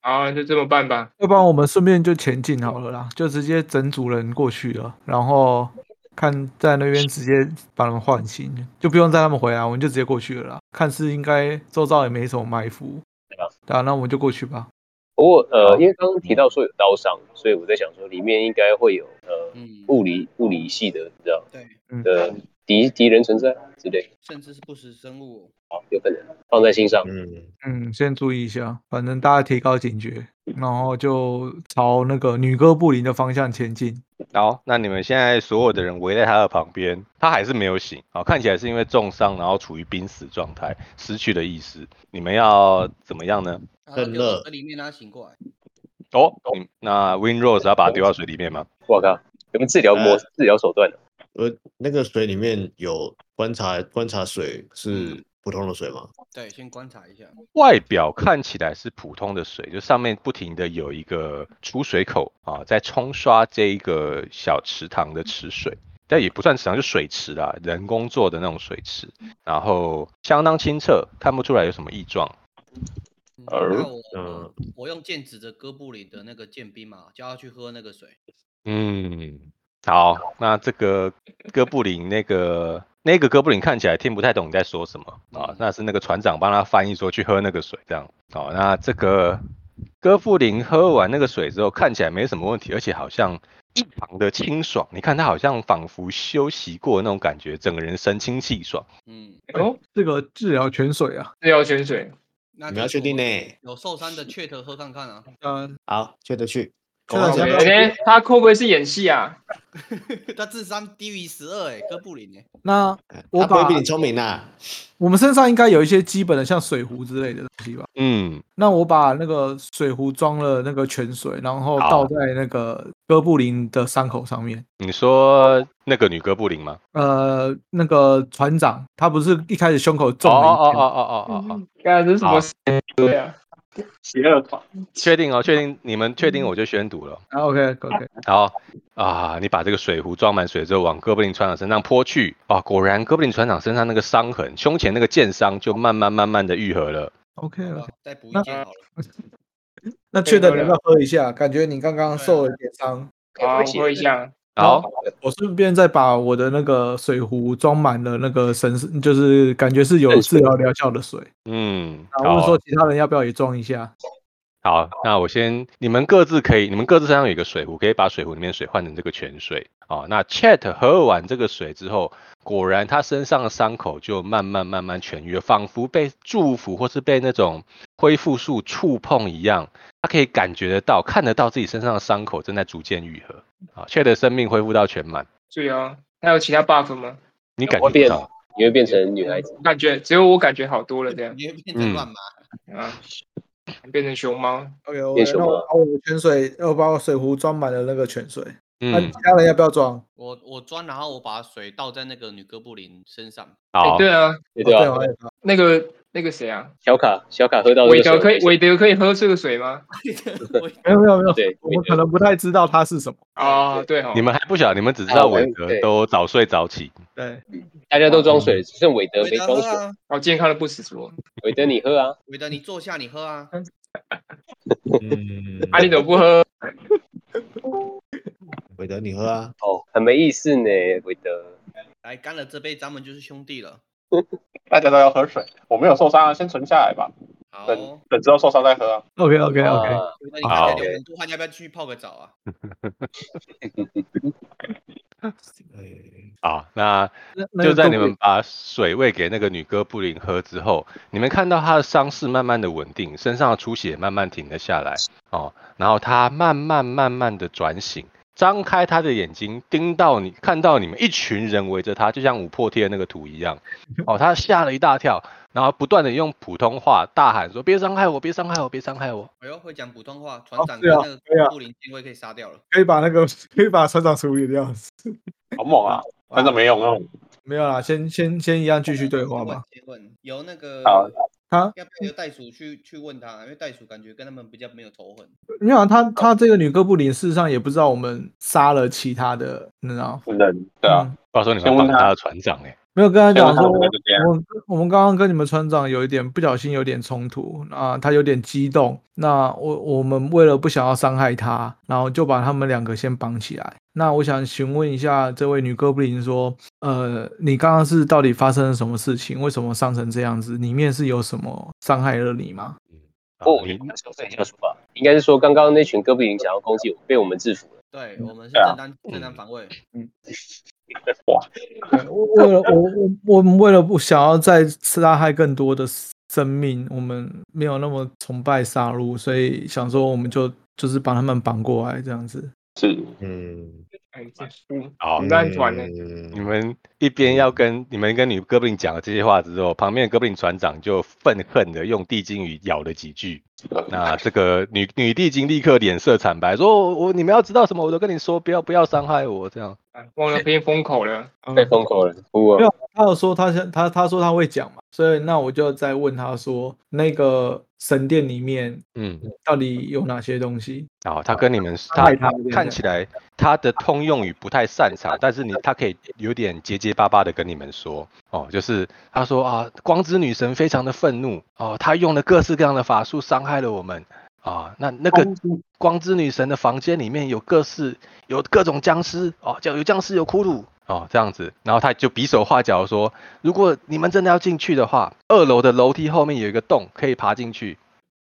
Speaker 5: 好，那就这么办吧。
Speaker 3: 要不然我们顺便就前进好了啦，就直接整组人过去了，然后看在那边直接把他们唤醒，就不用带他们回来，我们就直接过去了啦。看似应该周遭也没什么埋伏，
Speaker 9: 对吧？
Speaker 3: 对啊，那我们就过去吧。
Speaker 9: 不过呃，因为刚刚提到说有刀伤，所以我在想说里面应该会有呃
Speaker 4: 嗯，
Speaker 8: 哦
Speaker 9: 物理物理系的，你知道
Speaker 4: 对，
Speaker 9: 的敌敌人存在之类的，
Speaker 4: 甚至是不食生物哦。
Speaker 9: 好，有可能放在心上。
Speaker 8: 嗯，
Speaker 3: 嗯，先注意一下，反正大家提高警觉，然后就朝那个女哥布林的方向前进。
Speaker 1: 好，那你们现在所有的人围在他的旁边，他还是没有醒啊、看起来是因为重伤，然后处于濒死状态，失去了意识。你们要怎么样呢？
Speaker 4: 然后
Speaker 8: 很
Speaker 4: 丢到
Speaker 8: 热
Speaker 4: 水里面让它醒过来。
Speaker 1: 哦，嗯、那 Win Rose 要把他丢到水里面吗？
Speaker 9: 我靠，有没有治疗模、
Speaker 8: 呃
Speaker 9: 治疗手段呢？啊
Speaker 8: 呃，那个水里面有观察观察水是
Speaker 4: 嗯
Speaker 8: 普通的水吗？
Speaker 4: 对，先观察一下。嗯
Speaker 1: 外表看起来是普通的水，就上面不停的有一个出水口啊，在冲刷这一个小池塘的池水，但也不算池塘，就水池啦，人工做的那种水池，然后相当清澈，看不出来有什么异状。
Speaker 4: 嗯
Speaker 2: 而
Speaker 4: 那我、
Speaker 8: 嗯
Speaker 4: 我用剑指着哥布林的那个剑兵嘛，叫他去喝那个水。
Speaker 1: 嗯，好，那这个哥布林那个那个哥布林看起来听不太懂你在说什么啊
Speaker 4: 嗯，
Speaker 1: 那是那个船长帮他翻译说去喝那个水这样。好，那这个哥布林喝完那个水之后，看起来没什么问题，而且好像异常的清爽。你看他好像仿佛休息过那种感觉，整个人神清气爽。
Speaker 4: 嗯，
Speaker 5: 哦，
Speaker 3: 这个治疗泉水啊，
Speaker 5: 治疗泉水，
Speaker 4: 那
Speaker 8: 你们要确定呢？
Speaker 4: 有受伤的雀头喝看看啊。
Speaker 3: 嗯，
Speaker 8: 好，接着去。
Speaker 1: 啊
Speaker 5: 哎、他会不会是演戏啊？
Speaker 4: 他智商低于十二，哎，哥布林哎、
Speaker 3: 那我
Speaker 10: 他不会
Speaker 3: 把
Speaker 10: 比你聪明呐。
Speaker 3: 我们身上应该有一些基本的，像水壶之类的东西吧。
Speaker 1: 嗯，
Speaker 3: 那我把那个水壶装了那个泉水，然后
Speaker 1: 好
Speaker 3: 倒在那个哥布林的伤口上面。
Speaker 1: 你说那个女哥布林吗？
Speaker 3: 呃，那个船长他不是一开始胸口
Speaker 1: 哦
Speaker 3: 中了一
Speaker 1: 哦哦
Speaker 3: 箭
Speaker 1: 哦哦哦哦，
Speaker 5: 干这是什么对啊？
Speaker 2: 邪恶团，
Speaker 1: 确定哦，确定你们确定我就宣读了。
Speaker 3: 啊，OK OK，
Speaker 1: 好啊，你把这个水壶装满水之后，往哥布林船长身上泼去啊，果然哥布林船长身上那个伤痕，胸前那个箭伤就慢慢慢慢的愈合了。
Speaker 3: OK
Speaker 8: 嗯
Speaker 3: 了。
Speaker 4: 再补一
Speaker 3: 那
Speaker 4: 件好了。
Speaker 3: 那
Speaker 5: 对
Speaker 3: 确认
Speaker 5: 对
Speaker 3: 要不要喝一下？感觉你刚刚
Speaker 1: 啊
Speaker 3: 受了点伤。
Speaker 5: 好，我喝一下。
Speaker 1: 好，
Speaker 3: 我顺便再把我的那个水壶装满了那个神圣，就是感觉是有治疗疗效的水。
Speaker 1: 嗯，
Speaker 3: 然后问
Speaker 1: 好
Speaker 3: 说其他人要不要也装一下？
Speaker 1: 好，那我先，你们各自可以，你们各自身上有一个水壶，可以把水壶里面水换成这个泉水哦。那 Chat 喝完这个水之后，果然他身上的伤口就慢慢慢慢痊愈了，仿佛被祝福或是被那种恢复术触碰一样，他可以感觉得到、看得到自己身上的伤口正在逐渐愈合啊。Chat 的生命恢复到全满，
Speaker 5: 对啊，那有其他 buff 吗？
Speaker 1: 你感觉
Speaker 9: 会
Speaker 1: 不
Speaker 9: 变
Speaker 1: 到。，
Speaker 9: 你会变成女孩子。
Speaker 5: 我感觉只有我感觉好多了，这样
Speaker 4: 你会
Speaker 8: 嗯
Speaker 4: 变成乱麻，
Speaker 5: 啊，变成熊猫。
Speaker 3: OK，我
Speaker 9: 变熊
Speaker 3: 那我
Speaker 9: 了
Speaker 3: 把我的泉水，我把我水壶装满了那个泉水。那、
Speaker 1: 嗯
Speaker 3: 其，他人要不要装？
Speaker 4: 我我装，然后我把水倒在那个女哥布林身上。
Speaker 5: 哎
Speaker 1: 好，
Speaker 5: 对啊，
Speaker 9: 对
Speaker 3: 哦
Speaker 9: 对
Speaker 3: 对
Speaker 9: 吧？
Speaker 3: 我也装
Speaker 5: 那个那个谁啊，
Speaker 9: 小卡小卡喝到这
Speaker 5: 韦德
Speaker 9: 个水
Speaker 5: 可以
Speaker 9: 会
Speaker 5: 韦德可以喝这个水吗？
Speaker 3: 哎没有没有没有，
Speaker 9: 对
Speaker 3: 我
Speaker 9: 没
Speaker 3: 们
Speaker 9: 有
Speaker 3: 可能不太知道它是什么。
Speaker 5: 啊，对哈
Speaker 1: 你，们还不晓得，你们只知
Speaker 9: 啊
Speaker 1: 道
Speaker 9: 我
Speaker 1: 韦
Speaker 9: 们
Speaker 1: 德
Speaker 9: 对
Speaker 1: 都早睡早起，
Speaker 3: 对，
Speaker 9: 大家都装水，只剩韦德没
Speaker 4: 德
Speaker 9: 装
Speaker 4: 喝
Speaker 9: 水。
Speaker 4: 啊，
Speaker 5: 好健康的不死猪。
Speaker 9: 韦德你喝啊，
Speaker 4: 韦德你坐下，你喝啊。
Speaker 8: 嗯，
Speaker 5: 啊，你怎么不喝？
Speaker 8: 韦德你喝啊，
Speaker 9: 哦，很没意思呢，韦德。
Speaker 4: 来，干了这杯，咱们就是兄弟了。
Speaker 2: 大家都要喝水，我没有受伤啊，先存下来吧，
Speaker 4: 好，哦
Speaker 2: 等等之后受伤再喝啊。
Speaker 3: OK OK OK，、
Speaker 9: 啊
Speaker 4: 韦德你看起来流很多汗，要不要去泡个澡啊？
Speaker 8: 哎
Speaker 1: 好，那
Speaker 3: 那那
Speaker 1: 就
Speaker 3: 个
Speaker 1: 在
Speaker 3: 各
Speaker 1: 你
Speaker 3: 位
Speaker 1: 们把水喂给那个女哥布林喝之后，你们看到她的伤势慢慢的稳定，身上的出血慢慢停了下来哦，然后她慢慢慢慢的转醒，张开她的眼睛，盯到你，看到你们一群人围着她，就像五破贴的那个图一 样，哦，她吓了一大跳，然后不断的用普通话大喊说：“别伤害我，别伤害我，别伤害我
Speaker 4: 哎呦，会讲普通话，船长
Speaker 3: 对
Speaker 4: 跟
Speaker 3: 啊
Speaker 4: 那个
Speaker 3: 对啊
Speaker 4: 布林定位可以杀掉了。
Speaker 3: 可以把那个可以把船长处理掉。
Speaker 2: 好猛啊！反正没用那种，
Speaker 3: 没有啦，先先先一样继续对话吧。
Speaker 4: 先问，先问由那个
Speaker 2: 好
Speaker 3: 他
Speaker 4: 要不要由袋鼠去去问他？因为袋鼠感觉跟他们比较没有仇恨。
Speaker 3: 没有啊，他他这个女哥布林事实上也不知道我们杀了其他的，你知道？
Speaker 2: 人对啊，
Speaker 3: 嗯，！”
Speaker 1: 到时候你
Speaker 2: 先
Speaker 1: 们
Speaker 2: 问
Speaker 1: 帮
Speaker 2: 她
Speaker 1: 她的船长哎、
Speaker 3: 没有跟
Speaker 4: 嗯
Speaker 3: 啊他讲
Speaker 2: 先
Speaker 3: 说，
Speaker 2: 问
Speaker 3: 我
Speaker 2: 他们就这样
Speaker 3: 们我们刚刚跟你们船长有一点不小心有点冲突啊，他有点激动。那我我们为了不想要伤害他，然后就把他们两个先绑起来。那我想询问一下这位女哥布林说，呃，你刚刚是到底发生了什么事情？为什么伤成这样子？里面是有什么伤害了你吗？
Speaker 1: 啊
Speaker 9: 不过我觉
Speaker 1: 你
Speaker 9: 得他修正一下说法，应该是说刚刚那群哥布林想要攻击我，被我们制服了。
Speaker 4: 对我们是
Speaker 2: 对啊
Speaker 4: 正当正当防卫，
Speaker 3: 我为了我我我们为了不想要再杀害更多的生命，我们没有那么崇拜杀戮，所以想说我们就就是把他们绑过来这样子。
Speaker 2: 是
Speaker 8: 嗯，
Speaker 5: 哎，这猪
Speaker 1: 好
Speaker 5: 你。乱转呢。
Speaker 8: 嗯
Speaker 1: 你们一边要跟你们跟女哥布林讲了这些话之后，旁边的哥布林船长就愤恨的用地精语咬了几句。那这个女女地精立刻脸色惨白，说：“我我你们要知道什么，我都跟你说，不要不要伤害我。”这样，
Speaker 5: 啊忘了变风口了。
Speaker 9: 被封口了，哭
Speaker 3: 没
Speaker 9: 啊！
Speaker 3: 有，他有说他想他他说他会讲嘛，所以那我就再问他说，那个神殿里面
Speaker 1: 嗯，
Speaker 3: 到底有哪些东西？
Speaker 1: 然后他跟你们
Speaker 3: 伤害
Speaker 1: 他
Speaker 3: 他对
Speaker 1: 看起来他的通用语不太擅长，但是你他可以有点结结巴巴的跟你们说哦，就是他说啊，光之女神非常的愤怒哦，她用了各式各样的法术伤害了我们啊、那那个光之女神的房间里面有各式有各种僵尸哦，叫有僵尸有骷髅哦这样子，然后他就比手画脚地说，如果你们真的要进去的话，二楼的楼梯后面有一个洞可以爬进去，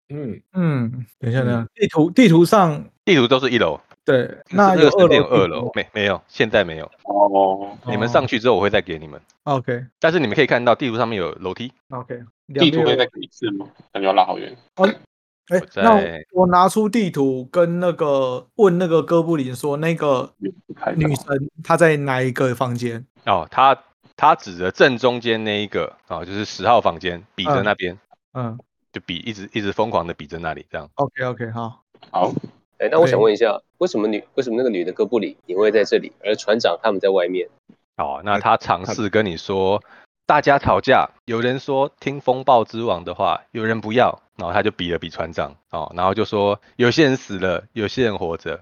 Speaker 8: 嗯，
Speaker 3: 嗯，等一下呢，地图地图上
Speaker 1: 地图都是一楼，
Speaker 3: 对，那
Speaker 1: 这
Speaker 3: 有
Speaker 1: 个神
Speaker 3: 二
Speaker 1: 殿
Speaker 3: 楼
Speaker 1: 有二
Speaker 3: 地
Speaker 1: 楼
Speaker 3: 图，
Speaker 1: 没没有，现在没有。
Speaker 2: 哦，
Speaker 1: 你们
Speaker 3: 哦
Speaker 1: 上去之后我会再给你们，
Speaker 3: ，OK
Speaker 1: 但是你们可以看到地图上面有楼梯。
Speaker 3: OK，
Speaker 2: 地图可以再给一次吗？感觉要拉好远。
Speaker 3: 哦，哎，
Speaker 1: 在
Speaker 3: 那我我拿出地图跟那个问那个哥布林说，那个女神她在哪一个房间？
Speaker 1: 哦，他他指着正中间那一个哦，就是十号房间，比着
Speaker 3: 嗯
Speaker 1: 那边，
Speaker 3: 嗯
Speaker 1: 就比一直一直疯狂的比着那里，这样。
Speaker 3: ，OK OK，好，
Speaker 2: 好，
Speaker 9: 哎，那我想问一下，为什么女为什么那个女的哥布里你会在这里，而船长他们在外面？
Speaker 1: 哦，那他尝试跟你说，大家吵架，有人说听风暴之王的话，有人不要，然后他就比了比船长，哦，然后就说有些人死了，有些人活着，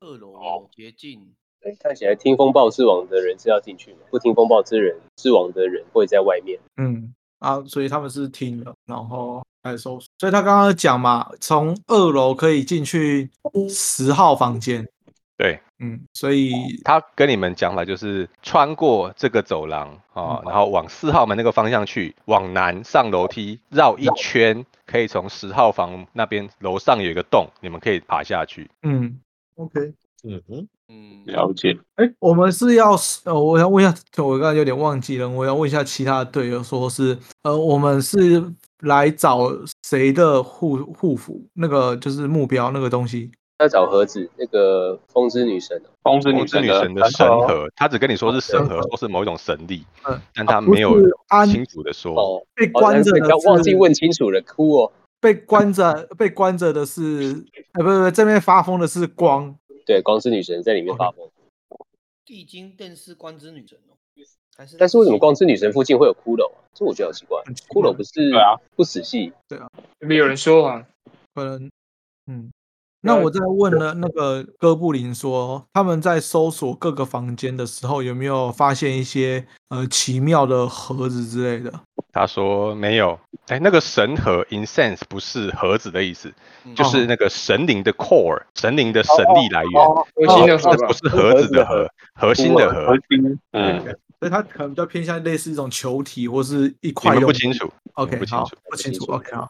Speaker 4: 二楼捷径，
Speaker 9: 哎，看起来听风暴之王的人是要进去的，不听风暴之人之王的人会在外面。
Speaker 3: 嗯啊，所以他们是听了，然后来搜索。所以他刚刚讲嘛，从二楼可以进去十号房间。
Speaker 1: 对，
Speaker 3: 嗯，所以
Speaker 1: 他跟你们讲法就是穿过这个走廊啊、哦然后往四号门那个方向去，往南上楼梯绕一圈，可以从十号房那边楼上有一个洞，你们可以爬下去。
Speaker 3: 嗯，OK。
Speaker 8: 嗯哼，
Speaker 2: 了解。
Speaker 3: 哎，我们是要是呃，我要问一下，我刚才有点忘记了，我要问一下其他的队友，说是呃，我们是来找谁的护护符？那个就是目标那个东西。
Speaker 9: 要找盒子，那个风之女神、哦
Speaker 2: 风
Speaker 1: 哦之女神的神哦盒，他只跟你说是神盒，说是某一种神力，但他没有
Speaker 3: 不是安
Speaker 1: 清楚的说。
Speaker 3: 被关着
Speaker 9: 哦
Speaker 3: 的是
Speaker 9: 那是要忘记问清楚了，哭哦。
Speaker 3: 被关着被关着的是，呃，不是不是，这边发疯的是光，
Speaker 9: 对，光之女神在里面发
Speaker 3: 哦
Speaker 9: 疯，
Speaker 4: 地精电视观之女神哦，还是
Speaker 9: 但是为什么光之女神附近会有骷髅啊？这我觉得好奇怪，骷髅不是
Speaker 5: 对啊
Speaker 9: 不死系，
Speaker 3: 对啊，
Speaker 5: 没有人说谎，
Speaker 3: 可能，嗯，那我在问了那个哥布林说，他们在搜索各个房间的时候，有没有发现一些呃奇妙的盒子之类的？
Speaker 1: 他说没有，哎，那个神盒 incense 不是盒子的意思，就是那个神灵的 core，神灵的神力来源，这不是盒子的盒，核心的核。嗯，
Speaker 3: 所以它可能比较偏向类似一种球体或是一
Speaker 1: 你
Speaker 3: 块
Speaker 1: 们
Speaker 3: 东
Speaker 1: 不
Speaker 3: 西。
Speaker 1: 清楚。
Speaker 3: OK，
Speaker 1: 清
Speaker 3: 好
Speaker 1: 楚，
Speaker 3: 不清楚。OK，好。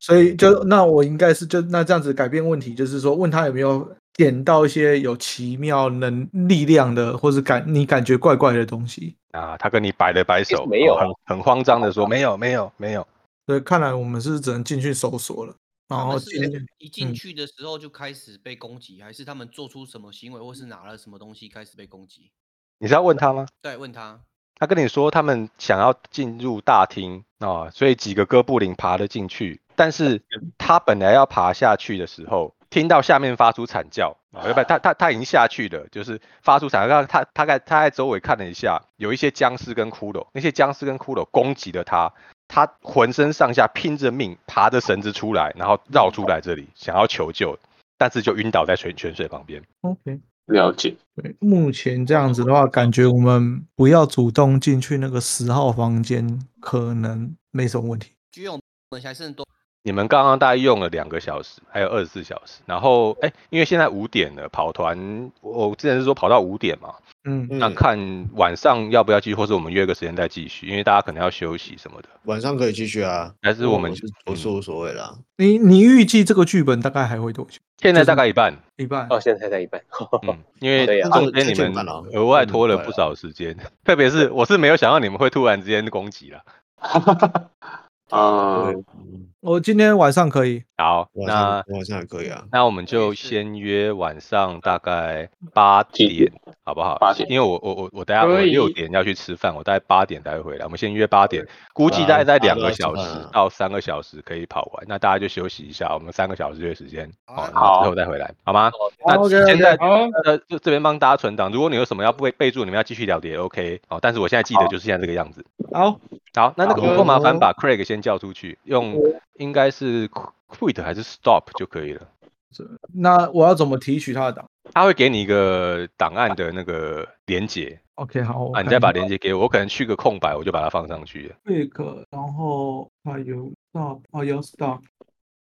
Speaker 3: 所以就那我应该是就那这样子改变问题，就是说问他有没有点到一些有奇妙能力量的，或是感你感觉怪怪的东西。
Speaker 1: 啊，他跟你摆了摆手，
Speaker 3: 没有
Speaker 1: 哦很很慌张的说没有没有没有。
Speaker 3: 所以看来我们是只能进去搜索了，然后
Speaker 4: 但是
Speaker 3: 进
Speaker 4: 一进去的时候就开始被攻击，还是他们做出什么行为，或是拿了什么东西开始被攻击？
Speaker 1: 你是要问他吗？
Speaker 4: 对，问他，
Speaker 1: 他跟你说他们想要进入大厅啊、所以几个哥布林爬了进去，但是他本来要爬下去的时候，听到下面发出惨叫，啊，要不然他他他已经下去了，就是发出惨叫，他他在他在周围看了一下，有一些僵尸跟骷髅，那些僵尸跟骷髅攻击了他。他浑身上下拼着命爬着绳子出来，然后绕出来这里，想要求救，但是就晕倒在泉泉水旁边。
Speaker 3: OK。
Speaker 2: 了解。
Speaker 3: 对，目前这样子的话，感觉我们不要主动进去那个十号房间，可能没什么问题。
Speaker 4: 居勇，我们还剩多
Speaker 1: 你们刚刚大概用了两个小时，还有二十四小时。然后，哎，因为现在五点了，跑团我我之前是说跑到五点嘛，
Speaker 3: 嗯
Speaker 1: 那看晚上要不要继续，或者我们约个时间再继续，因为大家可能要休息什么的。
Speaker 8: 晚上可以继续啊，
Speaker 1: 还是我们
Speaker 8: 是我是无所谓啦。
Speaker 3: 你你预计这个剧本大概还会多久？
Speaker 1: 现在大概一半，
Speaker 3: 一半
Speaker 9: 哦，现在才在一半，
Speaker 1: 嗯，因为
Speaker 9: 对啊
Speaker 1: 中间你们额外拖了不少时间， 特别是我是没有想到你们会突然之间攻击了。
Speaker 8: Um,
Speaker 2: 啊，
Speaker 3: 我今天晚上可以。
Speaker 1: 好，
Speaker 8: 嗯
Speaker 1: 嗯
Speaker 8: 晚
Speaker 1: 那
Speaker 8: 上晚上也可以啊。
Speaker 1: 那我们就先约晚上大概八点，好不好？
Speaker 2: 八点
Speaker 1: 因为我我我我等下
Speaker 2: 可
Speaker 1: 我
Speaker 2: 以
Speaker 1: 六点要去吃饭，我大概八点才会回来。我们先约八点，估计
Speaker 8: 啊
Speaker 1: 大概在
Speaker 8: 大家
Speaker 1: 两
Speaker 8: 都
Speaker 1: 个
Speaker 8: 要吃
Speaker 1: 小
Speaker 8: 饭
Speaker 1: 时
Speaker 8: 啊
Speaker 1: 到三个小时可以跑完，那大家就休息一下，我们三个小时的时间，好，然
Speaker 2: 好
Speaker 1: 后之后再回来，好吗？那
Speaker 3: OK，OK，
Speaker 1: 现在
Speaker 5: 好
Speaker 1: 呃就这边帮大家存档，如果你有什么要备备注，你们要继续聊的也 OK 哦。但是我现在记得就是现在这个样子。
Speaker 3: 好，
Speaker 1: 好，那那个
Speaker 2: 好
Speaker 1: 无垢麻烦把 Craig 先叫出去，用应该是 quit 还是 stop 就可以了。
Speaker 3: 那我要怎么提取他的档
Speaker 1: 他会给你一个档案的那个连接
Speaker 3: ？OK，好，
Speaker 1: 啊，你再把连接给我，我可能去个空白，我就把它放上去了。
Speaker 3: 贝克，然后啊有 stop 哦有 stop，